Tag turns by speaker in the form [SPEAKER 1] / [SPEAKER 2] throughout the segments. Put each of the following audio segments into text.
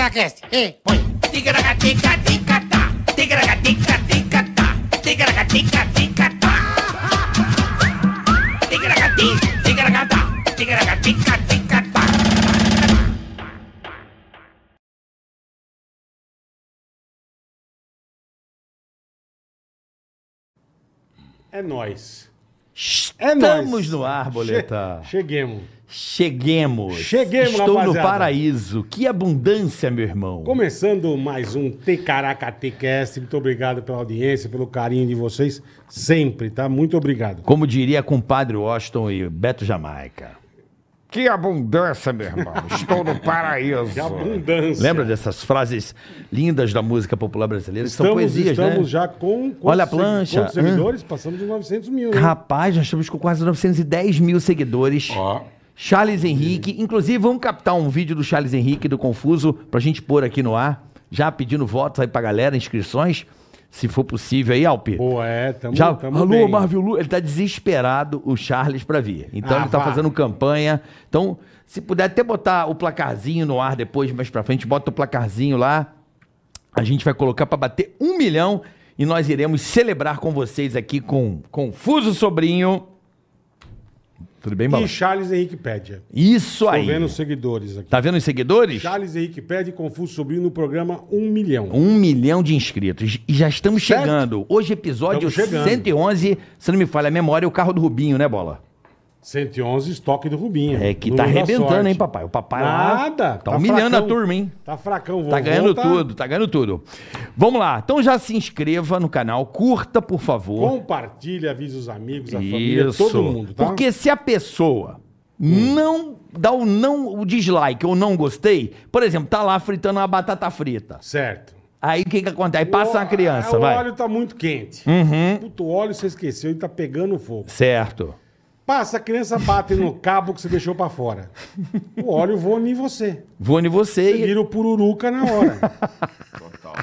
[SPEAKER 1] Ticaracast. Ei, põe.
[SPEAKER 2] Ticaracatica, ticatá. Ticaracatica, ticatá. Ticaracatica, ticatá. Ticaracati, ticaracatá. Ticaracatica, ticatá.
[SPEAKER 3] É nóis. É nóis.
[SPEAKER 4] Estamos no ar, boleta.
[SPEAKER 3] Che- Cheguemos.
[SPEAKER 4] Cheguemos.
[SPEAKER 3] Cheguemos,
[SPEAKER 4] Estou no
[SPEAKER 3] rapaziada.
[SPEAKER 4] paraíso. Que abundância, meu irmão.
[SPEAKER 3] Começando mais um Ticaracatecast. Muito obrigado pela audiência, pelo carinho de vocês sempre, tá? Muito obrigado.
[SPEAKER 4] Como diria compadre Washington e Beto Jamaica. Que abundância, meu irmão. Estou no paraíso.
[SPEAKER 3] Que abundância.
[SPEAKER 4] Lembra dessas frases lindas da música popular brasileira? que
[SPEAKER 3] Estamos,
[SPEAKER 4] São poesias,
[SPEAKER 3] estamos
[SPEAKER 4] né?
[SPEAKER 3] já com... quantos
[SPEAKER 4] Olha a
[SPEAKER 3] segu-
[SPEAKER 4] plancha.
[SPEAKER 3] Quantos seguidores? Passamos de 900 mil, né?
[SPEAKER 4] Rapaz, nós estamos com quase 910 mil seguidores.
[SPEAKER 5] Ó.
[SPEAKER 4] Charles Henrique. Inclusive, vamos captar um vídeo do Charles Henrique do Confuso pra gente pôr aqui no ar. Já pedindo votos aí pra galera, inscrições. Se for possível aí, Alpi.
[SPEAKER 3] Pô, é, tamo,
[SPEAKER 4] Já,
[SPEAKER 3] tamo
[SPEAKER 4] alô,
[SPEAKER 3] bem.
[SPEAKER 4] Marvel Lu, ele tá desesperado, o Charles, pra vir. Então
[SPEAKER 3] Ah,
[SPEAKER 4] ele tá
[SPEAKER 3] vá.
[SPEAKER 4] fazendo campanha. Então, se puder até botar o placarzinho no ar depois, mais pra frente, bota o placarzinho lá. A gente vai colocar pra bater um milhão e nós iremos celebrar com vocês aqui com Confuso Sobrinho. Tudo bem, Bala?
[SPEAKER 3] E Charles Henrique Pédia.
[SPEAKER 4] Isso
[SPEAKER 3] Tô
[SPEAKER 4] aí.
[SPEAKER 3] vendo os seguidores aqui.
[SPEAKER 4] Tá vendo os seguidores?
[SPEAKER 3] Charles Henrique Pédia e Confuso Sobrinho no programa 1 milhão.
[SPEAKER 4] Um milhão de inscritos. E já estamos
[SPEAKER 3] Certo.
[SPEAKER 4] chegando. Hoje, episódio
[SPEAKER 3] Estamos chegando.
[SPEAKER 4] 111, se não me falha a memória, é o carro do Rubinho, né, Bola?
[SPEAKER 3] 111 estoque do Rubinho.
[SPEAKER 4] É que
[SPEAKER 3] Número
[SPEAKER 4] tá
[SPEAKER 3] da
[SPEAKER 4] arrebentando,
[SPEAKER 3] sorte.
[SPEAKER 4] hein, papai? O papai lá
[SPEAKER 3] Nada.
[SPEAKER 4] tá, humilhando
[SPEAKER 3] fracão.
[SPEAKER 4] a turma, hein?
[SPEAKER 3] Tá fracão, vovô.
[SPEAKER 4] Tá ganhando tudo, tá ganhando tudo. Vamos lá, então já se inscreva no canal, curta, por favor.
[SPEAKER 3] Compartilha, avisa os amigos, a família,
[SPEAKER 4] Isso.
[SPEAKER 3] todo mundo, tá? Hum.
[SPEAKER 4] Porque se a pessoa não dá o não o dislike ou não gostei, por exemplo, tá lá fritando uma batata frita.
[SPEAKER 3] Certo.
[SPEAKER 4] Aí o que que acontece? Aí passa uma criança,
[SPEAKER 3] o
[SPEAKER 4] vai. Uhum.
[SPEAKER 3] O óleo tá muito quente. Puta, o óleo você esqueceu e tá pegando fogo.
[SPEAKER 4] Certo.
[SPEAKER 3] Passa, a criança bate no cabo que você deixou pra fora. O óleo voa em você.
[SPEAKER 4] Vou
[SPEAKER 3] Você
[SPEAKER 4] em você. e-
[SPEAKER 3] vira o pururuca na hora. Total.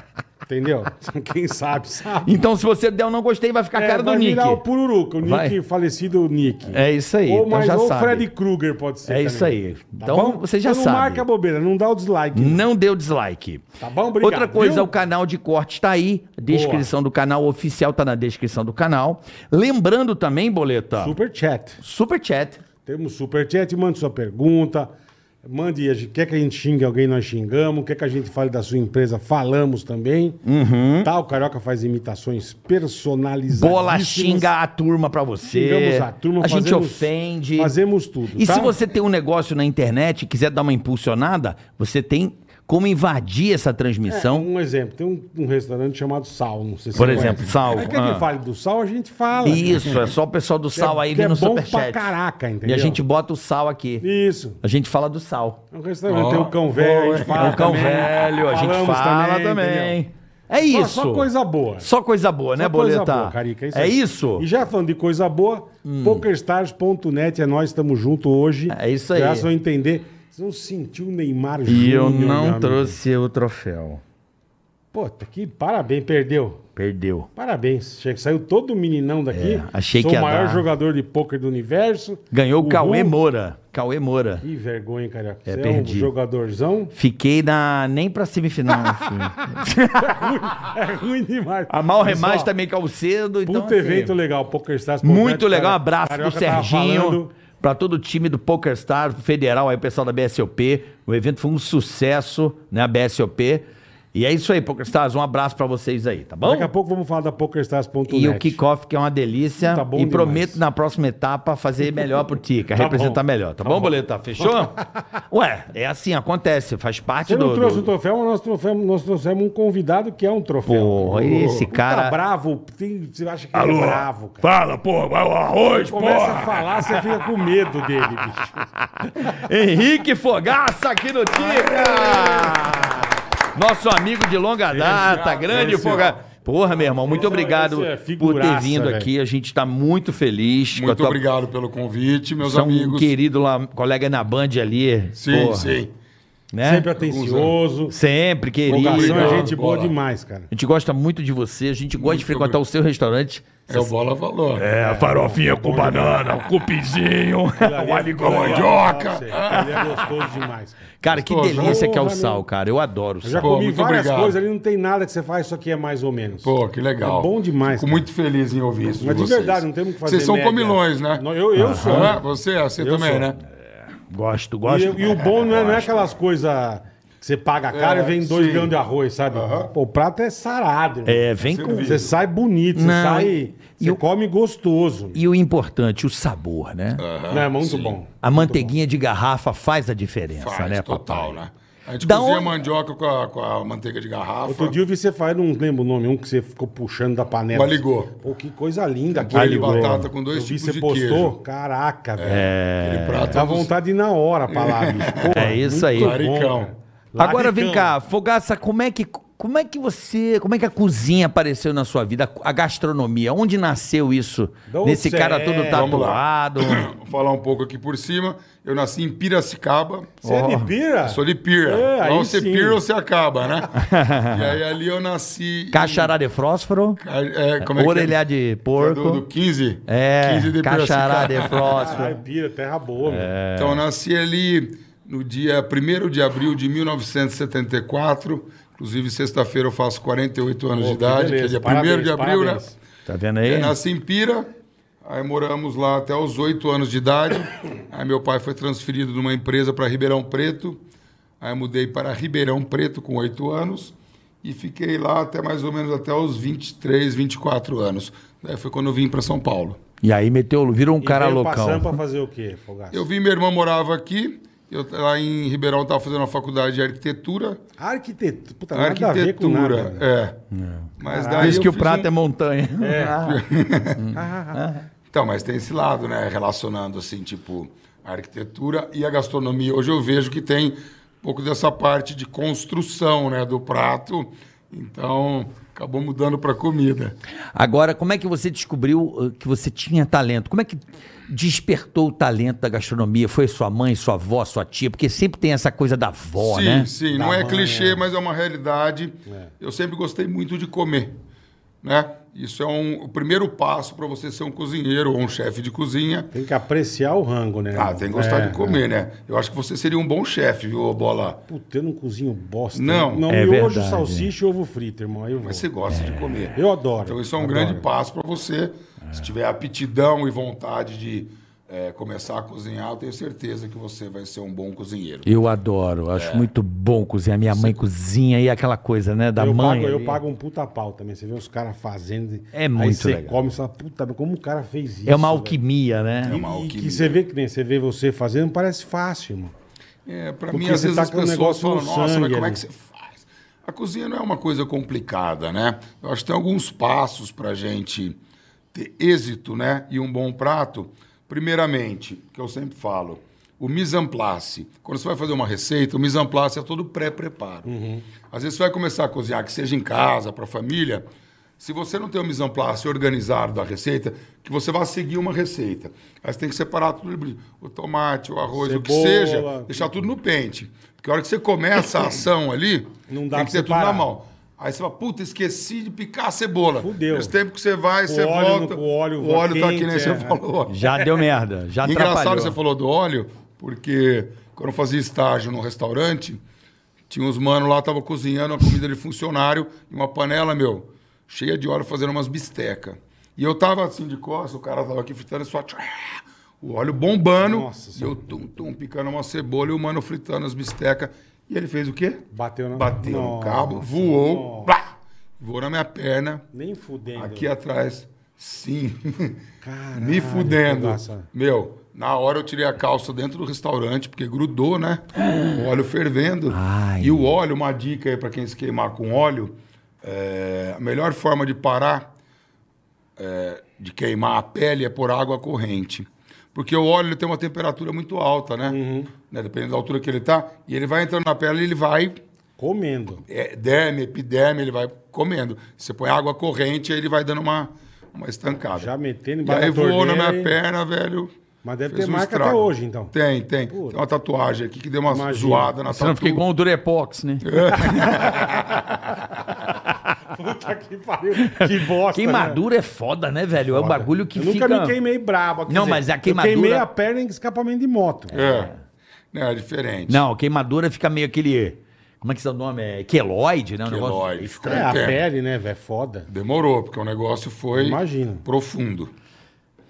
[SPEAKER 3] Entendeu? Quem sabe, sabe.
[SPEAKER 4] Então se você der o não gostei, vai ficar a cara
[SPEAKER 3] É,
[SPEAKER 4] do
[SPEAKER 3] vai
[SPEAKER 4] Nick.
[SPEAKER 3] virar o pururuca, o
[SPEAKER 4] Vai.
[SPEAKER 3] Nick, falecido Nick.
[SPEAKER 4] É isso aí.
[SPEAKER 3] Ou,
[SPEAKER 4] então
[SPEAKER 3] mais,
[SPEAKER 4] já
[SPEAKER 3] ou
[SPEAKER 4] sabe.
[SPEAKER 3] Freddy Krueger pode ser
[SPEAKER 4] É
[SPEAKER 3] também.
[SPEAKER 4] isso aí.
[SPEAKER 3] Tá
[SPEAKER 4] Então,
[SPEAKER 3] bom?
[SPEAKER 4] você
[SPEAKER 3] não
[SPEAKER 4] já sabe.
[SPEAKER 3] Não marca a bobeira, não dá o dislike.
[SPEAKER 4] Não deu dislike.
[SPEAKER 3] Tá bom? Obrigado,
[SPEAKER 4] Outra coisa,
[SPEAKER 3] viu?
[SPEAKER 4] o canal de corte tá aí. Descrição do canal o oficial tá na descrição do canal. Lembrando também, Boleta, super,
[SPEAKER 3] Super chat.
[SPEAKER 4] chat.
[SPEAKER 3] Temos super chat, mande sua pergunta. Mande, a gente- quer que a gente xingue alguém, nós xingamos. Quer que a gente fale da sua empresa, falamos também. Tá, o Carioca faz imitações personalizadas.
[SPEAKER 4] Uhum. Bola xinga a turma pra você.
[SPEAKER 3] Xingamos a turma,
[SPEAKER 4] a gente
[SPEAKER 3] fazemos-
[SPEAKER 4] ofende.
[SPEAKER 3] fazemos tudo,
[SPEAKER 4] E
[SPEAKER 3] tá?
[SPEAKER 4] se você tem um negócio na internet e quiser dar uma impulsionada, você tem como invadir essa transmissão.
[SPEAKER 3] Um exemplo, tem um, um restaurante chamado Sal, não sei se
[SPEAKER 4] Por
[SPEAKER 3] você
[SPEAKER 4] exemplo,
[SPEAKER 3] conhece.
[SPEAKER 4] Sal,
[SPEAKER 3] Aí que a
[SPEAKER 4] ah.
[SPEAKER 3] gente fale do Sal, a gente fala.
[SPEAKER 4] Isso, é só o pessoal do sal aí
[SPEAKER 3] que
[SPEAKER 4] vir
[SPEAKER 3] é
[SPEAKER 4] no
[SPEAKER 3] bom pra
[SPEAKER 4] superchat.
[SPEAKER 3] caraca,
[SPEAKER 4] E
[SPEAKER 3] entendeu?
[SPEAKER 4] a gente bota o sal aqui.
[SPEAKER 3] Isso.
[SPEAKER 4] A gente fala do sal.
[SPEAKER 3] É um restaurante, tem o cão velho, a gente fala
[SPEAKER 4] É o cão
[SPEAKER 3] também.
[SPEAKER 4] velho, a gente
[SPEAKER 3] Falamos
[SPEAKER 4] fala também.
[SPEAKER 3] entendeu?
[SPEAKER 4] É
[SPEAKER 3] Só-
[SPEAKER 4] isso.
[SPEAKER 3] Só coisa boa.
[SPEAKER 4] Só coisa boa, né,
[SPEAKER 3] Só coisa
[SPEAKER 4] Boleta?
[SPEAKER 3] boa, Carica,
[SPEAKER 4] é
[SPEAKER 3] aí.
[SPEAKER 4] isso? Hum.
[SPEAKER 3] E já falando de coisa boa, pokerstars.net é nós, estamos junto hoje.
[SPEAKER 4] É isso aí.
[SPEAKER 3] Graças a entender. Vocês não sentiu o Neymar
[SPEAKER 4] E
[SPEAKER 3] Júnior,
[SPEAKER 4] eu
[SPEAKER 3] meu
[SPEAKER 4] não
[SPEAKER 3] amigo.
[SPEAKER 4] trouxe o troféu.
[SPEAKER 3] Puta, que parabéns, perdeu.
[SPEAKER 4] Perdeu.
[SPEAKER 3] Parabéns. Che- Saiu todo o meninão daqui.
[SPEAKER 4] É, achei
[SPEAKER 3] Sou
[SPEAKER 4] que ia
[SPEAKER 3] o maior
[SPEAKER 4] dar.
[SPEAKER 3] jogador de pôquer do universo.
[SPEAKER 4] Ganhou o
[SPEAKER 3] Uhul.
[SPEAKER 4] Cauê Moura. Cauê Moura.
[SPEAKER 3] Que vergonha, cara.
[SPEAKER 4] É,
[SPEAKER 3] Você é
[SPEAKER 4] perdi.
[SPEAKER 3] um jogadorzão.
[SPEAKER 4] Fiquei na nem pra semifinal. filho.
[SPEAKER 3] É ruim demais.
[SPEAKER 4] a Mal Remate
[SPEAKER 3] Pessoal,
[SPEAKER 4] também caiu cedo. Então,
[SPEAKER 3] Puta
[SPEAKER 4] assim,
[SPEAKER 3] evento legal, PokerStars.
[SPEAKER 4] Muito legal. Um abraço pro Serginho.
[SPEAKER 3] tá Falando,
[SPEAKER 4] Pra todo o time do PokerStar Federal, aí o pessoal da BSOP. O evento foi um sucesso, né? A BSOP. E é isso aí, PokerStars. Um abraço pra vocês aí, tá bom?
[SPEAKER 3] Daqui a pouco vamos falar da PokerStars.net.
[SPEAKER 4] E o kickoff, que é uma delícia.
[SPEAKER 3] Tá bom
[SPEAKER 4] e
[SPEAKER 3] demais.
[SPEAKER 4] prometo na próxima etapa fazer melhor pro Tica,
[SPEAKER 3] Tá
[SPEAKER 4] representar
[SPEAKER 3] bom.
[SPEAKER 4] melhor. Tá, bom, Boleta? Fechou? Ué, é assim, acontece, faz parte
[SPEAKER 3] Você
[SPEAKER 4] do.
[SPEAKER 3] não trouxe
[SPEAKER 4] do-
[SPEAKER 3] o troféu, mas nós trouxemos, nós trouxemos um convidado que é um troféu.
[SPEAKER 4] Porra, esse
[SPEAKER 3] Puta,
[SPEAKER 4] cara-
[SPEAKER 3] bravo. tem- você acha que ele é bravo, cara.
[SPEAKER 4] Fala, porra, vai o arroz,
[SPEAKER 3] Começa a falar, você fica com medo dele, bicho.
[SPEAKER 4] Henrique Fogaça aqui no Tica! Nosso amigo de longa data,
[SPEAKER 3] ó,
[SPEAKER 4] grande
[SPEAKER 3] esse, ó.
[SPEAKER 4] Fogaça. Porra, meu irmão, muito
[SPEAKER 3] Esse é- esse
[SPEAKER 4] obrigado
[SPEAKER 3] é
[SPEAKER 4] por ter
[SPEAKER 3] figuraça,
[SPEAKER 4] vindo
[SPEAKER 3] velho.
[SPEAKER 4] aqui. A gente tá muito feliz com a
[SPEAKER 5] Muito
[SPEAKER 4] tua
[SPEAKER 5] obrigado pelo convite, meus
[SPEAKER 4] São um
[SPEAKER 5] amigos.
[SPEAKER 4] querido lá, colega na Band ali.
[SPEAKER 5] Sim,
[SPEAKER 4] porra,
[SPEAKER 5] sim.
[SPEAKER 4] Né?
[SPEAKER 3] Sempre atencioso.
[SPEAKER 4] Sempre, querido.
[SPEAKER 3] Vocação é
[SPEAKER 5] Obrigado,
[SPEAKER 3] gente boa
[SPEAKER 5] bola.
[SPEAKER 3] demais, cara.
[SPEAKER 4] A gente gosta muito de você, a gente gosta de frequentar
[SPEAKER 5] obrigado.
[SPEAKER 4] o seu restaurante.
[SPEAKER 5] É o Bola falou.
[SPEAKER 6] É, a farofinha com banana, o cupinzinho,
[SPEAKER 5] É um
[SPEAKER 6] o
[SPEAKER 3] é
[SPEAKER 6] alho com mandioca.
[SPEAKER 3] Ele é gostoso demais. cara.
[SPEAKER 6] Cara, que
[SPEAKER 5] Gostoso.
[SPEAKER 6] delícia que é o
[SPEAKER 3] Porra,
[SPEAKER 6] sal,
[SPEAKER 3] meu.
[SPEAKER 6] cara. Eu adoro o
[SPEAKER 3] Eu já
[SPEAKER 6] sal.
[SPEAKER 5] Pô,
[SPEAKER 3] comi
[SPEAKER 5] muito
[SPEAKER 3] várias
[SPEAKER 5] obrigado.
[SPEAKER 3] coisas ali, não tem nada que você faz, isso aqui é mais ou menos.
[SPEAKER 5] Pô, que legal.
[SPEAKER 3] É bom demais,
[SPEAKER 5] Fico
[SPEAKER 3] cara.
[SPEAKER 5] muito feliz em ouvir isso.
[SPEAKER 3] Mas de
[SPEAKER 5] vocês.
[SPEAKER 3] verdade, não temos o que fazer.
[SPEAKER 5] Vocês são
[SPEAKER 3] média.
[SPEAKER 5] comilões, né?
[SPEAKER 3] Não, eu eu sou.
[SPEAKER 5] Hã? Você, você
[SPEAKER 3] Eu
[SPEAKER 5] também,
[SPEAKER 3] sou.
[SPEAKER 5] né?
[SPEAKER 6] Gosto,
[SPEAKER 3] E,
[SPEAKER 6] gosto.
[SPEAKER 3] e o bom não é, não é aquelas coisas que você paga caro
[SPEAKER 5] É,
[SPEAKER 3] e vem dois
[SPEAKER 5] sim.
[SPEAKER 3] grãos de arroz, sabe? Pô, o prato é sarado. irmão.
[SPEAKER 6] É, vem com.
[SPEAKER 3] Você sai bonito, você
[SPEAKER 6] Não,
[SPEAKER 3] sai.
[SPEAKER 6] e-
[SPEAKER 3] Você
[SPEAKER 6] e o-
[SPEAKER 3] come gostoso.
[SPEAKER 6] E o importante, o sabor, né?
[SPEAKER 3] Não, é muito bom.
[SPEAKER 6] A manteiguinha de garrafa faz a diferença,
[SPEAKER 5] Faz,
[SPEAKER 6] né,
[SPEAKER 5] total,
[SPEAKER 6] papai?
[SPEAKER 5] né? A gente
[SPEAKER 6] Da
[SPEAKER 5] cozinha
[SPEAKER 6] onde-
[SPEAKER 5] mandioca com a, com a manteiga de garrafa.
[SPEAKER 3] Outro dia eu vi você faz, não lembro o nome, um que você ficou puxando da panela.
[SPEAKER 5] Baligô.
[SPEAKER 3] Pô, que coisa linda.
[SPEAKER 5] Aquele
[SPEAKER 3] baligô.
[SPEAKER 5] batata com dois
[SPEAKER 3] eu vi,
[SPEAKER 5] tipos
[SPEAKER 3] você
[SPEAKER 5] de
[SPEAKER 3] postou?
[SPEAKER 5] queijo. É,
[SPEAKER 3] Caraca, velho.
[SPEAKER 5] Aquele prato
[SPEAKER 3] Dá
[SPEAKER 5] dos-
[SPEAKER 3] vontade de ir na hora pra lá, bicho. Pô,
[SPEAKER 6] É isso aí.
[SPEAKER 3] muito
[SPEAKER 5] Laricão.
[SPEAKER 3] cara.
[SPEAKER 6] Agora vem
[SPEAKER 3] Laricão.
[SPEAKER 6] cá, Fogaça, como é que como é que você, como é que a cozinha apareceu na sua vida? A gastronomia, onde nasceu isso?
[SPEAKER 3] Não
[SPEAKER 6] Nesse
[SPEAKER 3] sei.
[SPEAKER 6] cara todo
[SPEAKER 5] é? Vamos lá.
[SPEAKER 6] tatuado.
[SPEAKER 5] Vou falar um pouco aqui por cima. Eu nasci em Piracicaba.
[SPEAKER 3] Você é de pira?
[SPEAKER 5] Sou de pira.
[SPEAKER 3] É, aí
[SPEAKER 5] ou você
[SPEAKER 3] sim.
[SPEAKER 5] pira ou você acaba, né? e aí ali eu nasci. em-
[SPEAKER 6] Cachará de fósforo,
[SPEAKER 5] Ca- É, como é que é?
[SPEAKER 6] orelhar de porco.
[SPEAKER 5] Do, do 15?
[SPEAKER 6] É,
[SPEAKER 5] 15 de
[SPEAKER 6] cachará
[SPEAKER 5] Piracicaba.
[SPEAKER 6] de fósforo.
[SPEAKER 3] Caralho, Ah, é pira, terra
[SPEAKER 6] É.
[SPEAKER 3] boa, meu.
[SPEAKER 5] Então, eu nasci ali no dia 1 de abril de 1974. Inclusive, sexta-feira eu faço 48 anos
[SPEAKER 3] Pô,
[SPEAKER 5] de
[SPEAKER 3] que
[SPEAKER 5] idade, que é
[SPEAKER 3] beleza.
[SPEAKER 5] dia 1
[SPEAKER 3] Parabéns,
[SPEAKER 5] de abril,
[SPEAKER 3] parabéns.
[SPEAKER 5] né?
[SPEAKER 6] Tá vendo aí?
[SPEAKER 5] Eu nasci em Pira, aí moramos lá até os 8 anos de idade. Aí meu pai foi transferido de uma empresa para Ribeirão Preto. Aí eu mudei para Ribeirão Preto com 8 anos e fiquei lá até mais ou menos até os 23, 24 anos. Daí foi quando eu vim para São Paulo.
[SPEAKER 6] E aí meteu, virou um
[SPEAKER 3] E
[SPEAKER 6] cara
[SPEAKER 3] veio pra
[SPEAKER 6] loucão.
[SPEAKER 3] Sampa fazer o quê, Fogaça?
[SPEAKER 5] Eu vi, minha irmã morava aqui. Eu lá em Ribeirão estava fazendo uma faculdade de arquitetura.
[SPEAKER 3] Arquitetura. Puta, nada a ver com nada. né?
[SPEAKER 5] Arquitetura,
[SPEAKER 3] velho.
[SPEAKER 5] é. Mas daí
[SPEAKER 6] Diz
[SPEAKER 5] eu
[SPEAKER 6] que o
[SPEAKER 5] fiz
[SPEAKER 6] prato
[SPEAKER 5] um-
[SPEAKER 6] é montanha.
[SPEAKER 5] Então, mas tem esse lado, né? Relacionando, assim, tipo, a arquitetura e a gastronomia. Hoje eu vejo que tem um pouco dessa parte de construção, né? Do prato. Então, acabou mudando para comida.
[SPEAKER 6] Agora, como é que você descobriu uh, que você tinha talento? Como é que despertou o talento da gastronomia? Foi sua mãe, sua avó, sua tia? Porque sempre tem essa coisa da avó,
[SPEAKER 5] sim,
[SPEAKER 6] né?
[SPEAKER 5] sim.
[SPEAKER 3] Da
[SPEAKER 5] Não é
[SPEAKER 3] mãe,
[SPEAKER 5] clichê,
[SPEAKER 3] é.
[SPEAKER 5] mas é uma realidade. Eu sempre gostei muito de comer, né? Isso é um, o primeiro passo para você ser um cozinheiro ou um chefe de cozinha.
[SPEAKER 3] Tem que apreciar o rango, né?
[SPEAKER 5] Ah,
[SPEAKER 3] irmão?
[SPEAKER 5] tem que gostar
[SPEAKER 3] É,
[SPEAKER 5] de comer, né? Eu acho que você seria um bom chefe, viu, Bola?
[SPEAKER 3] Puta, eu não cozinho bosta. né?
[SPEAKER 5] Não.
[SPEAKER 3] não
[SPEAKER 6] É
[SPEAKER 3] miojo,
[SPEAKER 6] verdade.
[SPEAKER 3] salsicha e ovo frito, irmão. Aí eu vou.
[SPEAKER 5] Mas você gosta de comer.
[SPEAKER 3] É. Eu adoro.
[SPEAKER 5] Então isso é um
[SPEAKER 3] adoro.
[SPEAKER 5] grande passo para você. Se tiver aptidão e vontade de eh, começar a cozinhar, eu tenho certeza que você vai ser um bom cozinheiro.
[SPEAKER 6] Eu adoro, acho
[SPEAKER 3] É.
[SPEAKER 6] muito bom cozinhar. Minha mãe cozinha e aquela coisa, né, da
[SPEAKER 3] eu
[SPEAKER 6] mãe.
[SPEAKER 3] Pago, eu
[SPEAKER 6] ali.
[SPEAKER 3] pago um puta pau também. Você vê os caras fazendo.
[SPEAKER 6] É
[SPEAKER 3] Aí
[SPEAKER 6] muito
[SPEAKER 3] você
[SPEAKER 6] legal.
[SPEAKER 3] come e fala, puta, mas como o cara fez isso?
[SPEAKER 6] É uma
[SPEAKER 3] velho?
[SPEAKER 6] alquimia, né?
[SPEAKER 5] É uma
[SPEAKER 3] E
[SPEAKER 5] alquimia.
[SPEAKER 3] que você vê que nem você vê você fazendo, parece fácil, irmão.
[SPEAKER 5] É, para
[SPEAKER 3] Porque
[SPEAKER 5] mim, às
[SPEAKER 3] você
[SPEAKER 5] vezes
[SPEAKER 3] tá
[SPEAKER 5] as
[SPEAKER 3] com um
[SPEAKER 5] pessoas
[SPEAKER 3] negócio
[SPEAKER 5] falam,
[SPEAKER 3] no
[SPEAKER 5] nossa, mas
[SPEAKER 3] sangue
[SPEAKER 5] como é
[SPEAKER 3] ali."
[SPEAKER 5] que você faz? A cozinha não é uma coisa complicada, né? Eu acho que tem alguns passos para gente ter êxito, né? E um bom prato. Primeiramente, que eu sempre falo, o mise en place. Quando você vai fazer uma receita, o mise en place é todo pré-preparo.
[SPEAKER 3] Uhum.
[SPEAKER 5] Às vezes você vai começar a cozinhar, que seja em casa, para a família, se você não tem o mise en place organizado da receita, que você vai seguir uma receita. Aí você tem que separar tudo, o tomate, o arroz, o que
[SPEAKER 3] Cebola.
[SPEAKER 5] seja, deixar tudo no pente. Porque a hora que você começa a ação ali,
[SPEAKER 3] Não dá pra
[SPEAKER 5] tem que ter tudo
[SPEAKER 3] separar.
[SPEAKER 5] na mão. Aí você fala, puta, esqueci de picar a cebola.
[SPEAKER 3] Fudeu.
[SPEAKER 5] Esse tempo que você vai, você
[SPEAKER 3] óleo no-
[SPEAKER 5] volta.
[SPEAKER 3] o óleo
[SPEAKER 5] o óleo tá aqui,
[SPEAKER 3] quente,
[SPEAKER 5] né? Você
[SPEAKER 3] é.
[SPEAKER 5] falou.
[SPEAKER 6] Já deu merda, já
[SPEAKER 5] Engraçado
[SPEAKER 6] atrapalhou.
[SPEAKER 5] você falou do óleo, porque quando eu fazia estágio no restaurante, tinha uns manos lá, tava cozinhando uma comida de funcionário e uma panela, meu, cheia de óleo, fazendo umas bisteca. E eu tava assim de costas, o cara tava aqui fritando e só... tchá, O óleo bombando,
[SPEAKER 3] Nossa
[SPEAKER 5] e eu tum-tum, picando uma cebola e o mano fritando as bistecas. E ele fez o quê?
[SPEAKER 3] Bateu na-
[SPEAKER 5] Bateu no
[SPEAKER 3] Nossa,
[SPEAKER 5] cabo, voou, blá, voou na minha perna,
[SPEAKER 3] Nem fudendo.
[SPEAKER 5] Aqui atrás, sim.
[SPEAKER 3] Caralho,
[SPEAKER 5] Me fudendo.
[SPEAKER 3] Fogaça.
[SPEAKER 5] Meu, na hora eu tirei a calça dentro do restaurante, porque grudou, né? O óleo fervendo.
[SPEAKER 6] Ai.
[SPEAKER 5] E o óleo, uma dica aí pra quem se queimar com óleo, é, a melhor forma de parar é, de queimar a pele é por água corrente. Porque o óleo ele tem uma temperatura muito alta, né? Né, Dependendo da altura que ele tá. E ele vai entrando na pele e ele vai
[SPEAKER 3] Comendo.
[SPEAKER 5] é, derme, epiderme, ele vai comendo. Você põe água corrente, aí ele vai dando uma, uma estancada.
[SPEAKER 3] Já metendo
[SPEAKER 5] e
[SPEAKER 3] da
[SPEAKER 5] aí voou na
[SPEAKER 3] torneira
[SPEAKER 5] minha
[SPEAKER 3] e-
[SPEAKER 5] perna, velho.
[SPEAKER 3] Mas deve
[SPEAKER 5] Fez
[SPEAKER 3] ter
[SPEAKER 5] um
[SPEAKER 3] marca
[SPEAKER 5] estrago.
[SPEAKER 3] até hoje, então.
[SPEAKER 5] Tem, tem. Tem uma tatuagem aqui que deu uma
[SPEAKER 3] Imagina.
[SPEAKER 5] zoada na
[SPEAKER 6] Senão
[SPEAKER 3] né?
[SPEAKER 5] tatu.
[SPEAKER 6] fica igual o Durepox, né?
[SPEAKER 3] Puta que pariu. Que bosta.
[SPEAKER 4] Queimadura é foda, né, velho? É um
[SPEAKER 5] Foda.
[SPEAKER 4] bagulho que
[SPEAKER 3] Né? Eu
[SPEAKER 4] fica...
[SPEAKER 3] nunca me queimei brabo. quer
[SPEAKER 4] Não, mas a queimadura-
[SPEAKER 3] Eu queimei a perna em escapamento de moto.
[SPEAKER 5] É. Não, é diferente.
[SPEAKER 4] Não, queimadura fica meio aquele... Como é que é o nome? É queloide, né? o negócio?
[SPEAKER 5] Queloide,
[SPEAKER 4] Ele
[SPEAKER 5] fica-
[SPEAKER 3] É, a
[SPEAKER 5] Entendo.
[SPEAKER 3] pele, né, velho? Foda.
[SPEAKER 5] Demorou, porque o negócio foi
[SPEAKER 3] Imagino.
[SPEAKER 5] profundo.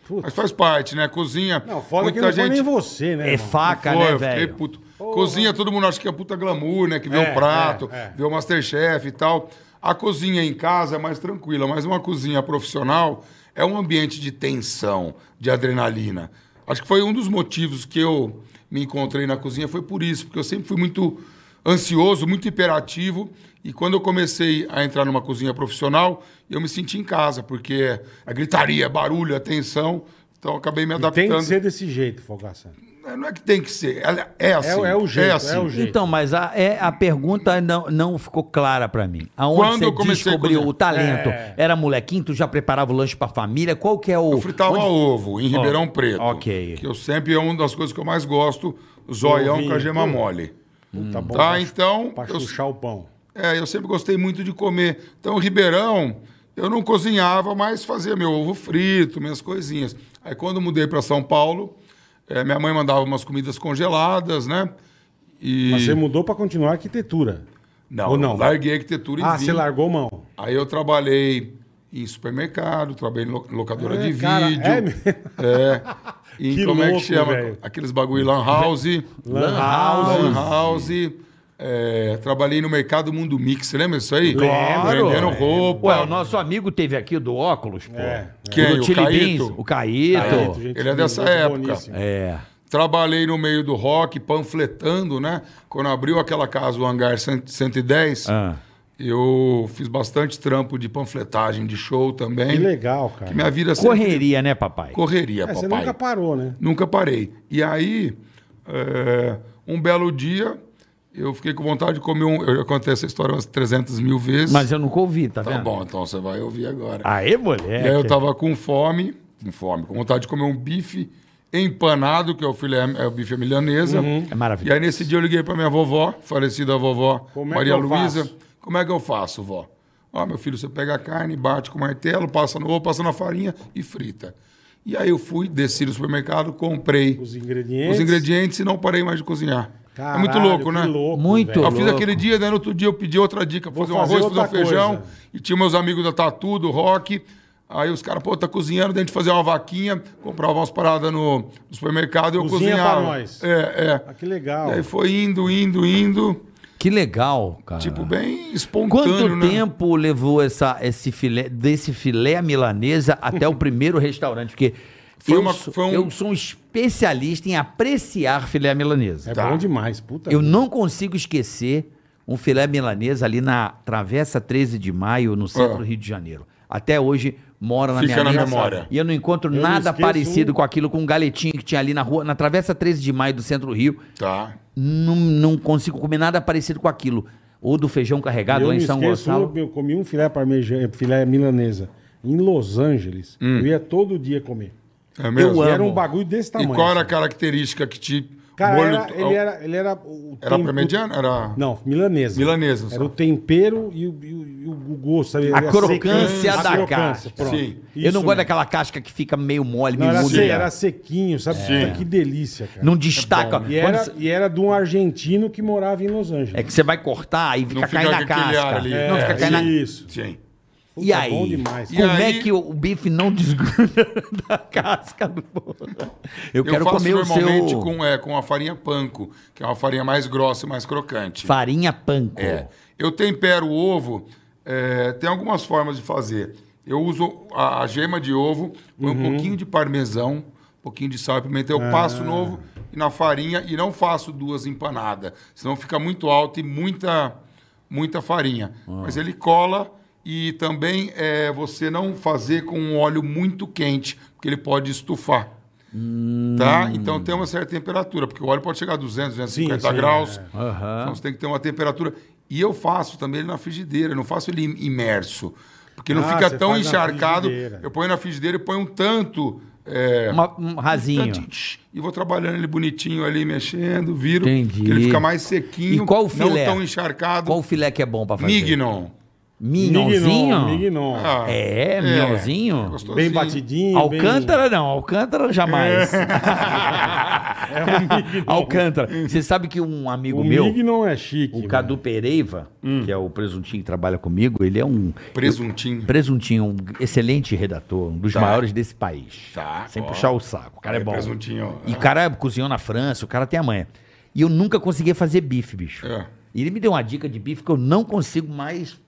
[SPEAKER 3] Puta.
[SPEAKER 5] Mas faz parte, né? Cozinha.
[SPEAKER 3] Não, foda que não foi nem você, né?
[SPEAKER 4] É
[SPEAKER 3] irmão?
[SPEAKER 4] faca,
[SPEAKER 5] Foi,
[SPEAKER 4] né,
[SPEAKER 5] eu fiquei
[SPEAKER 4] velho?
[SPEAKER 5] puto. Cozinha, todo mundo acha que é puta glamour, né? Que vê
[SPEAKER 3] É,
[SPEAKER 5] o prato,
[SPEAKER 3] é, é.
[SPEAKER 5] vê o Masterchef e tal. A cozinha em casa é mais tranquila, mas uma cozinha profissional é um ambiente de tensão, de adrenalina. Acho que foi um dos motivos que eu me encontrei na cozinha, foi por isso, porque eu sempre fui muito ansioso, muito hiperativo, e quando eu comecei a entrar numa cozinha profissional, eu me senti em casa, porque a gritaria, é barulho, é tensão, então eu acabei me
[SPEAKER 3] E Tem
[SPEAKER 5] adaptando.
[SPEAKER 3] que ser desse jeito, Fogaça.
[SPEAKER 4] Hum.
[SPEAKER 5] Não é que tem que ser, ela é assim.
[SPEAKER 3] É, o- é o jeito, é,
[SPEAKER 5] assim.
[SPEAKER 3] o jeito.
[SPEAKER 4] Então, mas a, é- a pergunta não, não ficou clara pra mim. Aonde
[SPEAKER 5] Quando
[SPEAKER 4] você
[SPEAKER 5] eu comecei a
[SPEAKER 4] descobriu
[SPEAKER 5] cozinhar?
[SPEAKER 4] o talento?
[SPEAKER 3] É.
[SPEAKER 4] Era molequinho, tu já preparava o lanche pra família? Qual que é o...
[SPEAKER 5] Eu fritava
[SPEAKER 4] onde-
[SPEAKER 5] ovo em Ribeirão Preto.
[SPEAKER 4] ok.
[SPEAKER 5] Que eu sempre é uma das coisas que eu mais gosto, zoião
[SPEAKER 3] Ovinho.
[SPEAKER 5] com a gema
[SPEAKER 3] Hum.
[SPEAKER 5] mole.
[SPEAKER 3] Tá bom.
[SPEAKER 5] Tá,
[SPEAKER 3] pra-
[SPEAKER 5] então,
[SPEAKER 3] Pra
[SPEAKER 5] eu-
[SPEAKER 3] chuchar o pão.
[SPEAKER 5] É, eu sempre gostei muito de comer. Então, Ribeirão, eu não cozinhava, mas fazia meu ovo frito, minhas coisinhas. Aí, quando eu mudei para São Paulo, é, minha mãe mandava umas comidas congeladas, né? E...
[SPEAKER 3] Mas você mudou pra continuar a arquitetura.
[SPEAKER 5] Não,
[SPEAKER 3] ou
[SPEAKER 5] eu
[SPEAKER 3] não?
[SPEAKER 5] larguei a arquitetura e
[SPEAKER 3] Ah,
[SPEAKER 5] vim.
[SPEAKER 3] você largou mão.
[SPEAKER 5] Aí eu trabalhei em supermercado, trabalhei em lo- locadora
[SPEAKER 3] É,
[SPEAKER 5] de
[SPEAKER 3] cara,
[SPEAKER 5] vídeo.
[SPEAKER 3] é mesmo?
[SPEAKER 5] É. E
[SPEAKER 3] Que
[SPEAKER 5] como é que
[SPEAKER 3] louco,
[SPEAKER 5] chama?
[SPEAKER 3] velho.
[SPEAKER 5] Aqueles bagulho lan house.
[SPEAKER 3] Lan
[SPEAKER 5] Lan house. É, trabalhei no mercado Mundo Mix, você lembra disso aí?
[SPEAKER 4] Claro.
[SPEAKER 5] Vendendo roupa.
[SPEAKER 4] Ué, o nosso amigo teve aqui do óculos, pô.
[SPEAKER 3] É.
[SPEAKER 5] Quem?
[SPEAKER 4] do
[SPEAKER 5] O
[SPEAKER 4] Chili Beans,
[SPEAKER 5] Caíto?
[SPEAKER 4] o Caíto.
[SPEAKER 5] Caíto, gente. Ele é dessa época.
[SPEAKER 4] É.
[SPEAKER 5] Trabalhei no meio do rock, panfletando, né? Quando abriu aquela casa, o Hangar 100 110,
[SPEAKER 4] Ah.
[SPEAKER 5] eu fiz bastante trampo de panfletagem, de show também.
[SPEAKER 3] Que legal, cara.
[SPEAKER 5] Minha vida sempre-
[SPEAKER 4] Correria, né, papai?
[SPEAKER 5] Correria,
[SPEAKER 3] É,
[SPEAKER 5] papai.
[SPEAKER 3] você nunca parou, né?
[SPEAKER 5] Nunca parei. E aí, é, um belo dia, eu fiquei com vontade de comer um. Eu já contei essa história umas 300 mil vezes.
[SPEAKER 4] Mas Ah, eu nunca ouvi, tá,
[SPEAKER 5] Tá
[SPEAKER 4] vendo?
[SPEAKER 5] bom, então você vai ouvir agora.
[SPEAKER 4] Aê,
[SPEAKER 5] e
[SPEAKER 4] moleque.
[SPEAKER 5] aí eu tava com fome, com fome, com vontade de comer um bife empanado, que é o filé, é o bife à milanesa.
[SPEAKER 4] É
[SPEAKER 5] E
[SPEAKER 4] maravilhoso.
[SPEAKER 5] aí nesse dia eu liguei pra minha vovó, falecida vovó
[SPEAKER 3] Como é
[SPEAKER 5] Maria
[SPEAKER 3] que eu
[SPEAKER 5] Luísa.
[SPEAKER 3] faço?
[SPEAKER 5] Como é que eu faço, vó? Ó, meu filho, você pega a carne, bate com o martelo, passa no ovo, passa na farinha e frita. E aí eu fui, desci no supermercado, comprei
[SPEAKER 3] Os ingredientes.
[SPEAKER 5] os ingredientes e não parei mais de cozinhar.
[SPEAKER 3] Caralho,
[SPEAKER 5] é muito louco,
[SPEAKER 3] que
[SPEAKER 5] né?
[SPEAKER 3] louco,
[SPEAKER 4] Muito.
[SPEAKER 5] Eu
[SPEAKER 3] velho.
[SPEAKER 5] fiz
[SPEAKER 4] louco.
[SPEAKER 5] aquele dia, daí no outro dia eu pedi outra dica,
[SPEAKER 3] Vou
[SPEAKER 5] fazer um
[SPEAKER 3] fazer
[SPEAKER 5] arroz, fazer um
[SPEAKER 3] outra
[SPEAKER 5] feijão.
[SPEAKER 3] coisa.
[SPEAKER 5] E tinha meus amigos da Tatu, do Rock. Aí os caras, pô, tá cozinhando, daí a gente fazia uma vaquinha, comprava umas paradas no, no supermercado e eu
[SPEAKER 3] Cozinha pra
[SPEAKER 5] cozinhava.
[SPEAKER 3] nós.
[SPEAKER 5] É, é.
[SPEAKER 3] Ah, que legal.
[SPEAKER 5] E aí foi indo, indo, indo.
[SPEAKER 4] Que legal, cara.
[SPEAKER 3] Ah.
[SPEAKER 5] Tipo, bem espontâneo,
[SPEAKER 4] Quanto
[SPEAKER 5] né?
[SPEAKER 4] tempo levou essa, esse filé, desse filé à milanesa até o primeiro restaurante? Porque
[SPEAKER 5] Foi
[SPEAKER 4] eu,
[SPEAKER 5] uma-
[SPEAKER 4] sou,
[SPEAKER 5] foi um-
[SPEAKER 4] eu sou um especialista em apreciar filé à milanesa.
[SPEAKER 3] É
[SPEAKER 5] Tá.
[SPEAKER 3] bom demais, puta.
[SPEAKER 4] Eu não consigo esquecer um filé milanesa ali na Travessa 13 de Maio, no centro
[SPEAKER 5] Ah.
[SPEAKER 4] do Rio de Janeiro. Até hoje mora na
[SPEAKER 5] Fica
[SPEAKER 4] minha
[SPEAKER 5] na
[SPEAKER 4] mesa
[SPEAKER 5] memória.
[SPEAKER 4] E eu não encontro
[SPEAKER 3] não
[SPEAKER 4] nada
[SPEAKER 3] esqueço
[SPEAKER 4] parecido
[SPEAKER 3] um.
[SPEAKER 4] com aquilo, com um galetinho que tinha ali na rua, na Travessa 13 de Maio do centro do Rio.
[SPEAKER 5] Tá.
[SPEAKER 4] Não, não consigo comer nada parecido com aquilo. Ou do feijão carregado
[SPEAKER 3] Eu
[SPEAKER 4] lá em
[SPEAKER 3] me
[SPEAKER 4] São
[SPEAKER 3] esqueço,
[SPEAKER 4] Gonçalo.
[SPEAKER 3] Eu comi um filé, parmeja, filé milanesa em Los Angeles. Eu ia todo dia comer.
[SPEAKER 5] É mesmo?
[SPEAKER 3] E
[SPEAKER 4] amo.
[SPEAKER 3] era um bagulho desse tamanho.
[SPEAKER 5] Hum. E qual era a
[SPEAKER 3] assim.
[SPEAKER 5] característica que te.
[SPEAKER 3] Cara,
[SPEAKER 5] molho- é
[SPEAKER 3] era, ele era. Ele era o
[SPEAKER 5] Era
[SPEAKER 3] tempo-
[SPEAKER 5] parmegiana? Era.
[SPEAKER 3] Não, milanesa.
[SPEAKER 5] Milanesa, só.
[SPEAKER 3] Era o tempero e o, e o- e o gosto, sabe?
[SPEAKER 4] A
[SPEAKER 3] Era
[SPEAKER 4] crocância
[SPEAKER 3] secante,
[SPEAKER 4] da
[SPEAKER 3] a crocância,
[SPEAKER 4] carne.
[SPEAKER 3] pronto.
[SPEAKER 5] Sim.
[SPEAKER 4] eu não
[SPEAKER 3] Isso
[SPEAKER 4] gosto
[SPEAKER 3] mesmo.
[SPEAKER 4] daquela casca que fica meio mole,
[SPEAKER 3] Não,
[SPEAKER 4] meio
[SPEAKER 3] era,
[SPEAKER 4] mole.
[SPEAKER 3] se- era sequinho, sabe? Puta, que delícia, cara.
[SPEAKER 4] Não destaca.
[SPEAKER 3] E
[SPEAKER 4] Quando
[SPEAKER 3] era,
[SPEAKER 4] cê-
[SPEAKER 3] e era de um argentino que morava em Los Angeles.
[SPEAKER 4] É que você vai cortar e fica
[SPEAKER 5] Não fica
[SPEAKER 4] caindo a
[SPEAKER 5] aquele ar
[SPEAKER 4] casca.
[SPEAKER 5] ali.
[SPEAKER 4] Não
[SPEAKER 5] É,
[SPEAKER 4] fica caindo na...
[SPEAKER 3] Isso.
[SPEAKER 5] Sim.
[SPEAKER 4] E
[SPEAKER 3] Puta,
[SPEAKER 4] aí?
[SPEAKER 3] Bom demais.
[SPEAKER 5] E
[SPEAKER 4] Como é
[SPEAKER 5] aí-
[SPEAKER 4] que o bife não desgruda da casca do bolo? Eu
[SPEAKER 5] Eu
[SPEAKER 4] quero
[SPEAKER 5] faço
[SPEAKER 4] comer o
[SPEAKER 5] normalmente
[SPEAKER 4] seu
[SPEAKER 5] com, é, com a farinha panko, que é uma farinha mais grossa e mais crocante.
[SPEAKER 4] farinha panko.
[SPEAKER 5] É. Eu tempero o ovo, é, tem algumas formas de fazer. Eu uso a, a gema de ovo, põe
[SPEAKER 3] Uhum.
[SPEAKER 5] um pouquinho de parmesão, um pouquinho de sal e pimenta. Eu passo
[SPEAKER 3] Ah.
[SPEAKER 5] no ovo e na farinha e não faço duas empanadas, senão fica muito alto e muita, muita farinha.
[SPEAKER 3] Ah.
[SPEAKER 5] Mas ele cola e também é, você não fazer com um óleo muito quente, porque ele pode estufar.
[SPEAKER 3] Hum.
[SPEAKER 5] Tá? Então tem uma certa temperatura, porque o óleo pode chegar a 200, 250
[SPEAKER 3] sim,
[SPEAKER 5] graus.
[SPEAKER 3] é.
[SPEAKER 5] Então você tem que ter uma temperatura. E eu faço também ele na frigideira, eu não faço ele im- imerso. Porque não
[SPEAKER 3] Ah,
[SPEAKER 5] fica
[SPEAKER 3] você
[SPEAKER 5] tão
[SPEAKER 3] faz na
[SPEAKER 5] encharcado.
[SPEAKER 3] frigideira.
[SPEAKER 5] Eu ponho na frigideira e ponho um tanto. é,
[SPEAKER 4] Uma- um rasinho.
[SPEAKER 5] tanto, tch, E vou trabalhando ele bonitinho ali, mexendo, viro.
[SPEAKER 4] Entendi.
[SPEAKER 5] que Ele fica mais sequinho.
[SPEAKER 4] E qual o filé?
[SPEAKER 5] Não tão encharcado.
[SPEAKER 4] Qual o filé que é bom pra fazer?
[SPEAKER 5] Mignon.
[SPEAKER 3] Mignon,
[SPEAKER 4] Minhãozinho?
[SPEAKER 3] Mignon.
[SPEAKER 5] Ah,
[SPEAKER 4] É, minhãozinho?
[SPEAKER 5] gostosinho.
[SPEAKER 3] Bem batidinho.
[SPEAKER 4] Alcântara não, Alcântara jamais.
[SPEAKER 3] Bem... É um Mignon.
[SPEAKER 4] Alcântara. Você sabe que um amigo
[SPEAKER 3] O
[SPEAKER 4] meu,
[SPEAKER 3] Mignon é chique.
[SPEAKER 4] o
[SPEAKER 3] mano.
[SPEAKER 4] Cadu Pereiva,
[SPEAKER 5] Hum.
[SPEAKER 4] que é o presuntinho que trabalha comigo, ele é um
[SPEAKER 5] Presuntinho.
[SPEAKER 4] presuntinho, um excelente redator, um dos
[SPEAKER 5] Tá.
[SPEAKER 4] maiores desse país.
[SPEAKER 5] Tá,
[SPEAKER 4] Sem
[SPEAKER 5] ó.
[SPEAKER 4] puxar o saco. O cara é, bom.
[SPEAKER 5] Presuntinho. Ah,
[SPEAKER 4] E o cara cozinhou na França, o cara tem a manha. E eu nunca conseguia fazer bife, bicho.
[SPEAKER 5] É.
[SPEAKER 4] E ele me deu uma dica de bife que eu não consigo mais.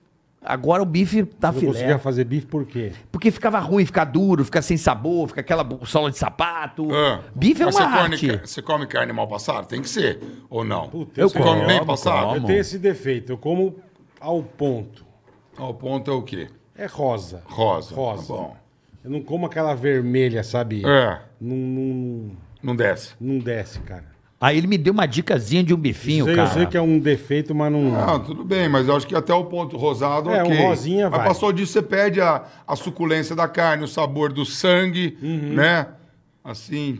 [SPEAKER 4] Agora o bife tá
[SPEAKER 3] Não
[SPEAKER 4] filé.
[SPEAKER 3] conseguia fazer bife por quê?
[SPEAKER 4] Porque ficava ruim, fica duro, fica sem sabor, fica aquela bo- sola de sapato.
[SPEAKER 5] Ah.
[SPEAKER 4] Bife é
[SPEAKER 5] Mas
[SPEAKER 4] uma
[SPEAKER 5] você come
[SPEAKER 4] arte.
[SPEAKER 5] ca- você come carne mal passada? Tem que ser, ou não?
[SPEAKER 3] Puta,
[SPEAKER 4] Eu
[SPEAKER 3] sei
[SPEAKER 5] Você come
[SPEAKER 3] lá.
[SPEAKER 4] como,
[SPEAKER 5] bem passado?
[SPEAKER 4] como.
[SPEAKER 3] Eu tenho esse defeito. Eu como ao ponto.
[SPEAKER 5] Ó, O ponto é o quê?
[SPEAKER 3] É rosa.
[SPEAKER 5] Rosa.
[SPEAKER 3] Rosa.
[SPEAKER 5] Tá bom.
[SPEAKER 3] Eu não como aquela vermelha, sabe?
[SPEAKER 5] É,
[SPEAKER 3] Não, não,
[SPEAKER 5] não desce.
[SPEAKER 3] não desce, cara.
[SPEAKER 4] Aí ele me deu uma dicasinha de um bifinho,
[SPEAKER 3] Sei-
[SPEAKER 4] cara.
[SPEAKER 3] Eu sei que é um defeito, mas não.
[SPEAKER 5] Ah, tudo bem, mas eu acho que até o ponto rosado,
[SPEAKER 3] É, um
[SPEAKER 5] ok.
[SPEAKER 3] rosinha
[SPEAKER 5] mas
[SPEAKER 3] vai.
[SPEAKER 5] passou disso, você perde a, a suculência da carne, o sabor do sangue,
[SPEAKER 3] Uhum.
[SPEAKER 5] né? Assim,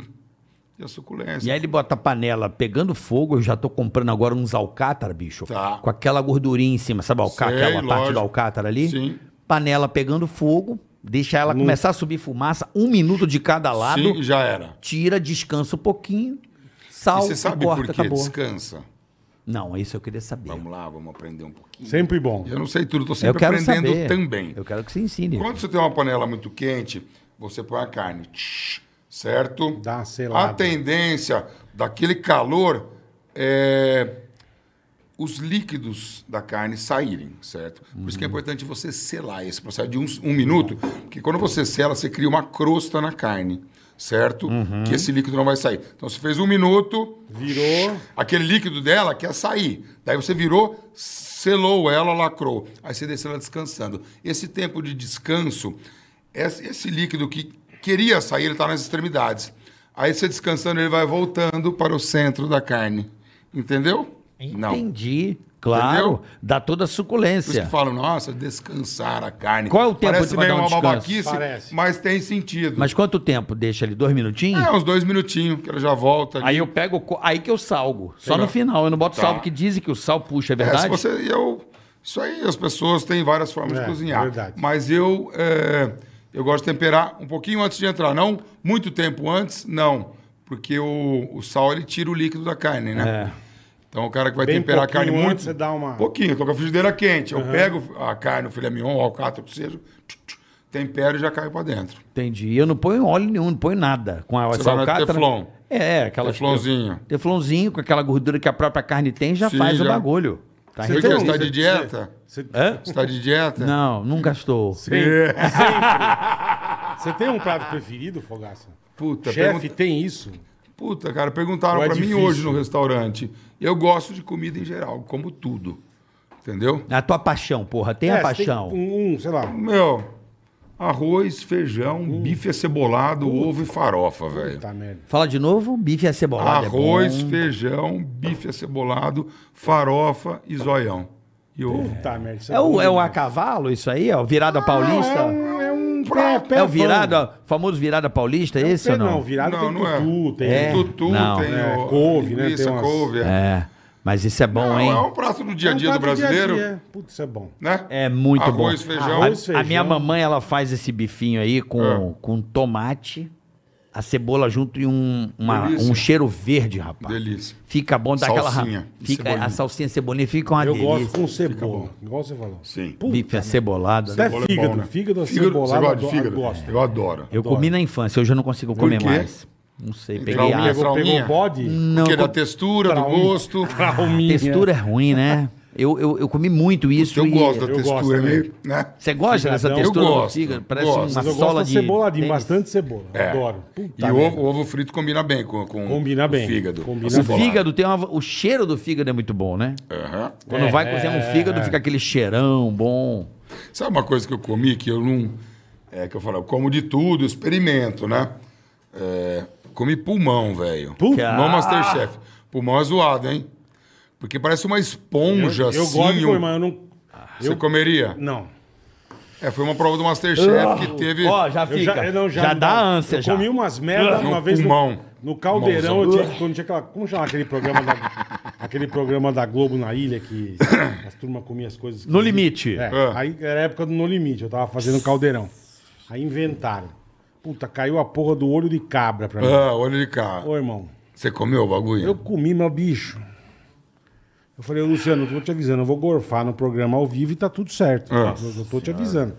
[SPEAKER 5] e a
[SPEAKER 4] E
[SPEAKER 5] suculência.
[SPEAKER 4] aí ele bota a panela pegando fogo, eu já tô comprando agora uns alcatra, bicho.
[SPEAKER 5] Tá.
[SPEAKER 4] Com aquela gordurinha em cima, sabe alcatra,
[SPEAKER 5] Sei,
[SPEAKER 4] aquela parte
[SPEAKER 5] lógico.
[SPEAKER 4] do alcatra ali?
[SPEAKER 5] Sim.
[SPEAKER 4] Panela pegando fogo, deixa ela começar a subir fumaça, um minuto de cada lado,
[SPEAKER 5] Sim, já era.
[SPEAKER 4] tira, descansa um pouquinho,
[SPEAKER 5] E
[SPEAKER 4] sal,
[SPEAKER 5] você sabe
[SPEAKER 4] corta,
[SPEAKER 5] por quê?
[SPEAKER 4] acabou.
[SPEAKER 5] Descansa.
[SPEAKER 4] Não, é isso eu queria saber.
[SPEAKER 5] Vamos lá, vamos aprender um pouquinho.
[SPEAKER 3] Sempre bom.
[SPEAKER 5] Eu não sei tudo, tô
[SPEAKER 4] Eu
[SPEAKER 5] sempre
[SPEAKER 4] quero
[SPEAKER 5] aprendendo
[SPEAKER 4] saber.
[SPEAKER 5] também.
[SPEAKER 4] Eu quero que você ensine.
[SPEAKER 5] Quando você tem uma panela muito quente, você põe a carne, tsh, certo?
[SPEAKER 3] Dá uma selada.
[SPEAKER 5] A tendência daquele calor é os líquidos da carne saírem, certo? Por isso que é importante você selar esse processo de uns- um, minuto, porque quando você sela, você cria uma crosta na carne, certo? Que esse líquido não vai sair. Então você fez um minuto,
[SPEAKER 3] Virou.
[SPEAKER 5] aquele líquido dela quer sair. Daí você virou, selou ela, lacrou. Aí você deixa ela descansando. Esse tempo de descanso, esse esse líquido que queria sair, ele está nas extremidades. Aí você descansando, ele vai voltando para o centro da carne. Entendeu? Não.
[SPEAKER 4] Entendi. Claro.
[SPEAKER 5] Entendeu?
[SPEAKER 4] Dá toda a
[SPEAKER 5] Por isso
[SPEAKER 4] suculência.
[SPEAKER 5] que falam, nossa, descansar a carne.
[SPEAKER 4] Qual é o tempo
[SPEAKER 5] Parece
[SPEAKER 4] de pra
[SPEAKER 5] meio
[SPEAKER 4] dar um
[SPEAKER 5] uma
[SPEAKER 4] descanso?
[SPEAKER 5] babaquice,
[SPEAKER 3] Parece.
[SPEAKER 5] mas tem sentido.
[SPEAKER 4] Mas quanto tempo? Deixa ali dois minutinhos?
[SPEAKER 5] É, uns dois minutinhos, que ela já volta.
[SPEAKER 4] Aí eu pego, co- aí que eu salgo. Só no
[SPEAKER 5] Legal.
[SPEAKER 4] final, eu não boto
[SPEAKER 5] Tá.
[SPEAKER 4] salvo, que dizem que o sal puxa, é
[SPEAKER 5] É,
[SPEAKER 4] verdade?
[SPEAKER 5] se você, eu, isso aí, as pessoas têm várias formas
[SPEAKER 3] É,
[SPEAKER 5] de cozinhar.
[SPEAKER 3] verdade.
[SPEAKER 5] Mas eu, é, eu gosto de temperar um pouquinho antes de entrar. Não muito tempo antes, não. Porque o, o sal, ele tira o líquido da carne, né? Então o cara que vai
[SPEAKER 3] É. Bem
[SPEAKER 5] temperar a carne
[SPEAKER 3] pouquinho
[SPEAKER 5] muito...
[SPEAKER 3] antes, você dá uma-
[SPEAKER 5] Pouquinho, eu tô com a frigideira quente. Eu pego a carne, o filé mignon, o alcatra, o que seja, tch, tch, tempero e já cai pra dentro.
[SPEAKER 4] Entendi. Eu não ponho óleo nenhum, não ponho nada. Com a
[SPEAKER 5] Você
[SPEAKER 4] essa
[SPEAKER 5] vai no
[SPEAKER 4] alcatra-
[SPEAKER 5] teflon.
[SPEAKER 4] É, aquela
[SPEAKER 5] Teflonzinho.
[SPEAKER 4] Teflonzinho, com aquela gordura que a própria carne tem, já
[SPEAKER 5] Sim,
[SPEAKER 4] faz o
[SPEAKER 5] já.
[SPEAKER 4] bagulho. Tá
[SPEAKER 5] Você
[SPEAKER 4] resolvido.
[SPEAKER 5] está de dieta?
[SPEAKER 3] um Você você-
[SPEAKER 4] Hã?
[SPEAKER 5] Você tá de dieta?
[SPEAKER 4] Não, nunca estou.
[SPEAKER 3] tem, sempre. Você tem um prato preferido, Fogaça?
[SPEAKER 5] Puta,
[SPEAKER 3] Chefe,
[SPEAKER 5] pergunta-
[SPEAKER 3] tem isso?
[SPEAKER 5] Puta, cara, perguntaram
[SPEAKER 3] Ou é
[SPEAKER 5] pra mim
[SPEAKER 3] difícil?
[SPEAKER 5] hoje no restaurante. Eu gosto de comida em geral, como tudo. Entendeu?
[SPEAKER 4] É A tua paixão, porra, tem
[SPEAKER 3] É,
[SPEAKER 4] a
[SPEAKER 3] você
[SPEAKER 4] paixão.
[SPEAKER 3] um, um, sei lá.
[SPEAKER 5] Meu, arroz, feijão, bife acebolado, ovo e farofa, velho.
[SPEAKER 3] Puta merda.
[SPEAKER 4] Fala de novo, bife acebolado
[SPEAKER 5] Arroz,
[SPEAKER 4] é bom.
[SPEAKER 5] feijão, bife acebolado, farofa e zoião. E ovo.
[SPEAKER 3] Puta merda. isso
[SPEAKER 4] É o,
[SPEAKER 3] bom
[SPEAKER 4] é o a
[SPEAKER 3] demais.
[SPEAKER 4] cavalo, isso aí, ó,
[SPEAKER 5] Ah,
[SPEAKER 4] virada paulista?
[SPEAKER 3] É um, é um pé, pé
[SPEAKER 4] É o
[SPEAKER 3] pão.
[SPEAKER 4] virado, ó, famoso virada paulista, esse
[SPEAKER 3] Pé
[SPEAKER 4] ou não?
[SPEAKER 3] Não, virado
[SPEAKER 5] É um Não,
[SPEAKER 3] tem
[SPEAKER 5] não é.
[SPEAKER 3] tutu, tem...
[SPEAKER 4] É.
[SPEAKER 5] Tutu,
[SPEAKER 4] não.
[SPEAKER 5] tem
[SPEAKER 3] É,
[SPEAKER 5] o-
[SPEAKER 3] couve, né?
[SPEAKER 5] linguiça,
[SPEAKER 3] Tem umas-
[SPEAKER 5] couve. É.
[SPEAKER 4] É, mas isso é bom,
[SPEAKER 5] Não,
[SPEAKER 4] hein?
[SPEAKER 5] é um prato do dia a dia
[SPEAKER 3] É
[SPEAKER 5] do
[SPEAKER 3] um prato dia a
[SPEAKER 5] brasileiro,
[SPEAKER 3] dia. Putz, isso é bom.
[SPEAKER 5] né?
[SPEAKER 4] É muito bom. Ah,
[SPEAKER 5] Arroz, feijão.
[SPEAKER 3] Arroz,
[SPEAKER 4] A, a minha
[SPEAKER 3] feijão.
[SPEAKER 4] mamãe, ela faz esse bifinho aí
[SPEAKER 5] É.
[SPEAKER 4] com, com tomate, a cebola junto e um, uma-
[SPEAKER 5] Delícia.
[SPEAKER 4] um cheiro verde, rapaz.
[SPEAKER 5] Delícia.
[SPEAKER 4] Fica bom, dá aquela... ra-
[SPEAKER 5] Salsinha e
[SPEAKER 4] Fica,
[SPEAKER 5] cebolinha.
[SPEAKER 4] a salsinha e cebolinha fica uma
[SPEAKER 3] eu
[SPEAKER 4] delícia.
[SPEAKER 3] gosto com cebola. Igual você falou.
[SPEAKER 5] Sim.
[SPEAKER 4] Bife acebolado.
[SPEAKER 3] Até
[SPEAKER 4] né?
[SPEAKER 5] Cebola é
[SPEAKER 3] fígado.
[SPEAKER 5] bom, né?
[SPEAKER 3] Fígado
[SPEAKER 5] Você
[SPEAKER 3] acebolado.
[SPEAKER 5] gosta de
[SPEAKER 3] eu
[SPEAKER 5] fígado?
[SPEAKER 3] gosto.
[SPEAKER 5] Eu adoro.
[SPEAKER 3] é
[SPEAKER 4] Eu comi na infância, hoje eu não consigo comer
[SPEAKER 5] quê?
[SPEAKER 4] mais. Não sei, peguei
[SPEAKER 5] Trauminha,
[SPEAKER 4] a
[SPEAKER 3] Pegou, pegou
[SPEAKER 5] Trauminha.
[SPEAKER 3] o bode?
[SPEAKER 4] Não,
[SPEAKER 5] Porque da
[SPEAKER 4] com-
[SPEAKER 5] textura, do
[SPEAKER 3] Trauminha.
[SPEAKER 5] gosto.
[SPEAKER 3] Trauminha.
[SPEAKER 4] textura é ruim, né? Eu, eu, eu comi muito isso.
[SPEAKER 5] Eu
[SPEAKER 4] e-
[SPEAKER 5] gosto da
[SPEAKER 3] Eu gosto
[SPEAKER 5] textura,
[SPEAKER 3] também.
[SPEAKER 5] meio, né?
[SPEAKER 3] Tá
[SPEAKER 4] Você gosta dessa
[SPEAKER 3] Fígadão.
[SPEAKER 4] textura
[SPEAKER 5] Eu
[SPEAKER 4] do
[SPEAKER 5] gosto,
[SPEAKER 4] fígado? Parece
[SPEAKER 5] gosto.
[SPEAKER 4] uma
[SPEAKER 3] Mas eu
[SPEAKER 4] sola
[SPEAKER 3] gosto
[SPEAKER 4] de...
[SPEAKER 3] de ceboladinho,
[SPEAKER 4] tênis.
[SPEAKER 3] bastante cebola.
[SPEAKER 5] É.
[SPEAKER 3] Adoro.
[SPEAKER 5] E
[SPEAKER 3] Puta
[SPEAKER 5] o
[SPEAKER 3] merda.
[SPEAKER 5] ovo, ovo frito combina bem com, com
[SPEAKER 3] Combina bem.
[SPEAKER 5] o fígado.
[SPEAKER 3] Combina
[SPEAKER 5] Assim,
[SPEAKER 4] O
[SPEAKER 3] bem.
[SPEAKER 4] fígado tem uma... O cheiro do fígado é muito bom, né?
[SPEAKER 5] Aham.
[SPEAKER 4] Quando
[SPEAKER 3] É,
[SPEAKER 4] vai cozinhar um
[SPEAKER 3] é,
[SPEAKER 4] fígado,
[SPEAKER 3] é.
[SPEAKER 4] fica aquele cheirão bom.
[SPEAKER 5] Sabe uma coisa que eu comi que eu não. É que eu falo, eu como de tudo, experimento, né? É, comi pulmão, velho.
[SPEAKER 3] Puta.
[SPEAKER 5] Pulmão Masterchef. Pulmão é zoado, hein? Porque parece uma esponja
[SPEAKER 3] Eu
[SPEAKER 5] assim.
[SPEAKER 3] gosto de
[SPEAKER 5] um-
[SPEAKER 3] comer, mas eu não...
[SPEAKER 5] Você
[SPEAKER 3] eu-
[SPEAKER 5] comeria?
[SPEAKER 3] Não.
[SPEAKER 5] É, foi uma prova do Masterchef que teve.
[SPEAKER 4] Ó, já
[SPEAKER 3] Eu
[SPEAKER 4] fica. Já,
[SPEAKER 3] eu não, me
[SPEAKER 4] dá ânsia
[SPEAKER 3] eu
[SPEAKER 4] já.
[SPEAKER 3] comi um umas merda
[SPEAKER 5] No
[SPEAKER 3] uma vez no,
[SPEAKER 5] pulmão.
[SPEAKER 3] no caldeirão, eu
[SPEAKER 5] Pulmãozão.
[SPEAKER 3] tinha, quando tinha aquela, como chama aquele programa da Aquele programa da Globo na ilha que as turmas comiam as coisas.
[SPEAKER 4] No Limite.
[SPEAKER 3] É,
[SPEAKER 5] Ah.
[SPEAKER 3] aí era a época do No Limite, eu tava fazendo caldeirão. Aí inventaram. Puta, caiu a porra do olho de cabra pra mim.
[SPEAKER 5] Ah, olha de cá.
[SPEAKER 3] Ô, irmão,
[SPEAKER 5] Você comeu o bagulho?
[SPEAKER 3] eu comi meu bicho. Eu falei, Luciano, eu tô te avisando, eu vou gorfar no programa ao vivo e tá tudo certo.
[SPEAKER 5] Ah.
[SPEAKER 3] eu, eu tô te avisando.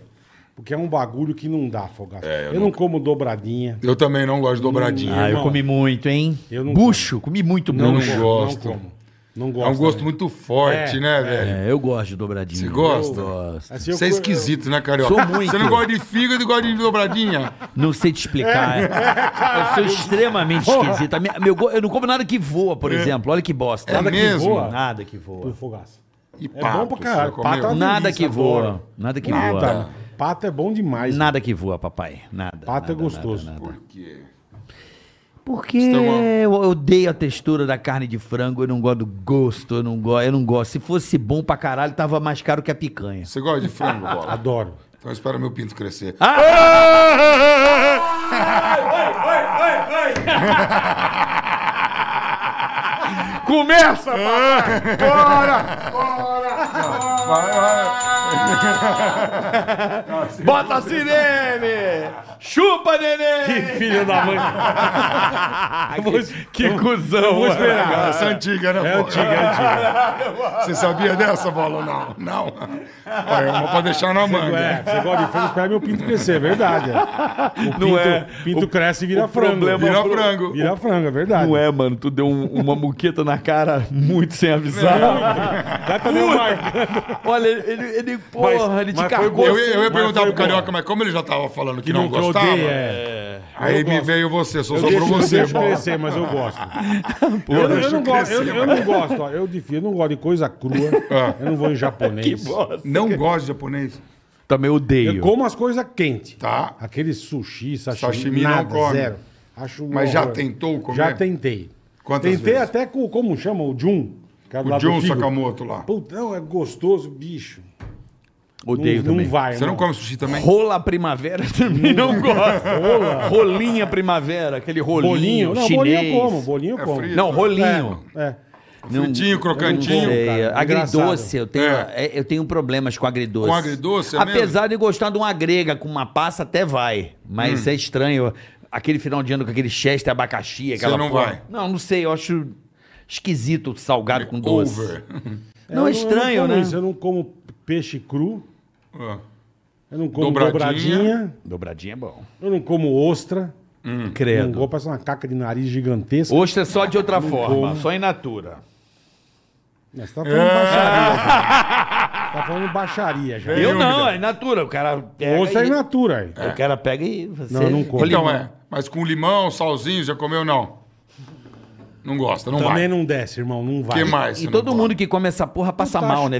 [SPEAKER 3] Porque é um bagulho que não dá, Fogaça.
[SPEAKER 5] É, eu
[SPEAKER 3] eu não como dobradinha.
[SPEAKER 5] Eu também não gosto de dobradinha.
[SPEAKER 4] Ah, eu
[SPEAKER 3] Irmão,
[SPEAKER 4] comi muito, hein?
[SPEAKER 3] eu não
[SPEAKER 4] Bucho, comi muito
[SPEAKER 5] Não,
[SPEAKER 4] bucho.
[SPEAKER 5] não gosto.
[SPEAKER 3] Não como. Não
[SPEAKER 5] É
[SPEAKER 3] gosto.
[SPEAKER 5] um gosto
[SPEAKER 3] né?
[SPEAKER 5] muito forte,
[SPEAKER 3] É,
[SPEAKER 5] né, velho?
[SPEAKER 4] É, eu gosto de dobradinha.
[SPEAKER 5] Você gosta?
[SPEAKER 4] Eu gosto.
[SPEAKER 3] Assim, eu
[SPEAKER 5] Você é
[SPEAKER 3] co-
[SPEAKER 5] esquisito, né, Carioca?
[SPEAKER 4] Sou muito.
[SPEAKER 5] Você não gosta de fígado e gosta de dobradinha?
[SPEAKER 4] Não sei te explicar. é. eu sou extremamente esquisito. A minha- meu go- eu não como nada que voa, por exemplo. Olha que bosta.
[SPEAKER 5] É
[SPEAKER 4] Nada que
[SPEAKER 5] mesmo?
[SPEAKER 4] voa. Nada que
[SPEAKER 3] Eu,
[SPEAKER 4] voa.
[SPEAKER 3] do Fogaça.
[SPEAKER 5] E
[SPEAKER 3] É
[SPEAKER 5] pato,
[SPEAKER 3] bom pra caralho.
[SPEAKER 5] você comeu?
[SPEAKER 3] Pato é uma
[SPEAKER 4] Nada
[SPEAKER 3] delícia,
[SPEAKER 4] que voa.
[SPEAKER 3] adoro.
[SPEAKER 4] Nada que
[SPEAKER 3] Nada.
[SPEAKER 4] voa.
[SPEAKER 3] Pato é bom demais.
[SPEAKER 4] Nada que voa, papai. Nada.
[SPEAKER 3] Pato é
[SPEAKER 4] nada,
[SPEAKER 3] gostoso.
[SPEAKER 4] nada, nada.
[SPEAKER 5] Por quê?
[SPEAKER 4] Porque
[SPEAKER 5] Estamos-
[SPEAKER 4] eu eu odeio a textura da carne de frango, eu não gosto do gosto, eu não gosto, eu não gosto. Se fosse bom pra caralho, tava mais caro que a picanha.
[SPEAKER 5] Você gosta de frango, bola?
[SPEAKER 3] Adoro.
[SPEAKER 5] Então espera meu pinto crescer.
[SPEAKER 4] Ah! Começa!
[SPEAKER 5] Vai, vai.
[SPEAKER 4] Bota a sirene! Chupa, neném!
[SPEAKER 3] Filho da mãe.
[SPEAKER 4] Que cuzão, mano.
[SPEAKER 5] Ah, Essa é antiga, né?
[SPEAKER 3] É
[SPEAKER 5] bola?
[SPEAKER 3] antiga, é antiga.
[SPEAKER 5] Você sabia dessa, bola? Não, não. Olha, uma pra deixar na
[SPEAKER 3] É,
[SPEAKER 5] manga.
[SPEAKER 3] você gosta de frango, espera meu pinto crescer, é verdade. é. O pinto,
[SPEAKER 4] é.
[SPEAKER 3] pinto cresce e vira frango.
[SPEAKER 5] Vira frango.
[SPEAKER 3] Vira frango, é verdade.
[SPEAKER 4] Não é, mano. Tu deu um- uma muqueta na cara muito sem avisar.
[SPEAKER 3] Dá pra deu marcando.
[SPEAKER 4] Olha, ele, ele porra,
[SPEAKER 3] Mas-
[SPEAKER 4] ele te
[SPEAKER 3] mas foi
[SPEAKER 4] cargou.
[SPEAKER 3] boa.
[SPEAKER 5] Eu, ia- eu ia
[SPEAKER 3] Mas
[SPEAKER 5] perguntar
[SPEAKER 3] foi
[SPEAKER 5] pro Carioca,
[SPEAKER 3] boa.
[SPEAKER 5] mas como ele já tava falando que, não,
[SPEAKER 3] que eu
[SPEAKER 5] gostava,
[SPEAKER 3] odeio, é.
[SPEAKER 5] aí
[SPEAKER 3] Eu
[SPEAKER 5] me
[SPEAKER 3] gosto.
[SPEAKER 5] veio você, só
[SPEAKER 3] Eu
[SPEAKER 5] sobrou
[SPEAKER 3] deixo, eu
[SPEAKER 5] você,
[SPEAKER 3] deixo
[SPEAKER 5] bola.
[SPEAKER 3] crescer, mas eu gosto.
[SPEAKER 5] Pô,
[SPEAKER 3] Eu, não- eu
[SPEAKER 5] deixa
[SPEAKER 3] não gosto, eu,
[SPEAKER 5] crescer,
[SPEAKER 3] eu
[SPEAKER 5] mano.
[SPEAKER 3] não gosto, ó, eu, defino, eu não gosto de coisa crua,
[SPEAKER 5] Ah.
[SPEAKER 3] eu não vou em japonês.
[SPEAKER 5] Não gosto de japonês.
[SPEAKER 4] Também odeio.
[SPEAKER 3] Eu como as coisas quentes.
[SPEAKER 5] Tá.
[SPEAKER 3] Aquele sushi, sashimi,
[SPEAKER 5] Sashimi não
[SPEAKER 3] nada,
[SPEAKER 5] come.
[SPEAKER 3] zero. Acho um
[SPEAKER 5] Mas já
[SPEAKER 3] horror.
[SPEAKER 5] tentou comer?
[SPEAKER 3] Já tentei.
[SPEAKER 5] Quantas
[SPEAKER 3] tentei
[SPEAKER 5] vezes?
[SPEAKER 3] até com, como chama, o Jun. que é do
[SPEAKER 5] O
[SPEAKER 3] lado do
[SPEAKER 5] John
[SPEAKER 3] fígado.
[SPEAKER 5] Sakamoto lá.
[SPEAKER 3] Puta, não, é gostoso, bicho.
[SPEAKER 4] Odeio
[SPEAKER 3] não,
[SPEAKER 4] também.
[SPEAKER 3] não vai,
[SPEAKER 5] Você não come sushi também?
[SPEAKER 4] Rola primavera também não gosto. Rolinha primavera, aquele rolinho,
[SPEAKER 3] bolinho. Não,
[SPEAKER 4] chinês.
[SPEAKER 3] bolinho eu como, bolinho eu
[SPEAKER 5] É
[SPEAKER 3] como.
[SPEAKER 5] frito.
[SPEAKER 4] Não, rolinho.
[SPEAKER 3] É, é.
[SPEAKER 4] Não-
[SPEAKER 5] Fritinho,
[SPEAKER 4] Não
[SPEAKER 5] crocantinho.
[SPEAKER 4] sei,
[SPEAKER 3] cara.
[SPEAKER 4] agridoce,
[SPEAKER 3] Engraçado.
[SPEAKER 4] eu tenho,
[SPEAKER 5] É.
[SPEAKER 4] é, eu tenho problemas com agridoce.
[SPEAKER 5] Com agridoce, é
[SPEAKER 4] Apesar de gostar de uma grega com uma passa, até vai. Mas
[SPEAKER 5] Hum.
[SPEAKER 4] é estranho. Aquele final de ano com aquele chester abacaxi, aquela
[SPEAKER 5] não
[SPEAKER 4] porra.
[SPEAKER 5] vai?
[SPEAKER 4] Não, não sei, eu acho esquisito salgado com doce.
[SPEAKER 5] Over.
[SPEAKER 4] Não,
[SPEAKER 3] Eu
[SPEAKER 4] é
[SPEAKER 3] eu
[SPEAKER 4] estranho,
[SPEAKER 3] não como
[SPEAKER 4] né?
[SPEAKER 3] isso, eu não como peixe cru,
[SPEAKER 5] Ah.
[SPEAKER 3] eu não como
[SPEAKER 5] Dobradinha.
[SPEAKER 3] dobradinha,
[SPEAKER 4] Dobradinha é bom.
[SPEAKER 3] eu não como ostra,
[SPEAKER 5] Hum.
[SPEAKER 3] não
[SPEAKER 4] Credo.
[SPEAKER 3] como essa macaca de nariz gigantesca.
[SPEAKER 4] Ostra é só de outra forma, só in natura.
[SPEAKER 3] Mas você tá falando
[SPEAKER 5] Ah,
[SPEAKER 3] baixaria. já. tá falando baixaria já.
[SPEAKER 4] Eu
[SPEAKER 5] Nenhum,
[SPEAKER 4] não,
[SPEAKER 5] cara.
[SPEAKER 4] é in natura. O cara pega.
[SPEAKER 3] Ostra é in
[SPEAKER 4] e-
[SPEAKER 3] natura aí.
[SPEAKER 4] O cara pega e. Você...
[SPEAKER 3] Não, eu não como.
[SPEAKER 5] Então
[SPEAKER 4] Limão.
[SPEAKER 5] é. Mas com limão, salzinho, já comeu não? Não gosta, não
[SPEAKER 3] Também
[SPEAKER 5] vai.
[SPEAKER 3] não desce, irmão, não
[SPEAKER 5] O
[SPEAKER 3] vai.
[SPEAKER 5] que mais? você
[SPEAKER 4] E
[SPEAKER 5] não
[SPEAKER 4] todo
[SPEAKER 5] come?
[SPEAKER 4] mundo que come essa porra passa
[SPEAKER 3] tá
[SPEAKER 4] mal,
[SPEAKER 3] ach-
[SPEAKER 4] né?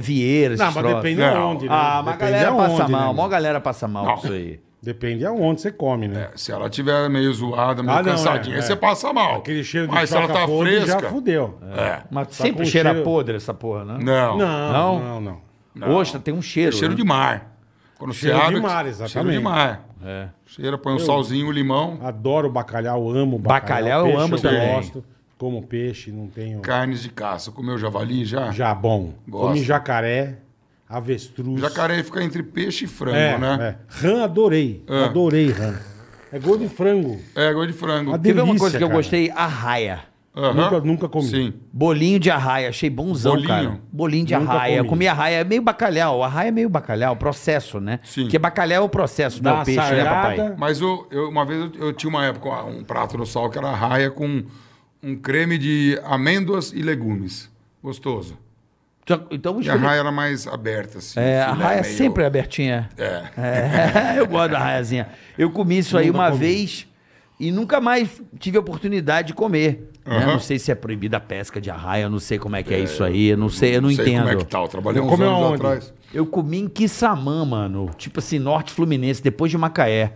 [SPEAKER 3] Não,
[SPEAKER 4] Vieira, esses
[SPEAKER 3] mas
[SPEAKER 4] troços.
[SPEAKER 3] depende
[SPEAKER 5] Não.
[SPEAKER 3] aonde, né?
[SPEAKER 4] Ah, mas a
[SPEAKER 3] Depende
[SPEAKER 4] galera passa
[SPEAKER 3] aonde, né,
[SPEAKER 4] mal. A
[SPEAKER 3] irmão?
[SPEAKER 4] maior galera passa mal com isso aí.
[SPEAKER 3] Depende aonde você come, né?
[SPEAKER 5] Se ela tiver meio zoada, meio
[SPEAKER 3] Ah, não,
[SPEAKER 5] cansadinha,
[SPEAKER 3] é,
[SPEAKER 5] aí
[SPEAKER 3] é.
[SPEAKER 5] você passa mal.
[SPEAKER 3] Aquele cheiro de
[SPEAKER 5] Mas se ela
[SPEAKER 3] choca
[SPEAKER 5] tá
[SPEAKER 3] podre
[SPEAKER 5] fresca.
[SPEAKER 3] já fudeu.
[SPEAKER 5] É.
[SPEAKER 4] Mas
[SPEAKER 3] Tá
[SPEAKER 4] sempre
[SPEAKER 3] com
[SPEAKER 4] cheira
[SPEAKER 3] cheiro-
[SPEAKER 4] podre essa porra, né?
[SPEAKER 5] Não.
[SPEAKER 3] Não,
[SPEAKER 4] Não?
[SPEAKER 3] não, não.
[SPEAKER 5] não.
[SPEAKER 4] Ostra tem um cheiro.
[SPEAKER 5] Cheiro
[SPEAKER 4] né?
[SPEAKER 5] de mar. Quando
[SPEAKER 3] Cheiro
[SPEAKER 5] você
[SPEAKER 3] de
[SPEAKER 5] abre.
[SPEAKER 3] mar,
[SPEAKER 5] Cheiro de
[SPEAKER 3] exatamente.
[SPEAKER 5] mar.
[SPEAKER 4] É.
[SPEAKER 5] Cheira, põe um salzinho, um limão,
[SPEAKER 3] Adoro bacalhau, amo bacalhau.
[SPEAKER 4] Bacalhau eu
[SPEAKER 3] Peixe
[SPEAKER 4] amo também.
[SPEAKER 3] Gosto, como peixe, não tenho.
[SPEAKER 5] carnes de caça. Comeu javali já?
[SPEAKER 3] Jabão.
[SPEAKER 5] Gosto.
[SPEAKER 3] Come jacaré, avestruz.
[SPEAKER 5] Jacaré fica entre peixe e frango,
[SPEAKER 3] é,
[SPEAKER 5] né?
[SPEAKER 3] é. Rã adorei.
[SPEAKER 5] É.
[SPEAKER 3] Adorei rã. É gol de frango.
[SPEAKER 5] É, gosto de frango.
[SPEAKER 3] Uma
[SPEAKER 4] Quer ver uma
[SPEAKER 3] delícia,
[SPEAKER 4] coisa que eu
[SPEAKER 3] cara.
[SPEAKER 4] gostei? Arraia.
[SPEAKER 5] Aham.
[SPEAKER 3] Nunca- nunca comi.
[SPEAKER 5] Sim.
[SPEAKER 4] Bolinho de arraia, achei bonzão,
[SPEAKER 5] Bolinho?
[SPEAKER 4] cara. Bolinho de
[SPEAKER 3] Nunca
[SPEAKER 4] arraia.
[SPEAKER 3] comi.
[SPEAKER 4] Comi arraia, é meio bacalhau. Arraia é meio bacalhau, processo, né?
[SPEAKER 5] Sim.
[SPEAKER 4] Porque bacalhau é o processo,
[SPEAKER 3] Dá
[SPEAKER 4] não é o
[SPEAKER 3] uma
[SPEAKER 4] peixe, né,
[SPEAKER 3] sargada.
[SPEAKER 4] papai?
[SPEAKER 5] Mas eu, eu- uma vez eu, eu tinha uma época um prato no sal que era raia com um creme de amêndoas e legumes. Gostoso.
[SPEAKER 4] Então- Então,
[SPEAKER 5] E a raia era mais aberta, assim.
[SPEAKER 4] É, a
[SPEAKER 5] filé
[SPEAKER 4] raia
[SPEAKER 5] meio-
[SPEAKER 4] sempre é abertinha.
[SPEAKER 5] É.
[SPEAKER 4] É, eu gosto da raiazinha. Eu comi isso aí uma vez e nunca mais tive a oportunidade de comer. né?
[SPEAKER 5] Aham.
[SPEAKER 4] Não sei se é proibida a pesca de arraia, eu não sei como é que é, isso aí, eu não sei, eu não,
[SPEAKER 5] sei
[SPEAKER 4] entendo.
[SPEAKER 5] como é que tá. Eu trabalhei uns
[SPEAKER 3] Comeu
[SPEAKER 5] anos
[SPEAKER 3] aonde?
[SPEAKER 5] atrás.
[SPEAKER 4] Eu comi em Quissamã, mano. Tipo assim, Norte Fluminense, depois de Macaé.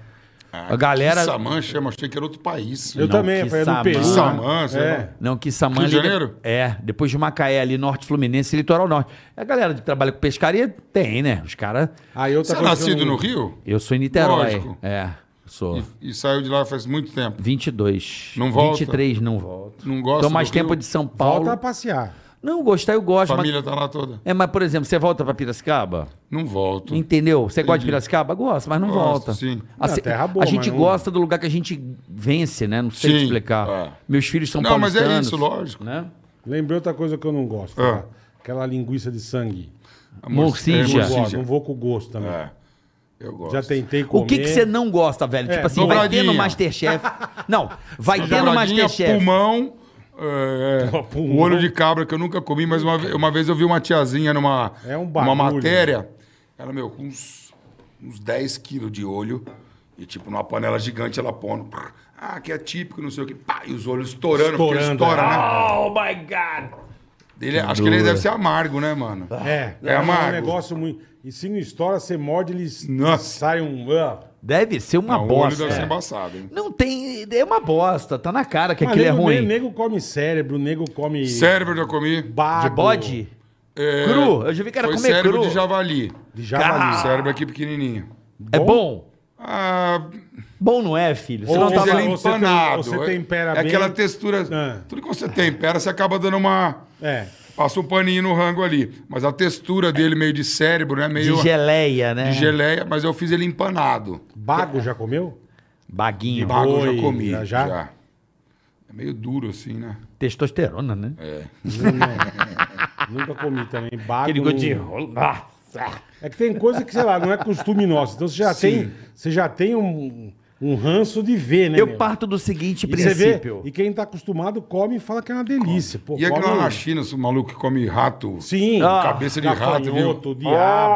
[SPEAKER 5] Ah,
[SPEAKER 4] a galera.
[SPEAKER 5] Quissamã chama, achei que era outro país.
[SPEAKER 3] Eu
[SPEAKER 4] Não,
[SPEAKER 3] também,
[SPEAKER 4] que
[SPEAKER 3] foi é do
[SPEAKER 4] samã.
[SPEAKER 3] Peru. né?
[SPEAKER 5] Samã, sei
[SPEAKER 3] é.
[SPEAKER 5] lá.
[SPEAKER 4] Não, Quissamã
[SPEAKER 5] Rio de
[SPEAKER 4] ali-
[SPEAKER 5] Janeiro?
[SPEAKER 4] É, depois de Macaé ali, Norte Fluminense, litoral norte. A galera que trabalha com pescaria tem, né? Os caras.
[SPEAKER 3] Aí eu
[SPEAKER 5] Você é nascido no Rio?
[SPEAKER 4] Eu sou em Niterói.
[SPEAKER 5] Lógico.
[SPEAKER 4] É, sou.
[SPEAKER 5] E saiu de lá faz muito tempo.
[SPEAKER 4] 22.
[SPEAKER 5] Não volta?
[SPEAKER 4] 23, não volto.
[SPEAKER 5] Não gosta
[SPEAKER 4] Tô mais
[SPEAKER 5] do
[SPEAKER 4] tempo
[SPEAKER 5] Rio?
[SPEAKER 4] de São Paulo.
[SPEAKER 3] Volta a passear.
[SPEAKER 4] Não, gostar eu gosto.
[SPEAKER 5] A
[SPEAKER 4] mas-
[SPEAKER 5] família tá lá toda.
[SPEAKER 4] É, mas, por exemplo, você volta pra Piracicaba?
[SPEAKER 5] Não volto.
[SPEAKER 4] Entendeu? Você gosta de
[SPEAKER 5] Hum. Entendi.
[SPEAKER 4] Piracicaba? Gosto, mas não
[SPEAKER 5] Gosto,
[SPEAKER 4] volta.
[SPEAKER 5] sim.
[SPEAKER 4] A,
[SPEAKER 3] É,
[SPEAKER 4] se-
[SPEAKER 3] terra boa,
[SPEAKER 4] a
[SPEAKER 3] mas
[SPEAKER 4] gente
[SPEAKER 3] não-
[SPEAKER 4] gosta do lugar que a gente vence, né? Não sei
[SPEAKER 5] Sim,
[SPEAKER 4] te explicar.
[SPEAKER 5] é.
[SPEAKER 4] Meus filhos são
[SPEAKER 5] Não, mas é
[SPEAKER 4] paulistanos.
[SPEAKER 5] isso, lógico.
[SPEAKER 4] Né?
[SPEAKER 3] Lembrei outra coisa que eu não gosto.
[SPEAKER 5] Ah.
[SPEAKER 3] tá? Aquela linguiça de sangue.
[SPEAKER 5] A
[SPEAKER 4] Morcija.
[SPEAKER 5] é,
[SPEAKER 3] Não
[SPEAKER 4] Já.
[SPEAKER 3] gosto, não vou com gosto também.
[SPEAKER 5] É, eu gosto. assim.
[SPEAKER 3] Já tentei comer.
[SPEAKER 4] O que que você não gosta, velho?
[SPEAKER 3] É,
[SPEAKER 4] tipo assim, vai ter no
[SPEAKER 5] dobradinha.
[SPEAKER 4] Masterchef. Não, vai ter no
[SPEAKER 5] Dobradinha,
[SPEAKER 4] Masterchef.
[SPEAKER 5] pulmão, é,
[SPEAKER 3] Pô, pulmão.
[SPEAKER 5] o olho de cabra que eu nunca comi, mas uma, ve- uma vez eu vi uma tiazinha numa
[SPEAKER 3] É um
[SPEAKER 5] uma
[SPEAKER 3] bagulho.
[SPEAKER 5] matéria, ela, meu, com uns, uns 10 quilos de olho, e tipo, numa panela gigante ela pondo, prr, ah, que é típico, não sei o que, pá, e os olhos estourando, porque
[SPEAKER 3] Estourando,
[SPEAKER 5] estoura,
[SPEAKER 3] é.
[SPEAKER 5] né?
[SPEAKER 4] Oh my God!
[SPEAKER 5] Ele- é, acho que ele deve ser amargo, né, mano?
[SPEAKER 3] É,
[SPEAKER 5] É amargo.
[SPEAKER 3] um negócio muito. E se não estoura, você morde, eles
[SPEAKER 5] Nossa.
[SPEAKER 3] sai um. Ah,
[SPEAKER 4] Deve ser uma
[SPEAKER 5] o olho
[SPEAKER 4] bosta.
[SPEAKER 5] deve ser
[SPEAKER 4] É.
[SPEAKER 5] embaçado, hein?
[SPEAKER 4] Não tem. É uma bosta. Tá na cara que
[SPEAKER 3] mas
[SPEAKER 4] aquilo é
[SPEAKER 3] nego,
[SPEAKER 4] ruim.
[SPEAKER 3] Nego come cérebro, nego come.
[SPEAKER 5] Cérebro já comi.
[SPEAKER 3] bago,
[SPEAKER 4] De bode?
[SPEAKER 5] É,
[SPEAKER 4] Cru? Eu já vi cara
[SPEAKER 5] foi
[SPEAKER 4] comer
[SPEAKER 5] cérebro
[SPEAKER 4] cru.
[SPEAKER 5] de javali.
[SPEAKER 3] De javali.
[SPEAKER 5] Cérebro aqui pequenininho.
[SPEAKER 4] É bom?
[SPEAKER 5] Ah,
[SPEAKER 4] Bom não é, filho. Você
[SPEAKER 3] Ou
[SPEAKER 4] não
[SPEAKER 5] mas
[SPEAKER 3] tava-
[SPEAKER 5] ele
[SPEAKER 4] tava...
[SPEAKER 5] é
[SPEAKER 3] você tem-
[SPEAKER 5] empanado.
[SPEAKER 3] você tempera
[SPEAKER 5] é,
[SPEAKER 3] bem.
[SPEAKER 5] É aquela textura.
[SPEAKER 3] Ah.
[SPEAKER 5] Tudo que você tempera, você acaba dando uma...
[SPEAKER 3] É.
[SPEAKER 5] Passa um paninho no rango ali. Mas a textura dele meio de cérebro, né? Meio
[SPEAKER 4] De
[SPEAKER 5] de
[SPEAKER 4] geleia, né?
[SPEAKER 5] geleia. Mas eu fiz ele empanado.
[SPEAKER 3] Bago já comeu?
[SPEAKER 4] Baguinho.
[SPEAKER 5] Bago eu
[SPEAKER 3] Oi,
[SPEAKER 5] já comi.
[SPEAKER 3] já,
[SPEAKER 5] Já,
[SPEAKER 3] já?
[SPEAKER 5] É meio duro assim, né?
[SPEAKER 4] Testosterona, né?
[SPEAKER 5] É.
[SPEAKER 3] Nunca comi também. Bago.
[SPEAKER 4] Aquele gosto
[SPEAKER 3] não-
[SPEAKER 4] de rolo. Nossa.
[SPEAKER 3] É que tem coisa que, sei lá, não é costume nosso. Então você já
[SPEAKER 5] Sim.
[SPEAKER 3] tem, você já tem um, um ranço de ver, né?
[SPEAKER 4] Eu
[SPEAKER 3] meu?
[SPEAKER 4] parto do seguinte
[SPEAKER 3] e você
[SPEAKER 4] princípio.
[SPEAKER 3] Vê, e quem tá acostumado come e fala que é uma delícia. Pô,
[SPEAKER 5] E aquilo
[SPEAKER 3] come- um-
[SPEAKER 5] lá na China, esse maluco que come rato.
[SPEAKER 3] Sim.
[SPEAKER 4] Ah,
[SPEAKER 5] cabeça de rato,
[SPEAKER 3] gafanhoto,
[SPEAKER 5] viu?
[SPEAKER 4] Ah,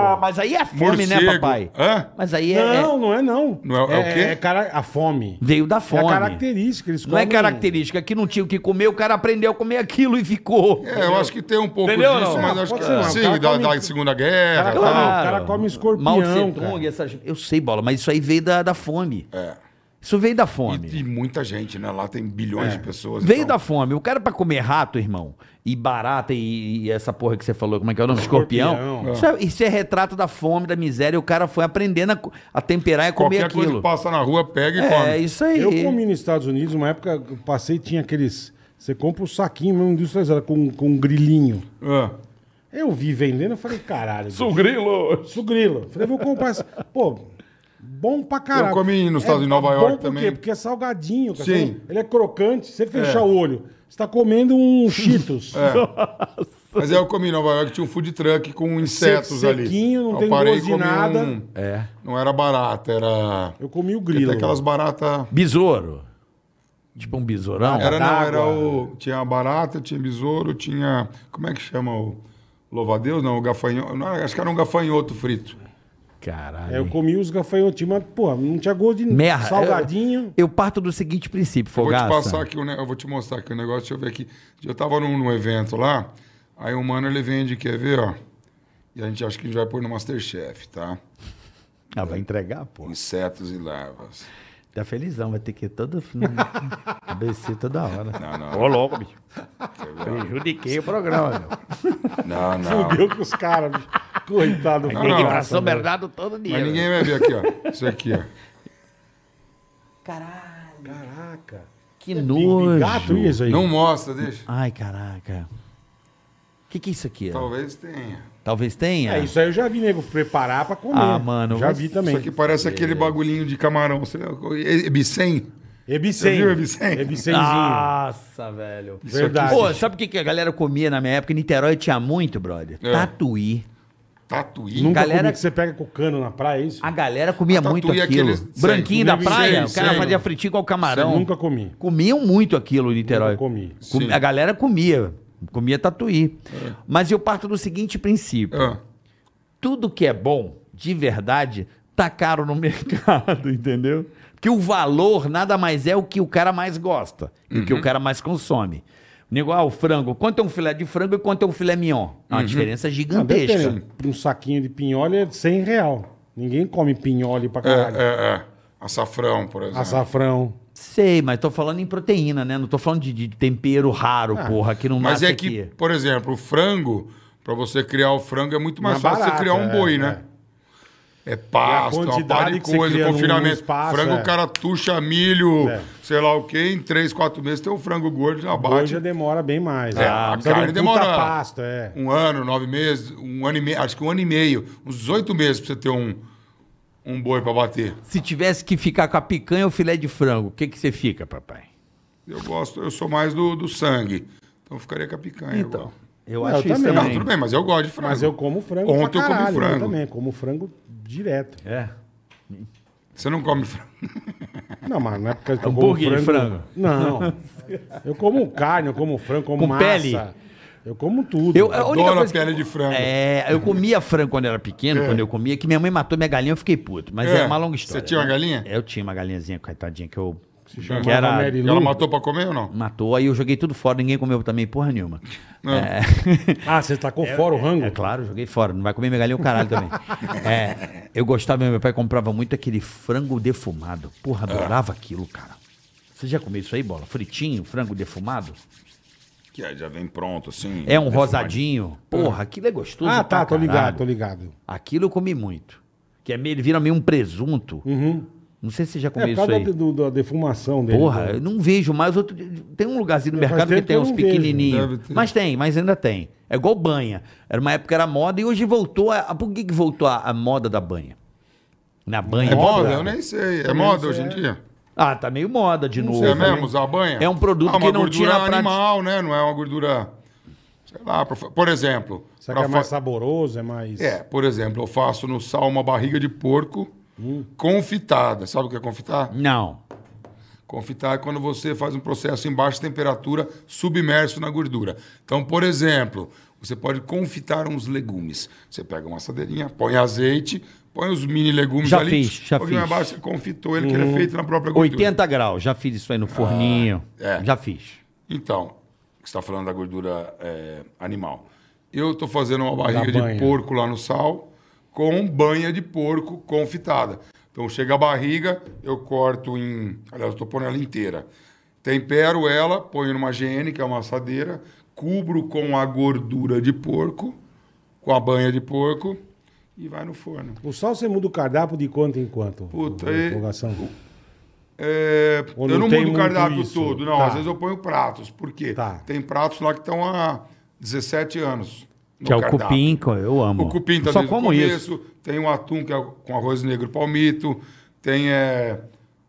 [SPEAKER 3] diabo.
[SPEAKER 4] mas aí é fome,
[SPEAKER 5] Morcego.
[SPEAKER 4] né, papai?
[SPEAKER 5] Hã?
[SPEAKER 4] Mas aí é, é-
[SPEAKER 3] Não, não é não.
[SPEAKER 5] Não é- é o quê?
[SPEAKER 3] É, cara- a fome.
[SPEAKER 4] veio da
[SPEAKER 3] É a
[SPEAKER 4] fome.
[SPEAKER 3] característica. Eles
[SPEAKER 4] não é
[SPEAKER 3] comem-
[SPEAKER 4] característica. Que não tinha o que comer, o cara aprendeu a comer aquilo e ficou.
[SPEAKER 5] É, eu acho que tem um pouco
[SPEAKER 4] Entendeu,
[SPEAKER 5] disso,
[SPEAKER 4] não?
[SPEAKER 5] mas
[SPEAKER 3] Não,
[SPEAKER 5] acho
[SPEAKER 3] pode
[SPEAKER 5] que
[SPEAKER 3] ser, não. O cara
[SPEAKER 5] sim, da,
[SPEAKER 3] come-
[SPEAKER 5] da Segunda Guerra.
[SPEAKER 3] Cara,
[SPEAKER 5] tal.
[SPEAKER 3] Claro, Ah, o cara come escorpião,
[SPEAKER 4] Mao Tse Tung,
[SPEAKER 3] cara.
[SPEAKER 4] essas... Eu sei, Bola, mas isso aí veio da, da fome.
[SPEAKER 5] É.
[SPEAKER 4] Isso veio da fome.
[SPEAKER 5] E, e muita gente, né? Lá tem bilhões de pessoas.
[SPEAKER 4] Veio
[SPEAKER 5] então-
[SPEAKER 4] da fome. O cara pra comer rato, irmão, e barata e, e essa porra que você falou, como é que é o nome? Escorpião.
[SPEAKER 3] Escorpião.
[SPEAKER 4] Isso, é, isso é retrato da fome, da miséria. E o cara foi aprendendo a, co- a temperar e a comer
[SPEAKER 5] Qualquer coisa
[SPEAKER 4] aquilo.
[SPEAKER 5] que passa na rua, pega e come.
[SPEAKER 4] é, isso aí.
[SPEAKER 3] Eu comi nos Estados Unidos, uma época eu passei tinha aqueles... Você compra o saquinho mesmo industrializado com, com um grilhinho.
[SPEAKER 5] Ah.
[SPEAKER 3] Eu vi vendendo, eu falei, caralho. Sugrilo! Sugrilo. Falei, vou comprar esse... Pô, bom pra caralho. É
[SPEAKER 5] Eu comi nos Estados Unidos, em Nova
[SPEAKER 3] bom
[SPEAKER 5] York
[SPEAKER 3] por
[SPEAKER 5] também.
[SPEAKER 3] Quê? Porque é salgadinho. cara.
[SPEAKER 5] Sim. É.
[SPEAKER 3] Ele é crocante, você fecha o olho. Você tá comendo um Cheetos.
[SPEAKER 5] Mas aí eu comi em Nova York, tinha um food truck com insetos ali.
[SPEAKER 3] sequinho, não
[SPEAKER 5] eu
[SPEAKER 3] tem
[SPEAKER 5] parei e
[SPEAKER 3] gosto de
[SPEAKER 5] comi
[SPEAKER 3] nada.
[SPEAKER 5] um-
[SPEAKER 4] É.
[SPEAKER 5] Não era barata, era...
[SPEAKER 3] Eu comi o
[SPEAKER 5] Porque
[SPEAKER 3] grilo.
[SPEAKER 5] Tem aquelas baratas...
[SPEAKER 4] Besouro. Tipo um besourão.
[SPEAKER 5] Era não,
[SPEAKER 3] d'água.
[SPEAKER 5] era o... Tinha a barata, tinha besouro, tinha... Como é que chama o... Louvadeus? Não, o gafanhoto... não, acho que era um gafanhoto frito.
[SPEAKER 4] Caralho.
[SPEAKER 3] É, eu comi os gafanhotinhos, mas, porra, não tinha gosto de
[SPEAKER 4] Merda.
[SPEAKER 3] salgadinho.
[SPEAKER 4] Eu, eu parto do seguinte princípio,
[SPEAKER 5] um Vou
[SPEAKER 4] Fogaça.
[SPEAKER 5] te passar aqui, o ne- eu vou te mostrar aqui o negócio, deixa eu ver aqui. Eu tava num, num evento lá, aí o mano ele vende, quer ver, ó? E a gente acha que a gente vai pôr no Masterchef, tá?
[SPEAKER 4] Ah, vai entregar, pô.
[SPEAKER 5] Insetos e larvas.
[SPEAKER 4] Tá felizão, vai ter que ir todo... ABC toda hora.
[SPEAKER 5] Não, não,
[SPEAKER 4] Ô, louco, bicho. Prejudiquei o programa, meu.
[SPEAKER 5] não, não.
[SPEAKER 3] Fudeu com os caras, bicho. Coitado.
[SPEAKER 5] Tem que ir pra
[SPEAKER 3] São
[SPEAKER 4] Bernardo todo dia.
[SPEAKER 5] Mas ninguém vai ver aqui, ó. Isso aqui, ó.
[SPEAKER 4] Caralho,
[SPEAKER 3] Caraca.
[SPEAKER 4] que
[SPEAKER 3] Pingo de gato
[SPEAKER 4] nojo.
[SPEAKER 3] isso aí.
[SPEAKER 5] Não mostra, deixa.
[SPEAKER 4] é Ai, caraca. O que, que é isso aqui? é?
[SPEAKER 5] Talvez tenha.
[SPEAKER 4] Talvez tenha.
[SPEAKER 3] É, isso aí eu já vi nego preparar pra comer.
[SPEAKER 4] Ah, mano,
[SPEAKER 3] Já
[SPEAKER 4] vai-
[SPEAKER 3] vi
[SPEAKER 5] Isso
[SPEAKER 3] também.
[SPEAKER 5] aqui parece aquele bagulhinho de camarão. Você é lembra? E- Ebicem?
[SPEAKER 3] Ebicem.
[SPEAKER 5] Você viu Ebicem?
[SPEAKER 3] Ebicenzinho.
[SPEAKER 4] Ah, Nossa, velho.
[SPEAKER 5] Isso aqui-
[SPEAKER 3] Verdade.
[SPEAKER 4] Pô, sabe o que, que a galera comia na minha época? Em Niterói tinha muito, brother.
[SPEAKER 5] É.
[SPEAKER 4] Tatuí.
[SPEAKER 5] Tatuí.
[SPEAKER 3] Nunca
[SPEAKER 4] galera- Ah,
[SPEAKER 3] comi que você pega com cano na praia, é isso?
[SPEAKER 4] A galera comia
[SPEAKER 5] tatuí
[SPEAKER 4] muito
[SPEAKER 5] é
[SPEAKER 4] aquilo.
[SPEAKER 5] aquele- sei,
[SPEAKER 4] Branquinho da
[SPEAKER 5] comigo
[SPEAKER 4] praia,
[SPEAKER 5] sei,
[SPEAKER 4] o cara
[SPEAKER 5] sei.
[SPEAKER 4] fazia fritinho com o camarão.
[SPEAKER 3] Nunca comi.
[SPEAKER 4] Comiam muito aquilo em Niterói.
[SPEAKER 3] Nunca comi.
[SPEAKER 4] Com-
[SPEAKER 5] Sim.
[SPEAKER 4] A galera comia. Comia tatuí. Mas eu parto do seguinte princípio.
[SPEAKER 5] Ah,
[SPEAKER 4] tudo que é bom, de verdade, tá caro no mercado, entendeu? Porque o valor nada mais é o que o cara mais gosta, e o
[SPEAKER 5] Uhum.
[SPEAKER 4] que o cara mais consome. O nego, ah, o frango, quanto é um filé de frango e quanto é um filé mignon? É
[SPEAKER 5] Uhum.
[SPEAKER 4] uma diferença
[SPEAKER 3] Ah,
[SPEAKER 4] gigantesca.
[SPEAKER 3] depende. Um saquinho de pinhole é 100 real. Ninguém come pinhole pra
[SPEAKER 5] é,
[SPEAKER 3] caralho.
[SPEAKER 5] é, é. Açafrão, por exemplo.
[SPEAKER 3] Açafrão.
[SPEAKER 4] Sei, mas tô falando em proteína, né? Não tô falando de, de tempero raro, porra, que não
[SPEAKER 5] Mas
[SPEAKER 4] nasce
[SPEAKER 5] é
[SPEAKER 4] Um aqui.
[SPEAKER 5] que, por exemplo, o frango, pra você criar o frango é muito
[SPEAKER 3] Mais
[SPEAKER 5] mais fácil você
[SPEAKER 3] barato,
[SPEAKER 5] criar um
[SPEAKER 3] é,
[SPEAKER 5] boi,
[SPEAKER 3] é.
[SPEAKER 5] né? é pasto,
[SPEAKER 3] E a
[SPEAKER 5] uma
[SPEAKER 3] quantidade
[SPEAKER 5] par de
[SPEAKER 3] que você
[SPEAKER 5] coisa,
[SPEAKER 3] cria num-
[SPEAKER 5] confinamento.
[SPEAKER 3] num espaço,
[SPEAKER 5] frango,
[SPEAKER 3] é.
[SPEAKER 5] o cara tuxa milho,
[SPEAKER 3] É.
[SPEAKER 5] sei lá o quê, em três, quatro meses tem um frango gordo, já bate.
[SPEAKER 3] Hoje já demora bem mais.
[SPEAKER 5] É, a
[SPEAKER 3] Precisa de
[SPEAKER 5] carne
[SPEAKER 3] um puta
[SPEAKER 5] demora.
[SPEAKER 3] pasta, é.
[SPEAKER 5] Um ano, nove meses, um ano e meio, acho que um ano e meio, uns oito meses pra você ter um, um boi pra bater.
[SPEAKER 4] Se tivesse que ficar com a picanha ou filé de frango, o que, que você fica, papai?
[SPEAKER 5] Eu gosto, eu sou mais do, do sangue. Então eu ficaria com a picanha.
[SPEAKER 4] Então,
[SPEAKER 5] igual.
[SPEAKER 4] eu
[SPEAKER 3] Não,
[SPEAKER 4] acho
[SPEAKER 3] Ah, eu
[SPEAKER 4] isso
[SPEAKER 3] também.
[SPEAKER 4] também.
[SPEAKER 5] Não, tudo bem, mas eu gosto de frango.
[SPEAKER 3] Mas eu como frango
[SPEAKER 5] Ontem eu comi frango.
[SPEAKER 3] também, como frango direto.
[SPEAKER 4] É.
[SPEAKER 5] Você não come frango.
[SPEAKER 3] Não, mas não é porque eu como
[SPEAKER 4] Hambúrguer um de frango?
[SPEAKER 3] Não. Eu como carne, eu como frango, como
[SPEAKER 4] Com
[SPEAKER 3] massa.
[SPEAKER 4] pele?
[SPEAKER 3] Eu como tudo.
[SPEAKER 4] Eu, a única
[SPEAKER 5] Adoro a
[SPEAKER 4] coisa que-
[SPEAKER 5] pele de frango.
[SPEAKER 4] É, eu comia frango quando era pequeno, quando eu comia, que minha mãe matou minha galinha, eu fiquei puto. Mas
[SPEAKER 5] É.
[SPEAKER 4] é, uma longa história.
[SPEAKER 5] Você tinha uma
[SPEAKER 4] né?
[SPEAKER 5] galinha?
[SPEAKER 4] Eu tinha uma galinhazinha, coitadinha, que eu.
[SPEAKER 3] chamava
[SPEAKER 4] que era,
[SPEAKER 3] Mary Lou.
[SPEAKER 5] Ela matou pra comer ou não?
[SPEAKER 4] Matou, aí eu joguei tudo fora, ninguém comeu também, porra nenhuma. É,
[SPEAKER 3] Ah, você tacou fora o rango?
[SPEAKER 4] é claro, joguei fora. Não vai comer minha galinha o caralho também. É, eu gostava, meu pai comprava muito aquele frango defumado. Porra,
[SPEAKER 5] É.
[SPEAKER 4] adorava aquilo, cara. Você já comeu isso aí, bola? Fritinho, frango defumado?
[SPEAKER 5] Que aí já vem pronto, assim.
[SPEAKER 4] É um rosadinho.
[SPEAKER 5] Hum.
[SPEAKER 4] Porra, aquilo é gostoso.
[SPEAKER 3] Ah, tá, tô
[SPEAKER 4] pra
[SPEAKER 3] ligado,
[SPEAKER 4] caralho.
[SPEAKER 3] tô ligado.
[SPEAKER 4] Aquilo eu comi muito. Que é meio, ele vira meio um presunto.
[SPEAKER 5] Uhum.
[SPEAKER 4] Não sei se você já
[SPEAKER 3] É
[SPEAKER 4] comeu
[SPEAKER 3] por
[SPEAKER 4] isso
[SPEAKER 3] causa
[SPEAKER 4] aí.
[SPEAKER 3] da, do- da defumação dele. né?
[SPEAKER 5] né?
[SPEAKER 4] Porra, eu não vejo mais outro. Tem um lugarzinho no
[SPEAKER 5] É,
[SPEAKER 3] Faz
[SPEAKER 4] mercado que
[SPEAKER 3] tempo
[SPEAKER 4] tem
[SPEAKER 3] que eu
[SPEAKER 4] uns
[SPEAKER 3] não vejo.
[SPEAKER 5] né? Deve
[SPEAKER 4] pequenininhos.
[SPEAKER 5] ter.
[SPEAKER 4] Mas tem, mas ainda tem. É igual banha. Era uma época que era moda e hoje voltou. A... Por que, que voltou a, a moda da banha? Na banha.
[SPEAKER 5] É moda? Eu
[SPEAKER 4] Moda?
[SPEAKER 5] nem sei. É
[SPEAKER 3] Também
[SPEAKER 5] moda
[SPEAKER 3] sei,
[SPEAKER 5] hoje em
[SPEAKER 3] é.
[SPEAKER 5] dia?
[SPEAKER 4] Ah, tá meio moda de novo.
[SPEAKER 5] é
[SPEAKER 4] né?
[SPEAKER 5] mesmo? Usar banha?
[SPEAKER 4] É um produto
[SPEAKER 5] uma
[SPEAKER 4] que não
[SPEAKER 5] gordura
[SPEAKER 4] tinha na prática.
[SPEAKER 5] animal, né? Não é uma gordura... Sei lá, pra fa- por exemplo...
[SPEAKER 3] Será que é
[SPEAKER 5] pra
[SPEAKER 3] mais
[SPEAKER 5] fa-
[SPEAKER 3] saboroso, é mais...
[SPEAKER 5] É, por exemplo, eu faço no sal uma barriga de porco
[SPEAKER 4] Hum.
[SPEAKER 5] confitada. Sabe o que é confitar?
[SPEAKER 4] Não.
[SPEAKER 5] Confitar é quando você faz um processo em baixa temperatura, submerso na gordura. Então, por exemplo, você pode confitar uns legumes. Você pega uma assadeirinha, põe azeite, põe os mini legumes
[SPEAKER 4] Já
[SPEAKER 5] ali.
[SPEAKER 4] fiz, já
[SPEAKER 5] põe
[SPEAKER 4] fiz. Um
[SPEAKER 5] abaixo, você confitou ele, que ele é feito na própria gordura.
[SPEAKER 4] 80 graus. Já fiz isso aí no forninho.
[SPEAKER 5] é.
[SPEAKER 4] Já fiz.
[SPEAKER 5] Então, você está falando da gordura é, animal. Eu estou fazendo uma barriga
[SPEAKER 3] banha.
[SPEAKER 5] de porco lá no sal com banha de porco confitada. Então, chega a barriga, eu corto em... Aliás, eu estou pondo ela inteira. Tempero ela, ponho numa GN, que é uma assadeira, cubro com a gordura de porco, com a banha de porco e vai no forno.
[SPEAKER 3] O sal você muda o cardápio de quanto em quanto?
[SPEAKER 5] Puta,
[SPEAKER 3] o-
[SPEAKER 5] e-
[SPEAKER 3] Divulgação.
[SPEAKER 5] É,
[SPEAKER 3] Ou
[SPEAKER 5] eu
[SPEAKER 3] não
[SPEAKER 5] não
[SPEAKER 3] tem
[SPEAKER 5] mudo o
[SPEAKER 3] muito
[SPEAKER 5] cardápio
[SPEAKER 3] isso?
[SPEAKER 5] todo, não.
[SPEAKER 3] Tá.
[SPEAKER 5] Às vezes eu ponho pratos, porque
[SPEAKER 3] Tá.
[SPEAKER 5] tem pratos lá que estão há 17 anos. no
[SPEAKER 4] Que é o
[SPEAKER 5] cardápio.
[SPEAKER 4] cupim, que eu amo.
[SPEAKER 5] O cupim tá
[SPEAKER 4] Só
[SPEAKER 5] desde o
[SPEAKER 4] como
[SPEAKER 5] começo.
[SPEAKER 4] isso.
[SPEAKER 5] Tem um atum que é com arroz negro palmito. Tem é,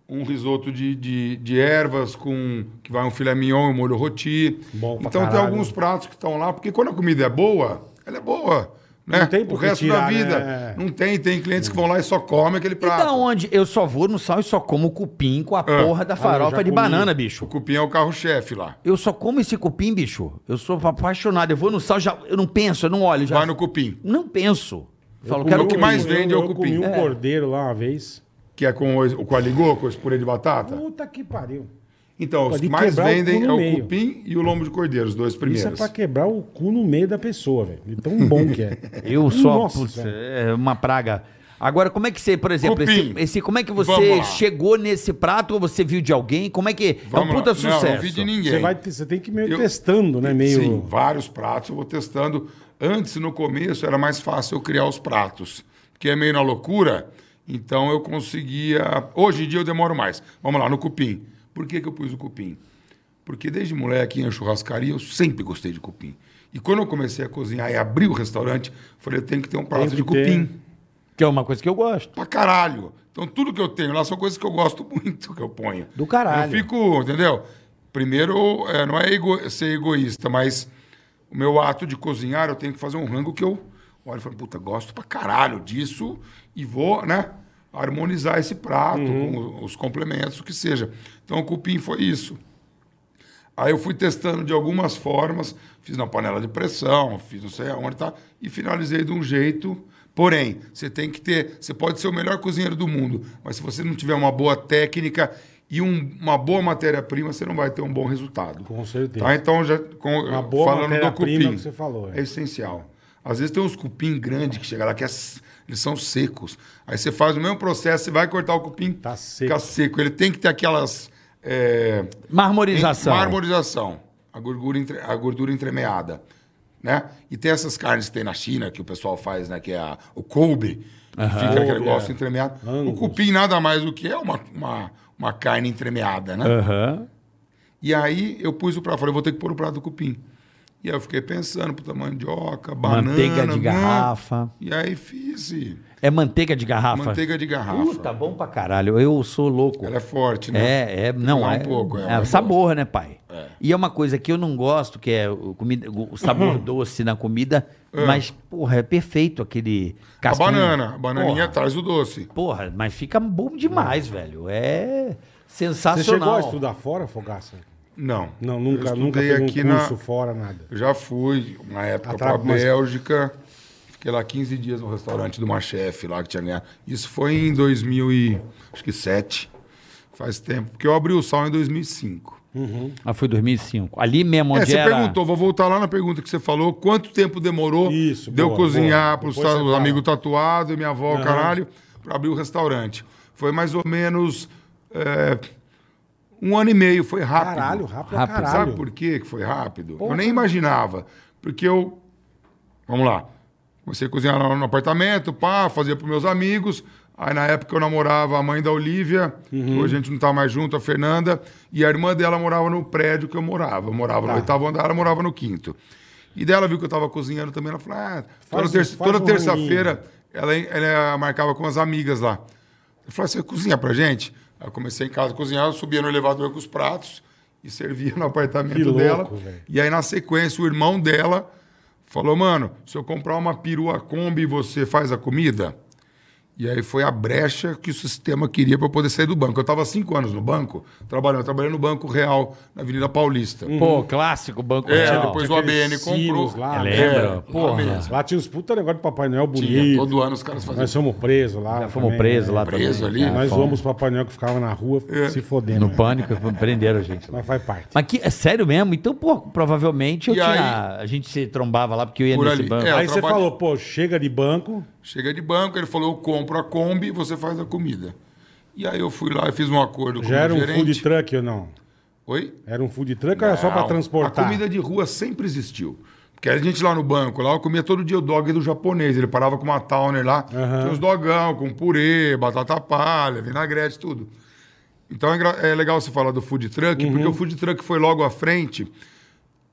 [SPEAKER 5] um risoto de, de, de ervas com que vai um filé mignon e um molho roti.
[SPEAKER 3] Bom pra
[SPEAKER 5] então tem
[SPEAKER 3] caralho.
[SPEAKER 5] alguns pratos que estão lá, porque quando a comida é boa, ela é boa. Né?
[SPEAKER 3] Não tem por
[SPEAKER 5] o
[SPEAKER 3] que
[SPEAKER 5] resto da
[SPEAKER 3] tirar,
[SPEAKER 5] vida.
[SPEAKER 3] né?
[SPEAKER 5] Não tem. Tem clientes que vão lá e só comem aquele
[SPEAKER 4] E
[SPEAKER 5] prato. Ah,
[SPEAKER 4] da onde? Eu só vou no sal e só como cupim com a porra da farofa
[SPEAKER 3] já
[SPEAKER 4] de
[SPEAKER 3] comi.
[SPEAKER 4] banana,
[SPEAKER 5] O
[SPEAKER 4] bicho.
[SPEAKER 5] cupim é o carro-chefe lá.
[SPEAKER 4] Eu só como esse cupim, bicho. Eu sou apaixonado. Eu vou no sal, já, eu não penso, eu não olho. Já,
[SPEAKER 5] Vai no cupim.
[SPEAKER 4] Não penso. Falo,
[SPEAKER 5] o
[SPEAKER 4] quero
[SPEAKER 5] que
[SPEAKER 4] cupim.
[SPEAKER 5] mais vende é
[SPEAKER 3] eu,
[SPEAKER 5] o
[SPEAKER 3] eu
[SPEAKER 5] cupim.
[SPEAKER 3] comi um
[SPEAKER 5] É.
[SPEAKER 3] cordeiro lá uma vez.
[SPEAKER 5] Que é com o com aligô, com esse purê de batata.
[SPEAKER 3] Puta que pariu.
[SPEAKER 5] Então, os
[SPEAKER 3] Pode
[SPEAKER 5] que mais
[SPEAKER 3] quebrar o cu
[SPEAKER 5] vendem
[SPEAKER 3] no
[SPEAKER 5] é o
[SPEAKER 3] meio.
[SPEAKER 5] cupim e o lombo de cordeiro, os dois
[SPEAKER 3] Isso é
[SPEAKER 5] primeiros.
[SPEAKER 3] pra quebrar o cu no meio da pessoa, velho. De tão bom que é.
[SPEAKER 4] Eu sou
[SPEAKER 3] Nossa,
[SPEAKER 4] putz,
[SPEAKER 3] velho.
[SPEAKER 4] é uma praga. Agora, como é que você, por exemplo, esse,
[SPEAKER 5] Cupim.
[SPEAKER 4] esse- como é que
[SPEAKER 5] Vamos
[SPEAKER 4] você
[SPEAKER 5] lá.
[SPEAKER 4] chegou nesse prato ou você viu de alguém? Como é que é um
[SPEAKER 5] Vamos
[SPEAKER 4] puta
[SPEAKER 5] lá.
[SPEAKER 4] sucesso?
[SPEAKER 5] Não, não vi de ninguém.
[SPEAKER 3] Você, vai, te- você tem que ir meio
[SPEAKER 5] Eu-
[SPEAKER 3] testando, né? Meio.
[SPEAKER 5] Sim, vários pratos eu vou testando. Antes, no começo, era mais fácil eu criar os pratos, porque é meio na loucura. Então, eu conseguia. Hoje em dia eu demoro mais. Vamos lá, no cupim. Por que, que eu pus o cupim? Porque desde moleque em churrascaria eu sempre gostei de cupim. E quando eu comecei a cozinhar e abri o restaurante, eu falei, eu tenho que ter um prato
[SPEAKER 3] que ter.
[SPEAKER 5] de cupim.
[SPEAKER 4] Que é uma coisa que eu gosto.
[SPEAKER 5] pra caralho. Então tudo que eu tenho lá são coisas que eu gosto muito que eu ponho.
[SPEAKER 4] Do caralho.
[SPEAKER 5] Eu não fico, entendeu? Primeiro, é, não é ego- ser egoísta, mas o meu ato de cozinhar, eu tenho que fazer um rango que eu olho e falo, puta, gosto pra caralho disso e vou, né? Harmonizar esse prato
[SPEAKER 4] Uhum.
[SPEAKER 5] com os complementos, o que seja. Então o cupim foi isso. Aí eu fui testando de algumas formas, fiz na panela de pressão, fiz não sei aonde tá, e finalizei de um jeito. Porém, você tem que ter, você pode ser o melhor cozinheiro do mundo, mas se você não tiver uma boa técnica e um- uma boa matéria-prima, você não vai ter um bom resultado.
[SPEAKER 3] Com certeza.
[SPEAKER 5] Tá? Então, já com-
[SPEAKER 3] Uma boa
[SPEAKER 5] falando do
[SPEAKER 3] matéria-prima
[SPEAKER 5] cupim,
[SPEAKER 3] que você falou, é.
[SPEAKER 5] é essencial. Às vezes tem uns cupim grandes que chega lá que é s- eles são secos. Aí você faz o mesmo processo, você vai cortar o cupim,
[SPEAKER 3] Tá seco.
[SPEAKER 5] fica seco. Ele tem que ter aquelas... é,
[SPEAKER 4] Marmorização.
[SPEAKER 5] Marmorização. A gordura, entre- a gordura entremeada. né? E tem essas carnes que tem na China, que o pessoal faz, né? Que é a- o Kobe, que fica aquele
[SPEAKER 3] Kobe,
[SPEAKER 5] negócio
[SPEAKER 3] é.
[SPEAKER 5] entremeado. O
[SPEAKER 3] Angus.
[SPEAKER 5] cupim nada mais do que é uma, uma, uma carne entremeada,
[SPEAKER 4] É.
[SPEAKER 5] né? E aí eu pus o prato, falei, vou ter que pôr o prato do cupim. E aí eu fiquei pensando, puta mandioca, banana.
[SPEAKER 4] Manteiga de
[SPEAKER 5] né?
[SPEAKER 4] garrafa.
[SPEAKER 5] E aí fiz e-
[SPEAKER 4] É manteiga de garrafa.
[SPEAKER 5] manteiga de garrafa.
[SPEAKER 4] Uh, tá bom pra caralho. Eu sou louco.
[SPEAKER 5] Ela é forte, né?
[SPEAKER 4] É, é, não,
[SPEAKER 5] Dá um
[SPEAKER 4] é,
[SPEAKER 5] pouco, é,
[SPEAKER 4] é,
[SPEAKER 5] mas
[SPEAKER 4] sabor, né, pai?
[SPEAKER 5] É.
[SPEAKER 4] E é uma coisa que eu não gosto, que é o, comida- o sabor doce na comida, mas, porra, é perfeito aquele
[SPEAKER 5] A
[SPEAKER 4] casquinho.
[SPEAKER 5] banana, a bananinha
[SPEAKER 4] Porra,
[SPEAKER 5] tá- traz o doce.
[SPEAKER 4] porra, mas fica bom demais, velho. É
[SPEAKER 3] Você chegou
[SPEAKER 4] sensacional.
[SPEAKER 3] a estudar fora, Fogaça?
[SPEAKER 5] Não.
[SPEAKER 3] Não, nunca,
[SPEAKER 5] eu
[SPEAKER 3] nunca
[SPEAKER 5] estudei
[SPEAKER 3] fez um
[SPEAKER 5] aqui
[SPEAKER 3] curso
[SPEAKER 5] na...
[SPEAKER 3] fora, nada.
[SPEAKER 5] Eu já fui, uma época,
[SPEAKER 3] Atrás,
[SPEAKER 5] pra
[SPEAKER 3] mas-
[SPEAKER 5] Bélgica. Fiquei lá 15 dias no restaurante de uma chefe lá que tinha ganhado. Isso foi em 2007. Faz tempo. Porque eu abri o sal em 2005.
[SPEAKER 4] Ah, foi 2005. Ali mesmo,
[SPEAKER 5] É,
[SPEAKER 4] onde
[SPEAKER 5] você
[SPEAKER 4] era...
[SPEAKER 5] perguntou, vou voltar lá na pergunta que você falou, quanto tempo demorou
[SPEAKER 3] Isso,
[SPEAKER 5] de eu
[SPEAKER 3] boa, boa.
[SPEAKER 5] cozinhar para os
[SPEAKER 3] Depois você fala.
[SPEAKER 5] amigos tatuados e minha avó, caralho, para abrir o restaurante. Foi mais ou menos é, um ano e meio, foi rápido.
[SPEAKER 3] Caralho, rápido, pra
[SPEAKER 4] Rápido.
[SPEAKER 3] caralho.
[SPEAKER 5] Sabe por quê que foi rápido? Eu nem imaginava. Porque eu. Vamos lá. Comecei a cozinhar lá no apartamento, pá, fazia para meus amigos. Aí na época eu namorava a mãe da Olivia, que
[SPEAKER 3] Uhum.
[SPEAKER 5] hoje a gente não tá mais junto, a Fernanda, e a irmã dela morava no prédio que eu morava. Eu
[SPEAKER 3] Tá.
[SPEAKER 5] morava no oitavo andar, ela morava no quinto. E dela viu que eu tava cozinhando também, ela falou: ah, toda
[SPEAKER 3] Faz-
[SPEAKER 5] terça-
[SPEAKER 3] faz
[SPEAKER 5] toda
[SPEAKER 3] um
[SPEAKER 5] terça-feira ela, ela marcava com as amigas lá. Eu falei, "Ah, você cozinha pra gente? Aí eu comecei em casa a cozinhar, eu subia no elevador com os pratos e servia no apartamento
[SPEAKER 3] Que louco,
[SPEAKER 5] dela.
[SPEAKER 3] velho.
[SPEAKER 5] E aí, na sequência, o irmão dela falou, mano, se eu comprar uma perua Kombi, você faz a comida? E aí foi a brecha que o sistema queria para eu poder sair do banco. Eu estava cinco anos no banco, trabalhando. Eu trabalhei no Banco Real, na Avenida Paulista.
[SPEAKER 3] Hum,
[SPEAKER 4] Pô, clássico, Banco
[SPEAKER 5] É,
[SPEAKER 4] Real.
[SPEAKER 5] depois o
[SPEAKER 3] Aqueles
[SPEAKER 5] ABN comprou.
[SPEAKER 3] sinos lá,
[SPEAKER 5] É,
[SPEAKER 3] né?
[SPEAKER 4] Lembra?
[SPEAKER 5] lá
[SPEAKER 4] Porra.
[SPEAKER 5] mesmo.
[SPEAKER 3] Lá tinha uns puta negócio de Papai Noel bonito.
[SPEAKER 5] Tinha, todo ano os caras faziam.
[SPEAKER 3] Nós fomos presos lá.
[SPEAKER 4] Já fomos
[SPEAKER 3] também,
[SPEAKER 4] presos
[SPEAKER 3] né?
[SPEAKER 4] lá
[SPEAKER 5] Preso
[SPEAKER 4] também.
[SPEAKER 5] ali?
[SPEAKER 4] cara,
[SPEAKER 3] Nós
[SPEAKER 4] fomos.
[SPEAKER 3] fomos pro Papai Noel que ficava na rua
[SPEAKER 5] É.
[SPEAKER 3] se fodendo.
[SPEAKER 4] No
[SPEAKER 3] né?
[SPEAKER 4] pânico, prenderam a gente lá.
[SPEAKER 3] Mas faz parte.
[SPEAKER 4] Mas que, é sério mesmo? Então, pô, provavelmente eu
[SPEAKER 5] E
[SPEAKER 4] tinha, a gente se trombava lá porque eu ia
[SPEAKER 5] Por
[SPEAKER 4] nesse
[SPEAKER 5] ali,
[SPEAKER 4] banco.
[SPEAKER 5] é.
[SPEAKER 3] Aí
[SPEAKER 5] eu
[SPEAKER 3] você
[SPEAKER 5] trabalho-
[SPEAKER 3] falou, pô, chega de banco.
[SPEAKER 5] Chega de banco, ele falou: eu compro a Kombi e você faz a comida. E aí eu fui lá e fiz um acordo com
[SPEAKER 3] Já era
[SPEAKER 5] o
[SPEAKER 3] um
[SPEAKER 5] gerente.
[SPEAKER 3] food truck ou não?
[SPEAKER 5] Oi?
[SPEAKER 3] Era um food truck ou era só pra
[SPEAKER 5] Não,
[SPEAKER 3] transportar?
[SPEAKER 5] A comida de rua sempre existiu. Porque a gente lá no banco, lá eu comia todo dia o dog do japonês. Ele parava com uma towner lá, tinha os dogão com purê, batata palha, vinagrete, tudo. Então é, engra- é legal você falar do food truck, porque
[SPEAKER 3] Uhum.
[SPEAKER 5] o food truck foi logo à frente.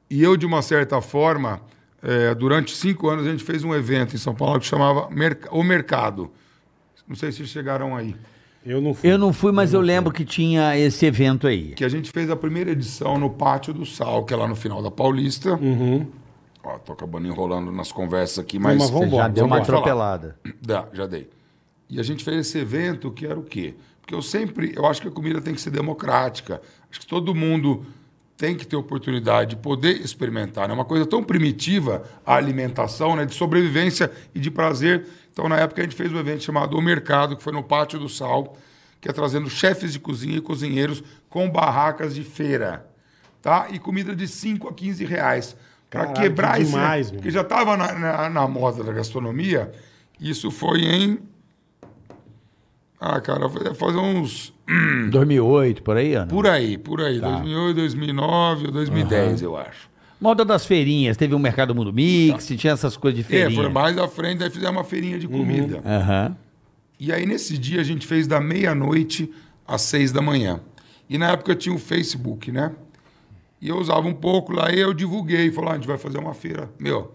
[SPEAKER 5] E eu, de uma certa forma, eh, durante cinco anos, a gente fez um evento em São Paulo que chamava Merc- O Mercado. Não sei se chegaram aí.
[SPEAKER 3] Eu não fui.
[SPEAKER 4] Eu não fui, mas eu lembro que tinha esse evento aí.
[SPEAKER 5] que a gente fez a primeira edição no Pátio do Sal, que é lá no final da Paulista. Ó, tô acabando enrolando nas conversas aqui, mas.
[SPEAKER 3] mas Uhum. vamos
[SPEAKER 4] Já
[SPEAKER 3] Bora,
[SPEAKER 4] deu uma
[SPEAKER 5] vamos falar.
[SPEAKER 4] atropelada.
[SPEAKER 5] Dá, já dei. E a gente fez esse evento que era o quê? Porque eu sempre. Eu acho que a comida tem que ser democrática. Acho que todo mundo tem que ter oportunidade de poder experimentar. É uma coisa tão primitiva a alimentação, né? De sobrevivência e de prazer. Então, na época, a gente fez um evento chamado O Mercado, que foi no Pátio do Sal, que é trazendo chefes de cozinha e cozinheiros com barracas de feira. Tá? E comida de 5 a 15 reais. Para
[SPEAKER 3] Caralho,
[SPEAKER 5] quebrar
[SPEAKER 3] que
[SPEAKER 5] esse-
[SPEAKER 3] demais, meu.
[SPEAKER 5] Porque já estava na, na- na moda da gastronomia. Isso foi em. Ah, cara, foi- faz uns.
[SPEAKER 4] 2008, por aí, Ana?
[SPEAKER 5] Por aí, por aí. 2008, 2009 ou 2010, eu acho.
[SPEAKER 4] Moda das feirinhas. Teve um Mercado Mundo Mix, tinha essas coisas de
[SPEAKER 5] É,
[SPEAKER 4] feirinha.
[SPEAKER 5] foi mais à frente, aí fizemos uma feirinha de comida.
[SPEAKER 4] Aham.
[SPEAKER 5] E aí, nesse dia, a gente fez da meia-noite às seis da manhã. E na época tinha o Facebook, né? E eu usava um pouco lá, e eu divulguei, falei, "Ah, a gente vai fazer uma feira. Meu,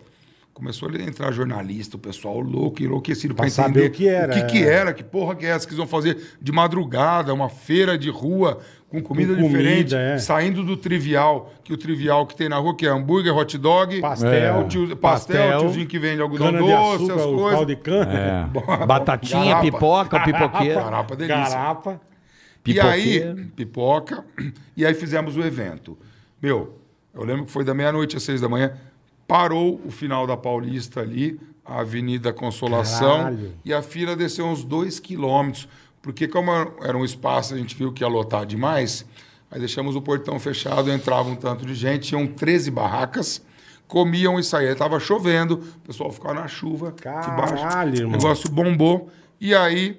[SPEAKER 5] começou a entrar jornalista, o pessoal louco, enlouquecido pra,
[SPEAKER 3] Pra
[SPEAKER 5] entender
[SPEAKER 3] saber o que era,
[SPEAKER 5] O que, que
[SPEAKER 3] é.
[SPEAKER 5] era, que porra que é essa que eles vão fazer de madrugada, uma feira de rua, com comida,
[SPEAKER 3] comida,
[SPEAKER 5] diferente,
[SPEAKER 3] é.
[SPEAKER 5] saindo do trivial, que o trivial que tem na rua, que é hambúrguer, hot dog, é,
[SPEAKER 3] Pastel.
[SPEAKER 5] o tio- pastel,
[SPEAKER 4] Pastel.
[SPEAKER 5] tiozinho que vende algodão
[SPEAKER 3] Cana de
[SPEAKER 5] doce,
[SPEAKER 3] açúcar,
[SPEAKER 5] as
[SPEAKER 3] o pau
[SPEAKER 5] coisas.
[SPEAKER 3] de cana,
[SPEAKER 4] é. Batatinha,
[SPEAKER 5] Garapa.
[SPEAKER 4] pipoca, pipoqueira.
[SPEAKER 5] Garapa, delícia.
[SPEAKER 3] garapa.
[SPEAKER 5] E
[SPEAKER 4] Pipoqueiro.
[SPEAKER 5] aí, pipoca, e aí fizemos o evento. Meu, eu lembro que foi da meia-noite às seis da manhã, parou o final da Paulista ali, a Avenida Consolação,
[SPEAKER 3] Caralho.
[SPEAKER 5] e a fila desceu uns dois quilômetros, porque como era- era um espaço, a gente viu que ia lotar demais, aí deixamos o portão fechado, entrava um tanto de gente, tinham 13 barracas, comiam e saíam. Tava chovendo, o pessoal ficava na chuva,
[SPEAKER 3] Caralho,
[SPEAKER 5] o
[SPEAKER 3] irmão.
[SPEAKER 5] negócio bombou, e aí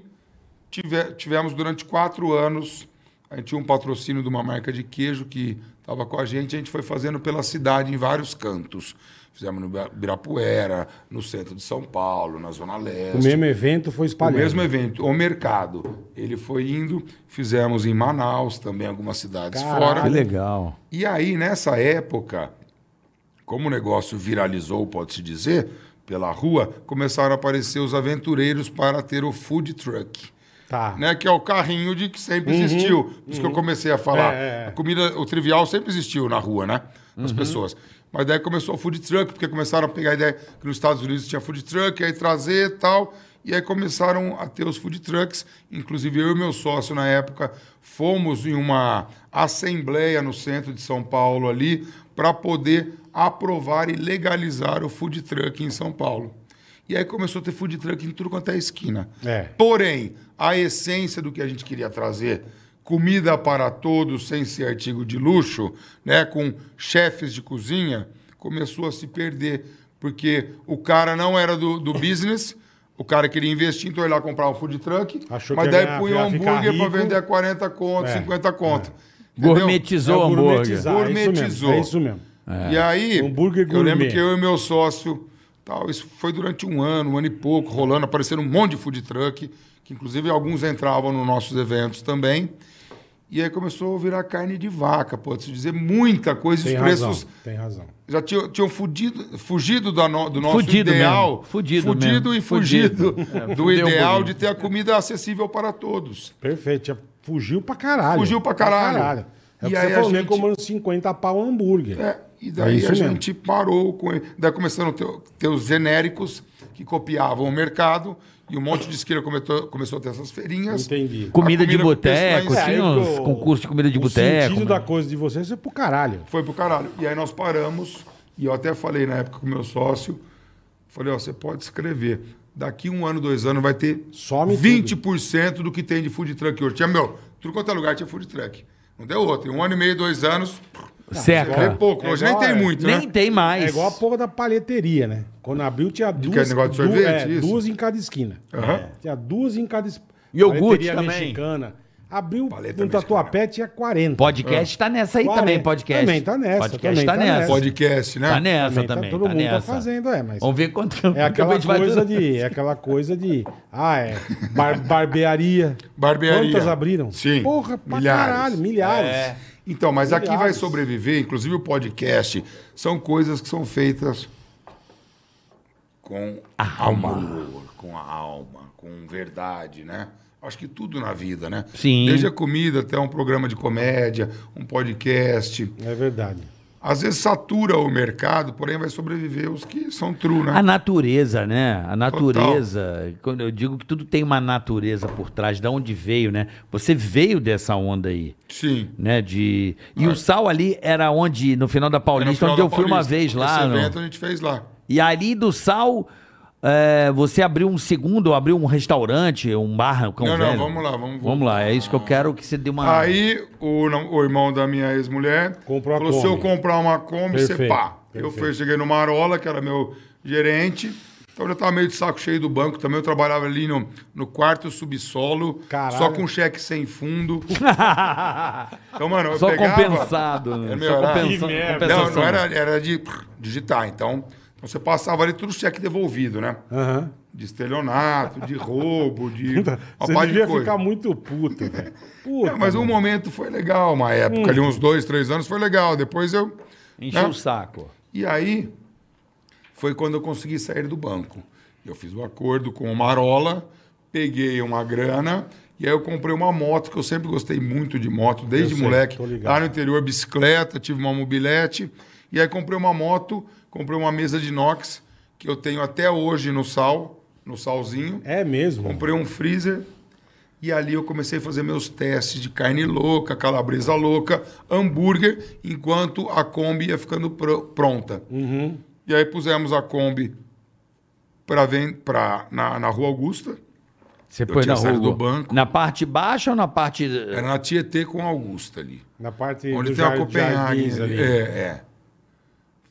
[SPEAKER 5] Tive- tivemos durante quatro anos. A gente tinha um patrocínio de uma marca de queijo que estava com a gente. A gente foi fazendo pela cidade, em vários cantos. Fizemos no Ibira- Ibirapuera, no centro de São Paulo, na Zona Leste.
[SPEAKER 3] O mesmo evento foi
[SPEAKER 5] O
[SPEAKER 3] espalhado.
[SPEAKER 5] mesmo evento, o mercado. Ele foi indo, fizemos em Manaus, também algumas cidades
[SPEAKER 3] Caralho.
[SPEAKER 5] fora.
[SPEAKER 4] Que legal.
[SPEAKER 5] E aí, nessa época, como o negócio viralizou, pode-se dizer, pela rua, começaram a aparecer os aventureiros para ter o food truck.
[SPEAKER 3] Tá.
[SPEAKER 5] Né, que é o carrinho de que sempre existiu. Por isso que eu comecei a falar.
[SPEAKER 3] Uhum. É, Uhum. é.
[SPEAKER 5] A comida, o trivial sempre existiu na rua, né? As pessoas. Mas daí começou o food truck, porque começaram a pegar a ideia que nos Estados Unidos tinha food truck, aí trazer e tal. E aí começaram a ter os food trucks. Inclusive eu e meu sócio, na época, fomos em uma assembleia no centro de São Paulo ali para poder aprovar e legalizar o food truck em São Paulo. E aí começou a ter food truck em tudo quanto é esquina.
[SPEAKER 3] É.
[SPEAKER 5] Porém, a essência do que a gente queria trazer, comida para todos sem ser artigo de luxo, né, com chefes de cozinha, começou a se perder, porque o cara não era do, do business, o cara queria investir, então ele lá comprar um food truck,
[SPEAKER 3] Achou
[SPEAKER 5] mas
[SPEAKER 3] que
[SPEAKER 5] daí
[SPEAKER 3] ia-
[SPEAKER 5] punha um
[SPEAKER 3] ia ficar
[SPEAKER 5] hambúrguer para
[SPEAKER 3] rico.
[SPEAKER 5] vender a 40 conto,
[SPEAKER 3] É,
[SPEAKER 5] 50 conto. Entendeu?
[SPEAKER 4] Gourmetizou o
[SPEAKER 3] É
[SPEAKER 4] hambúrguer.
[SPEAKER 3] gourmetizar,
[SPEAKER 5] Gourmetizou.
[SPEAKER 3] É isso mesmo. É isso mesmo.
[SPEAKER 5] E aí,
[SPEAKER 4] Um
[SPEAKER 3] Hambúrguer
[SPEAKER 5] eu lembro
[SPEAKER 3] gourmet.
[SPEAKER 5] que eu e meu sócio, tal, isso foi durante um ano, um ano e pouco, rolando, apareceram um monte de food truck, que inclusive alguns entravam nos nossos eventos também. E aí começou a virar carne de vaca, pode-se dizer, muita coisa.
[SPEAKER 3] Tem
[SPEAKER 5] Os
[SPEAKER 3] razão.
[SPEAKER 5] preços
[SPEAKER 3] Tem razão.
[SPEAKER 5] já tinham, tinham fudido, fugido da no- do nosso
[SPEAKER 4] Fudido
[SPEAKER 5] ideal.
[SPEAKER 4] mesmo, fudido mesmo,
[SPEAKER 5] e fugido, do
[SPEAKER 4] fudeu um
[SPEAKER 5] ideal
[SPEAKER 4] pouquinho.
[SPEAKER 5] de ter a comida acessível para todos.
[SPEAKER 3] Perfeito. já Fugiu pra caralho.
[SPEAKER 5] Fugiu pra caralho.
[SPEAKER 3] É o
[SPEAKER 5] E
[SPEAKER 3] que
[SPEAKER 5] aí
[SPEAKER 3] você
[SPEAKER 5] a
[SPEAKER 3] falou,
[SPEAKER 5] gente-
[SPEAKER 3] nem comando 50 pau hambúrguer.
[SPEAKER 5] É, e
[SPEAKER 3] É
[SPEAKER 5] daí
[SPEAKER 3] isso
[SPEAKER 5] a
[SPEAKER 3] mesmo.
[SPEAKER 5] gente parou com ele. Daí começaram a ter, ter os genéricos que copiavam o mercado e um monte de esquina começou, começou a ter essas feirinhas.
[SPEAKER 3] Entendi.
[SPEAKER 5] Com-
[SPEAKER 4] Comida, de
[SPEAKER 5] comida pro preço lá em
[SPEAKER 4] boteco, assim.
[SPEAKER 5] cima.
[SPEAKER 4] tinha
[SPEAKER 3] É,
[SPEAKER 4] uns
[SPEAKER 3] eu-
[SPEAKER 4] concursos de comida de
[SPEAKER 3] o
[SPEAKER 4] boteco.
[SPEAKER 3] sentido
[SPEAKER 4] né?
[SPEAKER 3] da coisa de vocês é pro caralho.
[SPEAKER 5] Foi pro caralho. E aí nós paramos, e eu até falei na época com o meu sócio, falei, ó, você pode escrever. Daqui um ano, dois anos, vai ter
[SPEAKER 3] Some
[SPEAKER 5] 20% do que tem de food truck hoje. Tinha, meu, tudo quanto é lugar tinha food truck. Não deu outro. Em um ano e meio, dois anos,
[SPEAKER 4] Seca.
[SPEAKER 5] é pouco.
[SPEAKER 3] É
[SPEAKER 5] Hoje
[SPEAKER 3] igual,
[SPEAKER 5] nem tem
[SPEAKER 3] é.
[SPEAKER 5] muito,
[SPEAKER 4] Nem
[SPEAKER 5] né?
[SPEAKER 4] tem mais.
[SPEAKER 3] É igual a porra da palheteria, né? Quando abriu tinha duas.
[SPEAKER 5] que é negócio de
[SPEAKER 3] du-
[SPEAKER 5] sorvete,
[SPEAKER 3] é,
[SPEAKER 5] isso?
[SPEAKER 3] duas em cada esquina.
[SPEAKER 5] Aham.
[SPEAKER 3] É, Tinha duas em cada esquina.
[SPEAKER 4] Iogurte também.
[SPEAKER 3] mexicana. Abriu
[SPEAKER 5] Paleta
[SPEAKER 3] no Tatuapé, tinha 40.
[SPEAKER 4] Podcast tá nessa aí
[SPEAKER 3] Quarenta.
[SPEAKER 4] também, podcast.
[SPEAKER 3] Também tá nessa,
[SPEAKER 4] Podcast
[SPEAKER 3] também
[SPEAKER 4] tá,
[SPEAKER 3] tá
[SPEAKER 4] nessa.
[SPEAKER 3] nessa.
[SPEAKER 5] Podcast, né?
[SPEAKER 4] Tá nessa também.
[SPEAKER 3] tá-
[SPEAKER 4] Tá,
[SPEAKER 3] todo mundo
[SPEAKER 4] nessa.
[SPEAKER 3] tá fazendo, é, mas.
[SPEAKER 4] Vamos ver quanto
[SPEAKER 3] É aquela coisa de. É aquela coisa de. Ah, é. bar- barbearia.
[SPEAKER 5] Barbearia.
[SPEAKER 3] Quantas abriram?
[SPEAKER 5] Sim.
[SPEAKER 3] Porra, pra
[SPEAKER 5] Milhares.
[SPEAKER 3] caralho, milhares.
[SPEAKER 5] Então, mas aqui vai
[SPEAKER 3] Milhares.
[SPEAKER 5] sobreviver, inclusive o podcast, são coisas que são feitas com amor, com a alma, com verdade, né? Acho que tudo na vida, né?
[SPEAKER 4] Sim.
[SPEAKER 5] Desde a comida até um programa de comédia, um podcast.
[SPEAKER 3] É verdade.
[SPEAKER 5] Às vezes satura o mercado, porém vai sobreviver os que são true,
[SPEAKER 4] A
[SPEAKER 5] né?
[SPEAKER 4] natureza, né? A natureza. Quando eu digo que tudo tem uma natureza por trás, de onde veio, né? Você veio dessa onda aí,
[SPEAKER 5] Sim.
[SPEAKER 4] né? De... E o sal ali era onde, no final da
[SPEAKER 5] É. Era É no
[SPEAKER 4] Paulista,
[SPEAKER 5] final
[SPEAKER 4] onde
[SPEAKER 5] da
[SPEAKER 4] eu fui uma
[SPEAKER 5] Paulista.
[SPEAKER 4] vez lá.
[SPEAKER 5] Esse
[SPEAKER 4] no-
[SPEAKER 5] evento a gente fez lá.
[SPEAKER 4] E ali do sal, é, você abriu um segundo, abriu um restaurante, um bar, um cão
[SPEAKER 5] Não, não,
[SPEAKER 4] velho.
[SPEAKER 5] vamos lá, vamos-
[SPEAKER 4] Vamos lá, é isso que eu quero que você dê uma...
[SPEAKER 5] Aí o, nam- o irmão da minha ex-mulher
[SPEAKER 3] Ah. Comprou a
[SPEAKER 5] falou: se eu
[SPEAKER 3] Kombi.
[SPEAKER 5] comprar uma Kombi, você
[SPEAKER 3] Perfeito,
[SPEAKER 5] pá. Eu
[SPEAKER 3] perfeito.
[SPEAKER 5] fui, cheguei no Marola, que era meu gerente. Então eu já estava meio de saco cheio do banco também. Eu trabalhava ali no, no quarto subsolo,
[SPEAKER 3] Caralho.
[SPEAKER 5] só com cheque sem fundo. Então, mano, eu
[SPEAKER 4] Só
[SPEAKER 5] pegava.
[SPEAKER 4] compensado.
[SPEAKER 5] Era
[SPEAKER 4] né?
[SPEAKER 5] meu,
[SPEAKER 4] Só
[SPEAKER 5] era-
[SPEAKER 4] compensa-
[SPEAKER 5] Não,
[SPEAKER 4] compensação.
[SPEAKER 5] não era, era de prr, digitar. Então, então você passava ali tudo cheque devolvido, né?
[SPEAKER 3] Aham. Então,
[SPEAKER 5] De estelionato, de roubo, de. Então, uma
[SPEAKER 3] Você
[SPEAKER 5] pá de
[SPEAKER 3] devia
[SPEAKER 5] coisa.
[SPEAKER 3] ficar muito puto, velho. Puta.
[SPEAKER 5] É, mas um
[SPEAKER 3] mano. Hum.
[SPEAKER 5] momento foi legal, uma época ali, uns dois, três anos foi legal. Depois eu.
[SPEAKER 4] Encheu
[SPEAKER 5] né?
[SPEAKER 4] o saco.
[SPEAKER 5] E aí foi quando eu consegui sair do banco. Eu fiz o acordo com o Marola, peguei uma grana e aí eu comprei uma moto, que eu sempre gostei muito de moto, desde
[SPEAKER 3] Eu sei,
[SPEAKER 5] moleque.
[SPEAKER 3] tô ligado.
[SPEAKER 5] Lá no interior, bicicleta, tive uma mobilete. E aí comprei uma moto, comprei uma mesa de inox, que eu tenho até hoje no sal, no salzinho.
[SPEAKER 3] É mesmo.
[SPEAKER 5] Comprei um freezer e ali eu comecei a fazer meus testes de carne louca, calabresa louca, hambúrguer, enquanto a Kombi ia ficando pro- pronta.
[SPEAKER 3] Uhum.
[SPEAKER 5] E aí pusemos a Kombi pra ven- pra, na, na Rua Augusta,
[SPEAKER 4] Você
[SPEAKER 5] Eu
[SPEAKER 4] põe
[SPEAKER 5] tinha
[SPEAKER 4] na rua.
[SPEAKER 5] saído do banco.
[SPEAKER 4] Na parte baixa ou na parte.
[SPEAKER 5] era na Tietê com a Augusta ali.
[SPEAKER 3] Na parte
[SPEAKER 5] Onde
[SPEAKER 3] É. do
[SPEAKER 5] tem a
[SPEAKER 3] jar-
[SPEAKER 5] Copenhague.
[SPEAKER 3] jardins ali.
[SPEAKER 5] É, é.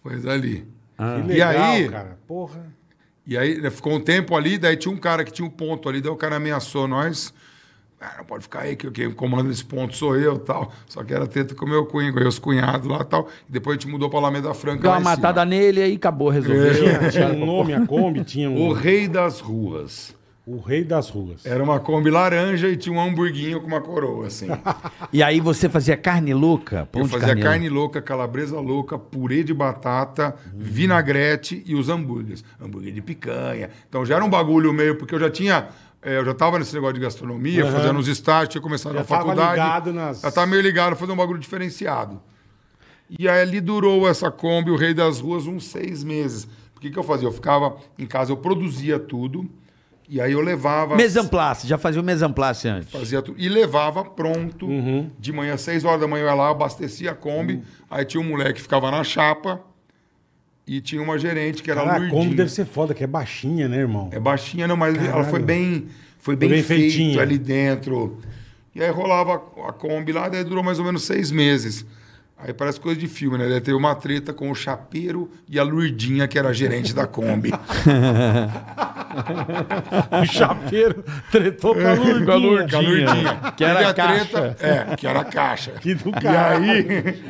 [SPEAKER 5] Foi ali.
[SPEAKER 3] Que
[SPEAKER 5] Ah. E
[SPEAKER 3] legal,
[SPEAKER 5] aí-
[SPEAKER 3] cara. Porra.
[SPEAKER 5] E aí né, ficou um tempo ali, daí tinha um cara que tinha um ponto ali, daí o cara ameaçou nós. Ah, não pode ficar aí, que quem comanda esse ponto sou eu tal. Só que era treta com o meu cunho, com os cunhados lá tal. E depois a gente mudou para Alameda Franca.
[SPEAKER 4] Deu
[SPEAKER 5] lá É.
[SPEAKER 4] uma
[SPEAKER 5] em cima.
[SPEAKER 4] matada nele aí acabou, resolveu.
[SPEAKER 3] Tinha, tinha um nome, a Kombi tinha um.
[SPEAKER 5] O Rei das Ruas.
[SPEAKER 3] O rei das ruas.
[SPEAKER 5] Era uma Kombi laranja e tinha um hamburguinho com uma coroa, assim.
[SPEAKER 4] E aí você fazia carne louca? Pão
[SPEAKER 5] Eu
[SPEAKER 4] de
[SPEAKER 5] fazia carne,
[SPEAKER 4] carne louca.
[SPEAKER 5] louca, calabresa louca, purê de batata,
[SPEAKER 3] Uhum.
[SPEAKER 5] vinagrete e os hambúrgueres. Hambúrguer de picanha. Então já era um bagulho meio, porque eu já tinha. eh, eu já estava nesse negócio de gastronomia,
[SPEAKER 3] Aham.
[SPEAKER 5] fazendo os estágios, tinha começado
[SPEAKER 3] Uhum. Já
[SPEAKER 5] na
[SPEAKER 3] tava
[SPEAKER 5] faculdade.
[SPEAKER 3] ligado nas-
[SPEAKER 5] Já estava meio ligado, fazer um bagulho diferenciado. E aí ali durou essa Kombi, o Rei das Ruas, uns seis meses. O que, que eu fazia? Eu ficava em casa, eu produzia tudo, e aí eu levava.
[SPEAKER 4] Mesamplace, já fazia o mesamplace antes.
[SPEAKER 5] Fazia tudo. E levava pronto. De manhã, seis horas da manhã, eu ia lá, abastecia a Kombi. Aí tinha um moleque que ficava na chapa. E tinha uma gerente que era
[SPEAKER 3] Cara, a
[SPEAKER 5] lourdinha.
[SPEAKER 3] Kombi deve ser foda, que é baixinha, né, irmão?
[SPEAKER 5] É baixinha, não, mas ela foi bem, foi bem,
[SPEAKER 3] Foi bem
[SPEAKER 5] feito
[SPEAKER 3] feitinha.
[SPEAKER 5] ali dentro. E aí rolava a a Kombi lá, daí durou mais ou menos seis meses. Aí parece coisa de filme, né? Daí teve uma treta com o chapeiro e a Lurdinha, que era a gerente da Kombi.
[SPEAKER 3] O chapeiro tretou com a Lourdinha.
[SPEAKER 4] Com a Lourdinha.
[SPEAKER 5] É Com a Lurdinha.
[SPEAKER 4] Que era
[SPEAKER 5] Teve
[SPEAKER 4] a caixa.
[SPEAKER 5] É, que era a caixa.
[SPEAKER 3] Que do
[SPEAKER 5] e aí,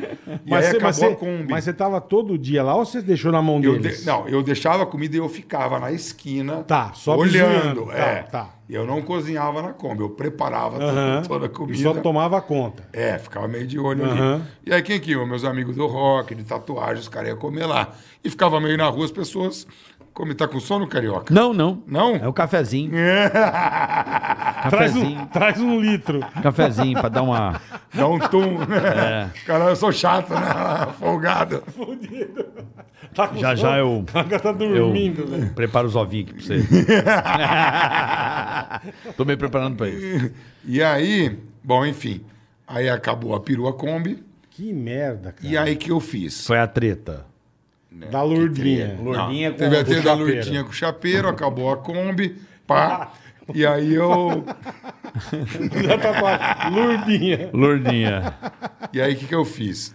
[SPEAKER 3] Mas,
[SPEAKER 5] e aí
[SPEAKER 3] você,
[SPEAKER 5] acabou
[SPEAKER 3] mas, você,
[SPEAKER 5] a Kombi.
[SPEAKER 3] mas você tava todo dia lá ou você deixou na mão
[SPEAKER 5] Eu
[SPEAKER 3] deles?
[SPEAKER 5] de- não, eu deixava a comida e eu ficava na esquina.
[SPEAKER 3] Tá, só
[SPEAKER 5] olhando.
[SPEAKER 3] vigiando. Tá,
[SPEAKER 5] é.
[SPEAKER 3] tá.
[SPEAKER 5] Eu não cozinhava na Kombi, eu preparava
[SPEAKER 3] Aham.
[SPEAKER 5] toda, toda a comida.
[SPEAKER 3] E só tomava conta.
[SPEAKER 5] É, ficava meio de olho ali.
[SPEAKER 3] Aham.
[SPEAKER 5] E aí quem que ia? Meus amigos do rock, de tatuagem, os caras iam comer lá. E ficava meio na rua, as pessoas. Como tá com sono, carioca?
[SPEAKER 4] Não, não.
[SPEAKER 5] Não?
[SPEAKER 4] É o cafezinho.
[SPEAKER 3] Traz
[SPEAKER 4] Cafezinho.
[SPEAKER 3] um, traz um litro.
[SPEAKER 4] Cafezinho pra dar uma.
[SPEAKER 5] Dá um tum.
[SPEAKER 3] É.
[SPEAKER 5] Caralho, eu sou chato, né? Folgado.
[SPEAKER 3] Tá com
[SPEAKER 4] Já, já eu-
[SPEAKER 3] Caga tá
[SPEAKER 4] Eu
[SPEAKER 3] dormindo, velho.
[SPEAKER 4] preparo os ovinhos aqui pra você. Tô me preparando pra isso.
[SPEAKER 5] E aí, bom, enfim. Aí acabou a perua Kombi.
[SPEAKER 3] Que merda, cara.
[SPEAKER 5] E aí que eu fiz?
[SPEAKER 4] Foi a treta.
[SPEAKER 3] da Lourdinha.
[SPEAKER 4] Lourdinha
[SPEAKER 5] Não,
[SPEAKER 4] com
[SPEAKER 5] Teve a
[SPEAKER 4] o
[SPEAKER 5] treta da
[SPEAKER 3] chapeiro.
[SPEAKER 5] Lourdinha com o chapeiro, acabou a Kombi, pá. E aí eu. é?
[SPEAKER 3] Já tá com a Lourdinha.
[SPEAKER 4] Lourdinha.
[SPEAKER 5] E aí o que, que eu fiz?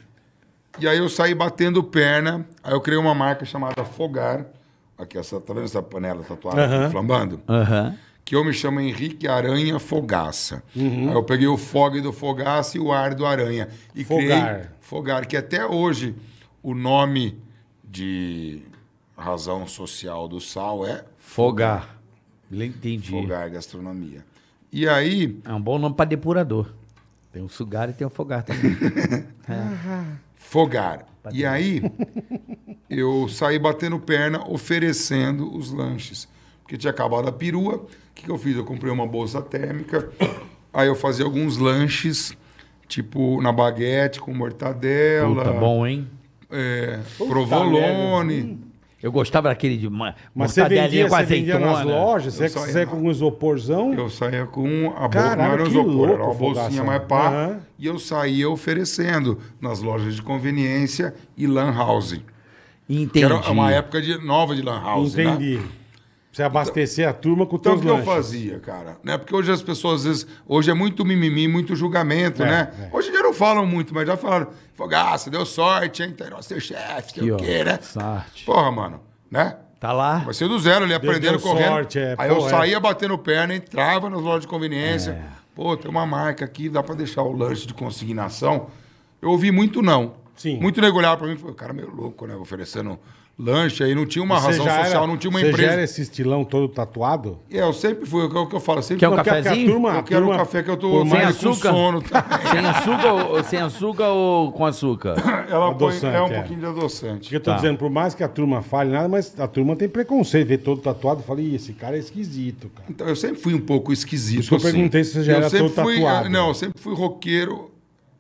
[SPEAKER 5] E aí eu saí batendo perna, aí eu criei uma marca chamada Fogar. Aqui, essa, tá vendo essa panela tatuada aqui,
[SPEAKER 3] Aham.
[SPEAKER 5] flambando?
[SPEAKER 4] Aham.
[SPEAKER 5] Que eu me chamo Henrique Aranha Fogaça.
[SPEAKER 3] Uhum.
[SPEAKER 5] Aí eu peguei o fog do Fogaça e o ar do Aranha. E
[SPEAKER 3] Fogar.
[SPEAKER 5] criei Fogar, que até hoje o nome de razão social do sal é
[SPEAKER 4] Fogar. Entendi.
[SPEAKER 5] Fogar Gastronomia. E aí,
[SPEAKER 4] É um bom nome pra depurador. Tem o sugar e tem o fogar também.
[SPEAKER 5] Fogar. E aí, eu saí batendo perna oferecendo os lanches. Porque tinha acabado a perua. O que, que eu fiz? Eu comprei uma bolsa térmica. Aí eu fazia alguns lanches, tipo na baguete com mortadela,
[SPEAKER 4] Puta, bom, hein?
[SPEAKER 5] é, provolone.
[SPEAKER 3] Hum.
[SPEAKER 4] Eu gostava daquele de ma-
[SPEAKER 3] Mas você vendia,
[SPEAKER 4] mortadelinha com
[SPEAKER 3] você vendia nas
[SPEAKER 4] é azeitona.
[SPEAKER 3] lojas? Você
[SPEAKER 5] Eu
[SPEAKER 3] é que
[SPEAKER 5] só ia
[SPEAKER 3] você é
[SPEAKER 5] lá.
[SPEAKER 3] com um isoporzão?
[SPEAKER 5] Eu saía com a bolsa,
[SPEAKER 3] Caralho,
[SPEAKER 5] não era um
[SPEAKER 3] que
[SPEAKER 5] isopor, era uma
[SPEAKER 3] louco,
[SPEAKER 5] bolsinha
[SPEAKER 3] Fogaça.
[SPEAKER 5] mais pá.
[SPEAKER 3] Aham.
[SPEAKER 5] E eu saía oferecendo nas lojas de conveniência e lan house. Que
[SPEAKER 4] Entendi.
[SPEAKER 5] era uma época de, nova de lan house, né?
[SPEAKER 3] Entendi. Você abastecer a turma com
[SPEAKER 5] Então, o
[SPEAKER 3] teus
[SPEAKER 5] que eu
[SPEAKER 3] lanches.
[SPEAKER 5] fazia, cara? Né? Porque hoje as pessoas, às vezes, hoje é muito mimimi, muito julgamento,
[SPEAKER 3] É,
[SPEAKER 5] né?
[SPEAKER 3] é.
[SPEAKER 5] Hoje em dia não falam muito, mas já falaram. Fogaça, deu sorte, hein? Terá ser chefe, sei
[SPEAKER 4] Aqui,
[SPEAKER 5] o
[SPEAKER 4] ó,
[SPEAKER 5] quê, né?
[SPEAKER 4] sorte.
[SPEAKER 5] Porra, mano, né?
[SPEAKER 4] Tá lá.
[SPEAKER 5] Vai ser do zero ali,
[SPEAKER 3] deu
[SPEAKER 5] aprendendo, correndo.
[SPEAKER 3] sorte, é,
[SPEAKER 5] Aí
[SPEAKER 3] pô,
[SPEAKER 5] eu
[SPEAKER 3] é.
[SPEAKER 5] saía batendo perna, entrava nas lojas de conveniência. Pô, tem uma marca aqui, dá pra deixar o lanche de consignação. Eu ouvi muito não.
[SPEAKER 3] Sim.
[SPEAKER 5] Muito nego olhava pra mim e falou, cara, meio louco, né? Oferecendo lanche aí, não tinha uma
[SPEAKER 3] Você
[SPEAKER 5] razão
[SPEAKER 3] já
[SPEAKER 5] social,
[SPEAKER 3] era-
[SPEAKER 5] não tinha uma
[SPEAKER 3] Você já
[SPEAKER 5] empresa.
[SPEAKER 3] era esse estilão todo tatuado?
[SPEAKER 5] É, eu sempre fui, é o que eu falo, sempre
[SPEAKER 4] Quer um
[SPEAKER 5] fui-
[SPEAKER 3] porque a- porque
[SPEAKER 4] cafezinho?
[SPEAKER 3] A turma, a
[SPEAKER 5] eu quero
[SPEAKER 3] turma,
[SPEAKER 5] um café que eu tô
[SPEAKER 3] por
[SPEAKER 4] Sem
[SPEAKER 5] mais
[SPEAKER 3] mais
[SPEAKER 5] com
[SPEAKER 4] açúcar?
[SPEAKER 5] sono.
[SPEAKER 4] Sem açúcar, ou, sem açúcar ou com açúcar?
[SPEAKER 5] Ela põe, é um
[SPEAKER 3] Adoçante, é.
[SPEAKER 5] pouquinho de adoçante.
[SPEAKER 3] que eu tô
[SPEAKER 4] Tá.
[SPEAKER 3] dizendo, por mais que a turma fale nada, mas a turma tem preconceito. Vê todo tatuado e fala, Ih, esse cara é esquisito, cara.
[SPEAKER 5] Então, eu sempre fui um pouco esquisito.
[SPEAKER 3] Isso que eu
[SPEAKER 5] assim.
[SPEAKER 3] perguntei se você já
[SPEAKER 5] eu
[SPEAKER 3] era
[SPEAKER 5] sempre
[SPEAKER 3] todo
[SPEAKER 5] fui,
[SPEAKER 3] tatuado.
[SPEAKER 5] eu- Não, eu sempre fui roqueiro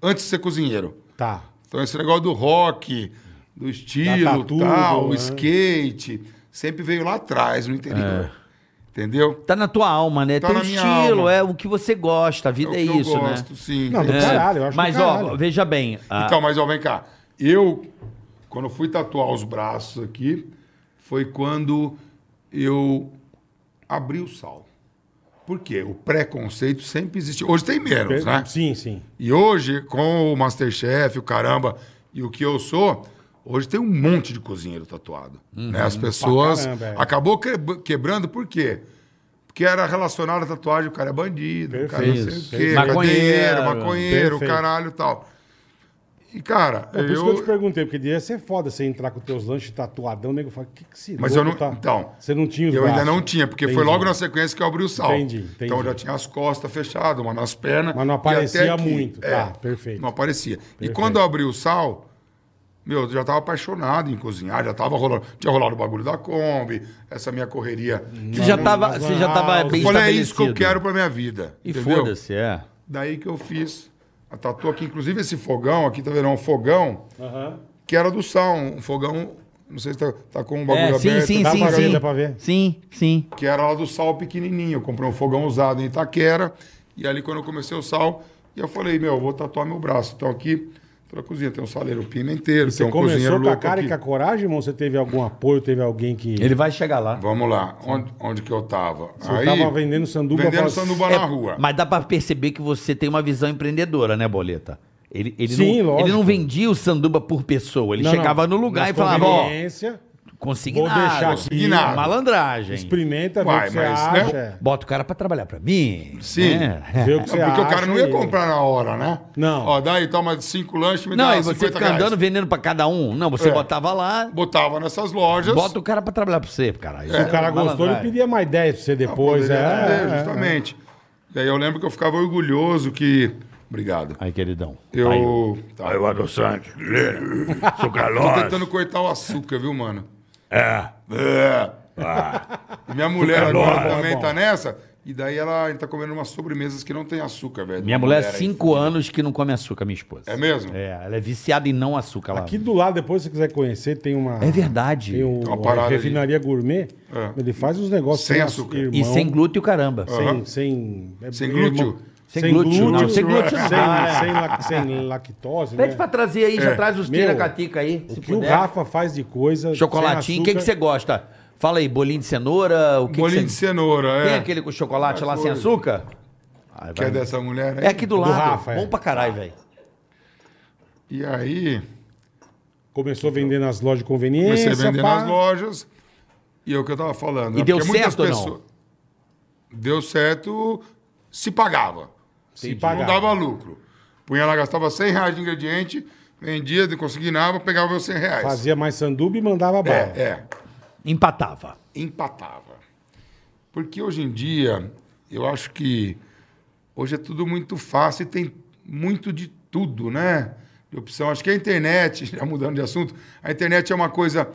[SPEAKER 5] antes de ser cozinheiro.
[SPEAKER 3] Tá.
[SPEAKER 5] Então, esse negócio do rock, do
[SPEAKER 3] Da
[SPEAKER 5] estilo,
[SPEAKER 3] tatu,
[SPEAKER 5] tal,
[SPEAKER 3] né?
[SPEAKER 5] skate, sempre veio lá atrás, no
[SPEAKER 4] É.
[SPEAKER 5] interior. Entendeu?
[SPEAKER 4] Tá na tua alma, né?
[SPEAKER 5] Tá
[SPEAKER 4] Teu
[SPEAKER 5] na minha
[SPEAKER 4] estilo,
[SPEAKER 5] alma.
[SPEAKER 4] é o que você gosta, a
[SPEAKER 5] É o
[SPEAKER 4] vida é,
[SPEAKER 5] que
[SPEAKER 4] isso,
[SPEAKER 5] eu
[SPEAKER 4] né?
[SPEAKER 5] gosto, sim.
[SPEAKER 3] Não, do
[SPEAKER 5] entendeu?
[SPEAKER 3] caralho, eu acho
[SPEAKER 4] Mas,
[SPEAKER 3] do caralho.
[SPEAKER 4] ó, veja bem. ah, a-
[SPEAKER 5] Então, mas ó, vem cá. Eu, quando eu fui tatuar os braços aqui, foi quando eu abri o sal. Por quê? O preconceito sempre existiu. Hoje tem menos, né?
[SPEAKER 3] Sim, sim.
[SPEAKER 5] E hoje, com o Masterchef, o caramba, e o que eu sou, hoje tem um monte de cozinheiro tatuado. né? As pessoas.
[SPEAKER 3] caramba, é.
[SPEAKER 5] Acabou que- quebrando, por quê? que era relacionado à tatuagem, o cara é bandido, o cara não sei o
[SPEAKER 3] Perfeito.
[SPEAKER 5] quê,
[SPEAKER 4] Maconheiro.
[SPEAKER 5] maconheiro, maconheiro,
[SPEAKER 3] Perfeito.
[SPEAKER 5] caralho e tal. E, cara,
[SPEAKER 3] É por isso que eu te
[SPEAKER 5] eu...
[SPEAKER 3] perguntei, porque devia ser foda você entrar com teus lanches tatuadão, o nego fala, que que se
[SPEAKER 5] Mas eu não- então,
[SPEAKER 3] você não tinha os
[SPEAKER 5] Eu ainda
[SPEAKER 3] braços.
[SPEAKER 5] não tinha, porque foi
[SPEAKER 3] Entendi.
[SPEAKER 5] logo na sequência que eu abri o sal.
[SPEAKER 3] Entendi, entendi.
[SPEAKER 5] Então eu já tinha as costas fechadas, uma nas pernas.
[SPEAKER 3] Mas não
[SPEAKER 5] e até
[SPEAKER 3] aparecia
[SPEAKER 5] aqui.
[SPEAKER 3] muito.
[SPEAKER 5] É,
[SPEAKER 3] Tá, perfeito.
[SPEAKER 5] Não aparecia. E quando eu abri o sal, meu, eu já estava apaixonado em cozinhar, já estava rolando. Tinha rolado o bagulho da Kombi, essa minha correria.
[SPEAKER 4] Você já tava,
[SPEAKER 3] mas
[SPEAKER 4] você já tava
[SPEAKER 3] não.
[SPEAKER 4] bem
[SPEAKER 5] Eu falei, é isso que eu
[SPEAKER 4] estabelecido.
[SPEAKER 5] quero pra minha vida.
[SPEAKER 4] E
[SPEAKER 5] entendeu?
[SPEAKER 4] foda-se, é.
[SPEAKER 5] Daí que eu fiz a tatu aqui. Inclusive esse fogão aqui, tá vendo? É um fogão
[SPEAKER 3] Aham.
[SPEAKER 5] que era do sal. Um fogão, não sei se tá, tá com um bagulho
[SPEAKER 4] É,
[SPEAKER 5] aberto.
[SPEAKER 4] sim, sim,
[SPEAKER 3] Dá
[SPEAKER 4] sim,
[SPEAKER 3] pra ver,
[SPEAKER 4] sim.
[SPEAKER 3] dá pra ver.
[SPEAKER 4] Sim, sim.
[SPEAKER 5] que era lá do sal pequenininho. Eu comprei um fogão usado em Itaquera. E ali, quando eu comecei o sal, e eu falei, meu, eu vou tatuar meu braço. Então, aqui, tô na cozinha, tem um saleiro pimenteiro, tem
[SPEAKER 3] Você
[SPEAKER 5] um cozinheiro
[SPEAKER 3] começou com a
[SPEAKER 5] louco
[SPEAKER 3] cara
[SPEAKER 5] aqui.
[SPEAKER 3] e com a coragem, irmão? Você teve algum apoio, teve alguém que...
[SPEAKER 4] Ele vai chegar lá.
[SPEAKER 5] Vamos lá, onde, onde que eu tava?
[SPEAKER 3] Você tava vendendo sanduba
[SPEAKER 5] vendendo
[SPEAKER 3] pra-
[SPEAKER 5] sanduba
[SPEAKER 4] É,
[SPEAKER 5] na rua.
[SPEAKER 4] Mas dá pra perceber que você tem uma visão empreendedora, né, Boleta? Ele, ele,
[SPEAKER 3] Sim,
[SPEAKER 4] não,
[SPEAKER 3] lógico.
[SPEAKER 4] ele não vendia o sanduba por pessoa. Ele
[SPEAKER 3] Não, não.
[SPEAKER 4] chegava no lugar
[SPEAKER 3] Na
[SPEAKER 4] e falava, ó,
[SPEAKER 3] conveniência,
[SPEAKER 4] consignado.
[SPEAKER 3] Vou deixar aqui.
[SPEAKER 4] consignado. Malandragem.
[SPEAKER 3] Experimenta, vê o
[SPEAKER 5] Uai,
[SPEAKER 3] que você
[SPEAKER 5] mas, né?
[SPEAKER 3] acha.
[SPEAKER 4] Bota o cara pra trabalhar pra mim.
[SPEAKER 5] Sim.
[SPEAKER 4] né?
[SPEAKER 3] Vê o que
[SPEAKER 5] É,
[SPEAKER 3] você
[SPEAKER 5] porque o cara não ia
[SPEAKER 3] acha e-
[SPEAKER 5] comprar na hora, né?
[SPEAKER 3] Não.
[SPEAKER 5] Ó, daí toma cinco lanches, me
[SPEAKER 4] Não,
[SPEAKER 5] dá
[SPEAKER 4] e você
[SPEAKER 5] 50
[SPEAKER 4] fica
[SPEAKER 5] reais.
[SPEAKER 4] andando vendendo pra cada um. Não, você
[SPEAKER 5] É.
[SPEAKER 4] botava lá,
[SPEAKER 5] Botava nessas lojas.
[SPEAKER 4] bota o cara pra trabalhar pra você, cara. Isso
[SPEAKER 3] O cara gostou, ele
[SPEAKER 4] malandragem.
[SPEAKER 3] pedia mais 10 pra você depois.
[SPEAKER 5] É,
[SPEAKER 3] É, é, é.
[SPEAKER 5] justamente. E aí eu lembro que eu ficava orgulhoso que... Obrigado.
[SPEAKER 4] Aí, queridão.
[SPEAKER 5] Eu... Tá, eu
[SPEAKER 7] adoçante, sou
[SPEAKER 5] Tô
[SPEAKER 7] calor.
[SPEAKER 5] tentando cortar o açúcar, viu, mano?
[SPEAKER 7] É. Ah.
[SPEAKER 5] É. Minha mulher
[SPEAKER 7] Açúcar
[SPEAKER 5] agora
[SPEAKER 7] logo.
[SPEAKER 5] também tá nessa. E daí ela tá comendo umas sobremesas que não tem açúcar, velho.
[SPEAKER 4] Minha mulher,
[SPEAKER 5] é
[SPEAKER 4] cinco anos que não come açúcar, minha esposa.
[SPEAKER 5] É mesmo?
[SPEAKER 4] É, ela é viciada em não açúcar lá.
[SPEAKER 3] Aqui do lado, depois, se você quiser conhecer, tem uma...
[SPEAKER 4] É verdade.
[SPEAKER 3] Tem o-
[SPEAKER 5] Tem uma parada
[SPEAKER 3] a refinaria gourmet.
[SPEAKER 5] É.
[SPEAKER 3] Ele faz os negócios...
[SPEAKER 5] Sem
[SPEAKER 3] sem
[SPEAKER 5] açúcar.
[SPEAKER 4] E sem glúteo, caramba.
[SPEAKER 3] Sem,
[SPEAKER 5] Aham.
[SPEAKER 3] sem, é,
[SPEAKER 5] Sem
[SPEAKER 3] irmão-
[SPEAKER 5] glúteo?
[SPEAKER 4] Sem glúteo, não, sem glúteo não.
[SPEAKER 3] Sem,
[SPEAKER 4] Ah, é.
[SPEAKER 3] sem lac- sem lactose,
[SPEAKER 6] Pede
[SPEAKER 3] né?
[SPEAKER 6] pra trazer aí,
[SPEAKER 5] É.
[SPEAKER 6] já traz os
[SPEAKER 3] Meu,
[SPEAKER 6] tira-catica aí,
[SPEAKER 3] O
[SPEAKER 6] se
[SPEAKER 3] que o
[SPEAKER 6] puder.
[SPEAKER 3] Rafa faz de coisa... sem
[SPEAKER 4] Chocolatinho, o que, que você
[SPEAKER 3] açúcar,
[SPEAKER 4] gosta? Fala aí, bolinho de cenoura, o que
[SPEAKER 5] Um Bolinho
[SPEAKER 4] que
[SPEAKER 5] de
[SPEAKER 4] você...
[SPEAKER 5] cenoura, é.
[SPEAKER 4] Tem aquele com chocolate lá sem
[SPEAKER 5] coisa.
[SPEAKER 4] açúcar?
[SPEAKER 5] Que é dessa mulher aí.
[SPEAKER 4] É aqui do lado.
[SPEAKER 3] Rafa, é.
[SPEAKER 4] Bom pra caralho,
[SPEAKER 5] Tá.
[SPEAKER 4] velho.
[SPEAKER 5] E aí,
[SPEAKER 3] Começou vendendo nas lojas de conveniência.
[SPEAKER 5] comecei a vender
[SPEAKER 3] pá.
[SPEAKER 5] nas lojas. E é o que eu tava falando.
[SPEAKER 4] E
[SPEAKER 5] né?
[SPEAKER 4] deu
[SPEAKER 5] Porque muitas
[SPEAKER 4] certo ou não?
[SPEAKER 5] Deu certo, se pagava.
[SPEAKER 3] Se
[SPEAKER 5] Não
[SPEAKER 3] pagava.
[SPEAKER 5] dava lucro. Punha lá, gastava 100 reais de ingrediente, vendia, consignava, pegava meus 100 reais.
[SPEAKER 3] Fazia mais sanduba e mandava
[SPEAKER 5] É,
[SPEAKER 3] bala.
[SPEAKER 5] é.
[SPEAKER 4] Empatava.
[SPEAKER 5] empatava. Porque hoje em dia, eu acho que hoje é tudo muito fácil e tem muito de tudo, né? De opção. Acho que a internet, já mudando de assunto, a internet é uma coisa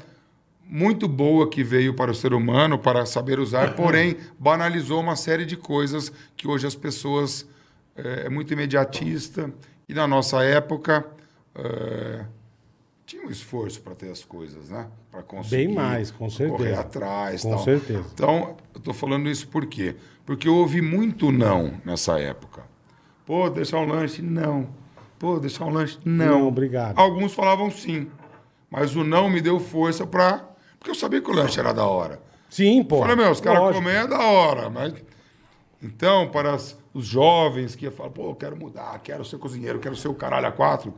[SPEAKER 5] muito boa que veio para o ser humano, para saber
[SPEAKER 3] Uhum.
[SPEAKER 5] usar, porém banalizou uma série de coisas que hoje as pessoas eh, é muito imediatista e na nossa época eh, tinha um esforço para ter as coisas, né? Para conseguir
[SPEAKER 3] mais, com
[SPEAKER 5] correr
[SPEAKER 3] certeza.
[SPEAKER 5] atrás,
[SPEAKER 3] Com
[SPEAKER 5] tal.
[SPEAKER 3] certeza.
[SPEAKER 5] Então, eu estou falando isso por quê? Porque eu ouvi muito não nessa época. Pô, deixar um lanche? Não. Pô, deixar um lanche? Não.
[SPEAKER 3] Não, obrigado.
[SPEAKER 5] Alguns falavam sim. Mas o não me deu força para... Porque eu sabia que o lanche era da hora.
[SPEAKER 3] Sim, pô.
[SPEAKER 5] Eu falei, meu, os caras
[SPEAKER 3] Lógico.
[SPEAKER 5] comem é da hora, mas... Então, para as- os jovens que falam, pô, eu quero mudar, quero ser cozinheiro, quero ser o caralho a quatro,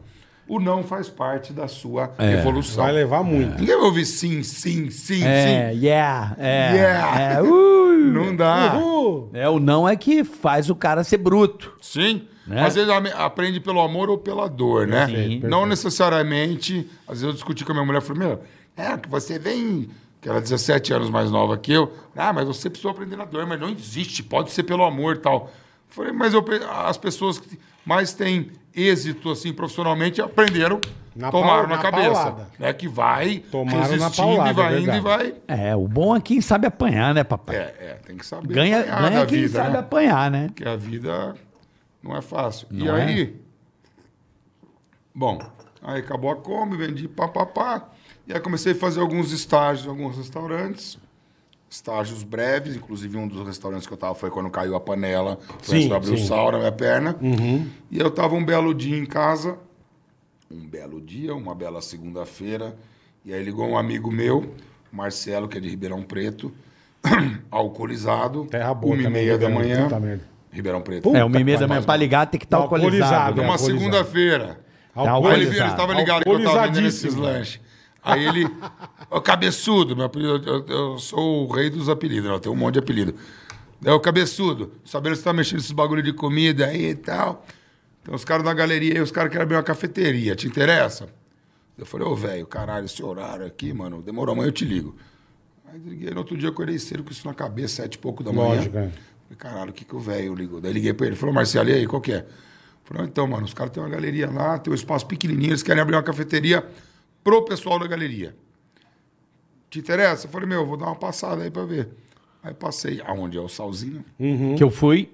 [SPEAKER 5] o não faz parte da sua evolução.
[SPEAKER 3] É, Vai levar muito.
[SPEAKER 5] Ninguém vai ouvir sim, sim, sim,
[SPEAKER 4] É,
[SPEAKER 5] sim.
[SPEAKER 4] yeah, é.
[SPEAKER 5] Yeah.
[SPEAKER 4] É, ui.
[SPEAKER 5] Não dá.
[SPEAKER 3] Uhul.
[SPEAKER 4] É, o não é que faz o cara ser bruto.
[SPEAKER 5] Sim.
[SPEAKER 4] Né?
[SPEAKER 5] Às vezes ame- aprende pelo amor ou pela dor, né? Não necessariamente. Às vezes eu discuti com a minha mulher, falei, meu, é que você vem. Que ela é 17 anos mais nova que eu. Ah, mas você precisou aprender na dor, mas não existe, pode ser pelo amor e tal. Falei, mas eu pe- as pessoas que mais têm êxito assim profissionalmente aprenderam,
[SPEAKER 3] Na
[SPEAKER 5] tomaram
[SPEAKER 3] pau-
[SPEAKER 5] na,
[SPEAKER 3] na
[SPEAKER 5] cabeça.
[SPEAKER 3] paulada.
[SPEAKER 5] Né? Que vai
[SPEAKER 3] Tomaram na
[SPEAKER 5] resistindo
[SPEAKER 3] paulada,
[SPEAKER 5] e vai
[SPEAKER 3] é
[SPEAKER 5] indo e
[SPEAKER 3] verdade.
[SPEAKER 5] vai.
[SPEAKER 4] É, o bom é quem sabe apanhar, né,
[SPEAKER 5] É,
[SPEAKER 4] papai?
[SPEAKER 5] é, tem que saber.
[SPEAKER 4] ganha
[SPEAKER 5] apanhar
[SPEAKER 4] ganha
[SPEAKER 5] da
[SPEAKER 4] quem
[SPEAKER 5] vida,
[SPEAKER 4] sabe
[SPEAKER 5] né?
[SPEAKER 4] apanhar, né?
[SPEAKER 5] Porque a vida não é fácil. e
[SPEAKER 4] é?
[SPEAKER 5] aí. Bom, aí acabou a Kombi, vendi pá, pá, pá. E aí comecei a fazer alguns estágios em alguns restaurantes. Estágios breves, inclusive um dos restaurantes que eu tava foi quando caiu a panela. Foi
[SPEAKER 3] Sim,
[SPEAKER 5] antes de abrir
[SPEAKER 3] sim. Uhum.
[SPEAKER 5] o sal na minha perna. E eu tava um belo dia em casa, um belo dia, uma bela segunda-feira, e aí ligou um amigo meu, Marcelo, que é de Ribeirão Preto, alcoolizado,
[SPEAKER 3] Terra boa
[SPEAKER 5] uma e
[SPEAKER 3] também,
[SPEAKER 5] meia da
[SPEAKER 3] Ribeirão,
[SPEAKER 5] manhã.
[SPEAKER 3] puta merda.
[SPEAKER 5] Ribeirão Preto.
[SPEAKER 4] É, o mimê
[SPEAKER 5] Puta
[SPEAKER 4] da minha
[SPEAKER 5] que
[SPEAKER 4] pra ligar tem que estar tá
[SPEAKER 3] Alcoolizado,
[SPEAKER 4] alcoolizado.
[SPEAKER 3] né?
[SPEAKER 5] Numa
[SPEAKER 3] alcoolizado.
[SPEAKER 5] segunda-feira.
[SPEAKER 4] Alcoolizado.
[SPEAKER 5] Aí ele, viu, ele estava ligado que eu estava vendendo esses
[SPEAKER 3] Alcoolizadíssimo. É
[SPEAKER 5] lanches. Aí ele, ô cabeçudo, meu apelido, eu, eu sou o rei dos apelidos, né? eu tenho um monte de apelido. É o cabeçudo. Sabendo que você tá mexendo nesses bagulho de comida aí e tal. Então os caras da galeria, aí, os caras querem abrir uma cafeteria. Te interessa? Eu falei, ô, velho, caralho, esse horário aqui, mano, demorou, amanhã eu te ligo. Aí liguei, no outro dia eu acordei cedo com isso na cabeça, sete e pouco da manhã.
[SPEAKER 3] Lógico, é.
[SPEAKER 5] Falei, caralho, o que que o velho ligou? Daí liguei pra ele, falou, Marcelo, e aí, qual que é? Falei, "Ah, então, mano, os caras têm uma galeria lá, tem um espaço pequenininho, eles querem abrir uma cafeteria pro pessoal da galeria. Te interessa? Eu falei, meu, vou dar uma passada aí pra ver. Aí passei, aonde é o Salzinho?
[SPEAKER 4] Que eu fui.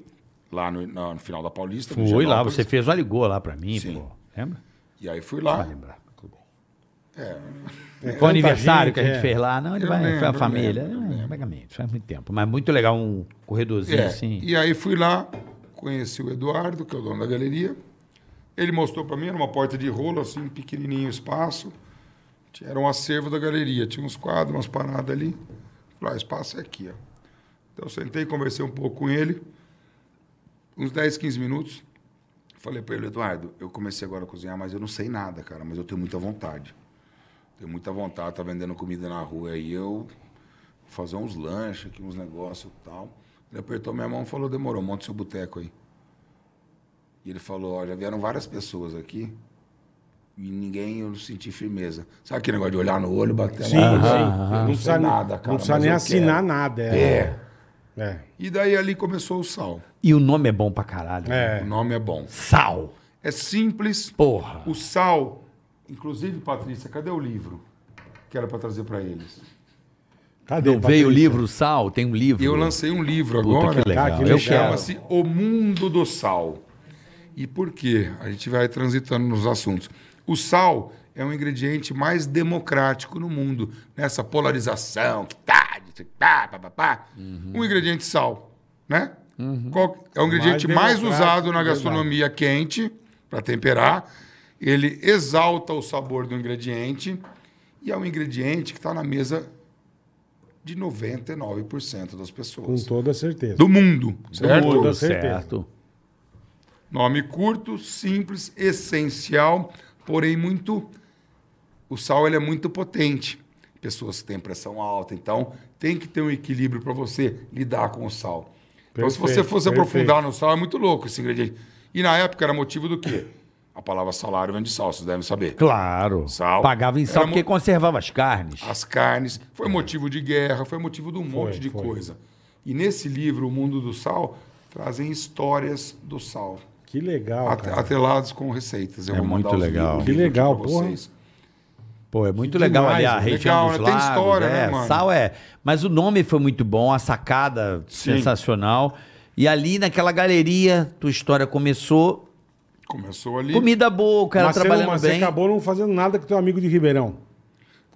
[SPEAKER 5] Lá no, na- no final da Paulista. no
[SPEAKER 4] Fui lá,
[SPEAKER 5] Genópolis.
[SPEAKER 4] você fez o ligou lá pra mim,
[SPEAKER 5] Sim.
[SPEAKER 4] pô. Lembra?
[SPEAKER 5] E aí fui lá. é,
[SPEAKER 4] Foi o aniversário que a gente
[SPEAKER 3] é.
[SPEAKER 4] fez lá. Não, ele
[SPEAKER 5] Eu
[SPEAKER 4] vai, foi a
[SPEAKER 5] lembro,
[SPEAKER 4] família.
[SPEAKER 5] eu lembro,
[SPEAKER 4] É, vagamente, faz muito tempo. Mas muito legal, um corredorzinho
[SPEAKER 5] É,
[SPEAKER 4] assim.
[SPEAKER 5] E aí fui lá, conheci o Eduardo, que é o dono da galeria. Ele mostrou para mim, era uma porta de rolo, assim, pequenininho espaço. Tinha- Era um acervo da galeria, tinha uns quadros, umas paradas ali. Falei, ah, espaço é aqui, ó. Então eu sentei, conversei um pouco com ele, uns 10, 15 minutos. Falei para ele, Eduardo, eu comecei agora a cozinhar, mas eu não sei nada, cara, mas eu tenho muita vontade. Tenho muita vontade, tá vendendo comida na rua aí, eu fazer uns lanches aqui, uns negócios e tal. Ele apertou minha mão e falou, demorou, monta seu boteco aí. E ele falou, ó, já vieram várias pessoas aqui e ninguém, eu não senti firmeza. Sabe aquele negócio de olhar no olho, bater
[SPEAKER 3] Sim, sim.
[SPEAKER 5] lá? Eu
[SPEAKER 3] não
[SPEAKER 5] sei
[SPEAKER 3] precisa, nada, não precisa
[SPEAKER 5] mas
[SPEAKER 3] nem
[SPEAKER 5] eu
[SPEAKER 3] assinar
[SPEAKER 5] quero.
[SPEAKER 3] nada. É.
[SPEAKER 5] É.
[SPEAKER 3] É.
[SPEAKER 5] E daí ali começou o sal.
[SPEAKER 4] E o nome é bom pra caralho.
[SPEAKER 5] O
[SPEAKER 3] É.
[SPEAKER 5] nome é bom.
[SPEAKER 4] Sal.
[SPEAKER 5] É simples.
[SPEAKER 4] Porra.
[SPEAKER 5] O sal, inclusive, Patrícia, cadê o livro que era para trazer para eles?
[SPEAKER 3] Cadê,
[SPEAKER 4] Não veio o
[SPEAKER 3] Patrícia?
[SPEAKER 4] livro Sal? Tem um livro.
[SPEAKER 5] é Eu lancei um livro
[SPEAKER 4] Puta,
[SPEAKER 5] agora.
[SPEAKER 4] que legal.
[SPEAKER 3] Ah, que
[SPEAKER 4] Eu
[SPEAKER 3] legal.
[SPEAKER 4] quero.
[SPEAKER 5] Chama-se O Mundo do Sal. E por quê? A gente vai transitando nos assuntos. O sal é um ingrediente mais democrático no mundo, nessa polarização que tá, de que tá, papapá. Um ingrediente sal, né? Qual- é o ingrediente mais,
[SPEAKER 3] democrático,
[SPEAKER 5] usado na
[SPEAKER 3] verdade.
[SPEAKER 5] gastronomia quente para temperar. Ele exalta o sabor do ingrediente e é um ingrediente que está na mesa de 99% das
[SPEAKER 3] Com
[SPEAKER 5] pessoas.
[SPEAKER 3] toda certeza.
[SPEAKER 5] Do mundo, certo?
[SPEAKER 3] mundo, Com certeza.
[SPEAKER 4] Certo.
[SPEAKER 5] Nome curto, simples, essencial, porém muito. O sal ele é muito potente. Pessoas que têm pressão alta, então tem que ter um equilíbrio para você lidar com o sal. então, se você
[SPEAKER 3] Perfeito,
[SPEAKER 5] fosse
[SPEAKER 3] perfeito.
[SPEAKER 5] aprofundar no sal, é muito louco esse ingrediente. E na época era motivo do quê? A palavra salário vem de sal, vocês devem saber.
[SPEAKER 4] Claro.
[SPEAKER 5] Sal.
[SPEAKER 4] Pagava em sal
[SPEAKER 5] Era Ah,
[SPEAKER 4] porque
[SPEAKER 5] mo-
[SPEAKER 4] conservava as carnes.
[SPEAKER 5] As carnes, foi motivo de guerra, foi motivo de um monte de
[SPEAKER 3] foi.
[SPEAKER 5] coisa. E nesse livro, O Mundo do Sal, trazem histórias do sal.
[SPEAKER 3] Que legal,
[SPEAKER 5] Ate-
[SPEAKER 3] cara.
[SPEAKER 5] atrelados com receitas. Eu
[SPEAKER 4] É
[SPEAKER 5] vou mandar
[SPEAKER 4] muito
[SPEAKER 5] os
[SPEAKER 4] legal.
[SPEAKER 5] livros
[SPEAKER 3] Que
[SPEAKER 5] aqui
[SPEAKER 3] legal,
[SPEAKER 5] pra
[SPEAKER 3] porra.
[SPEAKER 5] vocês.
[SPEAKER 4] Pô, é muito
[SPEAKER 3] Que
[SPEAKER 4] legal
[SPEAKER 3] demais,
[SPEAKER 4] ali a
[SPEAKER 3] mano.
[SPEAKER 4] região
[SPEAKER 5] Legal,
[SPEAKER 4] dos
[SPEAKER 5] né? Tem
[SPEAKER 4] lagos,
[SPEAKER 5] história,
[SPEAKER 4] é,
[SPEAKER 5] né, mano?
[SPEAKER 4] Sal é. Mas o nome foi muito bom, a sacada
[SPEAKER 5] Sim.
[SPEAKER 4] sensacional. E ali naquela galeria, tua história começou.
[SPEAKER 5] Começou ali.
[SPEAKER 4] Comida boa, o cara
[SPEAKER 3] mas você não-
[SPEAKER 4] trabalhando
[SPEAKER 3] mas
[SPEAKER 4] bem.
[SPEAKER 3] você acabou não fazendo nada com teu amigo de Ribeirão.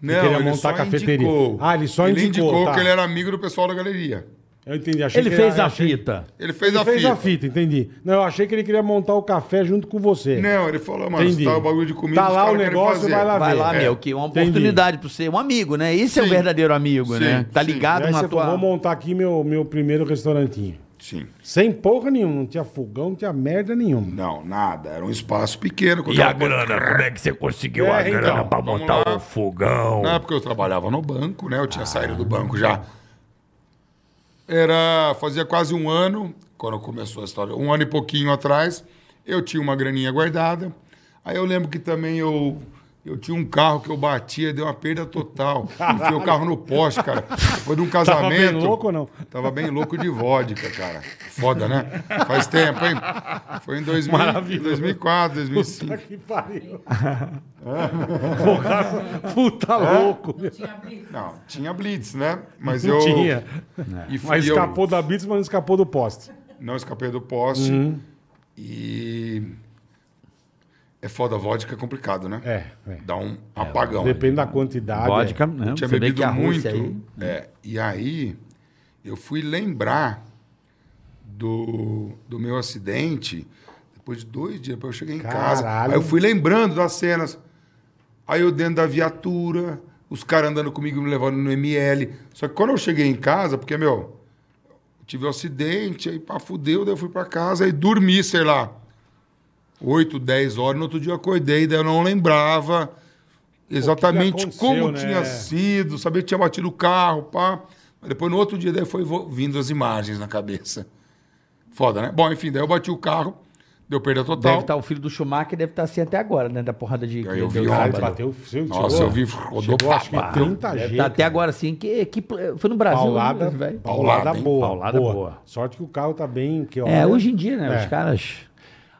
[SPEAKER 5] Não,
[SPEAKER 3] queria
[SPEAKER 5] ele
[SPEAKER 3] montar
[SPEAKER 5] só
[SPEAKER 3] cafeteria.
[SPEAKER 5] indicou.
[SPEAKER 3] Ah, ele só indicou, tá.
[SPEAKER 5] que ele era amigo do pessoal da galeria.
[SPEAKER 3] Eu entendi. Achei
[SPEAKER 4] Ele
[SPEAKER 3] que
[SPEAKER 4] fez a
[SPEAKER 3] achei-
[SPEAKER 4] fita.
[SPEAKER 5] Ele fez,
[SPEAKER 3] Ele
[SPEAKER 5] a,
[SPEAKER 3] fez
[SPEAKER 5] fita.
[SPEAKER 3] a fita, entendi. Não, eu achei que ele queria montar o café junto com você.
[SPEAKER 5] Não, é ele falou, mano,
[SPEAKER 3] entendi.
[SPEAKER 5] se tá o bagulho de comida.
[SPEAKER 3] Tá
[SPEAKER 5] os
[SPEAKER 3] lá
[SPEAKER 5] caras
[SPEAKER 3] o
[SPEAKER 5] querem
[SPEAKER 3] negócio,
[SPEAKER 5] fazer.
[SPEAKER 3] vai lá
[SPEAKER 4] Vai
[SPEAKER 3] ver.
[SPEAKER 4] lá,
[SPEAKER 3] É.
[SPEAKER 4] meu, que é uma
[SPEAKER 3] Entendi.
[SPEAKER 4] oportunidade pra você. Um amigo, né? Esse é o
[SPEAKER 5] Sim.
[SPEAKER 4] verdadeiro amigo,
[SPEAKER 5] Sim,
[SPEAKER 4] né? Tá
[SPEAKER 5] sim.
[SPEAKER 3] E
[SPEAKER 4] ligado
[SPEAKER 3] aí
[SPEAKER 4] na
[SPEAKER 3] você falou,
[SPEAKER 4] tua.
[SPEAKER 3] vou montar aqui meu, meu primeiro restaurantinho.
[SPEAKER 5] Sim.
[SPEAKER 3] Sem porra nenhuma, não tinha fogão, não tinha merda nenhuma.
[SPEAKER 5] Não, nada. Era um espaço pequeno. quando
[SPEAKER 7] E a
[SPEAKER 5] eu trabalhava-
[SPEAKER 7] grana? Como é que você conseguiu
[SPEAKER 3] um É,
[SPEAKER 7] a grana
[SPEAKER 3] então,
[SPEAKER 7] pra
[SPEAKER 5] vamos
[SPEAKER 7] montar
[SPEAKER 5] lá.
[SPEAKER 7] o fogão?
[SPEAKER 5] Na época eu trabalhava no banco, né? Eu
[SPEAKER 3] Ah.
[SPEAKER 5] tinha saído do banco já. Era. Fazia quase um ano, quando começou a história, um ano e pouquinho atrás, eu tinha uma graninha guardada. Aí eu lembro que também eu. Eu tinha um carro que eu batia, deu uma perda total. Enfiei o carro no poste, cara. Depois de um casamento.
[SPEAKER 3] Tava bem louco ou não?
[SPEAKER 5] Tava bem louco de vodka, cara. Foda, né? Faz tempo, hein? Foi em 2000, 2004, 2005.
[SPEAKER 3] Que pariu. Fogaça, puta louco. meu.
[SPEAKER 5] Não, tinha Blitz, né? Mas
[SPEAKER 3] Não
[SPEAKER 5] eu.
[SPEAKER 3] tinha.
[SPEAKER 5] E fui
[SPEAKER 3] Mas
[SPEAKER 5] eu.
[SPEAKER 3] escapou da Blitz, mas não escapou do poste.
[SPEAKER 5] Não escapei do poste.
[SPEAKER 4] Uhum.
[SPEAKER 5] E. É foda, vodka é complicado, né?
[SPEAKER 3] É, é.
[SPEAKER 5] Dá um apagão.
[SPEAKER 3] Depende da quantidade.
[SPEAKER 4] Vodka,
[SPEAKER 3] é.
[SPEAKER 4] né?
[SPEAKER 5] Eu tinha
[SPEAKER 4] Você vê
[SPEAKER 5] bebido
[SPEAKER 4] que a
[SPEAKER 5] muito.
[SPEAKER 4] Rússia aí.
[SPEAKER 5] É, e aí, eu fui lembrar do, do meu acidente. Depois de dois dias, depois eu cheguei em casa.
[SPEAKER 3] Caralho.
[SPEAKER 5] Aí eu fui lembrando das cenas. Aí eu dentro da viatura, os caras andando comigo, me levando no ML. Só que quando eu cheguei em casa, porque, meu, eu tive um acidente, aí pá, fudeu, daí eu fui pra casa e dormi, sei lá, 8, 10 horas. No outro dia eu acordei, daí eu não lembrava exatamente
[SPEAKER 3] aconteceu,
[SPEAKER 5] como
[SPEAKER 3] né?
[SPEAKER 5] tinha sido, sabia que tinha batido o carro, pá. Mas depois, no outro dia, daí foi vo- vindo as imagens na cabeça. Foda, né? Bom, enfim, daí eu bati o carro, deu perda
[SPEAKER 4] Deve
[SPEAKER 5] total.
[SPEAKER 3] tá
[SPEAKER 4] estar o filho do Schumacher, deve estar assim até agora, né? Da porrada de.
[SPEAKER 5] Aí eu
[SPEAKER 4] que
[SPEAKER 5] vi
[SPEAKER 4] deu
[SPEAKER 3] Cara,
[SPEAKER 5] ontem.
[SPEAKER 3] ele bateu. Chegou,
[SPEAKER 5] Nossa, eu vi, rodou
[SPEAKER 3] Chegou, acho
[SPEAKER 5] pra
[SPEAKER 3] que 30 G.
[SPEAKER 4] Tá
[SPEAKER 3] cara.
[SPEAKER 4] até agora assim, que, que foi no Brasil,
[SPEAKER 3] né? Paulada, paulada,
[SPEAKER 4] né, velho?
[SPEAKER 5] Paulada, hein?
[SPEAKER 3] boa.
[SPEAKER 4] Paulada
[SPEAKER 3] boa.
[SPEAKER 4] boa.
[SPEAKER 3] Sorte que o carro tá bem. Que,
[SPEAKER 4] É,
[SPEAKER 3] olha-
[SPEAKER 4] hoje em dia, né?
[SPEAKER 3] É.
[SPEAKER 4] Os caras.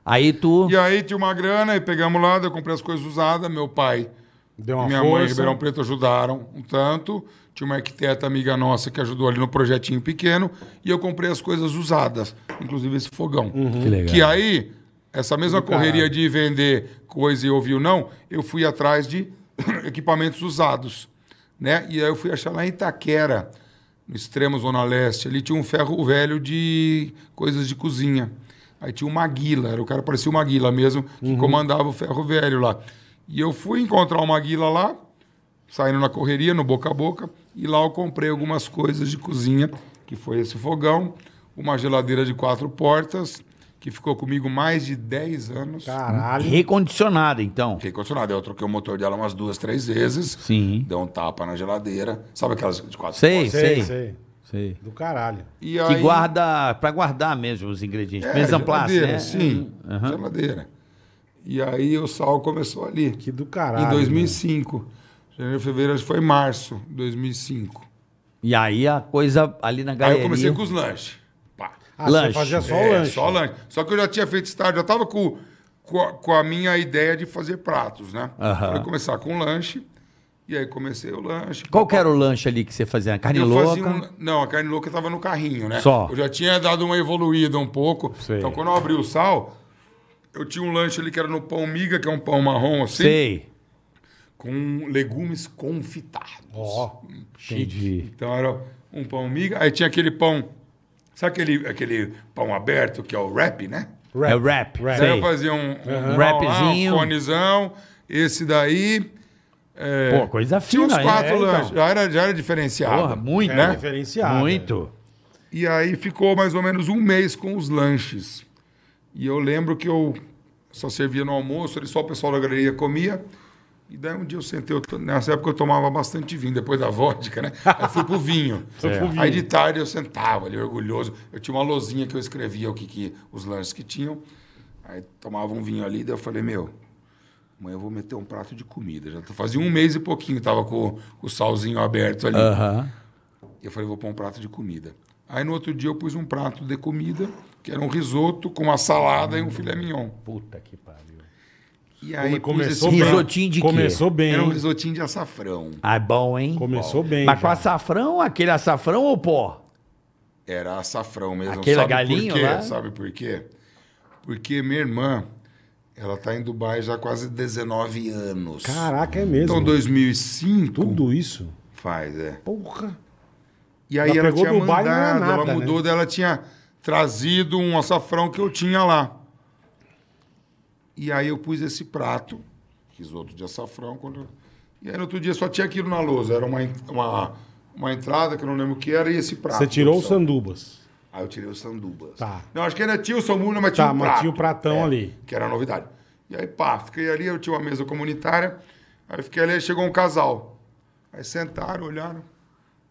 [SPEAKER 4] Aí tu.
[SPEAKER 5] E aí tinha uma grana, e pegamos lá, daí eu comprei as coisas usadas, meu pai
[SPEAKER 3] Deu uma
[SPEAKER 5] minha mãe e
[SPEAKER 3] força.
[SPEAKER 5] Ribeirão Preto ajudaram um tanto. Tinha uma arquiteta amiga nossa que ajudou ali no projetinho pequeno. E eu comprei as coisas usadas, inclusive esse fogão. Que
[SPEAKER 4] legal.
[SPEAKER 5] aí, essa mesma correria de ir vender coisa e ouvir o não, eu fui atrás de equipamentos usados. Né? E aí eu fui achar lá em Itaquera, no extremo Zona Leste, ali tinha um ferro velho de coisas de cozinha. Aí tinha o Maguila, era o cara parecia o Maguila mesmo, que comandava o ferro velho lá. E eu fui encontrar o Maguila lá, saindo na correria, no boca a boca, e lá eu comprei algumas coisas de cozinha, que foi esse fogão, uma geladeira de quatro portas, que ficou comigo mais de 10 anos.
[SPEAKER 4] Tá.
[SPEAKER 3] Caralho.
[SPEAKER 4] Recondicionado, então.
[SPEAKER 5] Fiquei condicionado. Eu troquei o motor dela umas duas, três vezes.
[SPEAKER 4] Sim.
[SPEAKER 5] Deu um tapa na geladeira. Sabe aquelas de quatro
[SPEAKER 4] Sei,
[SPEAKER 5] portas?
[SPEAKER 4] sei.
[SPEAKER 3] Sei, sei.
[SPEAKER 4] sei.
[SPEAKER 3] Do caralho.
[SPEAKER 5] E
[SPEAKER 4] Que
[SPEAKER 5] aí-
[SPEAKER 4] guarda. Pra guardar mesmo os ingredientes.
[SPEAKER 5] É,
[SPEAKER 4] Mesa place,
[SPEAKER 5] geladeira,
[SPEAKER 4] né?
[SPEAKER 5] Sim, geladeira. E aí o sal começou ali.
[SPEAKER 3] Que do caralho.
[SPEAKER 5] em 2005. Janeiro, fevereiro, acho que foi março de 2005.
[SPEAKER 4] E aí a coisa ali na
[SPEAKER 5] Aí
[SPEAKER 4] galeria.
[SPEAKER 5] eu comecei com os lanches. Pá.
[SPEAKER 3] Ah,
[SPEAKER 4] Lanche.
[SPEAKER 3] você fazia só
[SPEAKER 5] É,
[SPEAKER 3] o lanche.
[SPEAKER 5] Só lanche. Só que eu já tinha feito estágio, já estava com, com, a, com a minha ideia de fazer pratos, né?
[SPEAKER 4] Aham.
[SPEAKER 5] Falei, começar com lanche, e aí comecei o lanche.
[SPEAKER 4] Qual que era o lanche ali que você fazia? Carne
[SPEAKER 5] Eu
[SPEAKER 4] louca?
[SPEAKER 5] fazia um- Não, a carne louca estava no carrinho, né?
[SPEAKER 4] Só.
[SPEAKER 5] Eu já tinha dado uma evoluída um pouco.
[SPEAKER 4] Sei.
[SPEAKER 5] Então, quando eu abri o sal, eu tinha um lanche ali que era no pão miga, que é um pão marrom assim,
[SPEAKER 4] Sei.
[SPEAKER 5] com legumes confitados.
[SPEAKER 3] Ó,
[SPEAKER 4] Entendi.
[SPEAKER 5] Então era um pão miga, aí tinha aquele pão, sabe aquele, aquele pão aberto que é o wrap, né?
[SPEAKER 3] Rap.
[SPEAKER 4] É
[SPEAKER 3] Rap.
[SPEAKER 4] rap.
[SPEAKER 5] Daí
[SPEAKER 4] Sei.
[SPEAKER 5] eu fazia um, um,
[SPEAKER 4] Um
[SPEAKER 5] mal lá,
[SPEAKER 4] rapzinho.
[SPEAKER 5] um conezão, esse daí. é,
[SPEAKER 4] Pô, coisa
[SPEAKER 5] tinha
[SPEAKER 4] fina.
[SPEAKER 5] uns
[SPEAKER 4] hein?
[SPEAKER 5] quatro
[SPEAKER 3] é, então.
[SPEAKER 5] lanches, já era, já era diferenciado.
[SPEAKER 4] Porra, muito,
[SPEAKER 3] é
[SPEAKER 4] né?
[SPEAKER 3] diferenciado.
[SPEAKER 4] Muito.
[SPEAKER 5] E aí ficou mais ou menos um mês com os lanches. E eu lembro que eu só servia no almoço, ali só o pessoal da galeria comia. E daí um dia eu sentei, eu to- nessa época eu tomava bastante vinho, depois da vodka, né? Aí fui pro vinho.
[SPEAKER 3] pro vinho.
[SPEAKER 5] Aí de tarde eu sentava ali, orgulhoso. Eu tinha uma lozinha que eu escrevia o que, que os lanches que tinham. Aí tomava um vinho ali, daí eu falei, meu, amanhã eu vou meter um prato de comida. Já tô- fazia um mês e pouquinho, tava com, com o salzinho aberto ali.
[SPEAKER 4] Aham.
[SPEAKER 5] Eu falei, vou pôr um prato de comida. Aí no outro dia eu pus um prato de comida, que era um risoto com uma salada e um filé mignon.
[SPEAKER 4] Puta que pariu.
[SPEAKER 5] E aí
[SPEAKER 3] Come-
[SPEAKER 5] pus
[SPEAKER 3] começou
[SPEAKER 5] esse
[SPEAKER 3] bem.
[SPEAKER 5] prato.
[SPEAKER 4] Risotinho de quê?
[SPEAKER 3] Começou bem.
[SPEAKER 5] Era um
[SPEAKER 3] hein?
[SPEAKER 5] risotinho de açafrão.
[SPEAKER 4] Ah, é bom, hein?
[SPEAKER 3] Começou bem.
[SPEAKER 4] Mas com
[SPEAKER 3] já.
[SPEAKER 4] açafrão, aquele açafrão ou pó?
[SPEAKER 5] Era açafrão mesmo.
[SPEAKER 4] Aquele
[SPEAKER 5] Sabe
[SPEAKER 4] galinho
[SPEAKER 5] por quê?
[SPEAKER 4] lá?
[SPEAKER 5] Sabe por quê? Porque minha irmã, ela tá em Dubai já há quase 19 anos.
[SPEAKER 3] Caraca, é mesmo.
[SPEAKER 5] Então 2005
[SPEAKER 3] Tudo isso.
[SPEAKER 5] faz, é.
[SPEAKER 3] Porra.
[SPEAKER 5] E aí
[SPEAKER 3] Ela
[SPEAKER 5] ela
[SPEAKER 3] pegou
[SPEAKER 5] tinha
[SPEAKER 3] Dubai, não era
[SPEAKER 5] mandado,
[SPEAKER 3] nada, né?
[SPEAKER 5] ela mudou, daí ela tinha trazido um açafrão que eu tinha lá. E aí eu pus esse prato, risoto de açafrão. Quando... eu- E aí no outro dia só tinha aquilo na lousa, era uma, en- uma, uma entrada que eu não lembro o que era e esse prato.
[SPEAKER 3] Você tirou o
[SPEAKER 5] Só-
[SPEAKER 3] sandubas.
[SPEAKER 5] Aí eu tirei o sandubas.
[SPEAKER 3] Tá.
[SPEAKER 5] Não, acho que ainda tinha o sambuna, mas tinha
[SPEAKER 3] Tá,
[SPEAKER 5] o Um prato. É.
[SPEAKER 3] mas tinha o pratão ali.
[SPEAKER 5] Que era a novidade. E aí, pá, fiquei ali, eu tinha uma mesa comunitária. Aí fiquei ali, aí chegou um casal. Aí sentaram, olharam.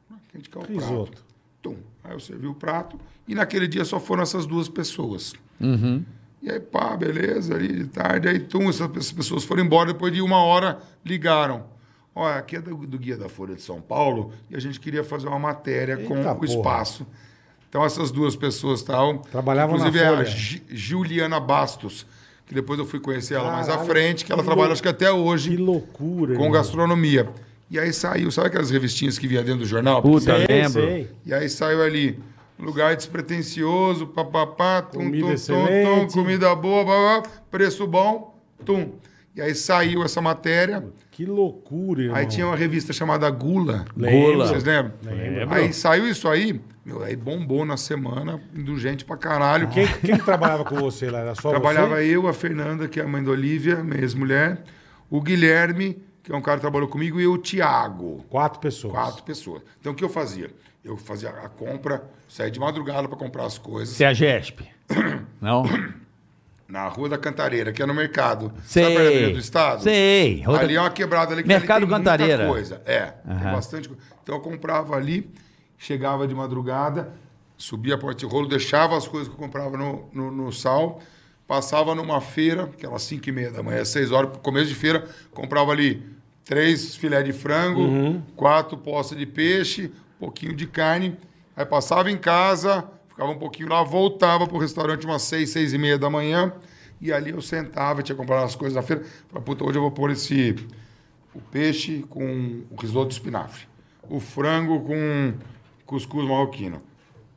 [SPEAKER 5] "Ah, Quem de cá é o prato?
[SPEAKER 3] Risoto.
[SPEAKER 5] Tum. Aí eu servi o prato. E naquele dia só foram essas duas pessoas.
[SPEAKER 3] Uhum.
[SPEAKER 5] E aí, pá, beleza, ali de tarde. Aí, tum, essas pe- essas pessoas foram embora. Depois de uma hora, ligaram. Olha, aqui é do, do Guia da Folha de São Paulo e a gente queria fazer uma matéria com
[SPEAKER 3] Eita
[SPEAKER 5] o
[SPEAKER 3] porra.
[SPEAKER 5] espaço. Então, essas duas pessoas estavam...
[SPEAKER 3] Trabalhavam na
[SPEAKER 5] Inclusive, é
[SPEAKER 3] Folha.
[SPEAKER 5] a Gi- Juliana Bastos, que depois eu fui conhecer ela mais à
[SPEAKER 3] Caralho,
[SPEAKER 5] frente, que ela
[SPEAKER 3] que
[SPEAKER 5] trabalha,
[SPEAKER 3] lou-
[SPEAKER 5] acho que até
[SPEAKER 3] Que
[SPEAKER 5] hoje,
[SPEAKER 3] loucura.
[SPEAKER 5] com
[SPEAKER 3] irmão.
[SPEAKER 5] gastronomia. E aí saiu, sabe aquelas revistinhas que vinha dentro do jornal?
[SPEAKER 4] Puta,
[SPEAKER 3] Sei,
[SPEAKER 4] lembro.
[SPEAKER 3] sei.
[SPEAKER 5] E aí saiu ali, lugar despretensioso, papapá, tum,
[SPEAKER 3] Comida
[SPEAKER 5] tum, tum, tum,
[SPEAKER 3] excelente.
[SPEAKER 5] comida boa, blá, blá, preço bom, tum. E aí saiu essa matéria,
[SPEAKER 3] Que loucura, irmão.
[SPEAKER 5] aí tinha um- uma revista chamada Gula.
[SPEAKER 3] Lembro.
[SPEAKER 5] Vocês lembram?
[SPEAKER 3] Lembro.
[SPEAKER 5] Aí saiu isso aí, meu, aí bombou na semana, indulgente pra caralho.
[SPEAKER 3] Quem, quem que trabalhava com você lá? Era só
[SPEAKER 5] Trabalhava
[SPEAKER 3] você?
[SPEAKER 5] eu, a Fernanda, que é a mãe da Olivia, minha ex-mulher, o Guilherme, que é um cara que trabalhou comigo, e o Tiago.
[SPEAKER 3] Quatro pessoas.
[SPEAKER 5] Quatro pessoas. Então o que eu fazia? Eu fazia a compra, saía de madrugada para comprar as coisas
[SPEAKER 4] Você é a GESP? Não?
[SPEAKER 5] na Rua da Cantareira, que é no mercado.
[SPEAKER 4] Sei.
[SPEAKER 5] Sabe a Avenida do Estado?
[SPEAKER 4] Sei. Rua da-
[SPEAKER 5] Ali é uma quebrada ali que
[SPEAKER 4] Mercado
[SPEAKER 5] ali tem
[SPEAKER 4] Cantareira.
[SPEAKER 5] muita coisa. É, tem bastante coisa. Então eu comprava ali, chegava de madrugada, subia a porta de rolo, deixava as coisas que eu comprava no, no, no sal, passava numa feira, que era 5 e meia da manhã, 6 horas, começo de feira, comprava ali três filé de frango, quatro poças de peixe, um pouquinho de carne, aí passava em casa, ficava um pouquinho lá, voltava pro restaurante umas 6, 6 e meia da manhã, e ali eu sentava, tinha comprado as coisas da feira, falei, puta, hoje eu vou pôr esse o peixe com o risoto de espinafre, o frango com cuscuz marroquino,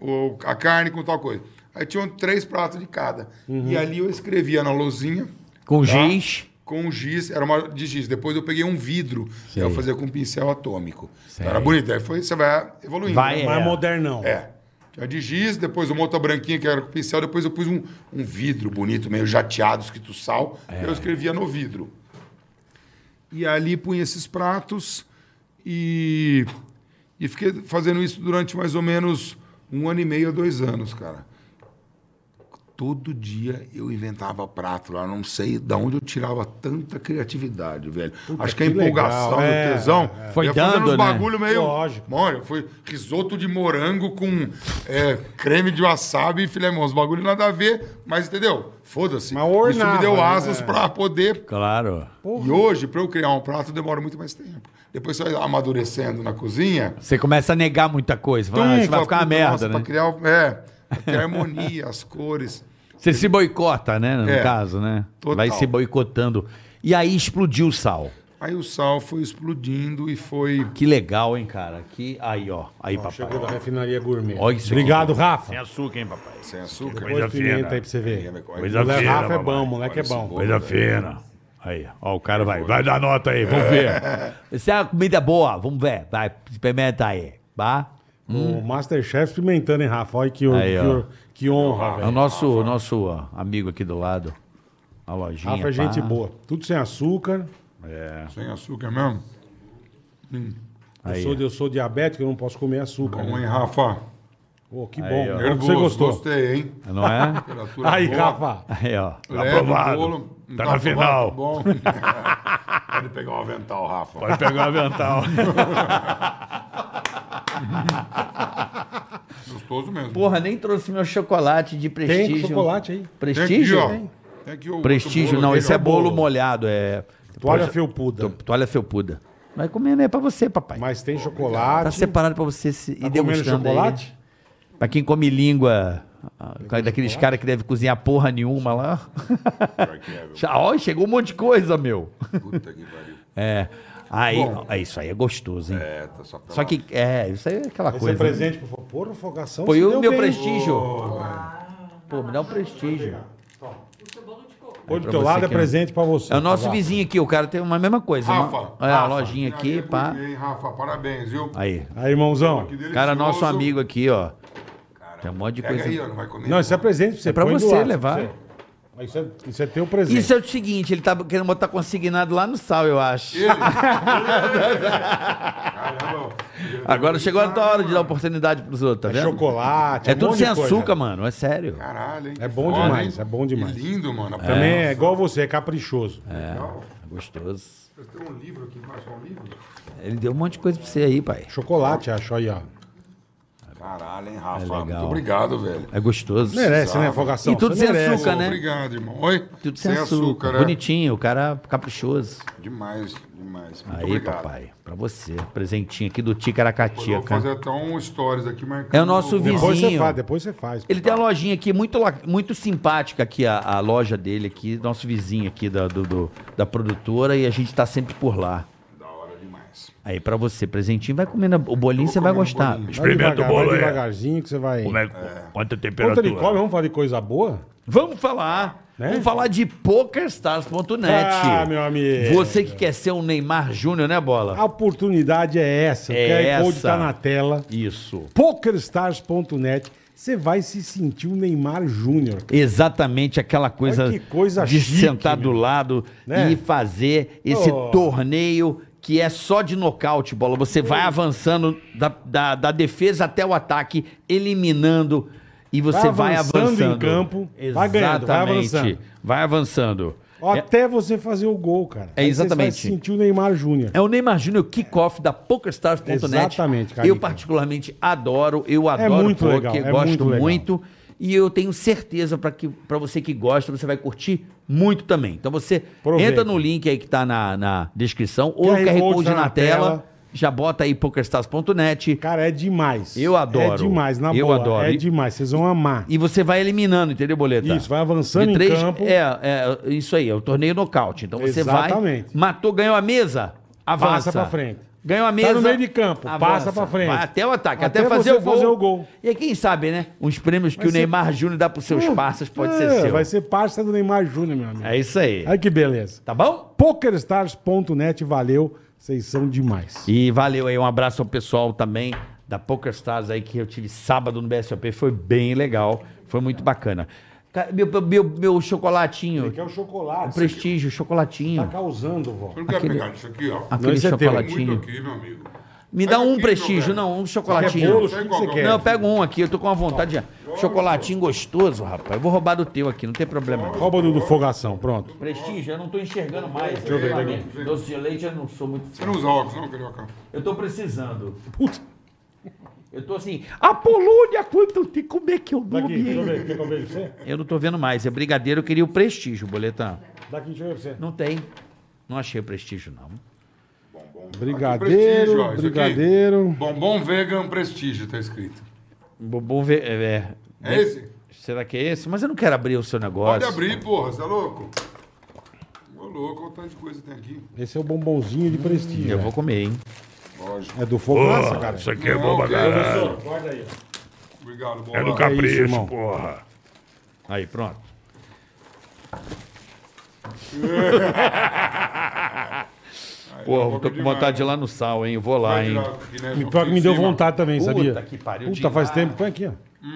[SPEAKER 5] o, a carne com tal coisa. Aí tinham três pratos de cada. E ali eu escrevia na lousinha.
[SPEAKER 4] Com
[SPEAKER 5] tá?
[SPEAKER 4] giz.
[SPEAKER 5] Com giz, era uma de giz. Depois eu peguei um vidro, que eu fazia com pincel atômico. Então era bonito. Aí foi, você vai evoluindo.
[SPEAKER 4] Vai,
[SPEAKER 5] né?
[SPEAKER 3] Mais
[SPEAKER 4] É.
[SPEAKER 3] modernão.
[SPEAKER 5] É. Tinha de giz, depois uma outra branquinha que era com pincel, depois eu pus um, um vidro bonito, meio jateado, escrito sal, eu escrevia no vidro. E ali punha esses pratos e, e fiquei fazendo isso durante mais ou menos um ano e meio a dois anos, cara. Todo dia eu inventava prato lá, não sei de onde eu tirava tanta criatividade, velho. Acho que a
[SPEAKER 3] que legal,
[SPEAKER 5] empolgação,
[SPEAKER 3] é,
[SPEAKER 5] o tesão.
[SPEAKER 3] é.
[SPEAKER 4] Foi
[SPEAKER 5] eu ia fazendo
[SPEAKER 4] dando,
[SPEAKER 5] uns
[SPEAKER 4] né?
[SPEAKER 5] bagulho meio.
[SPEAKER 3] Lógico.
[SPEAKER 5] Olha, foi risoto de morango com é, creme de wasabi e filé mignon. Os bagulho nada a ver, mas entendeu? Foda-se.
[SPEAKER 3] Mas ornava,
[SPEAKER 5] Isso me deu
[SPEAKER 3] né?
[SPEAKER 5] asas
[SPEAKER 3] É.
[SPEAKER 5] pra poder
[SPEAKER 4] Claro.
[SPEAKER 5] e hoje, para eu criar um prato, demora muito mais tempo. Depois você vai amadurecendo na cozinha.
[SPEAKER 4] Você começa a negar muita coisa. Fala, ah,
[SPEAKER 5] tum,
[SPEAKER 4] isso vai
[SPEAKER 5] fala,
[SPEAKER 4] ficar uma
[SPEAKER 5] "Puta,
[SPEAKER 4] merda,
[SPEAKER 5] nossa,
[SPEAKER 4] né?
[SPEAKER 5] Pra criar, é, pra criar harmonia, as cores.
[SPEAKER 4] Você se boicota, né? No
[SPEAKER 5] É.
[SPEAKER 4] caso, né?
[SPEAKER 5] Total.
[SPEAKER 4] Vai se boicotando. E aí explodiu o sal.
[SPEAKER 5] Aí o sal foi explodindo e foi.
[SPEAKER 4] Que legal, hein, cara? Que... Aí, ó. Aí,
[SPEAKER 3] Chegou da
[SPEAKER 4] papai.
[SPEAKER 3] refinaria gourmet.
[SPEAKER 4] Olha isso aqui.
[SPEAKER 3] Obrigado, Rafa.
[SPEAKER 7] Sem açúcar, hein, papai?
[SPEAKER 5] Sem açúcar.
[SPEAKER 7] Coisa
[SPEAKER 3] Põe pimenta
[SPEAKER 7] fina.
[SPEAKER 3] aí pra você ver.
[SPEAKER 7] Coisa
[SPEAKER 3] O
[SPEAKER 7] fina,
[SPEAKER 3] Rafa é
[SPEAKER 5] né,
[SPEAKER 7] papai.
[SPEAKER 3] bom, moleque é bom.
[SPEAKER 7] Coisa fina. Aí, ó, o cara vai. Vai dar nota aí, vamos ver.
[SPEAKER 4] Isso é uma comida boa. Vamos ver. Vai, experimenta aí. Vá.
[SPEAKER 3] O Masterchef pimentando, hein, Rafa? Olha que, hon-
[SPEAKER 4] Hum. Aí, ó.
[SPEAKER 3] que hon- que honra,
[SPEAKER 4] É o
[SPEAKER 3] velho.
[SPEAKER 4] nosso, o nosso ó, amigo aqui do lado. A lojinha.
[SPEAKER 3] Rafa é gente
[SPEAKER 4] pá.
[SPEAKER 3] boa. Tudo sem açúcar.
[SPEAKER 7] É.
[SPEAKER 5] Sem açúcar mesmo?
[SPEAKER 3] Eu sou, eu sou diabético, eu não posso comer açúcar.
[SPEAKER 5] Bom,
[SPEAKER 3] né?
[SPEAKER 5] hein, Rafa?
[SPEAKER 3] Pô, que
[SPEAKER 4] ó.
[SPEAKER 3] bom.
[SPEAKER 5] Nervoso,
[SPEAKER 3] Você gostou?
[SPEAKER 5] Gostei, hein?
[SPEAKER 4] Não é?
[SPEAKER 5] Temperatura
[SPEAKER 3] Aí,
[SPEAKER 5] boa,
[SPEAKER 3] Rafa.
[SPEAKER 4] Aí, ó.
[SPEAKER 3] Tá
[SPEAKER 5] leve,
[SPEAKER 7] Tá
[SPEAKER 3] É, um
[SPEAKER 7] Aprovado.
[SPEAKER 5] bolo. Não
[SPEAKER 7] Tá na final.
[SPEAKER 5] tá Bom. Pode pegar o avental, Rafa.
[SPEAKER 7] Pode pegar o avental.
[SPEAKER 5] Gostoso mesmo.
[SPEAKER 6] Porra, nem trouxe meu chocolate de prestígio.
[SPEAKER 3] Tem chocolate aí.
[SPEAKER 5] Tem aqui,
[SPEAKER 6] Prestígio?
[SPEAKER 5] ó. Tem aqui o outro
[SPEAKER 4] Prestígio,
[SPEAKER 5] bolo
[SPEAKER 4] não.
[SPEAKER 5] aqui,
[SPEAKER 4] Esse
[SPEAKER 5] ó.
[SPEAKER 4] é bolo molhado. É.
[SPEAKER 3] Toalha felpuda.
[SPEAKER 4] To- Toalha felpuda. Vai comendo aí pra você, papai.
[SPEAKER 3] Mas tem
[SPEAKER 4] Então, Tá
[SPEAKER 3] chocolate.
[SPEAKER 4] separado pra você se
[SPEAKER 3] Tá
[SPEAKER 4] ir
[SPEAKER 3] comendo
[SPEAKER 4] degustando
[SPEAKER 3] chocolate?
[SPEAKER 4] aí. Pra quem come língua, ah, daqueles caras que deve cozinhar porra nenhuma lá.
[SPEAKER 5] é,
[SPEAKER 4] Já, ó, chegou um monte de coisa, meu.
[SPEAKER 5] Puta que pariu.
[SPEAKER 4] É. Aí,
[SPEAKER 5] Bom.
[SPEAKER 4] ó, isso aí é gostoso, hein?
[SPEAKER 5] É, tá só pra
[SPEAKER 4] Só que, é, isso aí é aquela
[SPEAKER 3] Esse é
[SPEAKER 4] coisa. né?
[SPEAKER 3] presente, por favor. Porra, fogação.
[SPEAKER 4] Foi
[SPEAKER 3] se
[SPEAKER 4] o
[SPEAKER 3] deu
[SPEAKER 4] meu
[SPEAKER 3] bem.
[SPEAKER 4] prestígio. Pô, me dá um
[SPEAKER 5] Tá
[SPEAKER 4] prestígio.
[SPEAKER 3] Foi do
[SPEAKER 4] pra
[SPEAKER 3] teu
[SPEAKER 4] você
[SPEAKER 3] lado, é
[SPEAKER 4] que é-
[SPEAKER 3] presente pra você. tá
[SPEAKER 4] É o nosso
[SPEAKER 3] Rafa.
[SPEAKER 4] vizinho aqui, o cara tem uma mesma coisa.
[SPEAKER 5] Rafa,
[SPEAKER 4] uma, é, a
[SPEAKER 5] Rafa.
[SPEAKER 4] lojinha aqui,
[SPEAKER 5] Finalzinha
[SPEAKER 4] pá.
[SPEAKER 5] bonita, hein, Rafa, parabéns, viu?
[SPEAKER 4] Aí.
[SPEAKER 3] Aí, irmãozão.
[SPEAKER 5] Que
[SPEAKER 4] Cara,
[SPEAKER 5] delicioso.
[SPEAKER 4] nosso amigo aqui, ó. Tem um monte de
[SPEAKER 5] Pega
[SPEAKER 4] coisa.
[SPEAKER 5] aí, ó, não vai comer.
[SPEAKER 3] Não, isso é presente pra você.
[SPEAKER 4] É pra
[SPEAKER 3] põe do
[SPEAKER 4] você
[SPEAKER 3] lado,
[SPEAKER 4] levar.
[SPEAKER 3] pra você. Isso é, isso é teu presente.
[SPEAKER 4] Isso é o seguinte, ele tá querendo botar consignado lá no sal, eu acho.
[SPEAKER 5] Ele? Caramba.
[SPEAKER 4] Agora chegou a tua hora de dar oportunidade pros outros, tá
[SPEAKER 3] É
[SPEAKER 4] vendo?
[SPEAKER 3] chocolate.
[SPEAKER 4] É
[SPEAKER 3] um
[SPEAKER 4] tudo
[SPEAKER 3] monte
[SPEAKER 4] sem
[SPEAKER 3] de coisa.
[SPEAKER 4] açúcar, mano, é sério.
[SPEAKER 5] Caralho, hein?
[SPEAKER 3] É
[SPEAKER 5] que
[SPEAKER 3] bom
[SPEAKER 5] foda,
[SPEAKER 3] demais,
[SPEAKER 5] hein?
[SPEAKER 3] é bom demais.
[SPEAKER 5] Que lindo, mano.
[SPEAKER 3] Também é igual você, é caprichoso.
[SPEAKER 5] Legal.
[SPEAKER 4] É Gostoso.
[SPEAKER 5] Vocês têm um livro aqui embaixo, um livro?
[SPEAKER 4] Ele deu um monte de coisa pra você aí, pai.
[SPEAKER 3] Chocolate, acho aí, ó.
[SPEAKER 5] Caralho, hein, Rafa?
[SPEAKER 4] É legal.
[SPEAKER 5] Muito obrigado, velho.
[SPEAKER 4] É gostoso.
[SPEAKER 3] Merece, né, Fogação?
[SPEAKER 4] E tudo
[SPEAKER 3] Você
[SPEAKER 4] sem
[SPEAKER 3] merece.
[SPEAKER 4] açúcar,
[SPEAKER 5] Pô,
[SPEAKER 4] né?
[SPEAKER 5] Obrigado, irmão. Oi?
[SPEAKER 4] Tudo sem, açúcar.
[SPEAKER 5] né?
[SPEAKER 4] Bonitinho, o cara caprichoso.
[SPEAKER 5] Demais, demais. Muito
[SPEAKER 4] aí,
[SPEAKER 5] obrigado.
[SPEAKER 4] papai. Pra você. Presentinho aqui do
[SPEAKER 5] Pô, eu
[SPEAKER 4] Ticaracatica.
[SPEAKER 5] Vou fazer até um stories aqui marcando.
[SPEAKER 4] É o nosso vizinho.
[SPEAKER 3] Depois você faz, depois você faz.
[SPEAKER 4] Ele tem uma lojinha aqui muito, la- muito simpática aqui, a, a loja dele aqui, nosso vizinho aqui da, do- do- da produtora, e a gente tá sempre por lá.
[SPEAKER 5] Da hora demais.
[SPEAKER 4] Aí pra você, presentinho, vai comendo o bolinho,
[SPEAKER 5] vou
[SPEAKER 4] você vai
[SPEAKER 5] comer um
[SPEAKER 4] gostar.
[SPEAKER 5] bolinho.
[SPEAKER 3] Vai
[SPEAKER 7] Experimenta o
[SPEAKER 3] devagar,
[SPEAKER 7] bolo
[SPEAKER 3] vai
[SPEAKER 7] aí.
[SPEAKER 3] devagarzinho que você vai.
[SPEAKER 7] Como é, que- Quanto a
[SPEAKER 3] Quanto ele
[SPEAKER 7] temperatura?
[SPEAKER 3] come, vamos falar de coisa boa?
[SPEAKER 4] Vamos falar.
[SPEAKER 3] Né?
[SPEAKER 4] Vamos falar de PokerStars.net.
[SPEAKER 3] Ah, meu amigo.
[SPEAKER 4] Você que quer ser um Neymar Júnior, né, Bola?
[SPEAKER 3] A oportunidade é essa.
[SPEAKER 4] É
[SPEAKER 3] o QR Code
[SPEAKER 4] essa.
[SPEAKER 3] tá na tela.
[SPEAKER 4] Isso.
[SPEAKER 3] Pokerstars.net. Você vai se sentir o Neymar Júnior.
[SPEAKER 4] Exatamente aquela coisa,
[SPEAKER 3] Olha que coisa
[SPEAKER 4] de
[SPEAKER 3] chique,
[SPEAKER 4] sentar
[SPEAKER 3] meu.
[SPEAKER 4] do lado
[SPEAKER 3] Né?
[SPEAKER 4] e fazer esse
[SPEAKER 3] Oh.
[SPEAKER 4] torneio que é só de nocaute, bola. Você vai avançando da, da, da defesa até o ataque, eliminando e você vai avançando.
[SPEAKER 3] avançando em campo, vai ganhando, vai
[SPEAKER 4] Exatamente.
[SPEAKER 3] avançando.
[SPEAKER 4] Vai avançando.
[SPEAKER 3] Até você fazer o gol, cara.
[SPEAKER 4] É,
[SPEAKER 3] Aí
[SPEAKER 4] exatamente.
[SPEAKER 3] Você vai sentir o Neymar Júnior.
[SPEAKER 4] É o Neymar Júnior Kickoff da PokerStars.net.
[SPEAKER 3] Exatamente, Carica.
[SPEAKER 4] Eu particularmente adoro, eu adoro
[SPEAKER 3] muito
[SPEAKER 4] poker,
[SPEAKER 3] legal, é
[SPEAKER 4] gosto
[SPEAKER 3] muito legal.
[SPEAKER 4] muito. E eu tenho certeza para que para você que gosta, você vai curtir muito também. Então você
[SPEAKER 3] Aproveita.
[SPEAKER 4] entra no link aí que tá na, na descrição ou
[SPEAKER 3] QR
[SPEAKER 4] no QR
[SPEAKER 3] Code
[SPEAKER 4] Code
[SPEAKER 3] tá
[SPEAKER 4] na,
[SPEAKER 3] na
[SPEAKER 4] tela,
[SPEAKER 3] tela.
[SPEAKER 4] já bota aí pokerstars.net
[SPEAKER 3] Cara, é demais.
[SPEAKER 4] Eu adoro.
[SPEAKER 3] É demais, na
[SPEAKER 4] Eu
[SPEAKER 3] boa.
[SPEAKER 4] adoro.
[SPEAKER 3] É
[SPEAKER 4] E-
[SPEAKER 3] demais, vocês vão amar.
[SPEAKER 4] e você vai eliminando, entendeu, boleta?
[SPEAKER 3] Isso, vai avançando
[SPEAKER 4] De
[SPEAKER 3] em
[SPEAKER 4] três,
[SPEAKER 3] campo.
[SPEAKER 4] É, é, isso aí, é o torneio nocaute. Então você
[SPEAKER 3] Exatamente.
[SPEAKER 4] vai, matou, ganhou a mesa, avança.
[SPEAKER 3] Passa pra frente. Tá
[SPEAKER 4] Ganhou a mesa.
[SPEAKER 3] no meio de campo, passa pra frente.
[SPEAKER 4] Vai até o ataque, até,
[SPEAKER 3] Até
[SPEAKER 4] fazer,
[SPEAKER 3] você
[SPEAKER 4] o gol.
[SPEAKER 3] fazer o gol.
[SPEAKER 4] E aí, quem sabe, né? Uns prêmios que
[SPEAKER 3] Vai
[SPEAKER 4] o
[SPEAKER 3] ser-
[SPEAKER 4] Neymar Júnior dá pros seus parças pode
[SPEAKER 3] É,
[SPEAKER 4] ser seu.
[SPEAKER 3] Vai ser parça do Neymar Júnior, meu amigo.
[SPEAKER 4] É isso aí.
[SPEAKER 3] Olha que beleza.
[SPEAKER 4] Tá bom?
[SPEAKER 3] PokerStars.net, valeu. Vocês são demais.
[SPEAKER 4] E valeu aí, um abraço ao pessoal também da PokerStars aí que eu tive sábado no BSOP. Foi bem legal, foi muito bacana. Ca- Meu, meu, meu, meu chocolatinho,
[SPEAKER 3] é o chocolate.
[SPEAKER 4] prestígio, chocolatinho.
[SPEAKER 3] Tá causando, vó.
[SPEAKER 5] Você não quer pegar isso aqui, ó?
[SPEAKER 4] Aquele
[SPEAKER 3] Esse é teu.
[SPEAKER 5] Tem muito
[SPEAKER 4] chocolatinho.
[SPEAKER 5] aqui, meu amigo.
[SPEAKER 4] Me dá
[SPEAKER 3] é
[SPEAKER 5] Pega
[SPEAKER 4] um
[SPEAKER 5] aqui,
[SPEAKER 4] prestígio,
[SPEAKER 5] meu velho.
[SPEAKER 4] não, um
[SPEAKER 3] Quer é bolo?
[SPEAKER 4] chocolatinho.
[SPEAKER 3] O que que você quer?
[SPEAKER 4] Não, eu pego um aqui, eu tô com uma vontade. de- Chocolatinho gostoso, rapaz. Eu vou roubar do teu aqui, não tem problema. não.
[SPEAKER 3] Rouba do, do fogação, pronto.
[SPEAKER 4] Prestígio, eu não tô enxergando mais. né?
[SPEAKER 5] pega aí.
[SPEAKER 4] Doce de leite eu não sou muito.
[SPEAKER 5] Você não usa óculos, não, Carioca?
[SPEAKER 4] Eu tô precisando.
[SPEAKER 3] Puta.
[SPEAKER 4] Eu tô assim, a Polônia, quanto tem, como é que eu
[SPEAKER 3] Daqui,
[SPEAKER 4] nome?
[SPEAKER 3] deixa eu
[SPEAKER 4] hein?
[SPEAKER 3] ver. Quer que eu veja pra você?
[SPEAKER 4] Eu não tô vendo mais. É brigadeiro, eu queria o prestígio, boletão.
[SPEAKER 3] Daqui, deixa eu ver pra você.
[SPEAKER 4] Não tem. Não achei o prestígio, não.
[SPEAKER 3] Brigadeiro,
[SPEAKER 5] ó, isso aqui.
[SPEAKER 3] brigadeiro.
[SPEAKER 5] Bombom vegan prestígio, tá escrito.
[SPEAKER 4] Vou ver. É,
[SPEAKER 5] É esse?
[SPEAKER 4] será que é esse? Mas eu não quero abrir o seu negócio.
[SPEAKER 5] Pode abrir, porra, você tá louco? Ô, louco, olha o tanto de coisa que tem aqui.
[SPEAKER 3] Esse é o bombonzinho de prestígio. né?
[SPEAKER 4] Eu vou comer, hein?
[SPEAKER 5] Lógico.
[SPEAKER 3] É do fogaça, cara.
[SPEAKER 7] Isso aqui é
[SPEAKER 5] Não,
[SPEAKER 7] bom pra
[SPEAKER 5] ok.
[SPEAKER 7] caralho.
[SPEAKER 3] Guarda aí.
[SPEAKER 5] Obrigado, bola.
[SPEAKER 7] É do
[SPEAKER 3] É isso,
[SPEAKER 7] capricho,
[SPEAKER 3] irmão.
[SPEAKER 7] porra.
[SPEAKER 4] Aí, pronto.
[SPEAKER 5] É,
[SPEAKER 4] Porra, eu tô com vontade de ir lá no sal, hein? Eu vou lá, hein?
[SPEAKER 3] Me, pior que me deu vontade também,
[SPEAKER 4] Puta
[SPEAKER 3] sabia?
[SPEAKER 4] que pariu,
[SPEAKER 3] Puta,
[SPEAKER 4] Dinho.
[SPEAKER 3] faz
[SPEAKER 4] Ah.
[SPEAKER 3] tempo. Põe aqui, ó.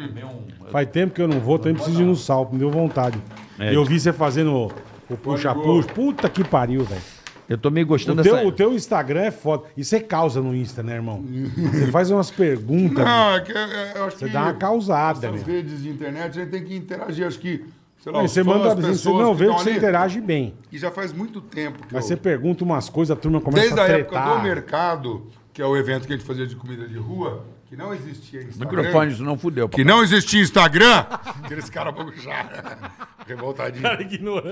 [SPEAKER 4] Comer um-
[SPEAKER 3] Faz tempo que eu não vou, também preciso ir no sal, me deu vontade.
[SPEAKER 4] É.
[SPEAKER 3] E eu vi você fazendo o puxa-puxa. Puta que pariu, velho.
[SPEAKER 4] Eu tô meio
[SPEAKER 3] O,
[SPEAKER 4] gostando
[SPEAKER 3] teu-
[SPEAKER 4] dessa...
[SPEAKER 3] o teu Instagram é foda. E você causa no Insta, né, irmão? Você faz umas perguntas.
[SPEAKER 5] Não, é que é, é, eu acho
[SPEAKER 3] Você
[SPEAKER 5] que
[SPEAKER 3] dá uma causada, né?
[SPEAKER 5] Essas
[SPEAKER 3] meu.
[SPEAKER 5] redes de internet, a gente tem que interagir. Acho que, sei lá,
[SPEAKER 3] Aí
[SPEAKER 5] os
[SPEAKER 3] você
[SPEAKER 5] fãs,
[SPEAKER 3] manda aviso, você
[SPEAKER 5] pessoas
[SPEAKER 3] não vê que
[SPEAKER 5] estão
[SPEAKER 3] você
[SPEAKER 5] ali,
[SPEAKER 3] interage bem.
[SPEAKER 5] E já faz muito tempo que
[SPEAKER 3] Mas
[SPEAKER 5] eu-
[SPEAKER 3] você pergunta umas coisas, a turma começa
[SPEAKER 5] Desde a
[SPEAKER 3] a
[SPEAKER 5] época do
[SPEAKER 3] tretar.
[SPEAKER 5] mercado, que é o evento que a gente fazia de comida de rua, que não existia Instagram.
[SPEAKER 4] Microfone, isso não fudeu.
[SPEAKER 5] Que não existia Instagram. Aqueles caras pouco já. Revoltadinho.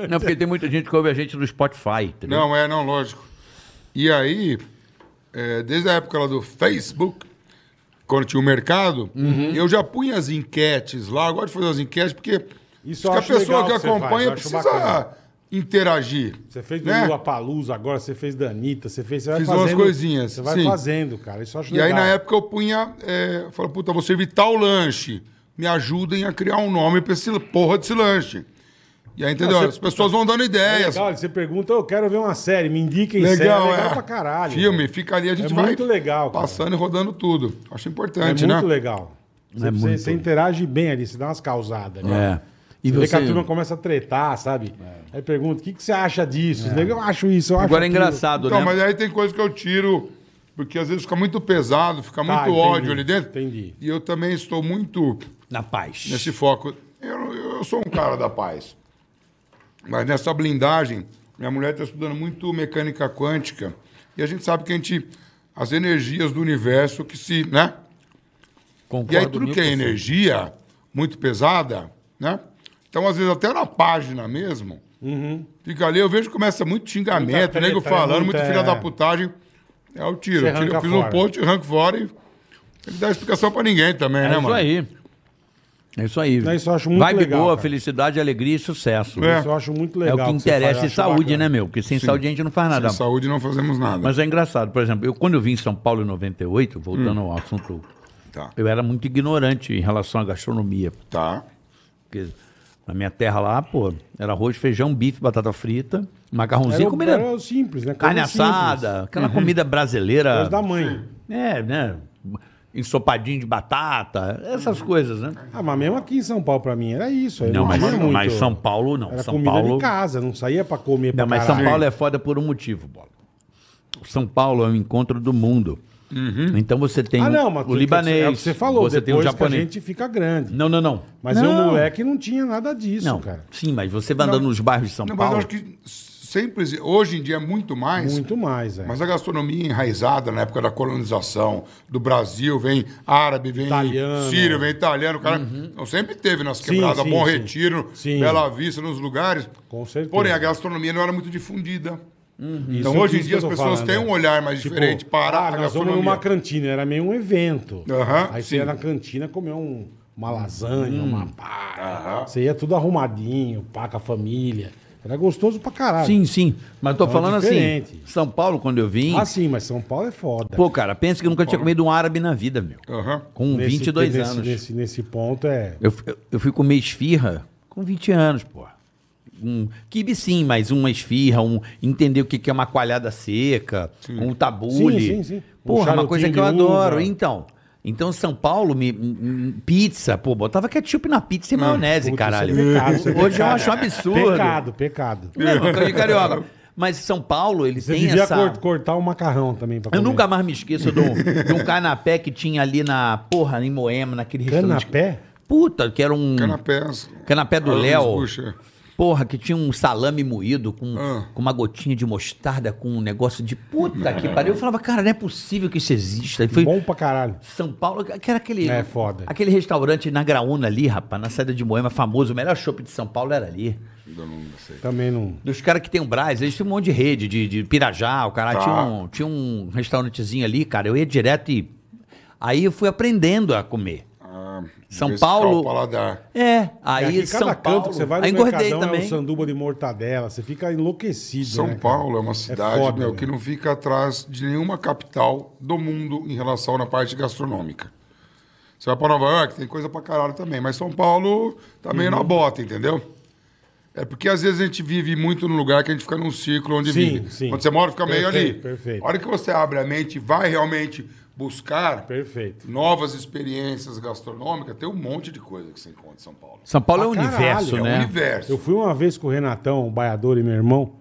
[SPEAKER 4] Não, porque tem muita gente que ouve a gente no Spotify, entendeu?
[SPEAKER 5] Não, é, não, lógico. E aí, é, desde a época lá do Facebook, quando tinha o mercado,
[SPEAKER 3] Uhum.
[SPEAKER 5] eu já punha as enquetes lá. Eu gosto de fazer as enquetes, porque
[SPEAKER 3] Isso eu
[SPEAKER 5] acho
[SPEAKER 3] acho
[SPEAKER 5] que a pessoa
[SPEAKER 3] legal
[SPEAKER 5] que
[SPEAKER 3] que você faz,
[SPEAKER 5] acompanha
[SPEAKER 3] eu acho
[SPEAKER 5] precisa
[SPEAKER 3] bacana.
[SPEAKER 5] interagir.
[SPEAKER 3] Você fez do
[SPEAKER 5] né?
[SPEAKER 3] Lula Palusa agora, você fez da Anitta, você fez. Você vai
[SPEAKER 5] Fiz umas
[SPEAKER 3] fazendo,
[SPEAKER 5] coisinhas,
[SPEAKER 3] Você vai
[SPEAKER 5] sim.
[SPEAKER 3] fazendo, cara. Isso eu acho
[SPEAKER 5] E aí,
[SPEAKER 3] legal.
[SPEAKER 5] na época, eu punha. É, eu falava, puta, vou servir tal lanche. Me ajudem a criar um nome pra esse porra desse lanche. E aí, entendeu?
[SPEAKER 3] Não, você-
[SPEAKER 5] As pessoas vão dando
[SPEAKER 3] É
[SPEAKER 5] ideias.
[SPEAKER 3] legal, você pergunta, eu quero ver uma série, me indiquem série. É legal pra caralho.
[SPEAKER 5] Filme, fica ali, a gente
[SPEAKER 3] É
[SPEAKER 5] vai
[SPEAKER 3] muito legal, cara.
[SPEAKER 5] passando e rodando tudo. Acho importante,
[SPEAKER 3] É
[SPEAKER 5] né?
[SPEAKER 3] muito legal. Você, você-
[SPEAKER 4] É muito.
[SPEAKER 3] você interage bem ali, você dá umas causadas. Né?
[SPEAKER 4] É. E
[SPEAKER 3] Você vê que a
[SPEAKER 4] você- É.
[SPEAKER 3] turma começa a tretar, sabe? Aí pergunta, o que, que você acha disso? Os negros, Eu acho isso, eu acho
[SPEAKER 4] Agora é
[SPEAKER 3] aquilo."
[SPEAKER 4] engraçado,
[SPEAKER 5] Então,
[SPEAKER 4] né?
[SPEAKER 5] mas aí tem coisa que eu tiro, porque às vezes fica muito pesado, fica muito
[SPEAKER 3] Ah, entendi,
[SPEAKER 5] ódio ali dentro.
[SPEAKER 3] entendi.
[SPEAKER 5] E eu também estou muito
[SPEAKER 4] Na paz.
[SPEAKER 5] nesse foco. Eu, eu sou um cara da paz. Mas nessa blindagem, minha mulher está estudando muito mecânica quântica. E a gente sabe que a gente. As energias do universo que se. né?
[SPEAKER 4] Concordo
[SPEAKER 5] E aí tudo
[SPEAKER 4] mil
[SPEAKER 5] que é
[SPEAKER 4] por cento.
[SPEAKER 5] energia muito pesada, né? Então, às vezes, até na página mesmo, fica ali, eu vejo que começa muito xingamento,
[SPEAKER 3] Uhum. Muita
[SPEAKER 5] nego
[SPEAKER 3] treta,
[SPEAKER 5] falando,
[SPEAKER 3] né?
[SPEAKER 5] muito
[SPEAKER 3] Muita-
[SPEAKER 5] filha da putagem. É o tiro.
[SPEAKER 3] Você
[SPEAKER 5] Eu tiro, eu
[SPEAKER 3] arranca
[SPEAKER 5] fiz um
[SPEAKER 3] fora.
[SPEAKER 5] post, arranco fora e tem que dar explicação pra ninguém também,
[SPEAKER 4] É
[SPEAKER 5] né,
[SPEAKER 4] isso
[SPEAKER 5] mano?
[SPEAKER 4] aí. É isso aí.
[SPEAKER 3] Não, isso eu acho muito
[SPEAKER 4] Vibe
[SPEAKER 3] legal,
[SPEAKER 4] boa,
[SPEAKER 3] cara.
[SPEAKER 4] felicidade, alegria e sucesso.
[SPEAKER 5] É.
[SPEAKER 3] Isso eu acho muito
[SPEAKER 4] É
[SPEAKER 3] legal.
[SPEAKER 4] o que
[SPEAKER 3] você faz,
[SPEAKER 4] interessa e
[SPEAKER 3] eu acho
[SPEAKER 4] saúde,
[SPEAKER 3] bacana.
[SPEAKER 4] né, meu? Porque sem saúde a gente não faz nada.
[SPEAKER 5] Sem saúde não fazemos nada.
[SPEAKER 4] Mas é engraçado, por exemplo, eu quando eu vim em São Paulo em 98, voltando
[SPEAKER 3] Hum.
[SPEAKER 4] ao assunto,
[SPEAKER 5] Tá.
[SPEAKER 4] eu era muito ignorante em relação à gastronomia.
[SPEAKER 5] Tá.
[SPEAKER 4] Porque na minha terra lá, pô, era arroz, feijão, bife, batata frita, macarrãozinho,
[SPEAKER 3] Era,
[SPEAKER 4] comida.
[SPEAKER 3] era simples, né?
[SPEAKER 4] carne
[SPEAKER 3] Coisa simples. Uhum.
[SPEAKER 4] assada, aquela comida brasileira.
[SPEAKER 3] Coisa da mãe.
[SPEAKER 4] É, né? Ensopadinho de batata, essas coisas, né?
[SPEAKER 3] Ah, mas mesmo aqui em São Paulo, pra mim, era isso. aí
[SPEAKER 4] Não, mas,
[SPEAKER 3] tinha é muito-
[SPEAKER 4] mas São Paulo não.
[SPEAKER 3] Era
[SPEAKER 4] São
[SPEAKER 3] comida
[SPEAKER 4] Paulo.
[SPEAKER 3] de casa, não saía pra comer pra
[SPEAKER 4] Não, mas São
[SPEAKER 3] caralho.
[SPEAKER 4] Paulo é foda por um motivo, bola. São Paulo é o um encontro do mundo. Então você tem
[SPEAKER 3] Ah, não,
[SPEAKER 4] o-
[SPEAKER 3] mas
[SPEAKER 4] o libanês,
[SPEAKER 3] É o que você falou,
[SPEAKER 4] você tem o
[SPEAKER 3] depois que
[SPEAKER 4] japonês.
[SPEAKER 3] a gente fica grande.
[SPEAKER 4] Não, não, não.
[SPEAKER 3] Mas eu,
[SPEAKER 4] não,
[SPEAKER 3] moleque, não tinha nada disso,
[SPEAKER 4] Não,
[SPEAKER 3] cara.
[SPEAKER 4] sim, mas você vai andando nos bairros de São
[SPEAKER 5] Não, mas
[SPEAKER 4] Paulo.
[SPEAKER 5] eu acho que sempre, exi- hoje em dia, é muito mais.
[SPEAKER 3] Muito mais, é.
[SPEAKER 5] Mas a gastronomia enraizada na época da colonização do Brasil, vem árabe, vem
[SPEAKER 3] Italiano. Uhum.
[SPEAKER 5] sírio, vem italiano, cara. Então, sempre teve nas quebradas,
[SPEAKER 3] sim,
[SPEAKER 5] Bom
[SPEAKER 3] sim.
[SPEAKER 5] Retiro,
[SPEAKER 3] Sim.
[SPEAKER 5] Bela Vista, nos lugares.
[SPEAKER 3] Com certeza.
[SPEAKER 5] Porém, a gastronomia não era muito difundida. Então,
[SPEAKER 3] Isso
[SPEAKER 5] hoje em
[SPEAKER 3] que
[SPEAKER 5] dia,
[SPEAKER 3] eu
[SPEAKER 5] as
[SPEAKER 3] tô
[SPEAKER 5] pessoas
[SPEAKER 3] falando,
[SPEAKER 5] têm
[SPEAKER 3] é.
[SPEAKER 5] um olhar mais
[SPEAKER 3] Tipo,
[SPEAKER 5] diferente para
[SPEAKER 3] ah,
[SPEAKER 5] a
[SPEAKER 3] nós vamos numa
[SPEAKER 5] gastronomia.
[SPEAKER 3] cantina, era meio um evento.
[SPEAKER 5] Aham,
[SPEAKER 3] Aí
[SPEAKER 5] sim.
[SPEAKER 3] você ia na cantina comer um, uma lasanha,
[SPEAKER 4] Hum.
[SPEAKER 3] uma pá. Você ia tudo arrumadinho, pá com a família. Era gostoso pra caralho.
[SPEAKER 4] Sim, sim. Mas eu tô
[SPEAKER 3] Então é
[SPEAKER 4] falando assim,
[SPEAKER 3] diferente.
[SPEAKER 4] São Paulo, quando eu vim.
[SPEAKER 3] Ah, sim, mas São Paulo é foda.
[SPEAKER 4] pô, cara, pensa que eu nunca tinha comido um árabe na vida, meu.
[SPEAKER 5] Aham.
[SPEAKER 4] Com
[SPEAKER 3] Nesse-
[SPEAKER 4] 22
[SPEAKER 3] nesse-
[SPEAKER 4] anos.
[SPEAKER 3] Nesse, nesse ponto é.
[SPEAKER 4] Eu, eu, eu fui comer esfirra com 20 anos, pô. Um quibe sim, mas uma esfirra, um entender o que que é uma coalhada seca, um tabule.
[SPEAKER 3] Sim, sim, sim. Um
[SPEAKER 4] Porra, uma coisa
[SPEAKER 3] charutinho
[SPEAKER 4] que eu
[SPEAKER 3] de uva.
[SPEAKER 4] adoro. Então, então São Paulo, me, me- pizza, pô, botava ketchup na pizza e maionese,
[SPEAKER 3] Puta,
[SPEAKER 4] caralho.
[SPEAKER 3] isso é pecado, isso é
[SPEAKER 4] Hoje eu
[SPEAKER 3] pecado.
[SPEAKER 4] acho um absurdo.
[SPEAKER 3] Pecado, pecado.
[SPEAKER 4] Não, eu tô de carioca. Mas São Paulo, ele
[SPEAKER 3] Você
[SPEAKER 4] tem
[SPEAKER 3] devia
[SPEAKER 4] essa...
[SPEAKER 3] cor- cortar o macarrão também pra
[SPEAKER 4] Eu
[SPEAKER 3] comer.
[SPEAKER 4] nunca mais me esqueço de um, de um canapé que tinha ali na, porra, em Moema, naquele
[SPEAKER 3] é
[SPEAKER 4] restaurante.
[SPEAKER 3] Canapé?
[SPEAKER 4] Puta, que era um...
[SPEAKER 3] Hum.
[SPEAKER 5] Canapés. Ah,
[SPEAKER 4] Canapé do
[SPEAKER 5] Arroz,
[SPEAKER 4] Léo.
[SPEAKER 5] puxa.
[SPEAKER 4] Porra, que tinha um salame moído com,
[SPEAKER 5] Ah.
[SPEAKER 4] com uma gotinha de mostarda, com um negócio de puta que pariu. Eu falava, cara, não é possível que isso exista. E foi
[SPEAKER 3] Bom pra caralho.
[SPEAKER 4] São Paulo, que era aquele.
[SPEAKER 3] É, foda.
[SPEAKER 4] Aquele restaurante na Graúna ali, rapaz, na saída de Moema, famoso. O melhor shopping de São Paulo era ali.
[SPEAKER 5] Eu não sei.
[SPEAKER 3] Também não.
[SPEAKER 4] Dos caras que tem o Brás, eles têm um monte de rede, de, de Pirajá, o cara
[SPEAKER 5] Tá.
[SPEAKER 4] tinha, um, tinha um restaurantezinho ali, cara. Eu ia direto e. Aí eu fui aprendendo a comer.
[SPEAKER 5] Ah,
[SPEAKER 4] São
[SPEAKER 5] esse que é o
[SPEAKER 4] Paulo-
[SPEAKER 5] paladar.
[SPEAKER 4] É, aí
[SPEAKER 3] aqui,
[SPEAKER 4] São Paulo.
[SPEAKER 3] que você vai no
[SPEAKER 4] aí engordei
[SPEAKER 3] Mercadão é
[SPEAKER 4] também.
[SPEAKER 3] um sanduba de mortadela. Você fica enlouquecido,
[SPEAKER 5] São
[SPEAKER 3] né, cara?
[SPEAKER 5] Paulo é uma cidade
[SPEAKER 3] foda, né?
[SPEAKER 5] meu,
[SPEAKER 3] velho.
[SPEAKER 5] que não fica atrás de nenhuma capital do mundo em relação na parte gastronômica. Você vai para Nova York, tem coisa pra caralho também, mas São Paulo tá meio
[SPEAKER 3] Uhum.
[SPEAKER 5] na bota, entendeu? É porque às vezes a gente vive muito num lugar que a gente fica num círculo onde
[SPEAKER 3] Sim,
[SPEAKER 5] vive.
[SPEAKER 3] sim.
[SPEAKER 5] Quando você mora, fica meio
[SPEAKER 3] Perfeito,
[SPEAKER 5] ali.
[SPEAKER 3] perfeito.
[SPEAKER 5] A hora que você abre a mente e vai realmente buscar
[SPEAKER 3] Perfeito.
[SPEAKER 5] novas experiências gastronômicas, tem um monte de coisa que você encontra em São Paulo.
[SPEAKER 4] São Paulo é um
[SPEAKER 3] Pra caralho,
[SPEAKER 4] universo,
[SPEAKER 3] é um
[SPEAKER 4] né?
[SPEAKER 5] O universo.
[SPEAKER 3] Eu fui uma vez com o Renatão, o Baiador e meu irmão,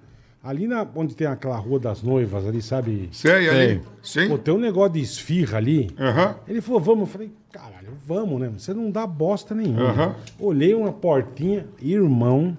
[SPEAKER 3] ali na, onde tem aquela rua das noivas ali, sabe?
[SPEAKER 5] Sei, é ali. Sim.
[SPEAKER 3] Pô, tem um negócio de esfirra ali.
[SPEAKER 5] Aham.
[SPEAKER 3] Ele falou, vamos. Eu falei, caralho, vamos, né? Você não dá bosta nenhuma.
[SPEAKER 5] Aham.
[SPEAKER 3] Olhei uma portinha, irmão.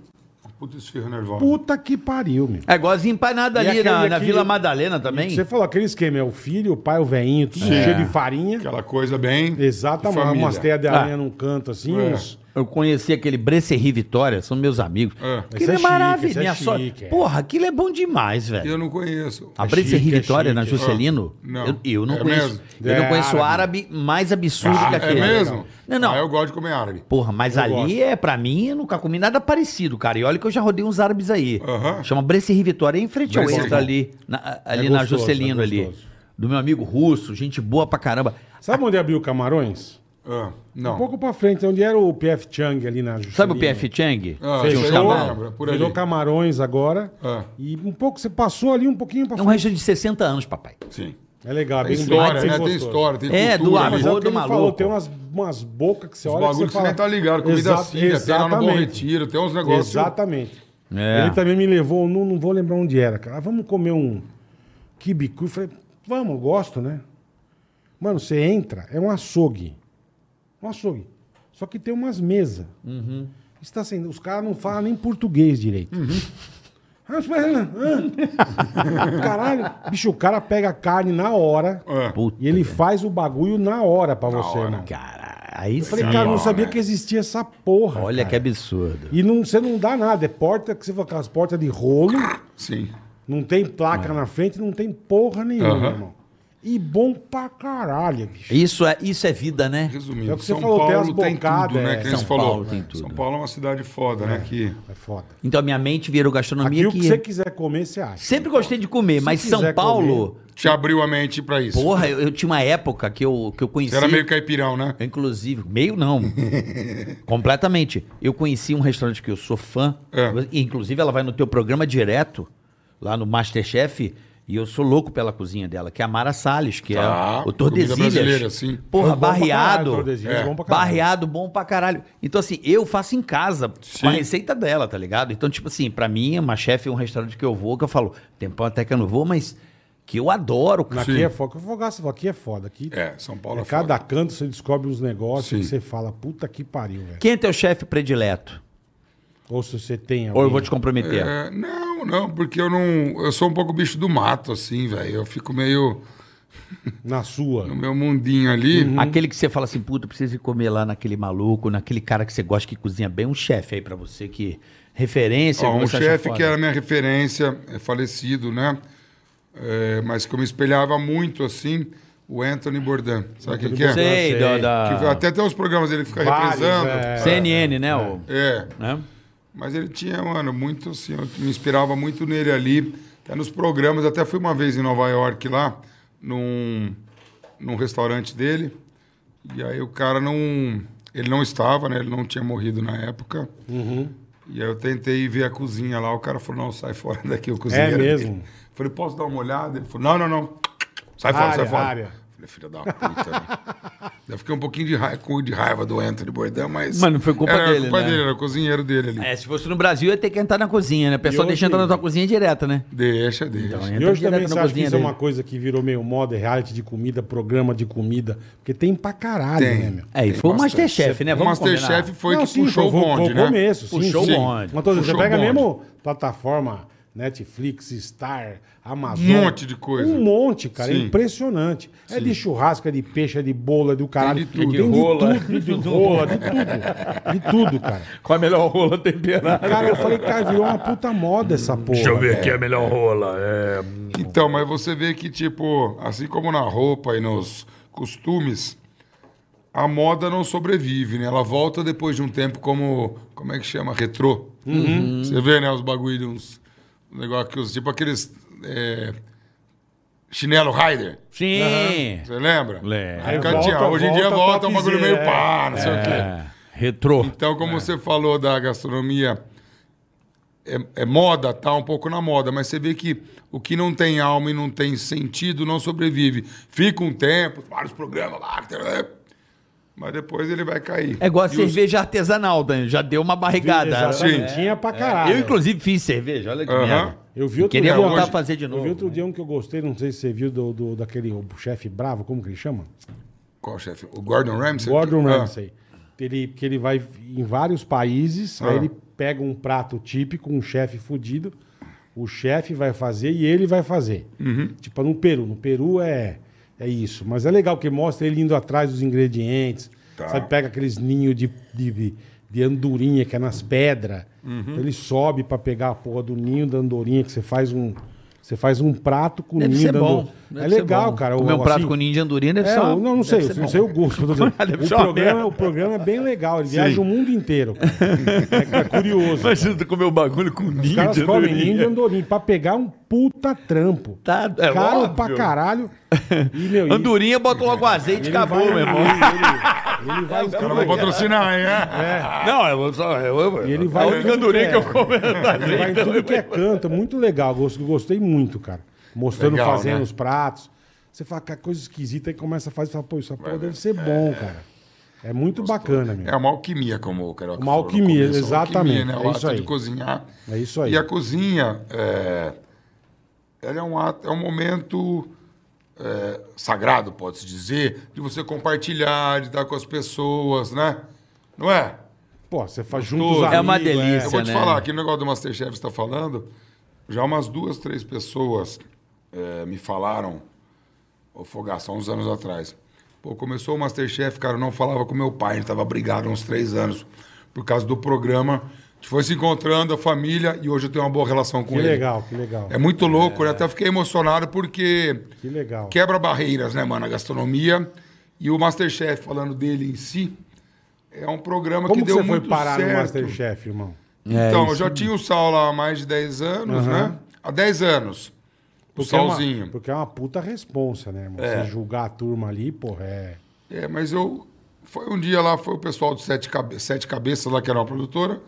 [SPEAKER 5] Puta é esfirra nervosa.
[SPEAKER 3] Puta que pariu, meu.
[SPEAKER 4] É igual as empanadas
[SPEAKER 3] E
[SPEAKER 4] ali
[SPEAKER 3] aquele-
[SPEAKER 4] na, na
[SPEAKER 3] aquele-
[SPEAKER 4] Vila Madalena
[SPEAKER 3] E
[SPEAKER 4] também.
[SPEAKER 3] Você falou aquele esquema, é o filho, o pai, o veinho, tudo cheio de farinha.
[SPEAKER 5] Aquela coisa bem.
[SPEAKER 3] Exatamente,
[SPEAKER 5] É. família.
[SPEAKER 3] umas teias de
[SPEAKER 4] Ah.
[SPEAKER 3] aranha num canto assim,
[SPEAKER 5] É.
[SPEAKER 3] uns-
[SPEAKER 4] Eu conheci aquele Bresserri Vitória, são meus amigos.
[SPEAKER 5] É.
[SPEAKER 4] Aquilo
[SPEAKER 3] Esse é
[SPEAKER 4] é,
[SPEAKER 3] chique, esse
[SPEAKER 4] maravilhoso.
[SPEAKER 3] é
[SPEAKER 4] Minha só-
[SPEAKER 3] chique, é.
[SPEAKER 4] Porra, aquilo é bom demais, velho.
[SPEAKER 5] Eu não conheço.
[SPEAKER 4] A Bresserri
[SPEAKER 3] chique, é
[SPEAKER 4] Vitória na
[SPEAKER 3] chique.
[SPEAKER 4] Juscelino,
[SPEAKER 5] Ah, não.
[SPEAKER 4] eu, eu não
[SPEAKER 5] É
[SPEAKER 4] conheço.
[SPEAKER 5] mesmo?
[SPEAKER 4] Eu não
[SPEAKER 3] É Ah,
[SPEAKER 4] conheço o árabe mais absurdo que
[SPEAKER 5] é
[SPEAKER 4] aquele.
[SPEAKER 5] mesmo?
[SPEAKER 4] né? Não, não.
[SPEAKER 5] Ah, eu gosto de comer árabe.
[SPEAKER 4] Porra, mas ali
[SPEAKER 3] gosto.
[SPEAKER 4] é, pra mim, eu nunca comi nada parecido, cara. E olha que eu já rodei uns árabes aí.
[SPEAKER 5] Aham.
[SPEAKER 4] Chama Bresserri Vitória, é em frente ao
[SPEAKER 5] Bresserri.
[SPEAKER 4] extra ali, na, ali
[SPEAKER 3] É
[SPEAKER 4] na
[SPEAKER 3] gostoso,
[SPEAKER 4] Juscelino
[SPEAKER 3] é
[SPEAKER 4] ali.
[SPEAKER 3] gostoso.
[SPEAKER 4] Do meu amigo russo, gente boa pra caramba.
[SPEAKER 3] Sabe onde abriu o Camarões?
[SPEAKER 5] Ah,
[SPEAKER 3] Um
[SPEAKER 5] não.
[SPEAKER 3] pouco pra frente, onde era o PF Chang ali na Juscelino.
[SPEAKER 4] Sabe o PF Chang?
[SPEAKER 5] Ah,
[SPEAKER 4] Tinha uns
[SPEAKER 5] sei, eu
[SPEAKER 4] cavalos.
[SPEAKER 5] lembro. por
[SPEAKER 3] virou
[SPEAKER 5] ali.
[SPEAKER 3] Camarões agora.
[SPEAKER 5] É.
[SPEAKER 3] E um pouco, você passou ali um pouquinho pra
[SPEAKER 4] É um
[SPEAKER 3] frente.
[SPEAKER 4] resto de 60 anos, papai.
[SPEAKER 5] Sim.
[SPEAKER 3] É legal,
[SPEAKER 5] Tem
[SPEAKER 3] bem
[SPEAKER 5] história,
[SPEAKER 3] bem
[SPEAKER 5] né? Tem
[SPEAKER 3] gostoso.
[SPEAKER 5] história, tem
[SPEAKER 4] É, do
[SPEAKER 5] cultura.
[SPEAKER 3] Ah,
[SPEAKER 5] ali.
[SPEAKER 3] Mas é o
[SPEAKER 4] Avô
[SPEAKER 3] que
[SPEAKER 4] do
[SPEAKER 3] ele
[SPEAKER 4] maluco.
[SPEAKER 3] falou, tem umas, umas bocas que você
[SPEAKER 5] Os
[SPEAKER 3] olha
[SPEAKER 5] bagulhos que você nem tá ligado. Comida
[SPEAKER 3] Exa-
[SPEAKER 5] síria, tem lá no um Bom
[SPEAKER 3] exatamente.
[SPEAKER 5] Retiro, tem uns negócios.
[SPEAKER 3] Exatamente.
[SPEAKER 4] É.
[SPEAKER 3] Ele também me levou, não, não vou lembrar onde era, cara. Ah, Vamos comer um kibicu. Eu falei, vamos, eu gosto, né? Mano, você entra, é um açougue. Um açougue. Só que tem umas mesas.
[SPEAKER 4] Uhum.
[SPEAKER 3] Está sendo, os caras não falam nem português direito. Ah, mas- ah. Caralho, bicho, o cara pega a carne na hora
[SPEAKER 5] É.
[SPEAKER 4] Puta.
[SPEAKER 3] e ele faz o bagulho na hora pra você,
[SPEAKER 5] hora.
[SPEAKER 3] irmão.
[SPEAKER 4] Cara, aí
[SPEAKER 3] Eu falei,
[SPEAKER 4] sim.
[SPEAKER 3] cara, eu não
[SPEAKER 5] Sim,
[SPEAKER 3] sabia
[SPEAKER 5] né?
[SPEAKER 3] que existia essa porra.
[SPEAKER 4] Olha
[SPEAKER 3] cara.
[SPEAKER 4] que é absurdo.
[SPEAKER 3] E não, você não dá nada, é porta que você fala aquelas portas de rolo,
[SPEAKER 5] Sim.
[SPEAKER 3] não tem
[SPEAKER 4] É.
[SPEAKER 3] placa na frente, não tem porra nenhuma,
[SPEAKER 5] Aham.
[SPEAKER 3] irmão. E bom pra caralho, bicho.
[SPEAKER 4] Isso é, isso é vida, né?
[SPEAKER 5] Resumindo,
[SPEAKER 3] É o que você falou, tem as bocadas,
[SPEAKER 5] tudo, né?
[SPEAKER 3] é.
[SPEAKER 5] Que São
[SPEAKER 4] São
[SPEAKER 5] falou.
[SPEAKER 4] Paulo tem tudo.
[SPEAKER 5] São Paulo é uma cidade foda, né? Que...
[SPEAKER 3] É foda.
[SPEAKER 4] Então a minha mente virou
[SPEAKER 3] Aqui
[SPEAKER 4] gastronomia
[SPEAKER 3] o que
[SPEAKER 4] que
[SPEAKER 3] você quiser comer, você acha.
[SPEAKER 4] sempre gostei de comer, mas
[SPEAKER 3] quiser
[SPEAKER 4] São Paulo,
[SPEAKER 5] Te abriu a mente pra isso.
[SPEAKER 4] porra, eu, eu tinha uma época que eu que eu
[SPEAKER 5] Você
[SPEAKER 4] conheci
[SPEAKER 5] era meio caipirão, né?
[SPEAKER 4] eu, inclusive, meio não. completamente. Eu conheci um restaurante que eu sou fã,
[SPEAKER 5] É.
[SPEAKER 4] e, inclusive ela vai no teu programa direto, lá no MasterChef. E eu sou louco pela cozinha dela, que é a Mara Salles, que
[SPEAKER 5] Tá,
[SPEAKER 4] é o
[SPEAKER 5] comida brasileira,
[SPEAKER 4] Tordesilhas.
[SPEAKER 5] sim.
[SPEAKER 4] Porra,
[SPEAKER 3] É bom pra caralho,
[SPEAKER 4] barreado.
[SPEAKER 3] Tordesilhas,
[SPEAKER 5] É.
[SPEAKER 3] bom pra caralho.
[SPEAKER 4] Barreado bom pra caralho. Então, assim, eu faço em casa
[SPEAKER 5] Sim.
[SPEAKER 4] com a receita dela, tá ligado? Então, tipo assim, pra mim, uma chefe é um restaurante que eu vou, que eu falo, tempão até que eu não vou, mas que eu adoro, cara.
[SPEAKER 3] Aqui
[SPEAKER 5] Sim.
[SPEAKER 3] é foda. Fogaça, aqui é foda. Aqui
[SPEAKER 5] É, São Paulo
[SPEAKER 3] é
[SPEAKER 5] é
[SPEAKER 3] cada
[SPEAKER 5] foda.
[SPEAKER 3] canto você descobre uns negócios
[SPEAKER 5] Sim.
[SPEAKER 3] que você fala, puta que pariu, velho.
[SPEAKER 4] Quem é teu chefe predileto?
[SPEAKER 3] Ou se você tem
[SPEAKER 4] Ou eu
[SPEAKER 3] alguém-
[SPEAKER 4] vou te comprometer?
[SPEAKER 5] É, não, não, porque eu não. Eu sou um pouco bicho do mato, assim, velho. Eu fico meio
[SPEAKER 3] na sua.
[SPEAKER 5] no meu mundinho ali.
[SPEAKER 4] Aquele que você fala assim, puta, eu preciso ir comer lá naquele maluco, naquele cara que você gosta que cozinha bem, um chefe aí pra você que referência.
[SPEAKER 5] Ó,
[SPEAKER 4] que
[SPEAKER 5] um
[SPEAKER 4] você acha
[SPEAKER 5] chefe
[SPEAKER 4] foda.
[SPEAKER 5] que era minha referência, é falecido, né? É, mas que eu me espelhava muito, assim, o Anthony Bourdain. Sabe quem que é?
[SPEAKER 4] Sei,
[SPEAKER 3] Sei.
[SPEAKER 4] da,
[SPEAKER 5] Que
[SPEAKER 4] da
[SPEAKER 5] até tem uns programas ele fica
[SPEAKER 3] Vários,
[SPEAKER 5] reprisando.
[SPEAKER 3] é.
[SPEAKER 4] CNN, né? o-
[SPEAKER 5] É.
[SPEAKER 4] né?
[SPEAKER 5] Mas ele tinha, mano, muito assim, eu me inspirava muito nele ali, até nos programas. Até fui uma vez em Nova York lá, num, num restaurante dele. E aí o cara não. Ele não estava, né? Ele não tinha morrido na época.
[SPEAKER 3] Uhum.
[SPEAKER 5] E aí eu tentei ver a cozinha lá. O cara falou: não, sai fora daqui, o cozinheiro.
[SPEAKER 3] É mesmo?
[SPEAKER 5] dele. Falei: posso dar uma olhada? Ele falou: não, não, não. Sai fora,
[SPEAKER 3] Área,
[SPEAKER 5] sai fora.
[SPEAKER 3] área.
[SPEAKER 5] Falei: filha da puta. né? eu fiquei um pouquinho de raiva, de raiva do Anthony Bourdain, mas.
[SPEAKER 4] Mas não foi culpa
[SPEAKER 5] era
[SPEAKER 4] dele,
[SPEAKER 5] culpa
[SPEAKER 4] né?
[SPEAKER 5] dele, era o cozinheiro dele ali.
[SPEAKER 4] É, se fosse no Brasil, ia ter que entrar na cozinha, né? O pessoal
[SPEAKER 3] E hoje-
[SPEAKER 4] deixa entrar na tua cozinha direto, né?
[SPEAKER 5] Deixa, deixa.
[SPEAKER 3] E hoje
[SPEAKER 4] Entra
[SPEAKER 3] também
[SPEAKER 4] direto
[SPEAKER 3] você
[SPEAKER 4] na
[SPEAKER 3] acha que
[SPEAKER 4] cozinha
[SPEAKER 3] isso é uma
[SPEAKER 4] dele.
[SPEAKER 3] coisa que virou meio moda, é reality de comida, programa de comida. Porque tem pra caralho,
[SPEAKER 5] Tem.
[SPEAKER 3] né, meu?
[SPEAKER 4] É, e foi o
[SPEAKER 5] bastante.
[SPEAKER 4] Masterchef, né?
[SPEAKER 5] o
[SPEAKER 4] Vamos combinar.
[SPEAKER 5] Masterchef foi
[SPEAKER 3] Não,
[SPEAKER 5] que
[SPEAKER 3] sim,
[SPEAKER 5] puxou
[SPEAKER 3] foi-
[SPEAKER 5] o bonde,
[SPEAKER 3] foi
[SPEAKER 5] né?
[SPEAKER 3] começo, sim,
[SPEAKER 4] Puxou o
[SPEAKER 3] sim.
[SPEAKER 4] bonde.
[SPEAKER 3] Mas tô dizendo, você
[SPEAKER 5] Puxou o
[SPEAKER 3] pega
[SPEAKER 5] bonde.
[SPEAKER 3] mesmo plataforma Netflix, Star, Amazon.
[SPEAKER 5] Um monte de coisa.
[SPEAKER 3] Um monte, cara. É
[SPEAKER 5] Sim.
[SPEAKER 3] impressionante. É de churrasco, é de peixe, é de bola, é do caralho.
[SPEAKER 5] Tem de tudo.
[SPEAKER 3] Tem de
[SPEAKER 4] rola.
[SPEAKER 3] tudo, de rola, de tudo. De tudo, cara.
[SPEAKER 4] Com a melhor rola temperada.
[SPEAKER 3] Cara, eu falei, cara, virou uma puta moda essa porra.
[SPEAKER 7] Deixa eu ver aqui a melhor rola. É...
[SPEAKER 5] Então, mas você vê que, tipo, assim como na roupa e nos costumes, a moda não sobrevive, né? Ela volta depois de um tempo como, como é que chama? Retrô.
[SPEAKER 3] Uhum.
[SPEAKER 5] Você vê, né? Os bagulho de uns um negócio que os, tipo aqueles é, chinelo rider.
[SPEAKER 4] Sim.
[SPEAKER 5] Você lembra?
[SPEAKER 4] Lembro.
[SPEAKER 5] Na época tinha.
[SPEAKER 3] Volta,
[SPEAKER 5] Hoje em dia
[SPEAKER 3] volta,
[SPEAKER 5] volta um bagulho meio
[SPEAKER 3] topzera,
[SPEAKER 5] pá, não sei o quê.
[SPEAKER 4] É, Retrô.
[SPEAKER 5] Então, como
[SPEAKER 3] É.
[SPEAKER 5] você falou da gastronomia, é, é moda, tá um pouco na moda, mas você vê que o que não tem alma e não tem sentido não sobrevive. Fica um tempo, vários programas lá, né? mas depois ele vai cair.
[SPEAKER 4] É igual a
[SPEAKER 5] E
[SPEAKER 4] cerveja artesanal, Dan. Já deu uma barrigada.
[SPEAKER 3] Exatamente.
[SPEAKER 5] Sim.
[SPEAKER 3] Tinha pra caralho.
[SPEAKER 4] É. Eu, inclusive, fiz cerveja. Olha que
[SPEAKER 5] Aham.
[SPEAKER 4] merda.
[SPEAKER 3] Eu vi outro
[SPEAKER 4] Queria
[SPEAKER 3] dia.
[SPEAKER 4] voltar
[SPEAKER 5] hoje-
[SPEAKER 4] a fazer de
[SPEAKER 3] Eu
[SPEAKER 4] novo. né?
[SPEAKER 3] vi outro dia um que eu gostei, não sei se você viu, do, do- daquele o chefe bravo, como que ele chama?
[SPEAKER 5] Qual chefe? O Gordon Ramsay?
[SPEAKER 3] Gordon
[SPEAKER 5] Ah,
[SPEAKER 3] Ramsay. Ele, que ele vai em vários países,
[SPEAKER 5] Ah.
[SPEAKER 3] aí ele pega um prato típico, um chefe fudido, o chefe vai fazer e ele vai fazer.
[SPEAKER 5] Uhum.
[SPEAKER 3] Tipo, no Peru. No Peru é, é isso. Mas é legal que mostra ele indo atrás dos ingredientes.
[SPEAKER 5] Tá.
[SPEAKER 3] Sabe, pega aqueles ninhos de, de, de- de andorinha que é nas pedras.
[SPEAKER 5] Uhum.
[SPEAKER 3] Então ele sobe pra pegar a porra do ninho da andorinha, que você faz um... Você faz um prato com
[SPEAKER 4] Deve
[SPEAKER 3] ninho
[SPEAKER 4] ser
[SPEAKER 3] da
[SPEAKER 4] bom.
[SPEAKER 3] andor-
[SPEAKER 4] Deve
[SPEAKER 3] É
[SPEAKER 4] ser
[SPEAKER 3] legal,
[SPEAKER 4] bom.
[SPEAKER 3] cara.
[SPEAKER 4] Comer um
[SPEAKER 3] O-
[SPEAKER 4] prato
[SPEAKER 3] assim,
[SPEAKER 4] com ninja andorinha deve
[SPEAKER 3] é,
[SPEAKER 4] ser uma-
[SPEAKER 3] não, não
[SPEAKER 4] deve
[SPEAKER 3] sei,
[SPEAKER 4] ser
[SPEAKER 3] não
[SPEAKER 4] bom.
[SPEAKER 3] sei o gosto. eu tô dizendo.
[SPEAKER 4] Deve
[SPEAKER 3] o,
[SPEAKER 4] ser uma
[SPEAKER 3] programa,
[SPEAKER 4] merda.
[SPEAKER 3] o programa é bem legal, ele viaja o mundo inteiro. cara. É, é curioso.
[SPEAKER 7] Imagina tu comer o bagulho com
[SPEAKER 3] Os caras
[SPEAKER 7] ninja.
[SPEAKER 3] comem ninho e andorinha pra pegar um puta trampo.
[SPEAKER 4] Tá, é
[SPEAKER 3] Caro
[SPEAKER 4] óbvio.
[SPEAKER 3] pra caralho. E, meu, e-
[SPEAKER 4] Andorinha, bota logo azeite,
[SPEAKER 3] ele
[SPEAKER 4] acabou,
[SPEAKER 3] vai-
[SPEAKER 4] meu irmão.
[SPEAKER 3] é- Ele, ele vai em
[SPEAKER 5] Cara,
[SPEAKER 3] tudo,
[SPEAKER 5] vai patrocinar, hein? É.
[SPEAKER 7] Não, eu só. Eu, eu,
[SPEAKER 3] E ele
[SPEAKER 7] a
[SPEAKER 3] vai
[SPEAKER 4] Tá
[SPEAKER 3] em
[SPEAKER 7] única
[SPEAKER 3] tudo
[SPEAKER 7] andorinha
[SPEAKER 3] que
[SPEAKER 7] que
[SPEAKER 3] é.
[SPEAKER 7] eu como é da
[SPEAKER 3] ele vai em
[SPEAKER 4] né?
[SPEAKER 7] azeite.
[SPEAKER 3] tudo que é canto, é muito legal. gosto- Gostei muito, cara. Mostrando,
[SPEAKER 5] Legal,
[SPEAKER 3] fazendo
[SPEAKER 5] né?
[SPEAKER 3] os pratos. Você fala, cara, coisa esquisita, aí começa a fazer e fala, pô, isso porra
[SPEAKER 5] ver.
[SPEAKER 3] deve ser bom, cara. É muito bacana, meu.
[SPEAKER 5] É uma alquimia, como o Carioca
[SPEAKER 3] Uma
[SPEAKER 5] falou no
[SPEAKER 3] alquimia,
[SPEAKER 5] começo, uma
[SPEAKER 3] exatamente,
[SPEAKER 5] né?
[SPEAKER 3] é
[SPEAKER 5] O ato
[SPEAKER 3] isso aí.
[SPEAKER 5] de cozinhar.
[SPEAKER 3] É isso aí.
[SPEAKER 5] E a cozinha, é, ela é um, ato, é um momento é, sagrado, pode-se dizer, de você compartilhar, de estar com as pessoas, né? Não é?
[SPEAKER 3] Pô, você faz juntos
[SPEAKER 4] É uma delícia.
[SPEAKER 5] Eu vou te
[SPEAKER 4] né?
[SPEAKER 5] falar, aquele negócio do Masterchef está falando, já umas duas, três pessoas é, me falaram, o Fogaça, há uns anos atrás. Pô, começou o Masterchef, cara, eu não falava com meu pai, a gente tava brigado há uns três anos por causa do programa. A gente foi se encontrando, a família, e hoje eu tenho uma boa relação com
[SPEAKER 3] Que
[SPEAKER 5] ele.
[SPEAKER 3] legal, que legal.
[SPEAKER 5] É muito louco, né? Até fiquei emocionado porque
[SPEAKER 3] Que legal.
[SPEAKER 5] quebra barreiras, né, mano? A gastronomia. E o Masterchef, falando dele em si, é um programa
[SPEAKER 3] Como
[SPEAKER 5] que
[SPEAKER 3] que
[SPEAKER 5] deu
[SPEAKER 3] você foi
[SPEAKER 5] muito
[SPEAKER 3] parar
[SPEAKER 5] certo.
[SPEAKER 3] no Masterchef, irmão? É
[SPEAKER 5] Então, eu já tinha o sal lá há mais de 10 anos, né? Há 10 anos. O
[SPEAKER 3] É uma,
[SPEAKER 5] salzinho.
[SPEAKER 3] porque é uma puta responsa, né, irmão? Você julgar a turma ali, porra, é...
[SPEAKER 5] É, mas eu. Foi um dia lá, foi o pessoal do Sete, Cabe- Sete Cabeças lá, que era uma produtora,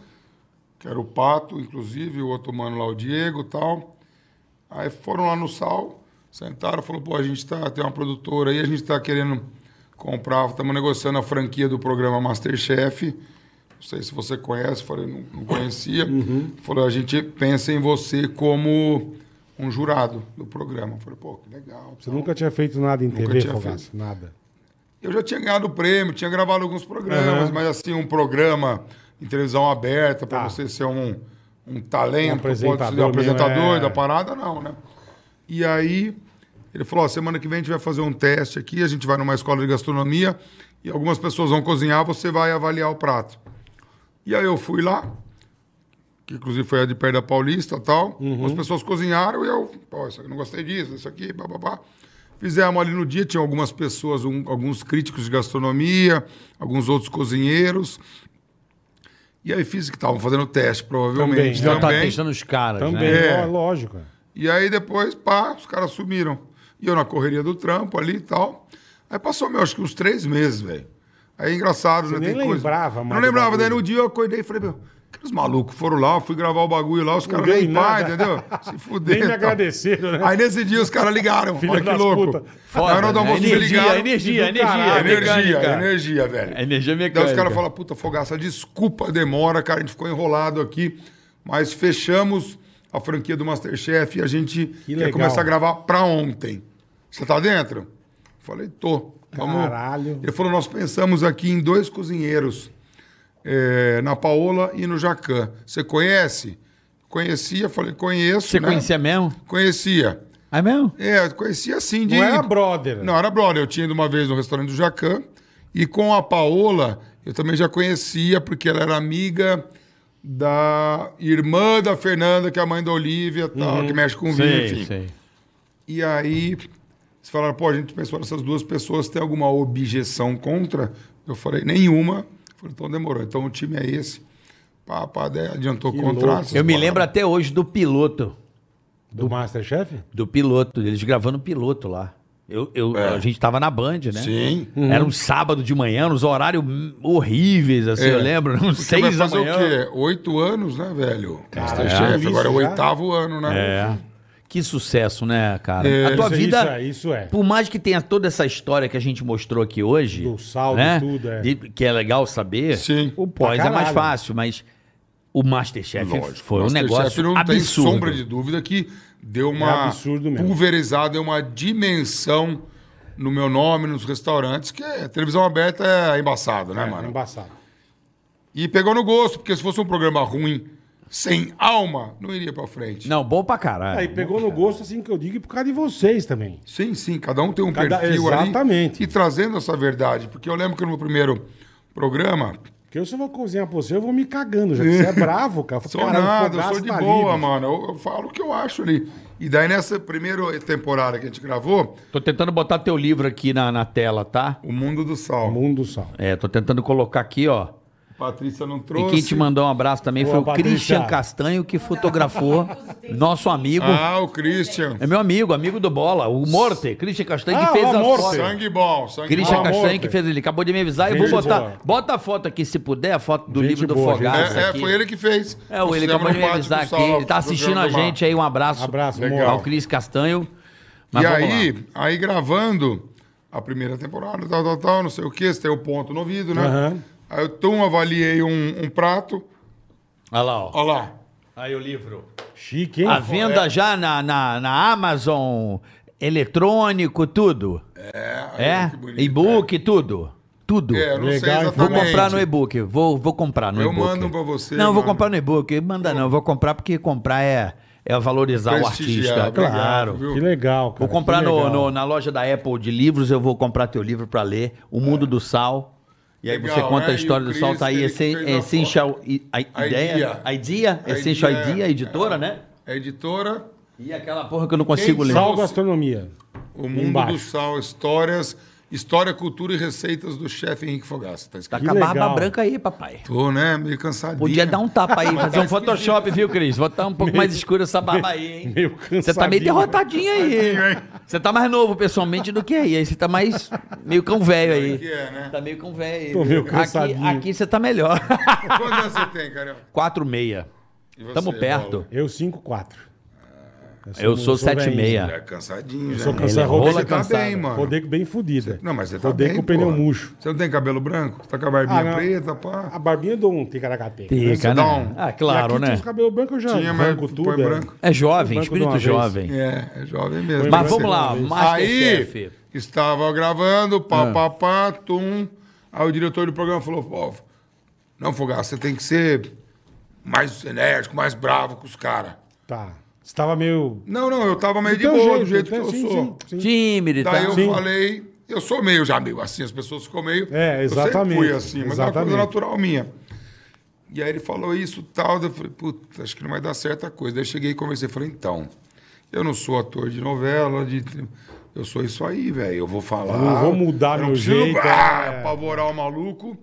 [SPEAKER 5] que era o Pato, inclusive, o outro mano lá, o Diego e tal. Aí foram lá no sal, sentaram, falou, pô, a gente tá, tem uma produtora aí, a gente tá querendo comprar, estamos negociando a franquia do programa Masterchef. Não sei se você
[SPEAKER 3] Uhum.
[SPEAKER 5] conhece, falei, não, não conhecia. Falou, a gente pensa em você como um jurado do programa. Eu falei, pô, que legal.
[SPEAKER 3] Você
[SPEAKER 5] tal.
[SPEAKER 3] nunca tinha feito nada em TV,
[SPEAKER 5] tinha
[SPEAKER 3] Fogaça? Nada.
[SPEAKER 5] Eu já tinha ganhado prêmio, tinha gravado alguns programas,
[SPEAKER 3] Aham.
[SPEAKER 5] mas assim, um programa em televisão aberta, para
[SPEAKER 3] Tá.
[SPEAKER 5] você ser um, um talento,
[SPEAKER 3] Um apresentador
[SPEAKER 5] pode ser um apresentador
[SPEAKER 3] mesmo, é.
[SPEAKER 5] da parada, não, né? E aí, ele falou, ó, semana que vem a gente vai fazer um teste aqui, a gente vai numa escola de gastronomia e algumas pessoas vão cozinhar, você vai avaliar o prato. E aí eu fui lá, que inclusive foi a de perto da Paulista e tal.
[SPEAKER 4] Uhum.
[SPEAKER 5] As pessoas cozinharam e eu, pô, isso aqui, não gostei disso, isso aqui, bababá. Fizemos ali no dia, tinha algumas pessoas, um- alguns críticos de gastronomia, alguns outros cozinheiros. E aí fiz que estavam fazendo teste, provavelmente.
[SPEAKER 3] Também.
[SPEAKER 4] Já
[SPEAKER 5] Também.
[SPEAKER 4] tá testando os caras,
[SPEAKER 3] Também,
[SPEAKER 4] né?
[SPEAKER 5] É.
[SPEAKER 3] ó, lógico. é.
[SPEAKER 5] E aí depois, pá, os caras sumiram. E eu na correria do trampo ali e tal. Aí passou, meu, acho que uns três meses, velho. Aí é engraçado, né?
[SPEAKER 3] nem lembrava
[SPEAKER 5] coisa.
[SPEAKER 3] mais
[SPEAKER 5] Não
[SPEAKER 3] do
[SPEAKER 5] lembrava, daí
[SPEAKER 3] bagulho.
[SPEAKER 5] no dia eu acordei e falei, meu, aqueles malucos foram lá, eu fui gravar o bagulho lá, os caras
[SPEAKER 3] deu em
[SPEAKER 5] nem pá,
[SPEAKER 3] nada.
[SPEAKER 5] entendeu? Se fuder.
[SPEAKER 3] Nem me
[SPEAKER 5] tal.
[SPEAKER 3] agradeceram, né?
[SPEAKER 5] Aí nesse dia os caras ligaram.
[SPEAKER 3] Filha
[SPEAKER 5] Olha que
[SPEAKER 3] das
[SPEAKER 5] louco.
[SPEAKER 3] puta.
[SPEAKER 5] Aí na hora do
[SPEAKER 4] né?
[SPEAKER 5] almoço me
[SPEAKER 4] energia,
[SPEAKER 5] ligaram.
[SPEAKER 4] energia,
[SPEAKER 3] do caralho.
[SPEAKER 4] energia,
[SPEAKER 5] Energia,
[SPEAKER 4] Ah, mecânica.
[SPEAKER 5] energia, velho.
[SPEAKER 4] É energia
[SPEAKER 5] Daí os
[SPEAKER 4] mecânica.
[SPEAKER 5] caras falam, puta, Fogaça, desculpa a demora, cara, a gente ficou enrolado aqui, mas fechamos a franquia do Masterchef e a gente quer
[SPEAKER 3] legal.
[SPEAKER 5] começar a gravar pra ontem. Você tá dentro? Falei, tô. Vamos.
[SPEAKER 3] Caralho.
[SPEAKER 5] Ele falou, nós pensamos aqui em dois cozinheiros, é, na Paola e no Jacan. Você conhece? Conhecia, falei, conheço,
[SPEAKER 4] Você
[SPEAKER 5] né?
[SPEAKER 4] conhecia mesmo?
[SPEAKER 5] Conhecia.
[SPEAKER 4] É mesmo?
[SPEAKER 5] É, conhecia sim de...
[SPEAKER 3] Não era brother.
[SPEAKER 5] Não, era é brother. Eu tinha ido uma vez no restaurante do Jacan. E com a Paola, eu também já conhecia, porque ela era amiga da irmã da Fernanda, que é a mãe da Olivia,
[SPEAKER 4] Uhum.
[SPEAKER 5] tal, que mexe com vinho, enfim. E aí, eles falaram, pô, a gente pensou nessas duas pessoas, tem alguma objeção contra? Eu falei, nenhuma. Eu falei, então demorou. Então o time é esse. Pá, pá, daí adiantou o
[SPEAKER 3] louco.
[SPEAKER 5] contrato. essas
[SPEAKER 4] Eu me
[SPEAKER 5] paradas.
[SPEAKER 4] lembro até hoje do piloto.
[SPEAKER 3] Do Masterchef?
[SPEAKER 4] Do piloto, eles gravando o piloto lá. Eu, eu-
[SPEAKER 5] É.
[SPEAKER 4] A gente tava na Band, né?
[SPEAKER 5] Sim.
[SPEAKER 4] Era um sábado de manhã, uns horários hum, horríveis, assim,
[SPEAKER 5] É.
[SPEAKER 4] eu lembro. Uns
[SPEAKER 5] Porque vai
[SPEAKER 4] seis da
[SPEAKER 5] fazer
[SPEAKER 4] manhã.
[SPEAKER 5] o quê? Oito anos, né, velho?
[SPEAKER 3] é
[SPEAKER 5] Masterchef,
[SPEAKER 3] isso
[SPEAKER 5] agora é o
[SPEAKER 3] já?
[SPEAKER 5] oitavo ano, né?
[SPEAKER 4] É. Que sucesso, né, cara?
[SPEAKER 5] É.
[SPEAKER 4] a tua
[SPEAKER 3] Isso é-
[SPEAKER 4] vida.
[SPEAKER 3] isso é- isso é.
[SPEAKER 4] Por mais que tenha toda essa história que a gente mostrou aqui hoje. né?
[SPEAKER 3] Do saldo e tudo, é.
[SPEAKER 4] de- que é legal saber.
[SPEAKER 5] Sim.
[SPEAKER 4] O pós
[SPEAKER 3] Pra
[SPEAKER 4] é mais
[SPEAKER 3] caralho.
[SPEAKER 4] fácil, mas o Masterchef foi um
[SPEAKER 5] Masterchef
[SPEAKER 4] negócio
[SPEAKER 5] não tem
[SPEAKER 4] absurdo.
[SPEAKER 5] sombra de dúvida que deu uma
[SPEAKER 3] É absurdo mesmo.
[SPEAKER 5] pulverizada, deu uma dimensão no meu nome, nos restaurantes, que é, televisão aberta é embaçado, né, mano?
[SPEAKER 3] Embaçado.
[SPEAKER 5] E pegou no gosto, porque se fosse um programa ruim, sem alma, não iria pra frente.
[SPEAKER 4] Não, bom pra
[SPEAKER 5] É,
[SPEAKER 4] caralho.
[SPEAKER 3] Aí pegou no gosto, assim que eu digo, e por causa de vocês também.
[SPEAKER 5] Sim, sim, cada um tem um
[SPEAKER 3] Cada-
[SPEAKER 5] perfil ali.
[SPEAKER 3] exatamente.
[SPEAKER 5] E trazendo essa verdade, porque eu lembro que no meu primeiro programa,
[SPEAKER 3] Porque eu, se eu vou cozinhar pra você, eu vou me cagando, já que você é bravo, cara. Eu falo,
[SPEAKER 5] Sou
[SPEAKER 3] "Caralho,
[SPEAKER 5] nada, eu
[SPEAKER 3] Fogaça
[SPEAKER 5] sou de
[SPEAKER 3] tá
[SPEAKER 5] boa,
[SPEAKER 3] livre."
[SPEAKER 5] mano. Eu, eu falo o que eu acho ali. E daí nessa primeira temporada que a gente gravou,
[SPEAKER 4] Tô tentando botar teu livro aqui na, na tela, tá?
[SPEAKER 5] O Mundo do Sal.
[SPEAKER 3] Mundo sal.
[SPEAKER 4] É, tô tentando colocar aqui, ó.
[SPEAKER 5] Patrícia não
[SPEAKER 4] E
[SPEAKER 5] trouxe.
[SPEAKER 4] quem te mandou um abraço também
[SPEAKER 3] Boa,
[SPEAKER 4] foi o
[SPEAKER 3] Patrícia.
[SPEAKER 4] Christian Castanho, que fotografou nosso amigo.
[SPEAKER 5] Ah, o Christian.
[SPEAKER 4] É meu amigo, amigo do Bola, o Morte. Christian Castanho que
[SPEAKER 3] Ah,
[SPEAKER 4] fez
[SPEAKER 3] o
[SPEAKER 4] a
[SPEAKER 3] Morte.
[SPEAKER 4] foto.
[SPEAKER 5] Sangue bom, sangue
[SPEAKER 4] Christian
[SPEAKER 5] bom.
[SPEAKER 3] Morte.
[SPEAKER 4] Castanho que fez ele. Acabou de me avisar. Eu
[SPEAKER 3] Gente
[SPEAKER 4] vou botar.
[SPEAKER 3] boa.
[SPEAKER 4] Bota a foto aqui, se puder, a foto do
[SPEAKER 3] Gente
[SPEAKER 4] livro do
[SPEAKER 3] boa, gente.
[SPEAKER 4] Fogaça.
[SPEAKER 5] É, é,
[SPEAKER 4] aqui.
[SPEAKER 5] foi ele que fez.
[SPEAKER 4] É, o
[SPEAKER 5] Nós
[SPEAKER 4] ele
[SPEAKER 5] fizemos
[SPEAKER 4] acabou de
[SPEAKER 5] no
[SPEAKER 4] me
[SPEAKER 5] Pátio do
[SPEAKER 4] avisando aqui.
[SPEAKER 5] Sal,
[SPEAKER 4] Ele tá
[SPEAKER 5] do
[SPEAKER 4] assistindo a
[SPEAKER 5] Grande do Mar.
[SPEAKER 4] gente aí. Um abraço.
[SPEAKER 3] Abraço,
[SPEAKER 5] Legal.
[SPEAKER 4] Ao
[SPEAKER 3] amor.
[SPEAKER 4] Cris Castanho. Mas
[SPEAKER 5] E
[SPEAKER 4] vamos
[SPEAKER 5] aí,
[SPEAKER 4] lá.
[SPEAKER 5] aí gravando a primeira temporada, tal, tal, tal, não sei o quê, você tem o ponto no ouvido, né?
[SPEAKER 3] Aham.
[SPEAKER 5] Aí eu tum, avaliei um, um prato.
[SPEAKER 4] Olha lá, ó.
[SPEAKER 5] Olha lá.
[SPEAKER 4] Aí o livro.
[SPEAKER 3] Chique, hein?
[SPEAKER 4] A venda
[SPEAKER 5] é.
[SPEAKER 4] já na, na, na Amazon, eletrônico, tudo.
[SPEAKER 5] É,
[SPEAKER 4] É?
[SPEAKER 5] que bonito.
[SPEAKER 4] E-book, tudo. Tudo.
[SPEAKER 5] É, eu não sei
[SPEAKER 3] Legal, hein?
[SPEAKER 5] exatamente.
[SPEAKER 4] Vou comprar no e-book. Vou, vou comprar no
[SPEAKER 5] Eu
[SPEAKER 4] e-book.
[SPEAKER 5] mando pra você,
[SPEAKER 4] Não, eu vou
[SPEAKER 5] mano.
[SPEAKER 4] comprar no e-book. Manda não, eu vou comprar porque comprar é, é valorizar o
[SPEAKER 5] Prestigiar,
[SPEAKER 4] artista.
[SPEAKER 5] obrigado,
[SPEAKER 4] claro.
[SPEAKER 5] viu?
[SPEAKER 3] Que legal, cara.
[SPEAKER 4] Vou comprar
[SPEAKER 3] que
[SPEAKER 4] no,
[SPEAKER 3] legal.
[SPEAKER 4] no- na loja da Apple de livros, eu vou comprar teu livro pra ler, O Mundo do Sal. E aí
[SPEAKER 5] Legal,
[SPEAKER 4] você conta
[SPEAKER 5] né?
[SPEAKER 4] a história
[SPEAKER 5] E o
[SPEAKER 4] do Sal, tá aí,
[SPEAKER 5] Chris, ele que
[SPEAKER 4] Essen-
[SPEAKER 5] fez a
[SPEAKER 4] Essential I- I- Ideia,
[SPEAKER 5] Idea.
[SPEAKER 4] Idea, Essential
[SPEAKER 5] Idea,
[SPEAKER 4] Idea, editora,
[SPEAKER 5] é.
[SPEAKER 4] né?
[SPEAKER 5] É editora.
[SPEAKER 4] E aquela porra que eu não consigo
[SPEAKER 5] Quem
[SPEAKER 4] ler.
[SPEAKER 3] Sal Gastronomia.
[SPEAKER 5] O Mundo
[SPEAKER 3] Embaixo.
[SPEAKER 5] do Sal, histórias, história, cultura e receitas do chefe Henrique Fogaça. Tá
[SPEAKER 4] Tá
[SPEAKER 5] escrito.
[SPEAKER 4] com a barba
[SPEAKER 3] legal.
[SPEAKER 4] branca aí, papai.
[SPEAKER 5] Tô, né? Meio cansadinho.
[SPEAKER 4] Podia dar um tapa aí, fazer um
[SPEAKER 5] tá
[SPEAKER 4] Photoshop, viu, Cris? Botar um pouco mais escuro essa barba aí, hein?
[SPEAKER 3] meio
[SPEAKER 4] Você tá meio
[SPEAKER 3] cansadinho.
[SPEAKER 4] derrotadinho aí.
[SPEAKER 5] Cansadinho, hein?
[SPEAKER 4] Você tá mais novo pessoalmente do que aí. Aí você tá mais meio cão velho aí.
[SPEAKER 5] que é, né?
[SPEAKER 4] Tá meio cão velho aí.
[SPEAKER 3] Tô meio
[SPEAKER 4] Aqui-
[SPEAKER 3] cansadinho.
[SPEAKER 4] Aqui você tá melhor.
[SPEAKER 5] Quantos anos você tem, Carioca?
[SPEAKER 4] 4,6.
[SPEAKER 5] E você,
[SPEAKER 4] Tamo perto.
[SPEAKER 5] Paulo?
[SPEAKER 3] Eu 5-4.
[SPEAKER 4] Eu sou
[SPEAKER 3] velhinho.
[SPEAKER 4] 7,6.
[SPEAKER 5] Já é cansadinho,
[SPEAKER 3] Eu
[SPEAKER 5] já.
[SPEAKER 3] sou cansado.
[SPEAKER 5] Ele
[SPEAKER 3] Rodeco
[SPEAKER 5] Você tá
[SPEAKER 4] cansado.
[SPEAKER 5] bem, mano.
[SPEAKER 3] Rodeco bem fudida.
[SPEAKER 5] Não, mas você tá
[SPEAKER 3] Rodeco
[SPEAKER 5] bem,
[SPEAKER 3] com pneu
[SPEAKER 5] porra.
[SPEAKER 3] murcho.
[SPEAKER 5] Você não tem cabelo branco? Você tá com a barbinha
[SPEAKER 3] Ah, não.
[SPEAKER 5] preta, pá.
[SPEAKER 3] A barbinha eu dou um ticaracateca.
[SPEAKER 4] Tica,
[SPEAKER 5] Você dá um-
[SPEAKER 4] né? Ah, claro,
[SPEAKER 3] Tinha
[SPEAKER 4] né?
[SPEAKER 3] os cabelos brancos, eu já
[SPEAKER 5] Tinha, mas
[SPEAKER 3] arranco
[SPEAKER 5] põe
[SPEAKER 3] tudo. é.
[SPEAKER 5] branco.
[SPEAKER 4] É jovem,
[SPEAKER 3] Branco de uma
[SPEAKER 4] espírito
[SPEAKER 3] vez.
[SPEAKER 4] jovem.
[SPEAKER 5] É, é jovem mesmo.
[SPEAKER 3] Foi
[SPEAKER 4] Mas
[SPEAKER 3] branco
[SPEAKER 5] Você-
[SPEAKER 4] vamos lá,
[SPEAKER 3] Aí,
[SPEAKER 5] Aí,
[SPEAKER 4] Masterchef.
[SPEAKER 5] estava gravando,
[SPEAKER 3] Ah.
[SPEAKER 5] pá, pá, pá, tum. Aí o diretor do programa falou, ó, não, Fogaça, você tem que ser mais enérgico, mais bravo com os caras.
[SPEAKER 3] Tá. Você tava meio...
[SPEAKER 5] Não, não, eu tava meio de
[SPEAKER 3] Teu
[SPEAKER 5] boa, do jeito que
[SPEAKER 3] né?
[SPEAKER 5] eu
[SPEAKER 3] Sim,
[SPEAKER 5] sou.
[SPEAKER 3] sim, sim.
[SPEAKER 4] Tímido e
[SPEAKER 5] Daí eu
[SPEAKER 4] tal.
[SPEAKER 3] Tá, Sim.
[SPEAKER 5] falei, eu sou meio já meio assim, as pessoas ficam meio.
[SPEAKER 3] É, exatamente,
[SPEAKER 5] Eu sempre fui assim, mas é uma
[SPEAKER 3] exatamente.
[SPEAKER 5] coisa natural minha. E aí ele falou isso tal, daí eu falei, puta, acho que não vai dar certa coisa. Daí eu cheguei e conversei, falei, então, eu não sou ator de novela, de. Eu sou isso aí, velho. Eu vou falar.
[SPEAKER 3] Eu não vou mudar
[SPEAKER 5] eu não
[SPEAKER 3] meu
[SPEAKER 5] preciso,
[SPEAKER 3] jeito,
[SPEAKER 5] ah,
[SPEAKER 3] é.
[SPEAKER 5] apavorar o maluco.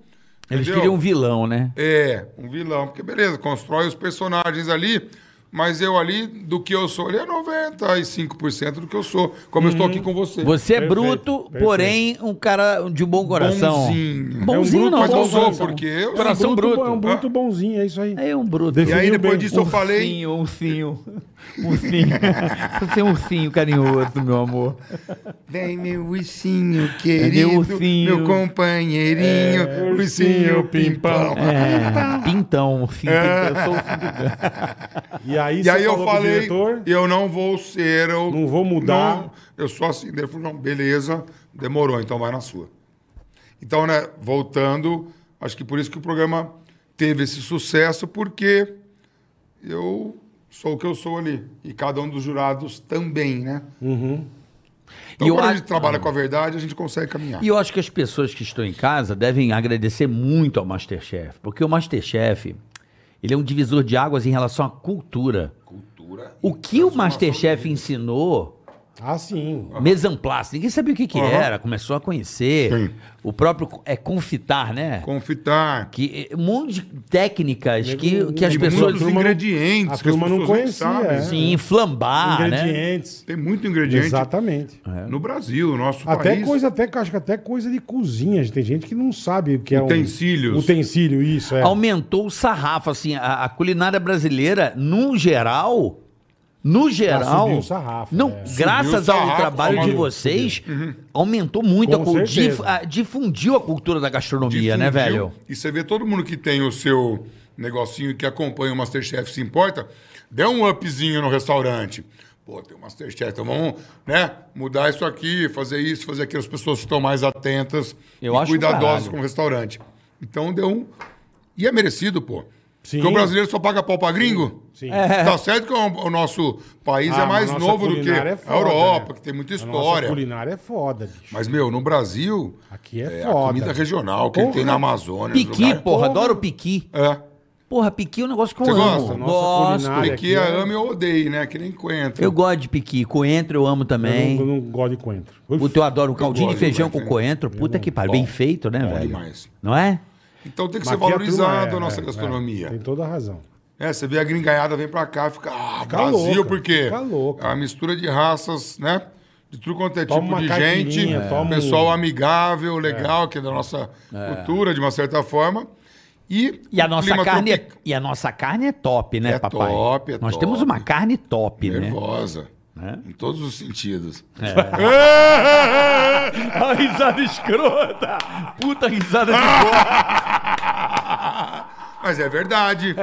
[SPEAKER 4] Eles
[SPEAKER 5] entendeu?
[SPEAKER 4] queriam um vilão, né?
[SPEAKER 5] É, um vilão. Porque beleza, constrói os personagens ali, mas eu ali, do que eu sou ali, é 95% do que eu sou. Como eu
[SPEAKER 3] Uhum.
[SPEAKER 5] estou aqui com você.
[SPEAKER 4] Você é
[SPEAKER 3] Perfeito,
[SPEAKER 4] bruto,
[SPEAKER 3] perfeito.
[SPEAKER 4] porém um cara de bom coração.
[SPEAKER 5] Bonzinho.
[SPEAKER 4] Bonzinho
[SPEAKER 3] É um bruto,
[SPEAKER 4] não,
[SPEAKER 5] Mas eu
[SPEAKER 4] bom
[SPEAKER 5] sou,
[SPEAKER 4] coração.
[SPEAKER 5] porque eu
[SPEAKER 4] Cara,
[SPEAKER 5] sou
[SPEAKER 4] são
[SPEAKER 3] bruto,
[SPEAKER 4] bruto.
[SPEAKER 3] É um
[SPEAKER 5] Ah.
[SPEAKER 3] bruto bonzinho, é isso aí.
[SPEAKER 4] É um bruto.
[SPEAKER 5] E aí
[SPEAKER 3] Definiu
[SPEAKER 5] depois
[SPEAKER 3] bem.
[SPEAKER 5] disso eu falei.
[SPEAKER 4] Ursinho, ursinho. Ursinho. Você é um ursinho carinhoso, meu amor.
[SPEAKER 5] Vem meu ursinho
[SPEAKER 4] querido, meu ursinho. meu
[SPEAKER 5] companheirinho,
[SPEAKER 3] ursinho pimpão."
[SPEAKER 4] É, pintão, ursinho. pintão. Eu sou um ursinho pintão.
[SPEAKER 3] E aí
[SPEAKER 5] E
[SPEAKER 3] você
[SPEAKER 5] aí eu
[SPEAKER 4] é
[SPEAKER 3] falou pro
[SPEAKER 5] falei,
[SPEAKER 3] diretor,
[SPEAKER 5] eu não vou ser, eu
[SPEAKER 3] Não vou mudar.
[SPEAKER 5] não- eu sou assim, ele falou, não, beleza, demorou, então vai na sua. Então, né, voltando, acho que por isso que o programa teve esse sucesso, porque eu sou o que eu sou ali. E cada um dos jurados também, né?
[SPEAKER 3] "Uhum."
[SPEAKER 5] Então,
[SPEAKER 4] E eu
[SPEAKER 5] quando a
[SPEAKER 4] acho-
[SPEAKER 5] gente trabalha com a verdade, a gente consegue caminhar.
[SPEAKER 4] E eu acho que as pessoas que estão em casa devem agradecer muito ao Masterchef, porque o Masterchef, ele é um divisor de águas em relação à cultura.
[SPEAKER 5] Cultura.
[SPEAKER 4] O que o Masterchef ensinou,
[SPEAKER 3] Ah, sim.
[SPEAKER 4] mise en place, ninguém sabia o que, que
[SPEAKER 5] Aham.
[SPEAKER 4] era, começou a conhecer.
[SPEAKER 5] Sim.
[SPEAKER 4] O próprio co- é confitar, né?
[SPEAKER 5] Confitar.
[SPEAKER 4] Que, é um monte de técnicas
[SPEAKER 3] Nego-
[SPEAKER 4] que, que as
[SPEAKER 3] nego-
[SPEAKER 4] pessoas.
[SPEAKER 5] Muitos
[SPEAKER 3] turma não-
[SPEAKER 5] ingredientes
[SPEAKER 3] a
[SPEAKER 5] que as
[SPEAKER 3] turma não
[SPEAKER 5] pessoas nem
[SPEAKER 3] conhecia,
[SPEAKER 5] sabem.
[SPEAKER 3] é.
[SPEAKER 4] Sim, flambar, né? Ah,
[SPEAKER 3] Ingredientes.
[SPEAKER 5] Tem muito ingrediente
[SPEAKER 3] Exatamente.
[SPEAKER 5] no Brasil, no nosso
[SPEAKER 3] Até
[SPEAKER 5] país.
[SPEAKER 3] coisa, até, acho que até coisa de cozinha. Tem gente que não sabe o que é um...
[SPEAKER 5] Utensílios.
[SPEAKER 3] Utensílio, isso, é.
[SPEAKER 4] Aumentou o sarrafo, assim, a, a culinária brasileira, no geral, no geral,
[SPEAKER 3] subiu o sarrafo,
[SPEAKER 4] não,
[SPEAKER 3] é.
[SPEAKER 4] graças
[SPEAKER 5] Subiu o
[SPEAKER 4] ao
[SPEAKER 5] sarrafo,
[SPEAKER 4] trabalho de
[SPEAKER 5] subiu,
[SPEAKER 4] vocês,
[SPEAKER 5] Uhum.
[SPEAKER 4] aumentou muito
[SPEAKER 3] Com
[SPEAKER 4] a cultura,
[SPEAKER 3] certeza.
[SPEAKER 4] difundiu a cultura da
[SPEAKER 3] é,
[SPEAKER 4] gastronomia, né,
[SPEAKER 5] Difundiu.
[SPEAKER 4] velho?
[SPEAKER 5] E você vê todo mundo que tem o seu negocinho que acompanha o Masterchef se importa, dê um upzinho no restaurante. Pô, tem o Masterchef, então vamos né, mudar isso aqui, fazer isso, fazer aquilo. As pessoas estão mais atentas
[SPEAKER 4] Eu
[SPEAKER 5] e
[SPEAKER 4] acho
[SPEAKER 5] cuidadosas
[SPEAKER 4] caralho.
[SPEAKER 5] com o restaurante. Então deu um... E é merecido, pô.
[SPEAKER 3] Sim.
[SPEAKER 5] Porque o brasileiro só paga pau pra gringo.
[SPEAKER 3] Sim.
[SPEAKER 4] É.
[SPEAKER 5] Tá certo que o, o nosso país
[SPEAKER 3] Ah,
[SPEAKER 5] é mais
[SPEAKER 3] mas nossa
[SPEAKER 5] novo do que
[SPEAKER 3] culinária é
[SPEAKER 5] a
[SPEAKER 3] foda,
[SPEAKER 5] Europa,
[SPEAKER 3] né?
[SPEAKER 5] que tem muita
[SPEAKER 3] A nossa
[SPEAKER 5] história.
[SPEAKER 3] culinária é foda, bicho.
[SPEAKER 5] Mas, meu, no Brasil,
[SPEAKER 3] Aqui é,
[SPEAKER 5] é a
[SPEAKER 3] foda.
[SPEAKER 5] comida regional que ele tem na Amazônia. nos
[SPEAKER 4] Piqui,
[SPEAKER 5] lugares.
[SPEAKER 4] porra, adoro piqui.
[SPEAKER 5] É.
[SPEAKER 4] Porra, piqui é um negócio que eu
[SPEAKER 5] Você
[SPEAKER 4] amo.
[SPEAKER 5] gosta?
[SPEAKER 3] Nossa
[SPEAKER 4] Gosto.
[SPEAKER 3] culinária. Olha,
[SPEAKER 5] Piqui, a
[SPEAKER 3] aqui é-
[SPEAKER 5] ama eu odeio, né? Que nem coentro.
[SPEAKER 4] Eu gosto de piqui. Coentro eu amo
[SPEAKER 3] Eu
[SPEAKER 4] também.
[SPEAKER 3] não, eu não gosto de coentro.
[SPEAKER 4] O teu é adoro o caldinho de
[SPEAKER 5] gosto,
[SPEAKER 4] feijão
[SPEAKER 5] né,
[SPEAKER 4] com
[SPEAKER 5] cara?
[SPEAKER 4] coentro. Puta que pariu.
[SPEAKER 5] Bom,
[SPEAKER 4] Bem feito, né,
[SPEAKER 5] bom
[SPEAKER 4] velho?
[SPEAKER 5] demais.
[SPEAKER 4] Não é?
[SPEAKER 5] Então tem que
[SPEAKER 3] Mas
[SPEAKER 5] ser
[SPEAKER 3] aqui a
[SPEAKER 5] valorizado
[SPEAKER 3] turma é-
[SPEAKER 5] a nossa
[SPEAKER 3] é,
[SPEAKER 5] gastronomia.
[SPEAKER 3] é, tem toda a razão.
[SPEAKER 5] É, você vê a gringaiada vem pra cá, fica, ah, Brasil,
[SPEAKER 3] louca,
[SPEAKER 5] porque
[SPEAKER 3] fica louca.
[SPEAKER 5] é a mistura de raças, né? De tudo quanto é
[SPEAKER 3] Toma
[SPEAKER 5] tipo
[SPEAKER 3] uma
[SPEAKER 5] de gente,
[SPEAKER 3] caipirinha, toma um-
[SPEAKER 5] pessoal amigável, legal, que é da nossa cultura, de uma certa forma. E,
[SPEAKER 4] E a
[SPEAKER 5] o
[SPEAKER 4] nossa
[SPEAKER 5] clima
[SPEAKER 4] carne é,
[SPEAKER 5] tropical-
[SPEAKER 4] e a nossa carne é top, né,
[SPEAKER 5] É
[SPEAKER 4] papai?
[SPEAKER 5] top, é
[SPEAKER 4] Nós
[SPEAKER 5] top.
[SPEAKER 4] temos uma carne top, né?
[SPEAKER 5] nervosa.
[SPEAKER 4] Né?
[SPEAKER 5] Em todos os sentidos.
[SPEAKER 4] A risada escrota! Puta risada de boa!
[SPEAKER 5] Mas é verdade.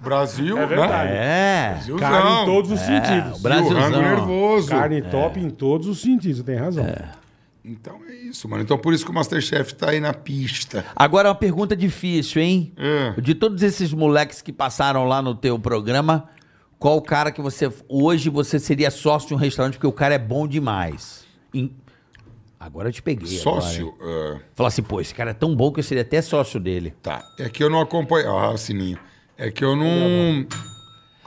[SPEAKER 5] Brasil, é
[SPEAKER 3] verdade.
[SPEAKER 5] né?
[SPEAKER 4] É.
[SPEAKER 5] Brasilzão.
[SPEAKER 3] Carne em todos os sentidos.
[SPEAKER 4] o É.
[SPEAKER 5] E o
[SPEAKER 4] Brasilzão.
[SPEAKER 5] rango nervoso.
[SPEAKER 3] Carne top em todos os sentidos, tem razão.
[SPEAKER 5] Então é isso, mano. Então por isso que o Masterchef tá aí na pista.
[SPEAKER 4] Agora uma pergunta difícil, hein?
[SPEAKER 5] É.
[SPEAKER 4] De todos esses moleques que passaram lá no teu programa, qual o cara que você. Hoje você seria sócio de um restaurante, porque o cara é bom demais. Em- Agora eu te peguei.
[SPEAKER 5] Sócio,
[SPEAKER 4] Agora.
[SPEAKER 5] ah,
[SPEAKER 4] Falar assim, pô, esse cara é tão bom que eu seria até sócio dele.
[SPEAKER 5] tá. É que eu não acompanho. Ah, o sininho. É que eu não.
[SPEAKER 4] Tá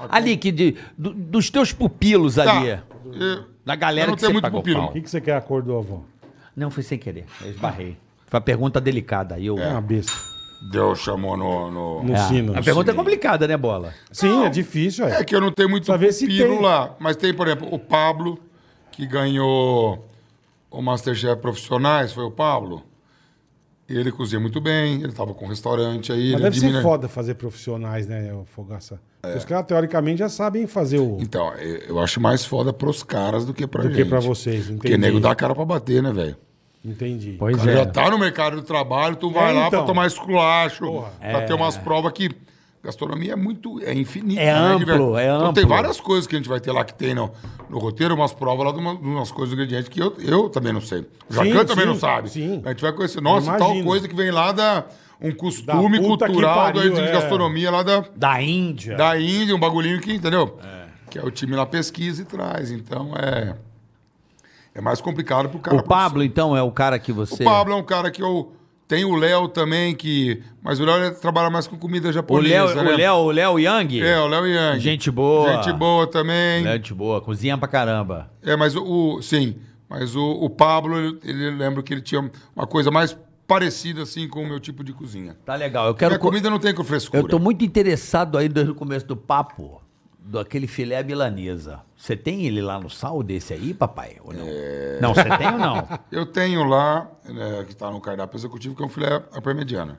[SPEAKER 4] Ali, que de, do- dos teus pupilos
[SPEAKER 5] Tá.
[SPEAKER 4] ali.
[SPEAKER 5] Eu-
[SPEAKER 4] Da galera
[SPEAKER 5] Eu não
[SPEAKER 4] que
[SPEAKER 5] tenho
[SPEAKER 4] você
[SPEAKER 5] muito
[SPEAKER 4] pagou
[SPEAKER 5] pupilo.
[SPEAKER 4] pau.
[SPEAKER 3] O que, que você quer a cor do avô?
[SPEAKER 4] Não, foi sem querer. Eu esbarrei. Foi uma pergunta delicada. aí Eu...
[SPEAKER 3] É uma besta.
[SPEAKER 5] Deus chamou no. no-
[SPEAKER 3] No
[SPEAKER 4] É,
[SPEAKER 3] sino.
[SPEAKER 4] A pergunta é complicada, né, Bola?
[SPEAKER 3] Sim, é difícil, é.
[SPEAKER 5] É que eu não tenho muito
[SPEAKER 3] Só ver se
[SPEAKER 5] pupilo
[SPEAKER 3] tem.
[SPEAKER 5] lá. Mas tem, por exemplo, o Pablo, que ganhou o Masterchef Profissionais, foi o Pablo? Ele cozinha muito bem, ele estava com um restaurante aí.
[SPEAKER 3] Mas
[SPEAKER 5] ele
[SPEAKER 3] deve ser
[SPEAKER 5] diminui-
[SPEAKER 3] foda fazer profissionais, né, ô Fogaça? Porque Os caras, teoricamente, já sabem fazer o.
[SPEAKER 5] Então, eu eu acho mais foda pros caras do que pra
[SPEAKER 3] Do
[SPEAKER 5] gente.
[SPEAKER 3] que pra vocês,
[SPEAKER 5] Porque
[SPEAKER 3] entendi.
[SPEAKER 5] nego dá a cara pra bater, né, velho?
[SPEAKER 3] Entendi.
[SPEAKER 5] O
[SPEAKER 4] Pois
[SPEAKER 5] cara já
[SPEAKER 4] é.
[SPEAKER 5] tá no mercado do trabalho, tu vai
[SPEAKER 3] É,
[SPEAKER 5] lá
[SPEAKER 3] então.
[SPEAKER 5] pra tomar esculacho,
[SPEAKER 3] Porra.
[SPEAKER 5] pra ter umas provas que... Gastronomia é muito... É infinita,
[SPEAKER 4] É
[SPEAKER 5] né,
[SPEAKER 4] amplo,
[SPEAKER 5] Guilherme?
[SPEAKER 4] é
[SPEAKER 5] Então tem
[SPEAKER 4] amplo.
[SPEAKER 5] várias coisas que a gente vai ter lá que tem no, no roteiro, umas provas lá de, uma- de umas coisas do ingrediente que eu, eu também não sei. O
[SPEAKER 3] Sim,
[SPEAKER 5] Jacan também
[SPEAKER 3] sim,
[SPEAKER 5] não sabe.
[SPEAKER 3] sim.
[SPEAKER 5] A gente vai conhecer, nossa, tal
[SPEAKER 3] Imagino.
[SPEAKER 5] coisa que vem lá da... Um costume
[SPEAKER 3] Da puta que
[SPEAKER 5] cultural
[SPEAKER 3] pariu,
[SPEAKER 5] da
[SPEAKER 3] é.
[SPEAKER 5] gastronomia lá da,
[SPEAKER 4] Da Índia.
[SPEAKER 5] da Índia, um bagulhinho que, entendeu? Que é o time lá pesquisa e traz. Então é. É mais complicado pro cara.
[SPEAKER 4] O Pablo, então, é o cara que você.
[SPEAKER 5] O Pablo é um cara que eu. Tem o Léo também, que. Mas o Léo ele trabalha mais com comida
[SPEAKER 4] O Léo,
[SPEAKER 5] japonesa. né?
[SPEAKER 4] o Léo, o Léo Yang?
[SPEAKER 5] É, o Léo Yang.
[SPEAKER 4] Gente boa.
[SPEAKER 5] Gente boa também.
[SPEAKER 4] Léo, gente boa, cozinha pra caramba.
[SPEAKER 5] É, mas o. o- sim. Mas o, o Pablo, ele, ele lembro que ele tinha uma coisa mais parecida assim com o meu tipo de cozinha.
[SPEAKER 4] Tá legal. Eu
[SPEAKER 5] Minha
[SPEAKER 4] quero. co-
[SPEAKER 5] comida é não tem com frescura.
[SPEAKER 4] Eu tô muito interessado aí desde o começo do papo, do aquele filé à milanesa. Você tem ele lá no sal desse aí, papai? Ou não?
[SPEAKER 5] É.
[SPEAKER 4] Não, você tem ou não?
[SPEAKER 5] Eu tenho lá, né, que está no cardápio executivo, que é um filé à parmegiana.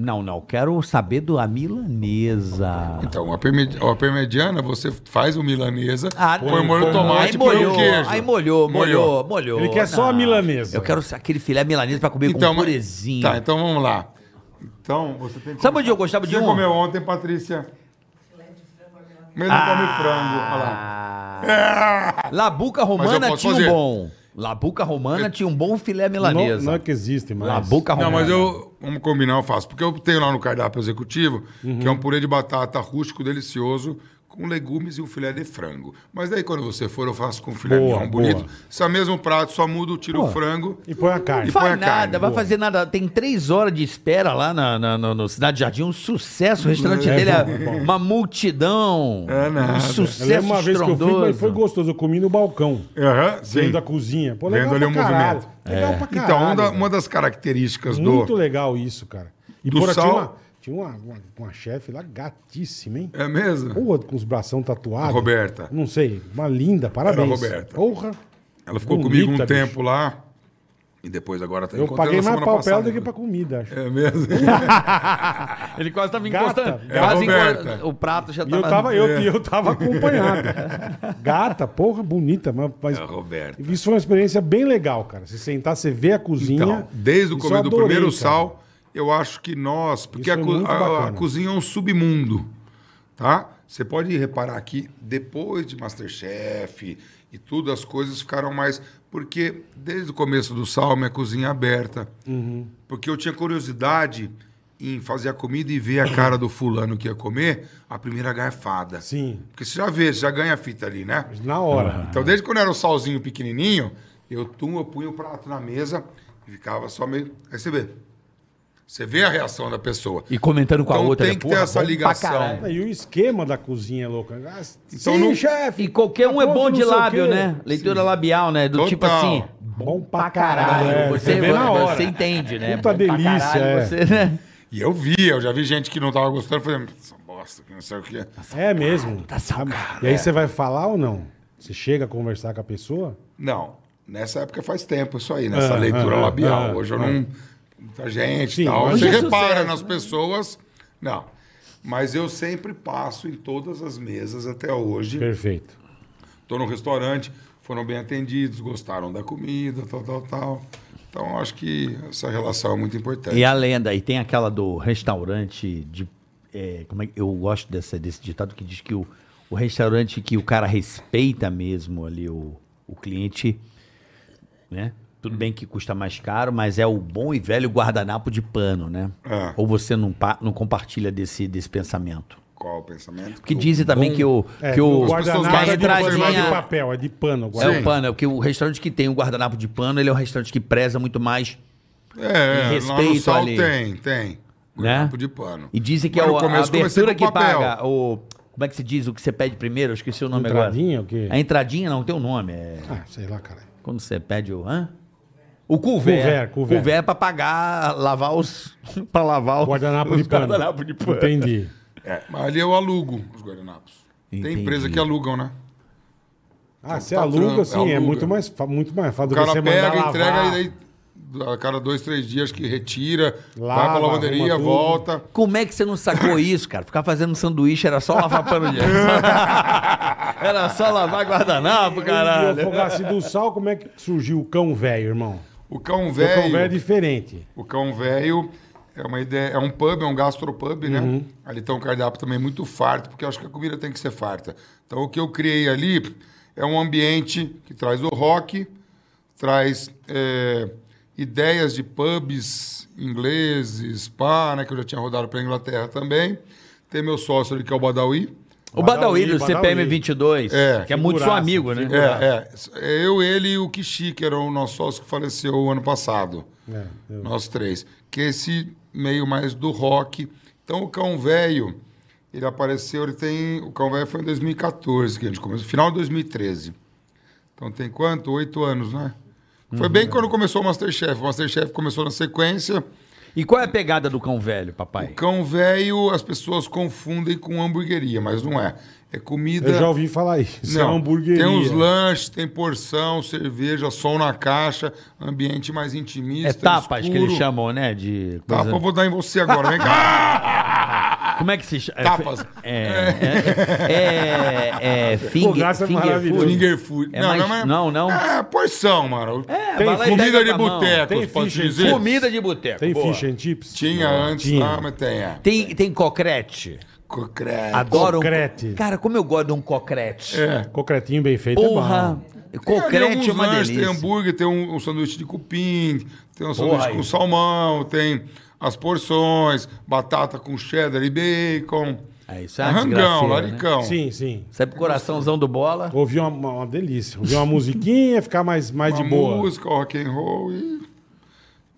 [SPEAKER 4] Não, não. Quero saber do a milanesa.
[SPEAKER 5] Então, a, parme- a parmegiana, você faz o milanesa,
[SPEAKER 4] Ah,
[SPEAKER 5] põe molho de
[SPEAKER 3] põe-
[SPEAKER 5] tomate,
[SPEAKER 4] aí
[SPEAKER 5] põe
[SPEAKER 4] molhou,
[SPEAKER 5] o queijo.
[SPEAKER 4] aí molhou, molhou, molhou.
[SPEAKER 3] Ele quer só a milanesa.
[SPEAKER 4] Eu quero aquele filé milanesa pra comer
[SPEAKER 5] Então,
[SPEAKER 4] com
[SPEAKER 5] mas-
[SPEAKER 4] purezinho.
[SPEAKER 5] Tá, então vamos lá. Então, você tem que...
[SPEAKER 4] Sabe onde eu gostava de
[SPEAKER 5] Você
[SPEAKER 4] um?
[SPEAKER 5] comeu ontem, Patrícia? Mas não
[SPEAKER 4] Ah.
[SPEAKER 5] come frango, olha lá.
[SPEAKER 4] Labuca Romana
[SPEAKER 5] posso
[SPEAKER 4] tinha
[SPEAKER 5] fazer.
[SPEAKER 4] um bom. Labuca Romana tinha um bom filé
[SPEAKER 3] não,
[SPEAKER 4] milanesa.
[SPEAKER 3] não é que existe, mas.
[SPEAKER 4] Labuca
[SPEAKER 5] Não,
[SPEAKER 4] Romana.
[SPEAKER 5] mas eu... Vamos combinar, eu faço. Porque eu tenho lá no cardápio executivo,
[SPEAKER 4] Uhum.
[SPEAKER 5] que é um purê de batata rústico, delicioso, com legumes e um filé de frango. Mas daí, quando você for, eu faço com filé
[SPEAKER 3] Boa,
[SPEAKER 5] mignon bonito.
[SPEAKER 3] boa.
[SPEAKER 5] Esse é o mesmo prato, só mudo, tiro o frango.
[SPEAKER 3] E põe a carne.
[SPEAKER 4] Não faz
[SPEAKER 5] põe a
[SPEAKER 4] nada,
[SPEAKER 5] carne,
[SPEAKER 4] vai
[SPEAKER 5] boa.
[SPEAKER 4] fazer nada. Tem três horas de espera lá na, na- na- no Cidade Jardim, um sucesso. O restaurante
[SPEAKER 3] É
[SPEAKER 4] dele é
[SPEAKER 3] bom, é bom.
[SPEAKER 4] uma multidão.
[SPEAKER 5] É nada.
[SPEAKER 4] Um
[SPEAKER 3] Eu lembro
[SPEAKER 4] sucesso
[SPEAKER 3] uma vez que eu fui, mas
[SPEAKER 4] estrondoso.
[SPEAKER 3] foi gostoso. Eu comi no balcão.
[SPEAKER 5] Aham,
[SPEAKER 3] Dentro da cozinha. Pô, legal
[SPEAKER 5] Vendo ali
[SPEAKER 3] pra
[SPEAKER 5] um
[SPEAKER 3] caralho.
[SPEAKER 5] movimento.
[SPEAKER 3] Legal
[SPEAKER 4] É.
[SPEAKER 3] pra caralho.
[SPEAKER 5] Então, uma, da-
[SPEAKER 3] velho.
[SPEAKER 5] uma das características
[SPEAKER 3] Muito
[SPEAKER 5] do.
[SPEAKER 3] legal isso, cara. E
[SPEAKER 5] Do
[SPEAKER 3] porra,
[SPEAKER 5] sal-
[SPEAKER 3] tinha uma, tinha uma, uma, uma chefe lá gatíssima, hein?
[SPEAKER 5] É mesmo?
[SPEAKER 3] Porra, com os bração tatuados.
[SPEAKER 5] Roberta.
[SPEAKER 3] Não sei, uma linda, parabéns.
[SPEAKER 5] Era a Roberta.
[SPEAKER 3] Porra.
[SPEAKER 5] Ela ficou
[SPEAKER 3] Bonita,
[SPEAKER 5] comigo um
[SPEAKER 3] bicho.
[SPEAKER 5] tempo lá. E depois agora tá
[SPEAKER 3] Eu
[SPEAKER 5] encontrei
[SPEAKER 3] paguei
[SPEAKER 5] ela
[SPEAKER 3] mais
[SPEAKER 5] semana
[SPEAKER 3] papel
[SPEAKER 5] passada.
[SPEAKER 3] do
[SPEAKER 5] né?
[SPEAKER 3] que pra Um comida, acho.
[SPEAKER 5] É mesmo?
[SPEAKER 4] Ele quase tava
[SPEAKER 3] Gata,
[SPEAKER 4] encostando.
[SPEAKER 5] é a
[SPEAKER 4] quase
[SPEAKER 5] Roberta.
[SPEAKER 4] encosta- O prato já
[SPEAKER 3] E eu tava, eu, e eu tava acompanhado. Gata, porra, bonita, mas. mas-
[SPEAKER 5] É a Roberta.
[SPEAKER 3] Isso foi uma experiência bem legal, cara. Se sentar, você vê a cozinha.
[SPEAKER 5] Então, desde o
[SPEAKER 3] Isso eu
[SPEAKER 5] começo do
[SPEAKER 3] adorei,
[SPEAKER 5] primeiro
[SPEAKER 3] cara.
[SPEAKER 5] sal, eu acho que nós. Porque
[SPEAKER 3] Isso
[SPEAKER 5] a,
[SPEAKER 3] é
[SPEAKER 5] co-
[SPEAKER 3] muito
[SPEAKER 5] a- a
[SPEAKER 3] bacana.
[SPEAKER 5] cozinha é um submundo. Tá? Você pode reparar que depois de Masterchef e tudo, as coisas ficaram mais. Porque desde o começo do sal, minha cozinha é aberta.
[SPEAKER 3] Uhum.
[SPEAKER 5] Porque eu tinha curiosidade em fazer a comida e ver a cara do fulano que ia comer a primeira garfada.
[SPEAKER 3] Sim.
[SPEAKER 5] Porque você já vê, você já ganha a fita ali, né?
[SPEAKER 3] Na hora.
[SPEAKER 5] Então, desde quando era o salzinho pequenininho, eu, tum, eu punha o prato na mesa e ficava só meio. Aí você vê. Você vê a reação da pessoa.
[SPEAKER 4] E comentando com a
[SPEAKER 5] Então
[SPEAKER 4] outra.
[SPEAKER 5] tem
[SPEAKER 4] né?
[SPEAKER 5] que ter
[SPEAKER 4] Porra,
[SPEAKER 5] essa
[SPEAKER 4] bom pra
[SPEAKER 5] ligação.
[SPEAKER 4] caralho.
[SPEAKER 3] Então, E o esquema da cozinha é louco. Ah,
[SPEAKER 5] Então
[SPEAKER 3] sim,
[SPEAKER 5] não-
[SPEAKER 3] chefe.
[SPEAKER 4] E qualquer um
[SPEAKER 3] tá
[SPEAKER 4] é
[SPEAKER 3] pronto,
[SPEAKER 4] bom de
[SPEAKER 3] não sei o
[SPEAKER 4] lábio,
[SPEAKER 3] quê.
[SPEAKER 4] né? Leitura labial, né? Do
[SPEAKER 5] Total.
[SPEAKER 4] tipo assim.
[SPEAKER 3] Bom é,
[SPEAKER 4] Pra caralho. Você,
[SPEAKER 3] Você vê na hora.
[SPEAKER 4] você entende, né?
[SPEAKER 3] Puta
[SPEAKER 4] Bom pra
[SPEAKER 3] delícia,
[SPEAKER 4] caralho,
[SPEAKER 3] é.
[SPEAKER 4] você, né?
[SPEAKER 5] E eu via, eu já vi gente que não tava gostando, falando, essa bosta, que não sei o quê.
[SPEAKER 3] É mesmo.
[SPEAKER 4] Tá salgado,
[SPEAKER 3] E aí
[SPEAKER 4] é.
[SPEAKER 3] você vai falar ou não? Você chega a conversar com a pessoa?
[SPEAKER 5] Não, nessa época faz tempo isso aí, nessa
[SPEAKER 3] Ah,
[SPEAKER 5] leitura
[SPEAKER 3] ah,
[SPEAKER 5] labial.
[SPEAKER 3] ah,
[SPEAKER 5] Hoje eu
[SPEAKER 3] ah.
[SPEAKER 5] não. Muita gente
[SPEAKER 3] Sim,
[SPEAKER 5] e tal.
[SPEAKER 3] hoje
[SPEAKER 5] Você
[SPEAKER 3] é
[SPEAKER 4] sucesso,
[SPEAKER 5] repara
[SPEAKER 4] né?
[SPEAKER 5] nas pessoas. Não. Mas eu sempre passo em todas as mesas até hoje.
[SPEAKER 3] Perfeito.
[SPEAKER 5] Estou no restaurante, foram bem atendidos, gostaram da comida, tal, tal, tal. Então, acho que essa relação é muito importante.
[SPEAKER 4] E a lenda, e tem aquela do restaurante de. é, como é que- eu gosto dessa, desse ditado que diz que o, o restaurante que o cara respeita mesmo ali o, o cliente, né? Tudo bem que custa mais caro, mas é o bom e velho guardanapo de pano, né?
[SPEAKER 5] É.
[SPEAKER 4] Ou você não, pa- não compartilha desse, desse pensamento.
[SPEAKER 5] Qual o pensamento?
[SPEAKER 4] Porque dizem também que o.
[SPEAKER 3] É,
[SPEAKER 4] que o,
[SPEAKER 5] guardanapo
[SPEAKER 4] que a
[SPEAKER 5] é de-
[SPEAKER 4] entradinha-
[SPEAKER 5] não é
[SPEAKER 3] de papel, é de pano. o
[SPEAKER 4] é
[SPEAKER 3] guardanapo.
[SPEAKER 4] o pano, é porque o restaurante que tem o guardanapo de pano, ele é um restaurante que preza muito mais E
[SPEAKER 5] É, lá no
[SPEAKER 4] respeito
[SPEAKER 5] sal
[SPEAKER 4] ali.
[SPEAKER 5] tem, tem.
[SPEAKER 4] Né?
[SPEAKER 5] Grupo de pano.
[SPEAKER 4] E dizem que
[SPEAKER 5] Mas
[SPEAKER 4] é
[SPEAKER 5] no
[SPEAKER 4] o, a
[SPEAKER 5] começo comecei
[SPEAKER 4] abertura
[SPEAKER 5] com
[SPEAKER 4] que
[SPEAKER 5] papel.
[SPEAKER 4] paga o... Como é que se diz o que você pede primeiro? Eu esqueci o nome
[SPEAKER 3] Entradinha, o
[SPEAKER 4] agora.
[SPEAKER 3] quê?
[SPEAKER 4] A entradinha não tem um nome. É
[SPEAKER 3] Ah, sei lá, cara.
[SPEAKER 4] quando você pede o... Hã? O couvert.
[SPEAKER 3] Couvert, couvert.
[SPEAKER 4] Couvert é pra pagar, lavar os... pra lavar os...
[SPEAKER 3] Guardanapo de
[SPEAKER 4] os
[SPEAKER 3] pano.
[SPEAKER 4] guardanapo de pano.
[SPEAKER 3] Entendi.
[SPEAKER 5] É, mas ali eu alugo os guardanapos.
[SPEAKER 4] Entendi.
[SPEAKER 5] Tem empresa que alugam, né?
[SPEAKER 3] Ah, você
[SPEAKER 5] tá
[SPEAKER 3] aluga,
[SPEAKER 5] trampo,
[SPEAKER 3] sim, é
[SPEAKER 5] Tá aluga.
[SPEAKER 3] muito mais, fa- muito mais fácil do que
[SPEAKER 5] O cara
[SPEAKER 3] você mandar
[SPEAKER 5] pega,
[SPEAKER 3] lavar.
[SPEAKER 5] entrega e daí a cada dois, três dias que retira, vai
[SPEAKER 3] Lava,
[SPEAKER 5] pra lavanderia,
[SPEAKER 3] arruma tudo.
[SPEAKER 5] volta.
[SPEAKER 4] Como é que você não sacou isso, cara? Ficar fazendo sanduíche era só lavar pano de Era só lavar guardanapo,
[SPEAKER 5] né?
[SPEAKER 3] E o
[SPEAKER 4] caralho.
[SPEAKER 3] Fogace do Sal, como é que surgiu o cão velho, irmão?
[SPEAKER 5] O cão
[SPEAKER 3] O cão velho é
[SPEAKER 5] velho.
[SPEAKER 3] diferente.
[SPEAKER 5] O cão velho é uma ideia, é um pub, é um gastropub, né? Ali tem um cardápio também muito farto, porque eu acho que a comida tem que ser farta. Então o que eu criei ali é um ambiente que traz o rock, traz é, ideias de pubs ingleses, pá, né? Que eu já tinha rodado pela Inglaterra também. Tem meu sócio ali que é o Badawi.
[SPEAKER 4] O Badawi do
[SPEAKER 3] Badawi.
[SPEAKER 4] CPM22,
[SPEAKER 5] É.
[SPEAKER 4] que é muito seu
[SPEAKER 3] Figuraça,
[SPEAKER 4] amigo, né?
[SPEAKER 5] É, é. Eu, ele e o Kishi, que era o nosso sócio que faleceu ano passado.
[SPEAKER 3] É, eu-
[SPEAKER 5] Nós três. Que é esse meio mais do rock. Então, o Cão Velho, ele apareceu, ele tem... O Cão Velho foi em 2014 que a gente começou. Final de 2013. Então, tem quanto? Oito anos, né? Foi
[SPEAKER 3] Uhum.
[SPEAKER 5] bem quando começou o Masterchef. O Masterchef começou na sequência.
[SPEAKER 4] E qual é a pegada do cão velho, papai?
[SPEAKER 5] Cão Velho, as pessoas confundem com hamburgueria, mas não é. É comida...
[SPEAKER 3] Eu já ouvi falar isso. é uma hamburgueria.
[SPEAKER 5] Tem uns lanches, tem porção, cerveja, som na caixa, ambiente mais intimista.
[SPEAKER 4] É tapas que
[SPEAKER 5] escuro.
[SPEAKER 4] eles chamam, né? De coisa-
[SPEAKER 5] Tapa, eu vou dar em você agora, vem cá. Ah,
[SPEAKER 4] Como é que se chama?
[SPEAKER 5] Tapas.
[SPEAKER 4] É, é, é, é, finger,
[SPEAKER 3] Fogaça é
[SPEAKER 4] finger
[SPEAKER 3] maravilhoso.
[SPEAKER 4] food.
[SPEAKER 5] Finger food.
[SPEAKER 4] É mais- não, não.
[SPEAKER 5] É porção, mano.
[SPEAKER 4] vai lá e pega
[SPEAKER 5] comida de
[SPEAKER 4] com a mão.
[SPEAKER 5] boteco,
[SPEAKER 3] Tem
[SPEAKER 5] pode
[SPEAKER 3] fish and
[SPEAKER 5] dizer.
[SPEAKER 4] Comida de boteco.
[SPEAKER 3] Tem
[SPEAKER 4] boa.
[SPEAKER 3] fish and chips?
[SPEAKER 5] Tinha antes,
[SPEAKER 3] Tinha.
[SPEAKER 5] ah, mas tem. É.
[SPEAKER 4] Tem, tem cocrete.
[SPEAKER 5] Cocrete.
[SPEAKER 4] Adoro. um-
[SPEAKER 3] Cocrete.
[SPEAKER 4] Cara, como eu gosto de um cocrete.
[SPEAKER 5] É.
[SPEAKER 3] Concretinho bem feito é
[SPEAKER 4] Porra.
[SPEAKER 3] bom.
[SPEAKER 5] Tem ali
[SPEAKER 4] Cocrete
[SPEAKER 5] alguns
[SPEAKER 4] é uma
[SPEAKER 5] lanches,
[SPEAKER 4] delícia.
[SPEAKER 5] Tem hambúrguer, tem um, um sanduíche de cupim, tem um sanduíche
[SPEAKER 4] aí.
[SPEAKER 5] com salmão, tem as porções, batata com cheddar e bacon.
[SPEAKER 4] É, isso é uma
[SPEAKER 5] Rangão,
[SPEAKER 4] desgraceira, né?
[SPEAKER 5] laricão.
[SPEAKER 3] Sim, sim.
[SPEAKER 4] Sai pro coraçãozão do bola.
[SPEAKER 3] Ouvi uma, uma- uma delícia. Ouvi uma musiquinha, ficar mais,
[SPEAKER 4] é
[SPEAKER 3] mais
[SPEAKER 5] Uma
[SPEAKER 3] de boa.
[SPEAKER 5] música, o rock and roll e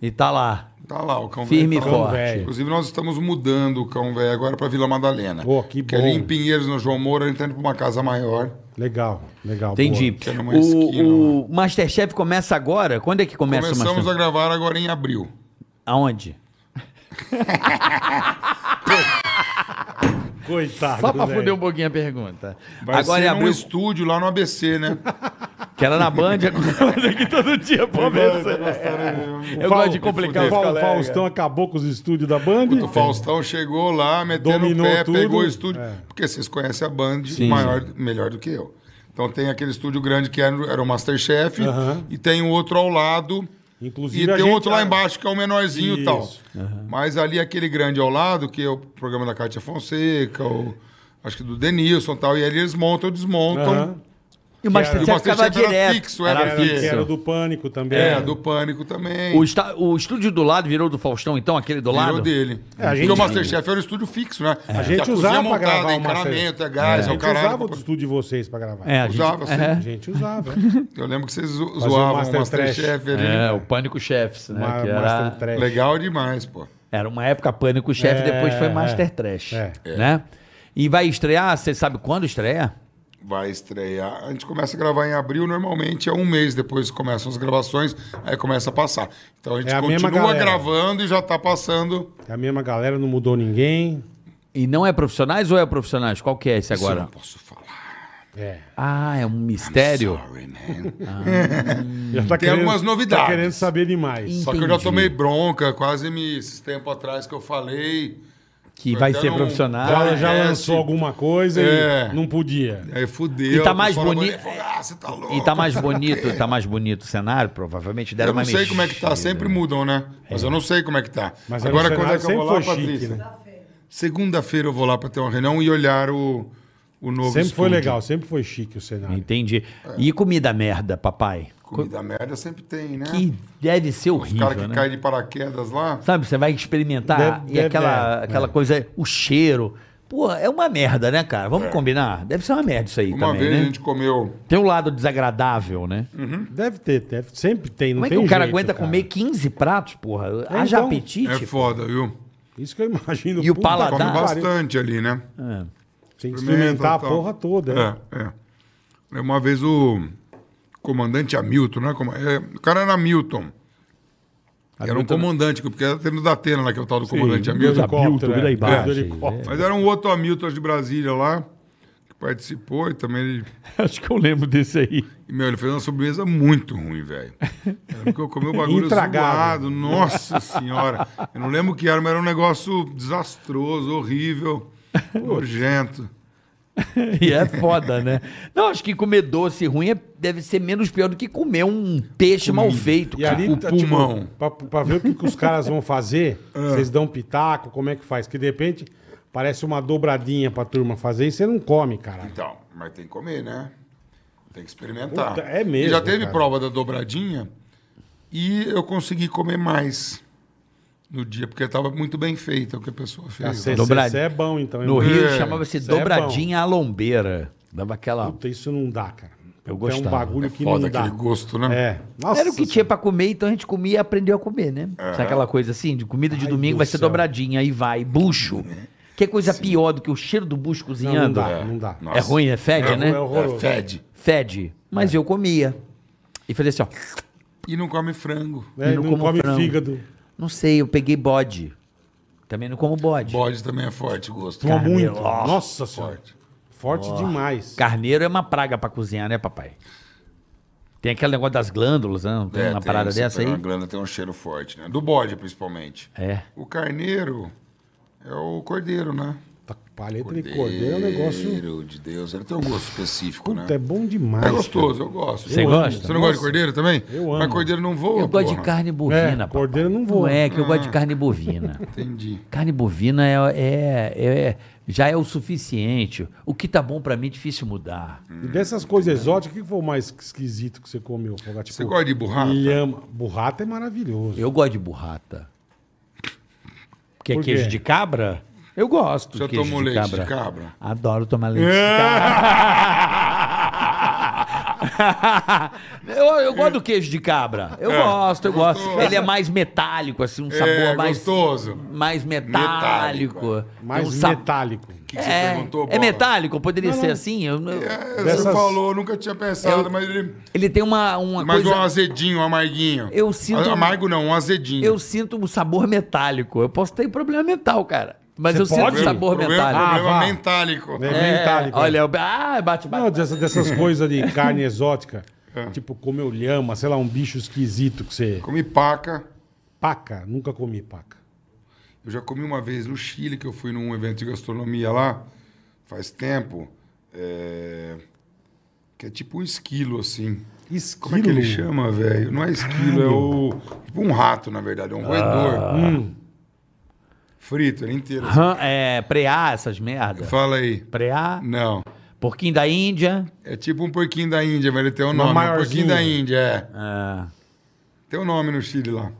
[SPEAKER 4] E tá lá.
[SPEAKER 5] tá lá o cão
[SPEAKER 4] Firme e
[SPEAKER 5] velho. tá lá.
[SPEAKER 4] forte.
[SPEAKER 3] velho.
[SPEAKER 5] Inclusive nós estamos mudando o cão velho agora para Vila Madalena.
[SPEAKER 3] Pô, que
[SPEAKER 5] Que ali
[SPEAKER 3] bom.
[SPEAKER 5] em Pinheiros, no João Moura, ele tá indo para uma casa maior.
[SPEAKER 3] Legal, legal.
[SPEAKER 4] Entendi.
[SPEAKER 5] Que é numa esquina,
[SPEAKER 4] O, o Masterchef começa agora? Quando é que começa o
[SPEAKER 5] Começamos
[SPEAKER 4] Masterchef?
[SPEAKER 5] a gravar agora em abril.
[SPEAKER 4] Aonde?
[SPEAKER 3] Boa. Coitado.
[SPEAKER 6] Só pra
[SPEAKER 3] velho.
[SPEAKER 6] foder um pouquinho a pergunta.
[SPEAKER 5] Vai
[SPEAKER 4] agora
[SPEAKER 5] ser
[SPEAKER 4] é
[SPEAKER 5] um num
[SPEAKER 4] abril.
[SPEAKER 5] estúdio lá no ABC, né?
[SPEAKER 4] Que era na Band, agora aqui todo dia começa. Eu
[SPEAKER 3] Fal-
[SPEAKER 4] gosto de complicar os
[SPEAKER 3] Fal-
[SPEAKER 4] colegas.
[SPEAKER 3] Faustão acabou com os estúdios da Band.
[SPEAKER 5] O Faustão chegou lá, metendo
[SPEAKER 3] Dominou
[SPEAKER 5] o pé,
[SPEAKER 3] tudo.
[SPEAKER 5] pegou o estúdio.
[SPEAKER 3] É.
[SPEAKER 5] Porque vocês conhecem a Band maior, melhor do que eu. Então tem aquele estúdio grande que era, era o Masterchef,
[SPEAKER 3] Aham.
[SPEAKER 5] e tem um outro ao lado.
[SPEAKER 3] Inclusive,
[SPEAKER 5] E
[SPEAKER 3] a
[SPEAKER 5] tem
[SPEAKER 3] gente-
[SPEAKER 5] outro lá embaixo que é o menorzinho e tal.
[SPEAKER 3] Isso.
[SPEAKER 5] Mas ali aquele grande ao lado, que é o programa da Cátia Fonseca, o, acho que do Denilson e tal, e ali eles montam ou desmontam.
[SPEAKER 3] Aham.
[SPEAKER 4] E o
[SPEAKER 5] E o
[SPEAKER 4] Masterchef
[SPEAKER 5] Masterchef
[SPEAKER 4] ficava
[SPEAKER 5] era
[SPEAKER 4] direto.
[SPEAKER 5] fixo, era,
[SPEAKER 4] Era
[SPEAKER 3] Era, que
[SPEAKER 5] fixo.
[SPEAKER 3] era do Pânico também.
[SPEAKER 5] É, do Pânico também.
[SPEAKER 4] O, esta- o estúdio do lado virou do Faustão, então, aquele do
[SPEAKER 5] Virou
[SPEAKER 4] lado?
[SPEAKER 5] dele.
[SPEAKER 3] É, a gente-
[SPEAKER 5] Porque o Masterchef era o estúdio fixo, né? A
[SPEAKER 3] É. gente
[SPEAKER 5] cozinha
[SPEAKER 3] usava pra
[SPEAKER 5] montada,
[SPEAKER 3] gravar
[SPEAKER 5] é
[SPEAKER 3] o
[SPEAKER 5] encanamento,
[SPEAKER 3] Masterchef.
[SPEAKER 5] é gás, é,
[SPEAKER 3] A
[SPEAKER 5] o
[SPEAKER 3] gente
[SPEAKER 5] caralho.
[SPEAKER 3] usava o estúdio de vocês pra gravar.
[SPEAKER 4] É, a gente-
[SPEAKER 5] Usava, sim.
[SPEAKER 3] A gente usava.
[SPEAKER 5] Eu lembro que vocês zo-
[SPEAKER 3] Fazia o
[SPEAKER 5] zoavam o
[SPEAKER 3] Master
[SPEAKER 5] Masterchef ali.
[SPEAKER 4] É, o Pânico Chefs, né?
[SPEAKER 3] Ma-
[SPEAKER 4] que era,
[SPEAKER 3] Master Trash.
[SPEAKER 5] Legal demais, pô.
[SPEAKER 4] era uma época Pânico Chef,
[SPEAKER 3] É,
[SPEAKER 4] depois foi
[SPEAKER 3] é.
[SPEAKER 4] Master Trash.
[SPEAKER 3] É.
[SPEAKER 4] Né? E vai estrear, você sabe quando estreia?
[SPEAKER 5] Vai estrear. A gente começa a gravar em abril, normalmente é um mês depois que começam as gravações, aí começa a passar. Então a gente
[SPEAKER 3] É a mesma
[SPEAKER 5] continua
[SPEAKER 3] galera.
[SPEAKER 5] gravando e já tá passando.
[SPEAKER 3] É A mesma galera não mudou ninguém.
[SPEAKER 4] E não é profissionais ou é profissionais? Qual que é esse
[SPEAKER 5] Isso eu
[SPEAKER 4] agora?
[SPEAKER 5] não posso falar.
[SPEAKER 3] É.
[SPEAKER 4] Ah, é um mistério.
[SPEAKER 5] Sorry, man.
[SPEAKER 3] Já tá
[SPEAKER 5] Tem algumas novidades.
[SPEAKER 3] Tá querendo saber demais.
[SPEAKER 5] Só que eu já tomei bronca, quase me. Esses tempos atrás que eu falei.
[SPEAKER 4] Que vai
[SPEAKER 5] Então,
[SPEAKER 4] ser
[SPEAKER 5] não-
[SPEAKER 4] profissional.
[SPEAKER 3] Já,
[SPEAKER 5] Ah,
[SPEAKER 3] já
[SPEAKER 5] é,
[SPEAKER 3] lançou
[SPEAKER 5] sim.
[SPEAKER 3] alguma coisa
[SPEAKER 5] É.
[SPEAKER 3] e não podia.
[SPEAKER 5] Aí
[SPEAKER 4] E
[SPEAKER 5] fudeu.
[SPEAKER 4] tá mais
[SPEAKER 5] o pessoal
[SPEAKER 4] boni-
[SPEAKER 5] da Bahia falou, Ah, você tá louco.
[SPEAKER 4] E tá mais bonito, tá mais bonito o cenário, provavelmente deram
[SPEAKER 5] Eu
[SPEAKER 4] uma
[SPEAKER 5] não sei como é que
[SPEAKER 4] mexida.
[SPEAKER 5] tá, sempre mudam, né? Mas eu não sei como é que tá.
[SPEAKER 3] Mas
[SPEAKER 5] Agora,
[SPEAKER 3] era um
[SPEAKER 5] quando é que eu
[SPEAKER 3] cenário-
[SPEAKER 5] vou lá,
[SPEAKER 3] sempre foi chique,
[SPEAKER 5] Patrícia?
[SPEAKER 3] né?
[SPEAKER 5] Segunda-feira eu vou lá pra ter uma reunião e olhar o, o novo
[SPEAKER 3] Sempre foi
[SPEAKER 5] estúdio.
[SPEAKER 3] legal, sempre foi chique o cenário.
[SPEAKER 4] Entendi.
[SPEAKER 5] É.
[SPEAKER 4] E comida merda, papai?
[SPEAKER 5] Comida merda sempre tem, né?
[SPEAKER 4] Que deve ser
[SPEAKER 5] Os
[SPEAKER 4] horrível,
[SPEAKER 5] caras que
[SPEAKER 4] né?
[SPEAKER 5] caem de paraquedas lá.
[SPEAKER 4] Sabe, você vai experimentar
[SPEAKER 3] Deve-
[SPEAKER 4] e
[SPEAKER 3] deve-
[SPEAKER 4] aquela,
[SPEAKER 3] é,
[SPEAKER 4] aquela coisa, o cheiro. Pô, é uma merda, né, cara? Vamos combinar? Deve ser uma merda isso aí
[SPEAKER 5] É. Uma
[SPEAKER 4] também,
[SPEAKER 5] vez
[SPEAKER 4] né?
[SPEAKER 5] a gente comeu.
[SPEAKER 4] Tem um lado desagradável, né?
[SPEAKER 3] Deve ter, deve, sempre tem, não
[SPEAKER 4] Como é que
[SPEAKER 3] tem
[SPEAKER 4] o cara
[SPEAKER 3] jeito,
[SPEAKER 4] aguenta comer 15 pratos, porra? Haja
[SPEAKER 3] então.
[SPEAKER 4] apetite.
[SPEAKER 5] É foda, viu?
[SPEAKER 3] Isso que eu imagino.
[SPEAKER 4] E o
[SPEAKER 3] Puta
[SPEAKER 4] paladar?
[SPEAKER 3] que
[SPEAKER 5] Come
[SPEAKER 3] pariu.
[SPEAKER 5] bastante ali, né?
[SPEAKER 3] Tem que experimentar a
[SPEAKER 5] tal.
[SPEAKER 3] porra toda. né?
[SPEAKER 5] então. É, é. É, Uma vez o comandante Hamilton, né? Como- é, o cara era Hamilton. Era
[SPEAKER 4] né?
[SPEAKER 5] um comandante, porque era tendo da Atena lá, que é o tal do comandante
[SPEAKER 3] do
[SPEAKER 5] Hamilton.
[SPEAKER 3] helicóptero,
[SPEAKER 4] Abilton,
[SPEAKER 3] é.
[SPEAKER 4] vira aí
[SPEAKER 3] Do
[SPEAKER 4] baixo,
[SPEAKER 3] helicóptero.
[SPEAKER 5] Mas era um outro Hamilton de Brasília lá, que participou e também ele.
[SPEAKER 4] Acho que eu lembro desse aí.
[SPEAKER 5] E, meu, ele fez uma sobremesa muito ruim, velho. Eu lembro que eu comi o um bagulho
[SPEAKER 3] Intragável.
[SPEAKER 5] zoado. Nossa senhora. Eu não lembro o que era, mas era um negócio desastroso, horrível, nojento.
[SPEAKER 4] E é foda, né? Não, acho que comer doce ruim é- deve ser menos pior do que comer um peixe mal feito.
[SPEAKER 3] E ali,
[SPEAKER 5] O
[SPEAKER 3] tá,
[SPEAKER 5] pulmão. Ah.
[SPEAKER 3] Tipo, pra, pra ver o que, que os caras vão fazer, vocês dão pitaco, como é que faz? Que de repente parece uma dobradinha pra turma fazer e você não come, cara.
[SPEAKER 5] Então, mas tem que comer, né? Tem que experimentar.
[SPEAKER 3] Puta, é mesmo,
[SPEAKER 5] E já teve
[SPEAKER 3] cara.
[SPEAKER 5] prova da dobradinha e eu consegui comer mais no dia, porque estava muito bem feita o que a pessoa fez.
[SPEAKER 3] Você
[SPEAKER 5] né?
[SPEAKER 4] dobrad-
[SPEAKER 3] é bom, então. hein,
[SPEAKER 4] No
[SPEAKER 3] mano?
[SPEAKER 4] Rio
[SPEAKER 5] É.
[SPEAKER 4] chamava-se
[SPEAKER 3] Isso é
[SPEAKER 4] dobradinha à lombeira. Dava aquela.
[SPEAKER 3] Puta, isso não dá, cara.
[SPEAKER 4] Eu
[SPEAKER 3] É um
[SPEAKER 4] gostava.
[SPEAKER 3] bagulho
[SPEAKER 5] É
[SPEAKER 3] que
[SPEAKER 5] foda
[SPEAKER 3] não dá.
[SPEAKER 5] aquele gosto, né?
[SPEAKER 3] É. Nossa,
[SPEAKER 4] Era o que tinha pra comer, então a gente comia e aprendeu a comer, né? Sabe aquela coisa assim, de comida de
[SPEAKER 3] Ai,
[SPEAKER 4] domingo
[SPEAKER 3] do
[SPEAKER 4] vai ser
[SPEAKER 3] céu.
[SPEAKER 4] dobradinha, aí vai, bucho. Que coisa pior do que o cheiro do bucho
[SPEAKER 3] Não, não
[SPEAKER 4] cozinhando?
[SPEAKER 3] dá, não dá.
[SPEAKER 5] Nossa.
[SPEAKER 4] É ruim, é fede,
[SPEAKER 3] É
[SPEAKER 4] né?
[SPEAKER 3] ruim, é horroroso.
[SPEAKER 5] É, fede.
[SPEAKER 4] Fede. Mas eu comia. E falei assim, ó,
[SPEAKER 5] E não come frango.
[SPEAKER 3] É,
[SPEAKER 4] Eu
[SPEAKER 3] não
[SPEAKER 4] não como
[SPEAKER 3] come
[SPEAKER 4] frango.
[SPEAKER 3] fígado.
[SPEAKER 4] não sei, eu peguei bode. Também não como bode.
[SPEAKER 5] Bode também é forte o gosto.
[SPEAKER 3] Toma
[SPEAKER 4] Carne,
[SPEAKER 3] muito.
[SPEAKER 4] ó.
[SPEAKER 3] Nossa senhora. Forte, demais.
[SPEAKER 4] Carneiro é uma praga pra cozinhar, né, papai? Tem aquele negócio das glândulas, né? Não Tem uma
[SPEAKER 5] É, tem,
[SPEAKER 4] parada
[SPEAKER 5] você
[SPEAKER 4] dessa
[SPEAKER 5] pega
[SPEAKER 4] aí?
[SPEAKER 5] Uma glândula tem um cheiro forte, né? Do bode, principalmente.
[SPEAKER 4] É.
[SPEAKER 5] O carneiro é o cordeiro, né?
[SPEAKER 3] Tá, paleta de cordeiro é um negócio...
[SPEAKER 5] Cordeiro de Deus. Ele tem um gosto específico, né?
[SPEAKER 3] Puta, é bom demais.
[SPEAKER 5] É gostoso, eu gosto.
[SPEAKER 4] Você
[SPEAKER 5] Eu
[SPEAKER 4] gosta?
[SPEAKER 5] amo. Você não gosta de
[SPEAKER 3] Nossa.
[SPEAKER 5] cordeiro também?
[SPEAKER 3] Eu amo.
[SPEAKER 5] Mas cordeiro não voa,
[SPEAKER 4] Eu gosto de
[SPEAKER 5] porra.
[SPEAKER 4] carne bovina,
[SPEAKER 3] É, cordeiro
[SPEAKER 4] papai.
[SPEAKER 3] não Ah. voa.
[SPEAKER 4] é, que eu gosto de carne bovina.
[SPEAKER 5] Entendi.
[SPEAKER 4] Carne bovina é, é- é- já é o suficiente. O que tá bom pra mim é difícil mudar.
[SPEAKER 3] E dessas coisas exóticas, o que foi o mais esquisito que você comeu? Fogar? Tipo,
[SPEAKER 5] Você gosta de burrata?
[SPEAKER 3] Lhama. Burrata é maravilhoso.
[SPEAKER 4] Eu gosto de burrata. Porque
[SPEAKER 3] Por quê?
[SPEAKER 4] queijo de cabra? Eu gosto
[SPEAKER 5] Já
[SPEAKER 4] de queijo
[SPEAKER 5] tomou
[SPEAKER 4] de
[SPEAKER 5] leite
[SPEAKER 4] cabra.
[SPEAKER 5] de cabra?
[SPEAKER 4] Adoro tomar leite de cabra. eu, eu gosto do queijo de cabra. Eu gosto, eu gosto.
[SPEAKER 5] gostoso.
[SPEAKER 4] Ele é mais metálico, assim, um sabor
[SPEAKER 5] é,
[SPEAKER 4] mais...
[SPEAKER 5] gostoso.
[SPEAKER 4] Mais metálico.
[SPEAKER 5] Metálico,
[SPEAKER 3] Mais
[SPEAKER 4] Tem um sa-
[SPEAKER 3] metálico.
[SPEAKER 5] O que, que você
[SPEAKER 4] é,
[SPEAKER 5] perguntou,
[SPEAKER 4] é
[SPEAKER 5] Bola?
[SPEAKER 4] metálico? Poderia ser assim? Eu- eu-
[SPEAKER 5] É, Você
[SPEAKER 3] Dessas-
[SPEAKER 5] falou, nunca tinha pensado,
[SPEAKER 4] Eu-
[SPEAKER 5] mas ele...
[SPEAKER 4] Ele tem uma, uma
[SPEAKER 5] Mais
[SPEAKER 4] coisa...
[SPEAKER 5] um azedinho, um amarguinho.
[SPEAKER 4] Eu sinto-
[SPEAKER 5] A- Amargo não, um azedinho.
[SPEAKER 4] Eu sinto um sabor metálico. Eu posso ter problema mental, cara. Mas eu sinto
[SPEAKER 3] pode?
[SPEAKER 4] um sabor
[SPEAKER 5] problema,
[SPEAKER 4] metálico.
[SPEAKER 5] Problema
[SPEAKER 3] vá.
[SPEAKER 5] mentálico.
[SPEAKER 3] É,
[SPEAKER 4] É,
[SPEAKER 3] metálico.
[SPEAKER 4] olha, eu- ah, bate, bate.
[SPEAKER 3] Não, dessas, dessas coisas de carne exótica.
[SPEAKER 5] É.
[SPEAKER 3] Tipo, comer o lhama, sei lá, um bicho esquisito que você...
[SPEAKER 5] Comi paca.
[SPEAKER 3] Paca. Nunca comi paca.
[SPEAKER 5] Eu já comi uma vez no Chile, que eu fui num evento de gastronomia lá, faz tempo. é, Que é tipo um esquilo, assim.
[SPEAKER 3] Esquilo.
[SPEAKER 5] Como é que ele chama, velho? Não é esquilo, é o. Tipo um rato, na verdade, é um roedor.
[SPEAKER 3] Ah. Hum.
[SPEAKER 5] Frito, ele inteiro. assim.
[SPEAKER 4] Hã, é, preá, essas merdas.
[SPEAKER 5] Fala aí.
[SPEAKER 4] Preá,
[SPEAKER 5] Não.
[SPEAKER 4] porquinho da Índia.
[SPEAKER 5] É tipo um porquinho da Índia, mas ele tem um nome. Um
[SPEAKER 3] maiorzinho.
[SPEAKER 5] porquinho da Índia, é.
[SPEAKER 4] Ah,
[SPEAKER 5] Tem um nome no Chile lá.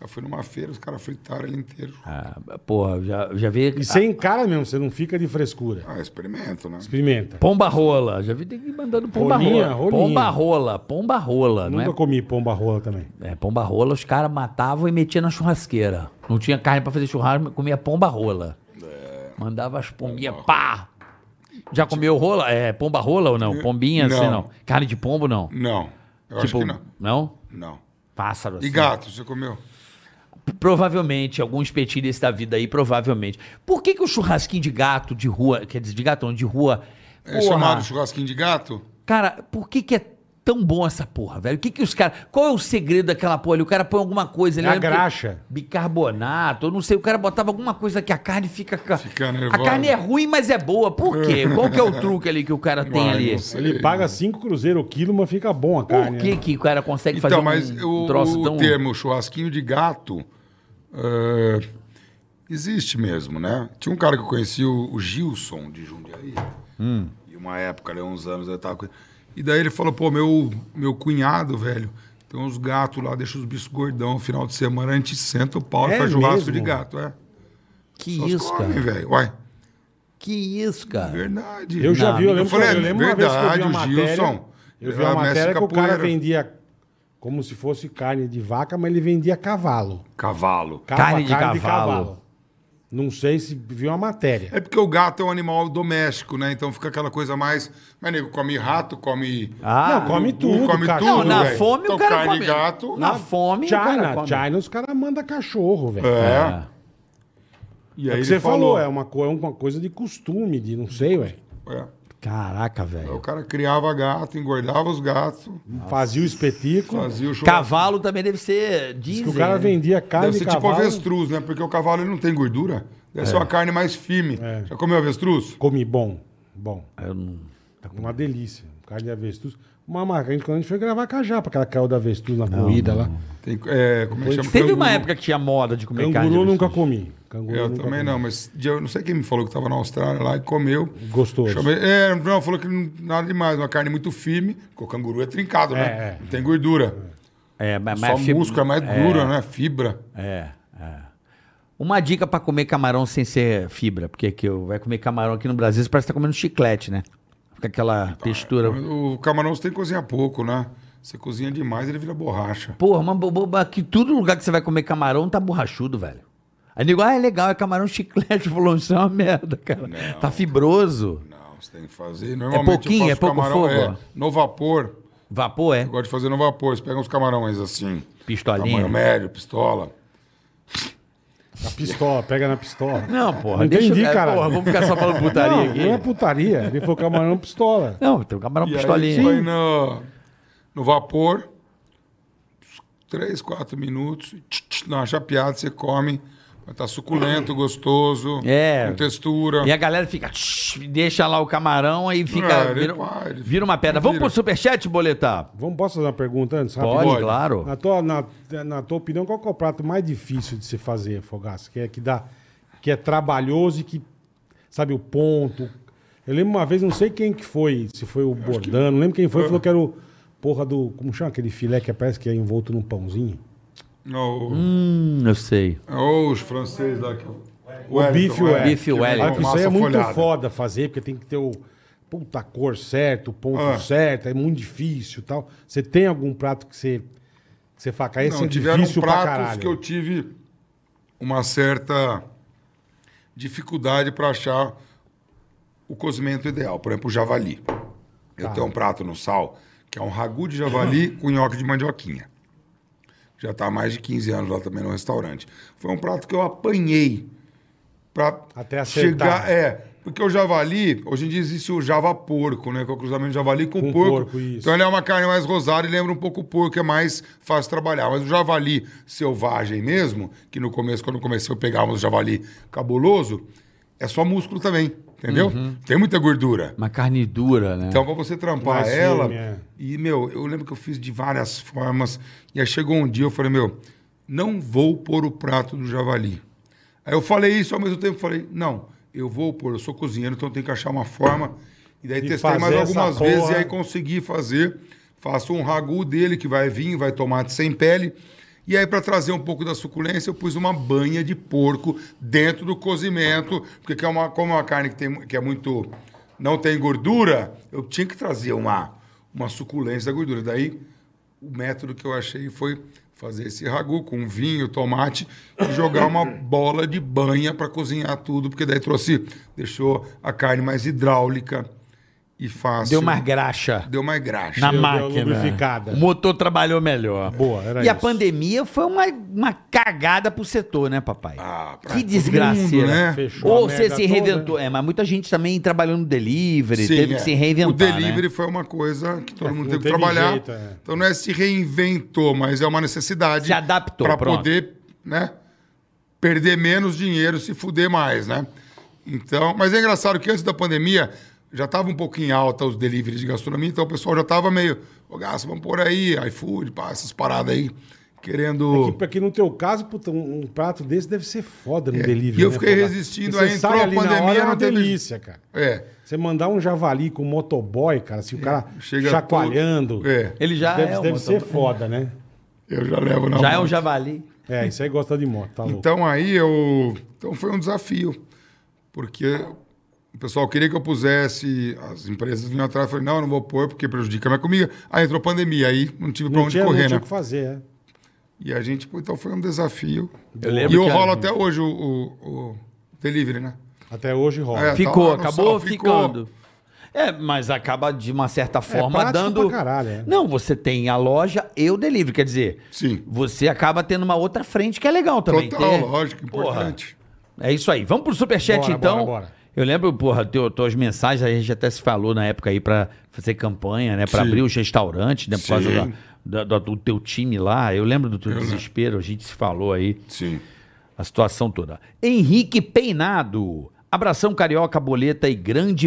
[SPEAKER 5] Eu fui numa feira, os caras fritaram ele inteiro.
[SPEAKER 4] ah, porra, já, já vi.
[SPEAKER 3] E você encara mesmo, você não fica de frescura.
[SPEAKER 5] Ah, experimento, né?
[SPEAKER 3] Experimenta.
[SPEAKER 4] Pomba rola. Já vi tem que ir mandando pomba
[SPEAKER 3] Rolinha,
[SPEAKER 4] rola.
[SPEAKER 3] rolinha.
[SPEAKER 4] Pomba rola, pomba rola, não
[SPEAKER 3] Nunca
[SPEAKER 4] é?
[SPEAKER 3] comi pomba rola também.
[SPEAKER 4] É, pomba rola, os caras matavam e metiam na churrasqueira. Não tinha carne pra fazer churrasco, comia pomba rola.
[SPEAKER 5] É.
[SPEAKER 4] Mandava as pombinhas, pá! Já comeu rola? É, pomba rola ou não? Pombinha,
[SPEAKER 5] Não.
[SPEAKER 4] assim, não. Carne de pombo, não.
[SPEAKER 5] Não. Eu acho que não.
[SPEAKER 4] não?
[SPEAKER 5] Não.
[SPEAKER 4] Pássaro,
[SPEAKER 5] E
[SPEAKER 4] Tipo, assim.
[SPEAKER 5] gato, você comeu?
[SPEAKER 4] Provavelmente, algum espetinho desse da vida aí, provavelmente. Por que, que o churrasquinho de gato de rua, quer dizer, de gato não, de rua,
[SPEAKER 5] É chamado churrasquinho de gato?
[SPEAKER 4] cara, por que que é tão bom essa porra, velho? O que que os caras, qual é o segredo daquela porra ali? O cara põe alguma coisa ali.
[SPEAKER 3] É a
[SPEAKER 4] eu lembro que-
[SPEAKER 3] graxa.
[SPEAKER 4] Bicarbonato, eu não sei, o cara botava alguma coisa que a carne fica... ca-
[SPEAKER 5] Fica
[SPEAKER 4] a
[SPEAKER 5] nervosa.
[SPEAKER 4] carne é ruim, mas é boa, por quê? Qual que é o truque ali que o cara tem
[SPEAKER 5] Ah,
[SPEAKER 4] ali?
[SPEAKER 5] não sei.
[SPEAKER 3] Ele paga 5 cruzeiros o quilo, mas fica bom a
[SPEAKER 4] Por
[SPEAKER 3] carne.
[SPEAKER 4] que
[SPEAKER 3] né?
[SPEAKER 4] que o cara consegue fazer
[SPEAKER 5] Então,
[SPEAKER 4] um-
[SPEAKER 5] mas
[SPEAKER 4] um,
[SPEAKER 5] o,
[SPEAKER 4] troço
[SPEAKER 5] o
[SPEAKER 4] tão...
[SPEAKER 5] termo churrasquinho de gato eh, existe mesmo, né? Tinha um cara que eu conheci, o, o Gilson de Jundiaí.
[SPEAKER 4] Hum.
[SPEAKER 5] E uma época, ali, uns anos, eu tava com ele. E daí ele falou, pô, meu, meu cunhado, velho, tem uns gatos lá, deixa os bichos gordão. Final de semana a gente senta o pau
[SPEAKER 3] É
[SPEAKER 5] e faz churrasco
[SPEAKER 3] mesmo?
[SPEAKER 5] de gato, é.
[SPEAKER 4] Que
[SPEAKER 5] Só
[SPEAKER 4] isso,
[SPEAKER 5] come,
[SPEAKER 4] cara?
[SPEAKER 5] velho. Uai,
[SPEAKER 4] Que isso, cara?
[SPEAKER 5] verdade.
[SPEAKER 3] Eu já
[SPEAKER 4] Não,
[SPEAKER 3] vi, eu lembro,
[SPEAKER 5] eu falei, "É
[SPEAKER 3] que- eu lembro uma vez que eu vi
[SPEAKER 5] verdade,
[SPEAKER 3] uma
[SPEAKER 5] o
[SPEAKER 3] matéria,
[SPEAKER 5] Gilson. É
[SPEAKER 3] eu vi uma
[SPEAKER 5] Ele era mestre
[SPEAKER 3] matéria que o cara
[SPEAKER 5] capoeira.
[SPEAKER 3] vendia como se fosse carne de vaca, mas ele vendia cavalo.
[SPEAKER 5] Cavalo.
[SPEAKER 3] Cava-
[SPEAKER 4] Carne de cavalo.
[SPEAKER 3] Não sei se viu a matéria.
[SPEAKER 5] É porque o gato é um animal doméstico, né? Então fica aquela coisa mais. Mas nego come rato, come.
[SPEAKER 4] Ah,
[SPEAKER 3] não, come
[SPEAKER 5] urubu,
[SPEAKER 3] tudo,
[SPEAKER 5] come
[SPEAKER 3] cara.
[SPEAKER 5] tudo.
[SPEAKER 4] Não, na
[SPEAKER 5] velho.
[SPEAKER 4] fome o
[SPEAKER 5] Então,
[SPEAKER 4] cara
[SPEAKER 5] carne
[SPEAKER 4] come.
[SPEAKER 5] e gato. né? É
[SPEAKER 4] Na
[SPEAKER 3] é
[SPEAKER 4] fome o cara
[SPEAKER 3] China,
[SPEAKER 4] come.
[SPEAKER 3] China, os caras mandam cachorro, velho. É.
[SPEAKER 5] É. E
[SPEAKER 3] o que
[SPEAKER 5] aí ele
[SPEAKER 3] você falou, um
[SPEAKER 5] falou.
[SPEAKER 3] é uma, co- é uma coisa de costume, de não sei, ué.
[SPEAKER 5] É.
[SPEAKER 4] Caraca, velho.
[SPEAKER 5] O cara criava gato, engordava os gatos,
[SPEAKER 3] Fazia o espetículo.
[SPEAKER 5] fazia o churrasco.
[SPEAKER 6] Cavalo também deve ser.
[SPEAKER 3] Diz
[SPEAKER 6] Dizem,
[SPEAKER 3] que o cara
[SPEAKER 6] né?
[SPEAKER 3] vendia carne de
[SPEAKER 5] Deve ser tipo
[SPEAKER 3] cavalo,
[SPEAKER 5] avestruz, né? Porque o cavalo ele não tem gordura. Deve ser uma carne mais firme.
[SPEAKER 3] É.
[SPEAKER 5] Já comeu avestruz?
[SPEAKER 3] Comi bom. Bom.
[SPEAKER 4] Ah,
[SPEAKER 3] Tá
[SPEAKER 4] Eu não-
[SPEAKER 3] Uma delícia. Carne de avestruz. Uma marca. A gente, quando a gente foi gravar com a japa, aquela caiu da avestruz na corrida lá.
[SPEAKER 5] Tem, é, como é que chama?
[SPEAKER 4] Teve uma
[SPEAKER 5] Canguru.
[SPEAKER 4] época que tinha moda de comer carne.
[SPEAKER 3] Canguru eu
[SPEAKER 4] de
[SPEAKER 3] nunca
[SPEAKER 4] avestruz.
[SPEAKER 3] comi. Canguru
[SPEAKER 5] Eu
[SPEAKER 3] nunca
[SPEAKER 5] também
[SPEAKER 3] comi.
[SPEAKER 5] não, mas de- eu não sei quem me falou que estava na Austrália lá e comeu.
[SPEAKER 3] Gostoso.
[SPEAKER 5] Chamei, é, não, falou que não- nada demais, uma carne muito firme, porque o canguru é trincado, né?
[SPEAKER 3] É, é.
[SPEAKER 5] Não tem gordura.
[SPEAKER 4] É, mas,
[SPEAKER 5] Só
[SPEAKER 4] mas fib-
[SPEAKER 5] músculo, é mais dura, né? Fibra.
[SPEAKER 4] É, é. Uma dica pra comer camarão sem ser fibra, porque que eu- vai comer camarão aqui no Brasil, você parece que tá comendo chiclete, né? Fica aquela
[SPEAKER 5] Tá, é
[SPEAKER 4] textura.
[SPEAKER 5] O camarão você tem que cozinhar pouco, né? Você cozinha demais, ele vira borracha.
[SPEAKER 4] Porra, uma boboba que todo lugar que você vai comer camarão tá borrachudo, velho. Aí nego, ah, é legal, é camarão chiclete. Falou, isso é uma merda, cara. Tá fibroso.
[SPEAKER 5] Não, você tem que fazer. Normalmente
[SPEAKER 4] pouquinho?
[SPEAKER 5] eu faço
[SPEAKER 4] É pouco
[SPEAKER 5] camarão,
[SPEAKER 4] fogo?
[SPEAKER 5] é, no vapor.
[SPEAKER 4] Vapor, é?
[SPEAKER 5] Eu gosto de fazer no vapor. Você pega uns camarões assim, tamanho
[SPEAKER 4] Pistolinha.
[SPEAKER 5] médio, pistola.
[SPEAKER 3] Na pistola, pega na pistola.
[SPEAKER 4] Não, porra.
[SPEAKER 3] Não
[SPEAKER 4] deixa eu-
[SPEAKER 3] entendi,
[SPEAKER 4] é,
[SPEAKER 3] cara.
[SPEAKER 4] Porra, vamos ficar só falando putaria
[SPEAKER 3] Não,
[SPEAKER 4] aqui.
[SPEAKER 3] não é putaria. Ele falou camarão pistola.
[SPEAKER 4] Não, tem um camarão
[SPEAKER 5] E aí
[SPEAKER 4] pistolinha.
[SPEAKER 5] põe no, no vapor, uns três, quatro minutos, e tch, tch, dá uma chapeada, você come. Vai estar suculento, gostoso,
[SPEAKER 4] É.
[SPEAKER 5] com textura.
[SPEAKER 4] E a galera fica, "Shh", deixa lá o camarão aí fica.
[SPEAKER 5] É, ele
[SPEAKER 4] vira,
[SPEAKER 5] vai, ele
[SPEAKER 4] vira uma pedra. Vamos
[SPEAKER 5] vira.
[SPEAKER 4] pro superchat, boletar?
[SPEAKER 3] Vamos, posso fazer uma pergunta antes?
[SPEAKER 4] Pode,
[SPEAKER 5] Pode.
[SPEAKER 4] claro.
[SPEAKER 3] Na tua, na, na tua opinião, qual que é o prato mais difícil de se fazer, Fogaça? Que é que dá, que é trabalhoso e que sabe o ponto. Eu lembro uma vez, não sei quem que foi, se foi o Bordano, não lembro quem foi, falou que era o porra do, como chama aquele filé que parece que é envolto num pãozinho?
[SPEAKER 5] Não,
[SPEAKER 4] Hum, eu sei.
[SPEAKER 5] é os franceses lá que
[SPEAKER 3] O bife
[SPEAKER 5] Wellington,
[SPEAKER 3] Wellington.
[SPEAKER 4] Bife Wellington.
[SPEAKER 3] Ah,
[SPEAKER 5] Com
[SPEAKER 3] isso aí é
[SPEAKER 5] massa
[SPEAKER 3] muito
[SPEAKER 5] folhada.
[SPEAKER 3] foda fazer, porque tem que ter o puta a cor certo, o ponto
[SPEAKER 5] Ah.
[SPEAKER 3] certo, é muito difícil e tal. Você tem algum prato que você que você faca esse
[SPEAKER 5] Não,
[SPEAKER 3] é
[SPEAKER 5] tiveram
[SPEAKER 3] difícil pra
[SPEAKER 5] pratos
[SPEAKER 3] caralho.
[SPEAKER 5] que eu tive uma certa dificuldade para achar o cozimento ideal. Por exemplo, o javali. Eu tenho um
[SPEAKER 3] Tá.
[SPEAKER 5] prato no sal que é um ragu de javali com nhoque de mandioquinha. Já está há mais de 15 anos lá também no restaurante. Foi um prato que eu apanhei para
[SPEAKER 3] Até acertar.
[SPEAKER 5] É, porque o javali, hoje em dia existe o java porco, né? Que é o cruzamento de javali com,
[SPEAKER 3] Com
[SPEAKER 5] porco.
[SPEAKER 3] porco, isso.
[SPEAKER 5] Então ele é uma carne mais rosada e lembra um pouco o porco, é mais fácil trabalhar. Mas o javali selvagem mesmo, que no começo, quando comecei, eu pegava um javali cabuloso, é só músculo também, entendeu?
[SPEAKER 3] Uhum.
[SPEAKER 5] Tem muita gordura.
[SPEAKER 4] Uma carne dura, né?
[SPEAKER 5] Então, pra você trampar
[SPEAKER 3] Mais
[SPEAKER 5] ela.
[SPEAKER 3] firme, é.
[SPEAKER 5] E, meu, eu lembro que eu fiz de várias formas. E aí chegou um dia, eu falei, meu, não vou pôr o prato do javali. Aí eu falei isso ao mesmo tempo, falei, não, eu vou pôr, eu sou cozinheiro, então eu tenho que achar uma forma. E daí
[SPEAKER 3] De
[SPEAKER 5] testei mais
[SPEAKER 3] fazer
[SPEAKER 5] algumas
[SPEAKER 3] essa
[SPEAKER 5] vezes e
[SPEAKER 3] porra.
[SPEAKER 5] aí consegui fazer. Faço um ragu dele que vai vir, vai tomate sem pele. E aí, para trazer um pouco da suculência, eu pus uma banha de porco dentro do cozimento, porque que é uma, como é uma carne que, tem, mu- que é muito. não tem gordura, eu tinha que trazer uma, uma suculência da gordura. Daí, o método que eu achei foi fazer esse ragu com vinho, tomate e jogar uma bola de banha para cozinhar tudo, porque daí trouxe, deixou a carne mais hidráulica e fácil.
[SPEAKER 4] Deu mais graxa
[SPEAKER 5] Deu mais graxa.
[SPEAKER 4] na
[SPEAKER 3] Deu- deu
[SPEAKER 4] máquina.
[SPEAKER 3] lubrificada.
[SPEAKER 4] O motor trabalhou melhor.
[SPEAKER 3] Boa, era
[SPEAKER 4] E a
[SPEAKER 3] isso.
[SPEAKER 4] pandemia foi uma, uma cagada pro setor, né, papai?
[SPEAKER 5] Ah, pra
[SPEAKER 4] que
[SPEAKER 5] todo
[SPEAKER 4] desgraceira.
[SPEAKER 5] mundo, né?
[SPEAKER 3] Fechou a
[SPEAKER 4] Ou você
[SPEAKER 3] merda
[SPEAKER 4] se
[SPEAKER 3] toda.
[SPEAKER 4] reinventou. É, mas muita gente também trabalhou no delivery,
[SPEAKER 5] Sim,
[SPEAKER 4] teve
[SPEAKER 5] é.
[SPEAKER 4] que se reinventar.
[SPEAKER 5] O delivery
[SPEAKER 4] né?
[SPEAKER 5] foi uma coisa que todo
[SPEAKER 3] É,
[SPEAKER 5] mundo
[SPEAKER 3] não
[SPEAKER 5] teve que
[SPEAKER 3] teve
[SPEAKER 5] trabalhar.
[SPEAKER 3] jeito, é.
[SPEAKER 5] Então não é se reinventou, mas é uma necessidade.
[SPEAKER 4] Se adaptou,
[SPEAKER 5] Para
[SPEAKER 4] pronto.
[SPEAKER 5] poder né, perder menos dinheiro, se fuder mais, né? Então, mas é engraçado que antes da pandemia já estava um pouquinho em alta os deliveries de gastronomia, então o pessoal já estava meio, ô Gasso, vamos por aí, iFood, pá, essas paradas aí, querendo...
[SPEAKER 3] Que, pra que no teu caso, puta, um, um prato desse deve ser foda no
[SPEAKER 5] É,
[SPEAKER 3] delivery.
[SPEAKER 5] e eu
[SPEAKER 3] né,
[SPEAKER 5] fiquei
[SPEAKER 3] foda?
[SPEAKER 5] resistindo,
[SPEAKER 3] Porque
[SPEAKER 5] aí
[SPEAKER 3] você
[SPEAKER 5] entrou
[SPEAKER 3] sai
[SPEAKER 5] a
[SPEAKER 3] ali na
[SPEAKER 5] pandemia,
[SPEAKER 3] hora, é
[SPEAKER 5] não
[SPEAKER 3] uma
[SPEAKER 5] teve-
[SPEAKER 3] delícia, cara.
[SPEAKER 5] É,
[SPEAKER 3] Você mandar um javali com um motoboy, cara, assim, o cara
[SPEAKER 5] chega
[SPEAKER 3] chacoalhando.
[SPEAKER 5] todo- É,
[SPEAKER 4] Ele já
[SPEAKER 3] deve
[SPEAKER 4] é um
[SPEAKER 3] deve
[SPEAKER 4] motor-
[SPEAKER 3] ser foda, né?
[SPEAKER 5] eu já levo
[SPEAKER 3] Tá
[SPEAKER 5] na
[SPEAKER 4] Já é um
[SPEAKER 5] mão.
[SPEAKER 4] javali.
[SPEAKER 3] É, isso aí gosta de moto, tá louco.
[SPEAKER 5] Então aí eu. Então foi um desafio. Porque o pessoal queria que eu pusesse. As empresas vinham atrás e falei, não, eu não vou pôr, porque prejudica a minha comida. Aí entrou pandemia, aí não tive pra
[SPEAKER 3] não
[SPEAKER 5] onde
[SPEAKER 3] tinha, não
[SPEAKER 5] correr,
[SPEAKER 3] tinha
[SPEAKER 5] né?
[SPEAKER 3] o que fazer, é.
[SPEAKER 5] E a gente, pô, então foi um desafio.
[SPEAKER 4] Eu
[SPEAKER 5] e
[SPEAKER 4] lembro
[SPEAKER 5] eu
[SPEAKER 4] que-
[SPEAKER 5] rolo até hoje o, o- o delivery, né?
[SPEAKER 3] Até hoje rola.
[SPEAKER 5] É, tá
[SPEAKER 4] Ficou,
[SPEAKER 5] lá no
[SPEAKER 4] acabou
[SPEAKER 5] sal, ficou.
[SPEAKER 4] ficando. É, mas acaba de uma certa forma
[SPEAKER 3] É prático
[SPEAKER 4] dando.
[SPEAKER 3] pra caralho, é.
[SPEAKER 4] Não, você tem a loja e o delivery, quer dizer.
[SPEAKER 5] Sim.
[SPEAKER 4] Você acaba tendo uma outra frente que é legal também.
[SPEAKER 3] né?
[SPEAKER 5] Total,
[SPEAKER 4] ter.
[SPEAKER 5] lógico, importante.
[SPEAKER 4] É isso aí. Vamos pro superchat
[SPEAKER 3] Bora,
[SPEAKER 4] então.
[SPEAKER 3] bora, bora.
[SPEAKER 4] Eu lembro, porra, teu, tuas mensagens, a gente até se falou na época aí pra fazer campanha, né? Pra
[SPEAKER 5] Sim.
[SPEAKER 4] abrir os restaurantes, né? Por causa
[SPEAKER 5] Sim.
[SPEAKER 4] da- da- da- do teu time lá. Eu lembro do teu desespero, a gente se falou aí.
[SPEAKER 5] Sim.
[SPEAKER 4] A situação toda. Henrique Peinado. Abração carioca, boleta e grande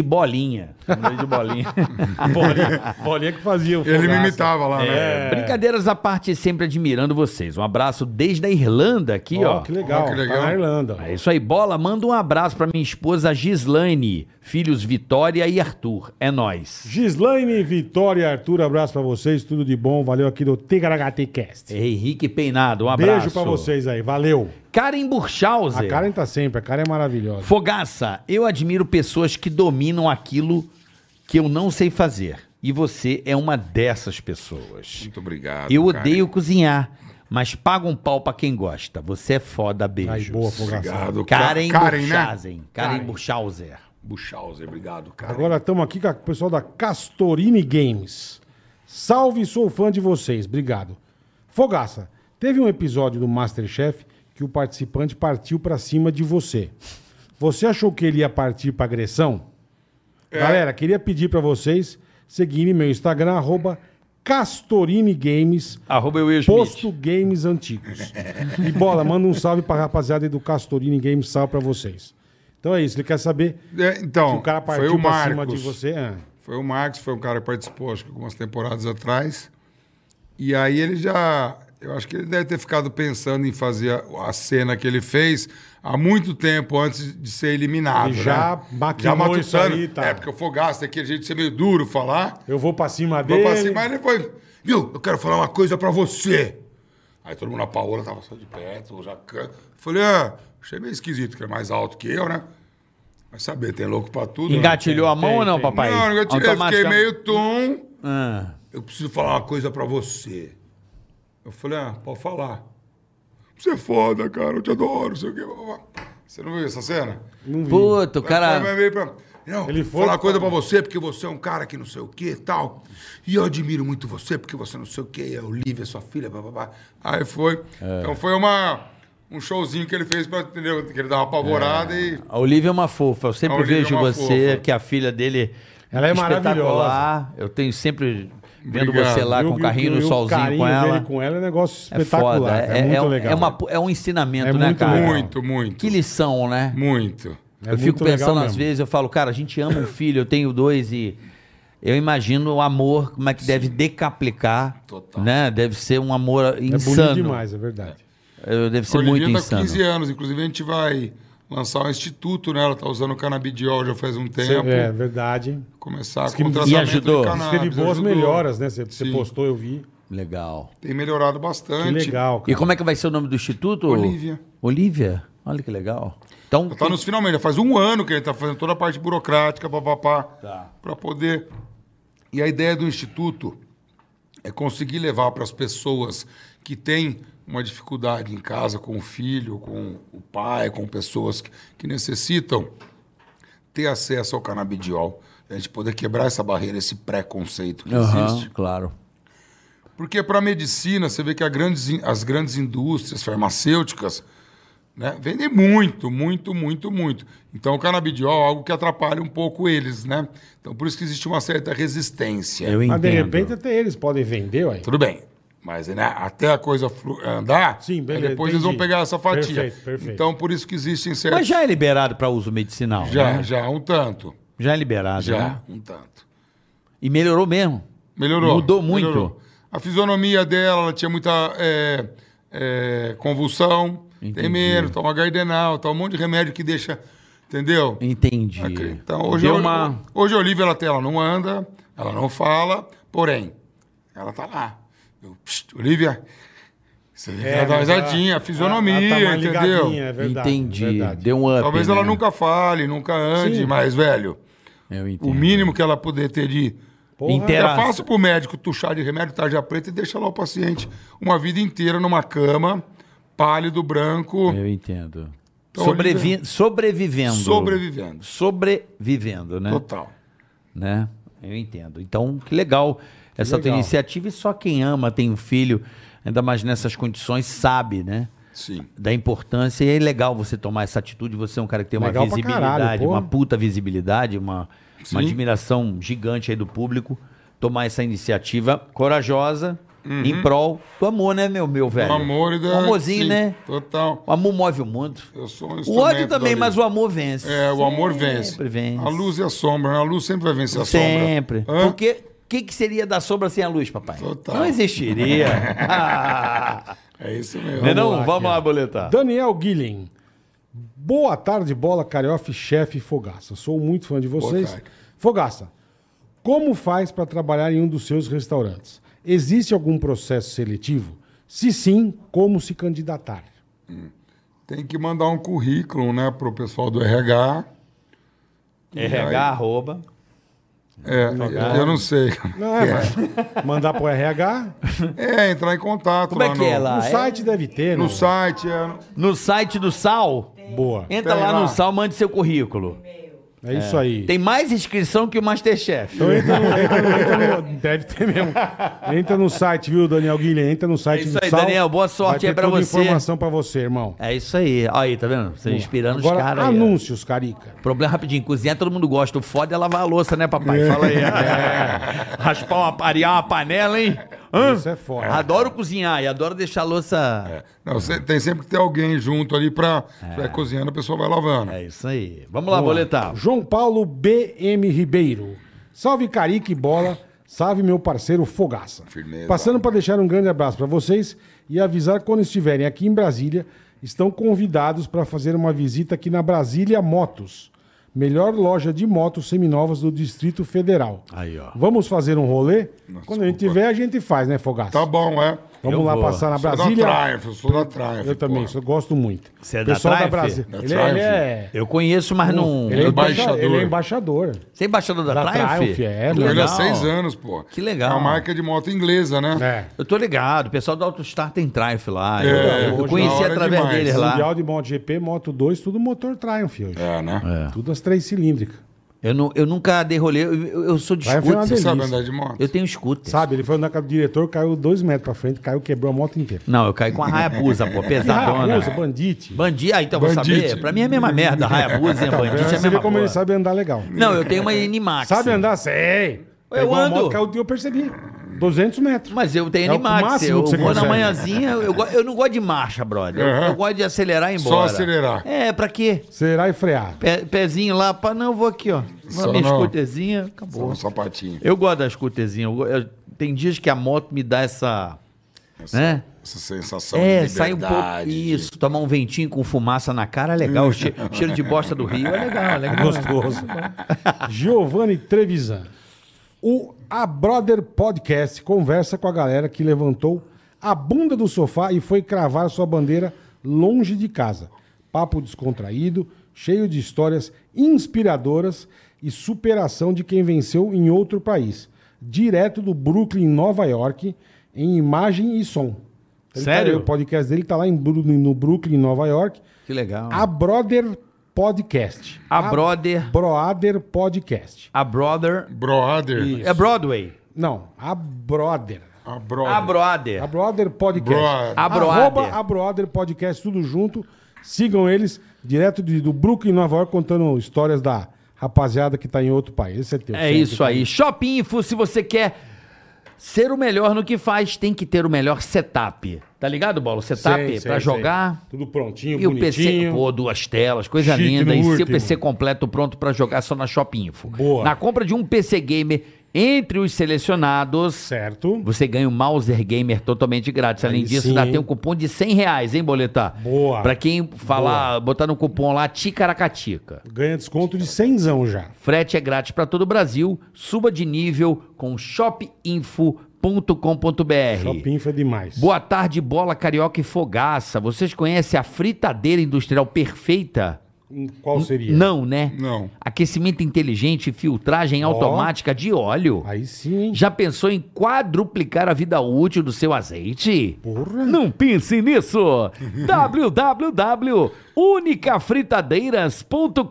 [SPEAKER 4] bolinha. Grande bolinha.
[SPEAKER 7] Bolinha, bolinha que fazia o
[SPEAKER 5] Ele me
[SPEAKER 7] fogaça.
[SPEAKER 5] imitava lá, né?
[SPEAKER 7] É.
[SPEAKER 4] Brincadeiras à parte, sempre admirando vocês. Um abraço desde a Irlanda aqui,
[SPEAKER 3] Ó,
[SPEAKER 4] ó.
[SPEAKER 3] que legal.
[SPEAKER 5] Ó, que legal.
[SPEAKER 3] Tá na Irlanda.
[SPEAKER 4] É isso aí, bola. Manda um abraço pra minha esposa Gislaine, filhos Vitória e Arthur. É nóis.
[SPEAKER 3] Gislaine, Vitória, Arthur, abraço pra vocês, tudo de bom. Valeu aqui do Tigaragaticast.
[SPEAKER 4] Henrique Peinado, um abraço.
[SPEAKER 3] Beijo pra vocês aí, valeu.
[SPEAKER 4] Karen Burchauser.
[SPEAKER 3] A Karen tá sempre, a Karen é maravilhosa.
[SPEAKER 4] Fogaça, eu admiro pessoas que dominam aquilo que eu não sei fazer. E você é uma dessas pessoas.
[SPEAKER 5] Muito obrigado.
[SPEAKER 4] Eu
[SPEAKER 5] cara.
[SPEAKER 4] odeio cozinhar, mas paga um pau pra quem gosta. Você é foda,
[SPEAKER 3] Ai,
[SPEAKER 4] beijos.
[SPEAKER 3] boa, Fogaça.
[SPEAKER 5] Obrigado, Ca-
[SPEAKER 4] Karen,
[SPEAKER 5] Karen né?
[SPEAKER 4] Burchauser. Karen,
[SPEAKER 3] Karen.
[SPEAKER 4] Burchauser.
[SPEAKER 5] Buchauser, obrigado, Karen.
[SPEAKER 3] Agora estamos aqui com o pessoal da Castorini Games. Salve, sou fã de vocês, obrigado. Fogaça, teve um episódio do Masterchef que o participante partiu pra cima de você. Você achou que ele ia partir pra agressão? Galera, queria pedir pra vocês seguirem meu Instagram, arroba Castorini Games,
[SPEAKER 4] Arroba eu e
[SPEAKER 3] Posto Games Antigos. E bola, manda um salve pra rapaziada aí do Castorini Games, salve pra vocês. Então é isso, ele quer saber
[SPEAKER 5] É, então,
[SPEAKER 3] se o cara
[SPEAKER 5] foi
[SPEAKER 3] partiu
[SPEAKER 5] o
[SPEAKER 3] pra cima
[SPEAKER 5] Marcos.
[SPEAKER 3] de você. é.
[SPEAKER 5] Foi o Marcos, foi um cara que participou, acho que algumas temporadas atrás. E aí ele já. Eu acho que ele deve ter ficado pensando em fazer a, a cena que ele fez há muito tempo antes de ser eliminado.
[SPEAKER 3] Ele já
[SPEAKER 5] né?
[SPEAKER 3] maquinou
[SPEAKER 5] matutando.
[SPEAKER 3] isso aí, tá.
[SPEAKER 5] É, porque o Fogaça tem aquele jeito de ser meio duro falar.
[SPEAKER 3] Eu vou pra cima
[SPEAKER 5] Vou
[SPEAKER 3] dele.
[SPEAKER 5] pra cima, mas ele foi. Viu, eu quero falar uma coisa pra você. Aí todo mundo, a Paola tava só de perto, o Jacan. Falei, ah, achei meio esquisito, que era mais alto que eu, né? Vai saber, tem louco pra tudo. né?
[SPEAKER 4] Engatilhou a mão ou não, papai?
[SPEAKER 5] Não, eu tirei, eu fiquei
[SPEAKER 4] Automaticamente.
[SPEAKER 5] meio tom.
[SPEAKER 4] Ah.
[SPEAKER 5] Eu preciso falar uma coisa pra você. Eu falei, ah, pode falar. Você é foda, cara, eu te adoro, sei o quê. blá, blá, blá. Você não viu essa cena?
[SPEAKER 4] Puta, o
[SPEAKER 5] Aí
[SPEAKER 4] cara.
[SPEAKER 5] vai meio pra- Não,
[SPEAKER 3] Ele
[SPEAKER 5] Ele
[SPEAKER 3] foi-
[SPEAKER 5] falar uma coisa pra você, porque você é um cara que não sei o que e tal. E eu admiro muito você, porque você não sei o que, é Olivia, sua filha, papapá. Aí foi.
[SPEAKER 4] É.
[SPEAKER 5] Então foi uma, um showzinho que ele fez pra entendeu? que ele dá uma apavorada e.
[SPEAKER 4] A Olivia é uma fofa. Eu sempre
[SPEAKER 5] A Olivia
[SPEAKER 4] vejo
[SPEAKER 5] é uma
[SPEAKER 4] você,
[SPEAKER 5] fofa.
[SPEAKER 4] que a filha dele.
[SPEAKER 3] Ela é
[SPEAKER 4] espetacular.
[SPEAKER 3] maravilhosa.
[SPEAKER 4] Eu tenho sempre vendo
[SPEAKER 5] Obrigado.
[SPEAKER 4] você lá
[SPEAKER 3] E
[SPEAKER 4] com o carrinho
[SPEAKER 3] e
[SPEAKER 4] no
[SPEAKER 3] o
[SPEAKER 4] solzinho
[SPEAKER 3] carinho
[SPEAKER 4] com
[SPEAKER 3] Dele
[SPEAKER 4] ela.
[SPEAKER 3] com ela é um negócio
[SPEAKER 4] É
[SPEAKER 3] espetacular.
[SPEAKER 4] foda.
[SPEAKER 3] É,
[SPEAKER 4] É, é
[SPEAKER 3] muito
[SPEAKER 4] um-
[SPEAKER 3] legal.
[SPEAKER 4] é uma- é um ensinamento,
[SPEAKER 3] É
[SPEAKER 4] né,
[SPEAKER 3] muito
[SPEAKER 4] cara?
[SPEAKER 3] legal.
[SPEAKER 5] Muito, muito.
[SPEAKER 4] Que lição, né?
[SPEAKER 5] Muito.
[SPEAKER 3] É
[SPEAKER 4] eu
[SPEAKER 3] muito
[SPEAKER 4] fico
[SPEAKER 3] legal
[SPEAKER 4] pensando às
[SPEAKER 3] mesmo.
[SPEAKER 4] vezes, eu falo, cara, a gente ama um filho, eu tenho dois e eu imagino o amor como é que deve decaplicar,
[SPEAKER 5] Total.
[SPEAKER 4] né? Deve ser um amor
[SPEAKER 3] É bonito
[SPEAKER 4] insano.
[SPEAKER 3] demais, é verdade.
[SPEAKER 4] Eu- Deve ser
[SPEAKER 5] A Olivia
[SPEAKER 4] muito
[SPEAKER 5] tá
[SPEAKER 4] insano.
[SPEAKER 5] com 15 anos, inclusive a gente vai lançar um instituto, né? Ela tá usando canabidiol já faz um tempo.
[SPEAKER 3] É verdade.
[SPEAKER 5] Começar
[SPEAKER 3] que-
[SPEAKER 5] com
[SPEAKER 3] e
[SPEAKER 5] o tratamento
[SPEAKER 4] ajudou? Diz
[SPEAKER 5] de cannabis,
[SPEAKER 3] Teve boas
[SPEAKER 5] ajudou.
[SPEAKER 3] melhoras, né? Você você
[SPEAKER 5] Sim.
[SPEAKER 3] postou, eu vi.
[SPEAKER 4] Legal.
[SPEAKER 5] Tem melhorado
[SPEAKER 3] Que
[SPEAKER 5] bastante.
[SPEAKER 3] legal,
[SPEAKER 4] E
[SPEAKER 3] cara.
[SPEAKER 4] como é que vai ser o nome do instituto?
[SPEAKER 5] Olivia.
[SPEAKER 4] Olivia? Olha que legal. Então,
[SPEAKER 5] Tá nos finalmente, já faz um ano que ele tá fazendo toda a parte burocrática, papapá, tá. para poder. E a ideia do instituto é conseguir levar para as pessoas que têm uma dificuldade em casa com o filho, com o pai, com pessoas que, que necessitam ter acesso ao canabidiol. A gente poder quebrar essa barreira, esse preconceito que
[SPEAKER 4] Aham,
[SPEAKER 5] existe.
[SPEAKER 4] claro.
[SPEAKER 5] Porque para medicina, você vê que a grandes in- as grandes indústrias farmacêuticas né, vendem muito, muito, muito, muito. Então o canabidiol é algo que atrapalha um pouco eles, né? Então por isso que existe uma certa resistência.
[SPEAKER 4] Eu
[SPEAKER 3] É, Mas
[SPEAKER 4] entendo.
[SPEAKER 3] de repente até eles podem vender, ué.
[SPEAKER 5] Tudo bem. Mas né, até a coisa flu- andar,
[SPEAKER 3] Sim,
[SPEAKER 5] aí
[SPEAKER 3] beleza,
[SPEAKER 5] depois eles vão
[SPEAKER 3] entendi.
[SPEAKER 5] pegar essa fatia.
[SPEAKER 3] Perfeito, perfeito.
[SPEAKER 5] Então por isso que existem certos...
[SPEAKER 4] Mas já é liberado para uso medicinal.
[SPEAKER 5] já,
[SPEAKER 4] né?
[SPEAKER 5] já, um tanto.
[SPEAKER 4] Já é liberado.
[SPEAKER 5] Já,
[SPEAKER 4] né?
[SPEAKER 5] um tanto.
[SPEAKER 4] E melhorou mesmo.
[SPEAKER 5] Melhorou.
[SPEAKER 4] Mudou muito.
[SPEAKER 5] melhorou. A fisionomia dela, ela tinha muita é, é, convulsão, tem medo, toma gardenal, toma um monte de remédio que deixa. Entendeu?
[SPEAKER 4] Entendi.
[SPEAKER 5] Então, hoje,
[SPEAKER 4] Deu
[SPEAKER 5] a Oli-
[SPEAKER 4] uma...
[SPEAKER 5] hoje a Olivia ela, tem- ela não anda, ela não fala, porém, ela tá lá. Eu, "Psst, Olivia, você vê que
[SPEAKER 4] É,
[SPEAKER 5] ela dá uma
[SPEAKER 3] É, mas ela-
[SPEAKER 5] risadinha, a fisionomia,
[SPEAKER 3] ela tá mais
[SPEAKER 5] entendeu?
[SPEAKER 3] ligadinha, É verdade,
[SPEAKER 4] Entendi.
[SPEAKER 3] é verdade.
[SPEAKER 4] Deu um up.
[SPEAKER 5] Talvez ela
[SPEAKER 4] né?
[SPEAKER 5] nunca fale, nunca ande,
[SPEAKER 3] Sim.
[SPEAKER 5] mas, velho,
[SPEAKER 4] Eu
[SPEAKER 5] o
[SPEAKER 4] entendo.
[SPEAKER 5] mínimo que ela poder ter de
[SPEAKER 3] Porra,
[SPEAKER 4] Inter-
[SPEAKER 5] é
[SPEAKER 4] Terá-
[SPEAKER 5] fácil pro médico tuchar de remédio, tarja preta e deixar lá o paciente uma vida inteira numa cama, pálido, branco,
[SPEAKER 4] Eu entendo.
[SPEAKER 5] Então,
[SPEAKER 4] Sobrevi-
[SPEAKER 5] ele
[SPEAKER 4] Sobrevivendo.
[SPEAKER 5] sobrevivendo.
[SPEAKER 4] Sobrevivendo, né?
[SPEAKER 5] Total.
[SPEAKER 4] né? Eu entendo. Então, que legal essa tua
[SPEAKER 3] legal.
[SPEAKER 4] iniciativa. E só quem ama, tem um filho, ainda mais nessas condições, sabe, né?
[SPEAKER 5] Sim.
[SPEAKER 4] da importância e é legal você tomar essa atitude. Você é um cara que tem uma
[SPEAKER 3] Legal pra
[SPEAKER 4] visibilidade,
[SPEAKER 3] caralho, porra.
[SPEAKER 4] uma puta visibilidade, uma,
[SPEAKER 5] Sim.
[SPEAKER 4] uma admiração gigante aí do público. Tomar essa iniciativa corajosa em prol do amor, né, meu, meu velho?
[SPEAKER 5] O Uhum. amor e
[SPEAKER 4] O
[SPEAKER 5] da...
[SPEAKER 4] amorzinho,
[SPEAKER 5] sim,
[SPEAKER 4] né?
[SPEAKER 5] Total.
[SPEAKER 4] O amor move o mundo.
[SPEAKER 5] Eu sou um
[SPEAKER 4] O
[SPEAKER 5] instrumento
[SPEAKER 4] ódio também,
[SPEAKER 5] da
[SPEAKER 4] mas o
[SPEAKER 5] lei.
[SPEAKER 4] amor vence.
[SPEAKER 5] É, o amor
[SPEAKER 4] Sempre
[SPEAKER 5] vence.
[SPEAKER 4] vence.
[SPEAKER 5] A luz e a sombra, né? A luz sempre vai vencer a
[SPEAKER 4] Sempre.
[SPEAKER 5] sombra. Hã?
[SPEAKER 4] Porque o que, que seria da sombra sem a luz, papai?
[SPEAKER 5] Total.
[SPEAKER 4] Não existiria. Ah.
[SPEAKER 5] É isso mesmo.
[SPEAKER 4] Não é não?
[SPEAKER 3] lá,
[SPEAKER 4] Vamos
[SPEAKER 3] cara.
[SPEAKER 4] lá, boletar.
[SPEAKER 3] Daniel Guilhem. Boa tarde, bola, cariofe, chefe e Fogaça. Sou muito fã de vocês.
[SPEAKER 5] tarde.
[SPEAKER 3] Fogaça, como faz para trabalhar em um dos seus restaurantes? Existe algum processo seletivo? Se sim, como se candidatar?
[SPEAKER 5] Tem que mandar um currículo, né, pro pessoal do RH.
[SPEAKER 4] RH, É, arroba.
[SPEAKER 5] É, eu não sei.
[SPEAKER 3] Não é, mas mandar pro RH?
[SPEAKER 5] É, entrar em contato
[SPEAKER 4] Como
[SPEAKER 5] lá
[SPEAKER 4] é que
[SPEAKER 5] no,
[SPEAKER 4] é lá?
[SPEAKER 3] no
[SPEAKER 4] É-
[SPEAKER 3] site deve ter,
[SPEAKER 5] no
[SPEAKER 3] né?
[SPEAKER 5] site. É,
[SPEAKER 4] No site do Sal?
[SPEAKER 3] Boa.
[SPEAKER 4] Entra
[SPEAKER 5] Tem
[SPEAKER 4] lá,
[SPEAKER 5] lá.
[SPEAKER 4] no Sal, mande seu currículo.
[SPEAKER 3] É isso aí.
[SPEAKER 4] Tem mais inscrição que o Masterchef.
[SPEAKER 3] Então entra no, entra no- entra no- Deve ter mesmo. Entra no site, viu, Daniel Guilherme? Entra no site
[SPEAKER 4] É isso
[SPEAKER 3] do
[SPEAKER 4] aí,
[SPEAKER 3] Sal.
[SPEAKER 4] Daniel, boa
[SPEAKER 3] Vai
[SPEAKER 4] sorte
[SPEAKER 3] ter
[SPEAKER 4] aí pra
[SPEAKER 3] toda a
[SPEAKER 4] você.
[SPEAKER 3] informação pra você, irmão.
[SPEAKER 4] É isso aí. Aí, tá vendo? Você inspirando
[SPEAKER 3] Agora,
[SPEAKER 4] os caras aí. ó.
[SPEAKER 3] anúncios, Carica.
[SPEAKER 4] Problema rapidinho. Cozinhar todo mundo gosta. O foda é lavar a louça, né, papai? Fala aí. É. Raspar uma, parear uma panela, hein? Hã?
[SPEAKER 3] Isso é foda.
[SPEAKER 4] Adoro cozinhar e adoro deixar a louça...
[SPEAKER 5] não, cê- tem sempre que ter alguém junto ali pra, pra cozinhando, a pessoa vai lavando.
[SPEAKER 4] É isso aí. Vamos lá, boletar.
[SPEAKER 3] João Paulo BM Ribeiro. Salve Carica e Bola. Salve meu parceiro Fogaça.
[SPEAKER 5] Firmeza.
[SPEAKER 3] Passando para deixar um grande abraço para vocês e avisar quando estiverem aqui em Brasília, estão convidados para fazer uma visita aqui na Brasília Motos, melhor loja de motos seminovas do Distrito Federal.
[SPEAKER 4] Aí, ó.
[SPEAKER 3] Vamos fazer um rolê?
[SPEAKER 5] Nossa,
[SPEAKER 3] quando a gente
[SPEAKER 5] desculpa.
[SPEAKER 3] tiver, a gente faz, né, Fogaça?
[SPEAKER 5] Tá bom, é.
[SPEAKER 3] Vamos
[SPEAKER 4] Eu
[SPEAKER 3] lá
[SPEAKER 4] vou.
[SPEAKER 3] passar na
[SPEAKER 5] Sou
[SPEAKER 3] Brasília.
[SPEAKER 5] da Triumph, eu sou da Triumph.
[SPEAKER 3] Eu também,
[SPEAKER 5] porra.
[SPEAKER 3] sou- gosto muito.
[SPEAKER 4] Você é da Triumph?
[SPEAKER 3] Brasi-
[SPEAKER 5] Da
[SPEAKER 3] Ele, é- ele
[SPEAKER 5] Triumph?
[SPEAKER 3] é.
[SPEAKER 4] Eu conheço, mas não...
[SPEAKER 3] Ele é,
[SPEAKER 5] Eu tô-
[SPEAKER 3] embaixador. ele é
[SPEAKER 5] embaixador.
[SPEAKER 3] embaixador.
[SPEAKER 4] Você é embaixador da,
[SPEAKER 3] Da
[SPEAKER 4] Triumph?
[SPEAKER 3] Triumph, é,
[SPEAKER 4] Que
[SPEAKER 5] Eu
[SPEAKER 4] legal.
[SPEAKER 5] era seis anos, pô.
[SPEAKER 4] Que legal.
[SPEAKER 5] É uma marca de moto inglesa, né?
[SPEAKER 3] É.
[SPEAKER 4] Eu tô ligado, o pessoal da AutoStar tem Triumph lá.
[SPEAKER 5] É,
[SPEAKER 4] eu- eu
[SPEAKER 5] hoje na
[SPEAKER 4] conheci
[SPEAKER 5] hora é
[SPEAKER 4] através
[SPEAKER 5] demais.
[SPEAKER 4] deles lá.
[SPEAKER 3] Mundial de MotoGP, Moto 2, tudo motor Triumph hoje.
[SPEAKER 5] É, né?
[SPEAKER 3] Tudo as três cilíndricas.
[SPEAKER 4] Eu, nu- eu nunca dei rolê, eu, eu- eu sou de
[SPEAKER 3] Triumph é uma
[SPEAKER 4] scooter.
[SPEAKER 5] Você sabe
[SPEAKER 3] delícia.
[SPEAKER 5] andar de moto?
[SPEAKER 4] Eu tenho scooter.
[SPEAKER 3] Sabe, ele foi andar com o diretor, caiu dois metros pra frente, caiu, quebrou a moto inteira.
[SPEAKER 4] Não, eu caí com a Hayabusa, pô, pesadona.
[SPEAKER 3] Usa, bandite.
[SPEAKER 4] Bandit, ah, então vou
[SPEAKER 5] Bandite.
[SPEAKER 4] saber. Pra mim é a mesma merda, Hayabusa e Bandit é
[SPEAKER 3] Tá
[SPEAKER 4] a
[SPEAKER 3] Você
[SPEAKER 4] mesma
[SPEAKER 3] vê como
[SPEAKER 4] porra.
[SPEAKER 3] ele sabe andar legal.
[SPEAKER 4] Não, eu tenho uma Animax.
[SPEAKER 3] Sabe andar? Sei.
[SPEAKER 4] Eu
[SPEAKER 3] Pegou a
[SPEAKER 4] ando.
[SPEAKER 3] moto, caiu, eu percebi. 200 metros.
[SPEAKER 4] Mas eu tenho
[SPEAKER 3] É o
[SPEAKER 4] Animax,
[SPEAKER 3] máximo
[SPEAKER 4] eu
[SPEAKER 3] que você
[SPEAKER 4] vou na
[SPEAKER 3] consegue.
[SPEAKER 4] manhãzinha, eu, go- eu não gosto de marcha, brother. Eu-
[SPEAKER 5] Aham.
[SPEAKER 4] Eu gosto de acelerar e ir embora.
[SPEAKER 5] Só acelerar.
[SPEAKER 4] É, pra quê?
[SPEAKER 3] Acelerar e frear.
[SPEAKER 4] Pe- pezinho lá, pá, não, eu vou aqui, ó.
[SPEAKER 5] Só
[SPEAKER 4] minha
[SPEAKER 5] não.
[SPEAKER 4] scooterzinha, acabou.
[SPEAKER 5] Só um sapatinho.
[SPEAKER 4] Eu gosto da scooterzinha. eu go- eu- tem dias que a moto me dá essa.
[SPEAKER 5] Essa,
[SPEAKER 4] né?
[SPEAKER 5] essa sensação
[SPEAKER 4] É,
[SPEAKER 5] de liberdade.
[SPEAKER 4] sai um pouco.
[SPEAKER 5] de-
[SPEAKER 4] Isso, tomar um ventinho com fumaça na cara é legal. o che- cheiro de bosta do Rio é legal, é legal. Tá
[SPEAKER 3] Gostoso. Giovanni Trevisan. O A Brother Podcast conversa com a galera que levantou a bunda do sofá e foi cravar sua bandeira longe de casa. Papo descontraído, cheio de histórias inspiradoras e superação de quem venceu em outro país. Direto do Brooklyn, Nova York, em imagem e som. Ele tá
[SPEAKER 4] Sério?
[SPEAKER 3] ali, o podcast dele tá lá em Bru- no Brooklyn, Nova York.
[SPEAKER 4] Que legal.
[SPEAKER 3] A Brother Podcast.
[SPEAKER 4] A Brother-
[SPEAKER 3] Brother Podcast.
[SPEAKER 4] A Brother.
[SPEAKER 5] Brother.
[SPEAKER 4] É Broadway.
[SPEAKER 3] Não, a Brother.
[SPEAKER 5] A brother.
[SPEAKER 4] A
[SPEAKER 3] A
[SPEAKER 4] Brother.
[SPEAKER 3] Brother Podcast.
[SPEAKER 5] Brother.
[SPEAKER 4] É. A Brother.
[SPEAKER 3] Arroba a Brother Podcast, tudo junto. Sigam eles, direto de, do Brooklyn, Nova York, contando histórias da rapaziada que tá em outro país. Esse é teu.
[SPEAKER 4] É
[SPEAKER 3] Sérgio.
[SPEAKER 4] isso aí. Shopping Info, se você quer. Ser o melhor no que faz, tem que ter o melhor setup. Tá ligado, Bolo? Setup
[SPEAKER 3] Sei, sei, sei.
[SPEAKER 4] pra jogar.
[SPEAKER 3] Tudo prontinho,
[SPEAKER 4] E o PC,
[SPEAKER 3] bonitinho.
[SPEAKER 4] pô, duas telas, coisa
[SPEAKER 3] Chique
[SPEAKER 4] linda.
[SPEAKER 3] no
[SPEAKER 4] E seu
[SPEAKER 3] último.
[SPEAKER 4] PC completo pronto pra jogar só na Shop Info.
[SPEAKER 3] Boa.
[SPEAKER 4] Na compra de um PC Gamer entre os selecionados,
[SPEAKER 3] Certo.
[SPEAKER 4] você ganha um Mouser Gamer totalmente grátis. Além
[SPEAKER 3] Aí
[SPEAKER 4] disso,
[SPEAKER 3] sim,
[SPEAKER 4] dá até
[SPEAKER 3] hein?
[SPEAKER 4] um cupom de 100 reais, hein, Boletar?
[SPEAKER 3] Boa.
[SPEAKER 4] Pra quem falar, botar no cupom lá, Ticaracatica.
[SPEAKER 3] Ganha desconto de 100 já.
[SPEAKER 4] Frete é grátis para todo o Brasil. Suba de nível com shopinfo.com.br.
[SPEAKER 3] Shopping foi demais.
[SPEAKER 4] Boa tarde, bola carioca e fogaça. Vocês conhecem a fritadeira industrial perfeita?
[SPEAKER 3] Hum, Qual seria?
[SPEAKER 4] Não, né?
[SPEAKER 5] Não.
[SPEAKER 4] Aquecimento inteligente e filtragem automática de óleo.
[SPEAKER 3] Aí sim, hein?
[SPEAKER 4] Já pensou em quadruplicar a vida útil do seu azeite?
[SPEAKER 3] Porra.
[SPEAKER 4] Não pense nisso! www.unicafritadeiras.com.br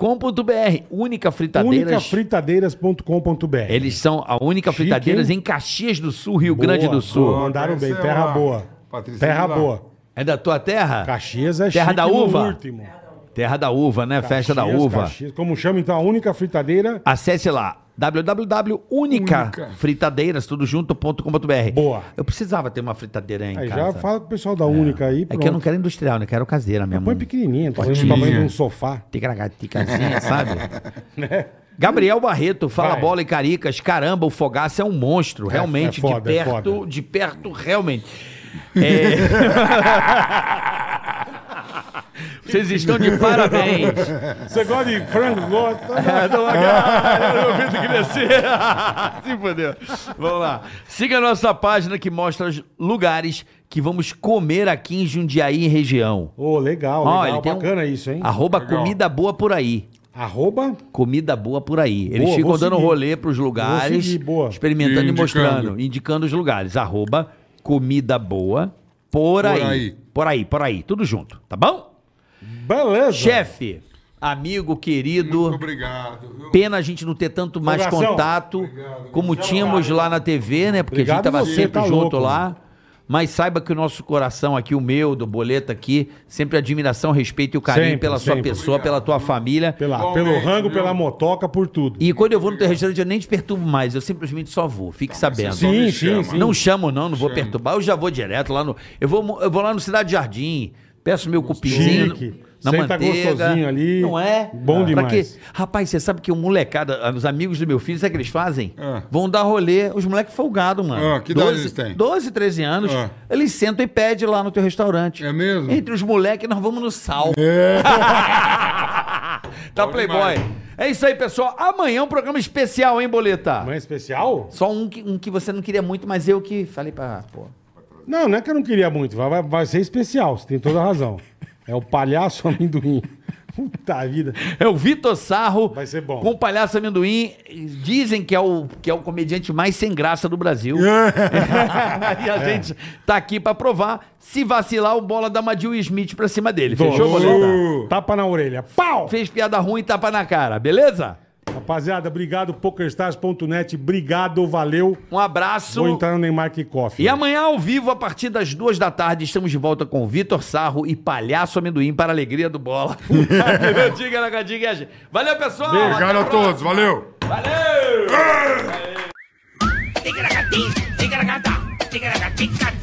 [SPEAKER 4] Única Fritadeiras.
[SPEAKER 3] Unicafritadeiras.com.br.
[SPEAKER 4] Eles são a Única
[SPEAKER 3] Chique,
[SPEAKER 4] Fritadeiras
[SPEAKER 3] hein?
[SPEAKER 4] em Caxias do Sul, Rio
[SPEAKER 3] Boa, é
[SPEAKER 4] Grande do Sul.
[SPEAKER 3] boa. Mandaram bem, terra boa.
[SPEAKER 5] Patrícia
[SPEAKER 3] Terra
[SPEAKER 5] Vilar.
[SPEAKER 3] boa.
[SPEAKER 4] É da tua terra?
[SPEAKER 3] Caxias é
[SPEAKER 4] Terra
[SPEAKER 3] chique
[SPEAKER 4] da
[SPEAKER 3] no
[SPEAKER 4] uva?
[SPEAKER 3] último.
[SPEAKER 4] Terra da uva, né? Festa da
[SPEAKER 3] Caxias,
[SPEAKER 4] uva.
[SPEAKER 3] Caxias. Como chama então a única fritadeira?
[SPEAKER 4] Acesse lá www.unicafritadeiras.com.br.
[SPEAKER 3] Boa.
[SPEAKER 4] Eu precisava ter uma fritadeira aí em
[SPEAKER 3] Aí já
[SPEAKER 4] casa.
[SPEAKER 3] fala pro pessoal da única aí.
[SPEAKER 4] é
[SPEAKER 3] pronto.
[SPEAKER 4] que eu não quero industrial, né? Quero caseira mesmo.
[SPEAKER 3] Põe pequenininha, tá vendo o tamanho de um sofá.
[SPEAKER 4] Ticaracatica, sabe? Gabriel Barreto, fala
[SPEAKER 3] Né? Vai.
[SPEAKER 4] bola e caricas. Caramba, o Fogaça é um monstro, realmente.
[SPEAKER 3] é foda,
[SPEAKER 4] de
[SPEAKER 3] é
[SPEAKER 4] perto,
[SPEAKER 3] foda.
[SPEAKER 4] de perto, realmente. É. Vocês estão de parabéns.
[SPEAKER 3] Você gosta de frango? Gosta? né?
[SPEAKER 4] É, não, cara, eu ouvindo crescer. Se fodeu. Vamos lá. Siga a nossa página que mostra os lugares que vamos comer aqui em Jundiaí e região.
[SPEAKER 3] Ô, legal,
[SPEAKER 4] Ó,
[SPEAKER 3] legal.
[SPEAKER 4] ele tem um-
[SPEAKER 3] Bacana isso, hein?
[SPEAKER 4] Arroba
[SPEAKER 5] Legal.
[SPEAKER 4] comida boa por aí.
[SPEAKER 3] Arroba
[SPEAKER 4] Comida boa por aí. Eles
[SPEAKER 3] Boa,
[SPEAKER 4] ficam
[SPEAKER 3] vou
[SPEAKER 4] dando
[SPEAKER 3] seguir.
[SPEAKER 4] rolê pros
[SPEAKER 3] Vou
[SPEAKER 4] lugares,
[SPEAKER 3] seguir, boa.
[SPEAKER 4] experimentando e,
[SPEAKER 5] E
[SPEAKER 4] mostrando,
[SPEAKER 5] indicando.
[SPEAKER 4] indicando os lugares. Arroba comida boa por, aí.
[SPEAKER 5] aí.
[SPEAKER 4] Por aí, por aí. Tudo junto, tá bom?
[SPEAKER 3] Beleza.
[SPEAKER 4] Chefe, amigo querido.
[SPEAKER 5] Muito obrigado. viu?
[SPEAKER 4] Pena a gente não ter tanto mais
[SPEAKER 3] Abração.
[SPEAKER 4] contato como tínhamos lá na TV, né? Porque a gente
[SPEAKER 3] Obrigado
[SPEAKER 4] tava
[SPEAKER 3] você,
[SPEAKER 4] sempre
[SPEAKER 3] tá
[SPEAKER 4] junto
[SPEAKER 3] louco.
[SPEAKER 4] lá. Mas saiba que o nosso coração aqui, o meu, do Boleta aqui, sempre admiração, respeito e o carinho
[SPEAKER 3] Sempre,
[SPEAKER 4] pela sua
[SPEAKER 3] sempre.
[SPEAKER 4] pessoa, pela tua família.
[SPEAKER 3] Pela,
[SPEAKER 5] Igualmente,
[SPEAKER 3] pelo rango,
[SPEAKER 5] viu?
[SPEAKER 3] pela motoca, por tudo.
[SPEAKER 4] E quando eu vou no teu restaurante, eu nem te perturbo mais, eu simplesmente só vou, fique sabendo.
[SPEAKER 5] Só me
[SPEAKER 3] Sim, sim,
[SPEAKER 5] chama.
[SPEAKER 3] sim.
[SPEAKER 4] Não chamo, não, não vou perturbar. Eu já vou direto lá no. Eu vou, mo- eu vou lá no Cidade Jardim, peço meu cupinzinho.
[SPEAKER 3] Chique.
[SPEAKER 4] Na
[SPEAKER 3] Senta
[SPEAKER 5] tá
[SPEAKER 4] manteiga.
[SPEAKER 3] gostosinho ali.
[SPEAKER 4] Não é?
[SPEAKER 3] Bom
[SPEAKER 4] Pra
[SPEAKER 3] demais.
[SPEAKER 4] quê? Rapaz, você sabe que o molecada, os amigos do meu filho, sabe o que eles fazem?
[SPEAKER 5] Ah.
[SPEAKER 4] Vão dar rolê. Os moleques folgados, mano.
[SPEAKER 5] Ah, que idade eles têm?
[SPEAKER 4] 12, 13 anos.
[SPEAKER 5] Ah.
[SPEAKER 4] Eles sentam e pedem lá no teu restaurante.
[SPEAKER 5] É mesmo? É.
[SPEAKER 4] Entre os moleques, nós vamos no sal. tá
[SPEAKER 5] Bom
[SPEAKER 4] Playboy.
[SPEAKER 5] demais.
[SPEAKER 4] É isso aí, pessoal. Amanhã é um programa especial, hein, Boleta?
[SPEAKER 3] Mãe é especial?
[SPEAKER 4] Só um que, um que você não queria muito, mas eu que falei pra. Pô.
[SPEAKER 3] Não, não é que eu não queria muito. Vai, vai- vai ser especial, você tem toda a razão. É o palhaço amendoim. Puta vida.
[SPEAKER 4] É o Vitor Sarro.
[SPEAKER 3] Vai ser bom.
[SPEAKER 4] Com o Palhaço Amendoim. Dizem que é o, que é o comediante mais sem graça do Brasil. e a gente tá aqui pra provar. Se vacilar, o bola dá uma de Will Smith pra cima dele.
[SPEAKER 3] Dou-
[SPEAKER 4] Fechou, boleta?
[SPEAKER 3] Tapa na orelha. Pau!
[SPEAKER 4] Fez piada ruim e tapa na cara, beleza?
[SPEAKER 3] Rapaziada, obrigado, pokerstars.net. Obrigado, valeu.
[SPEAKER 4] Um abraço.
[SPEAKER 3] Vou entrar no Neymar que Coffee.
[SPEAKER 4] E amanhã, ao vivo, a partir das duas da tarde, estamos de volta com Vitor Sarro e Palhaço Amendoim para a alegria do bola. Diga na gadinha, gente. Valeu, pessoal!
[SPEAKER 5] Obrigado a todos. Valeu.
[SPEAKER 2] Tigra-ga-ti, tigra-ga-ta, tigra-ga-ti-ga-ta.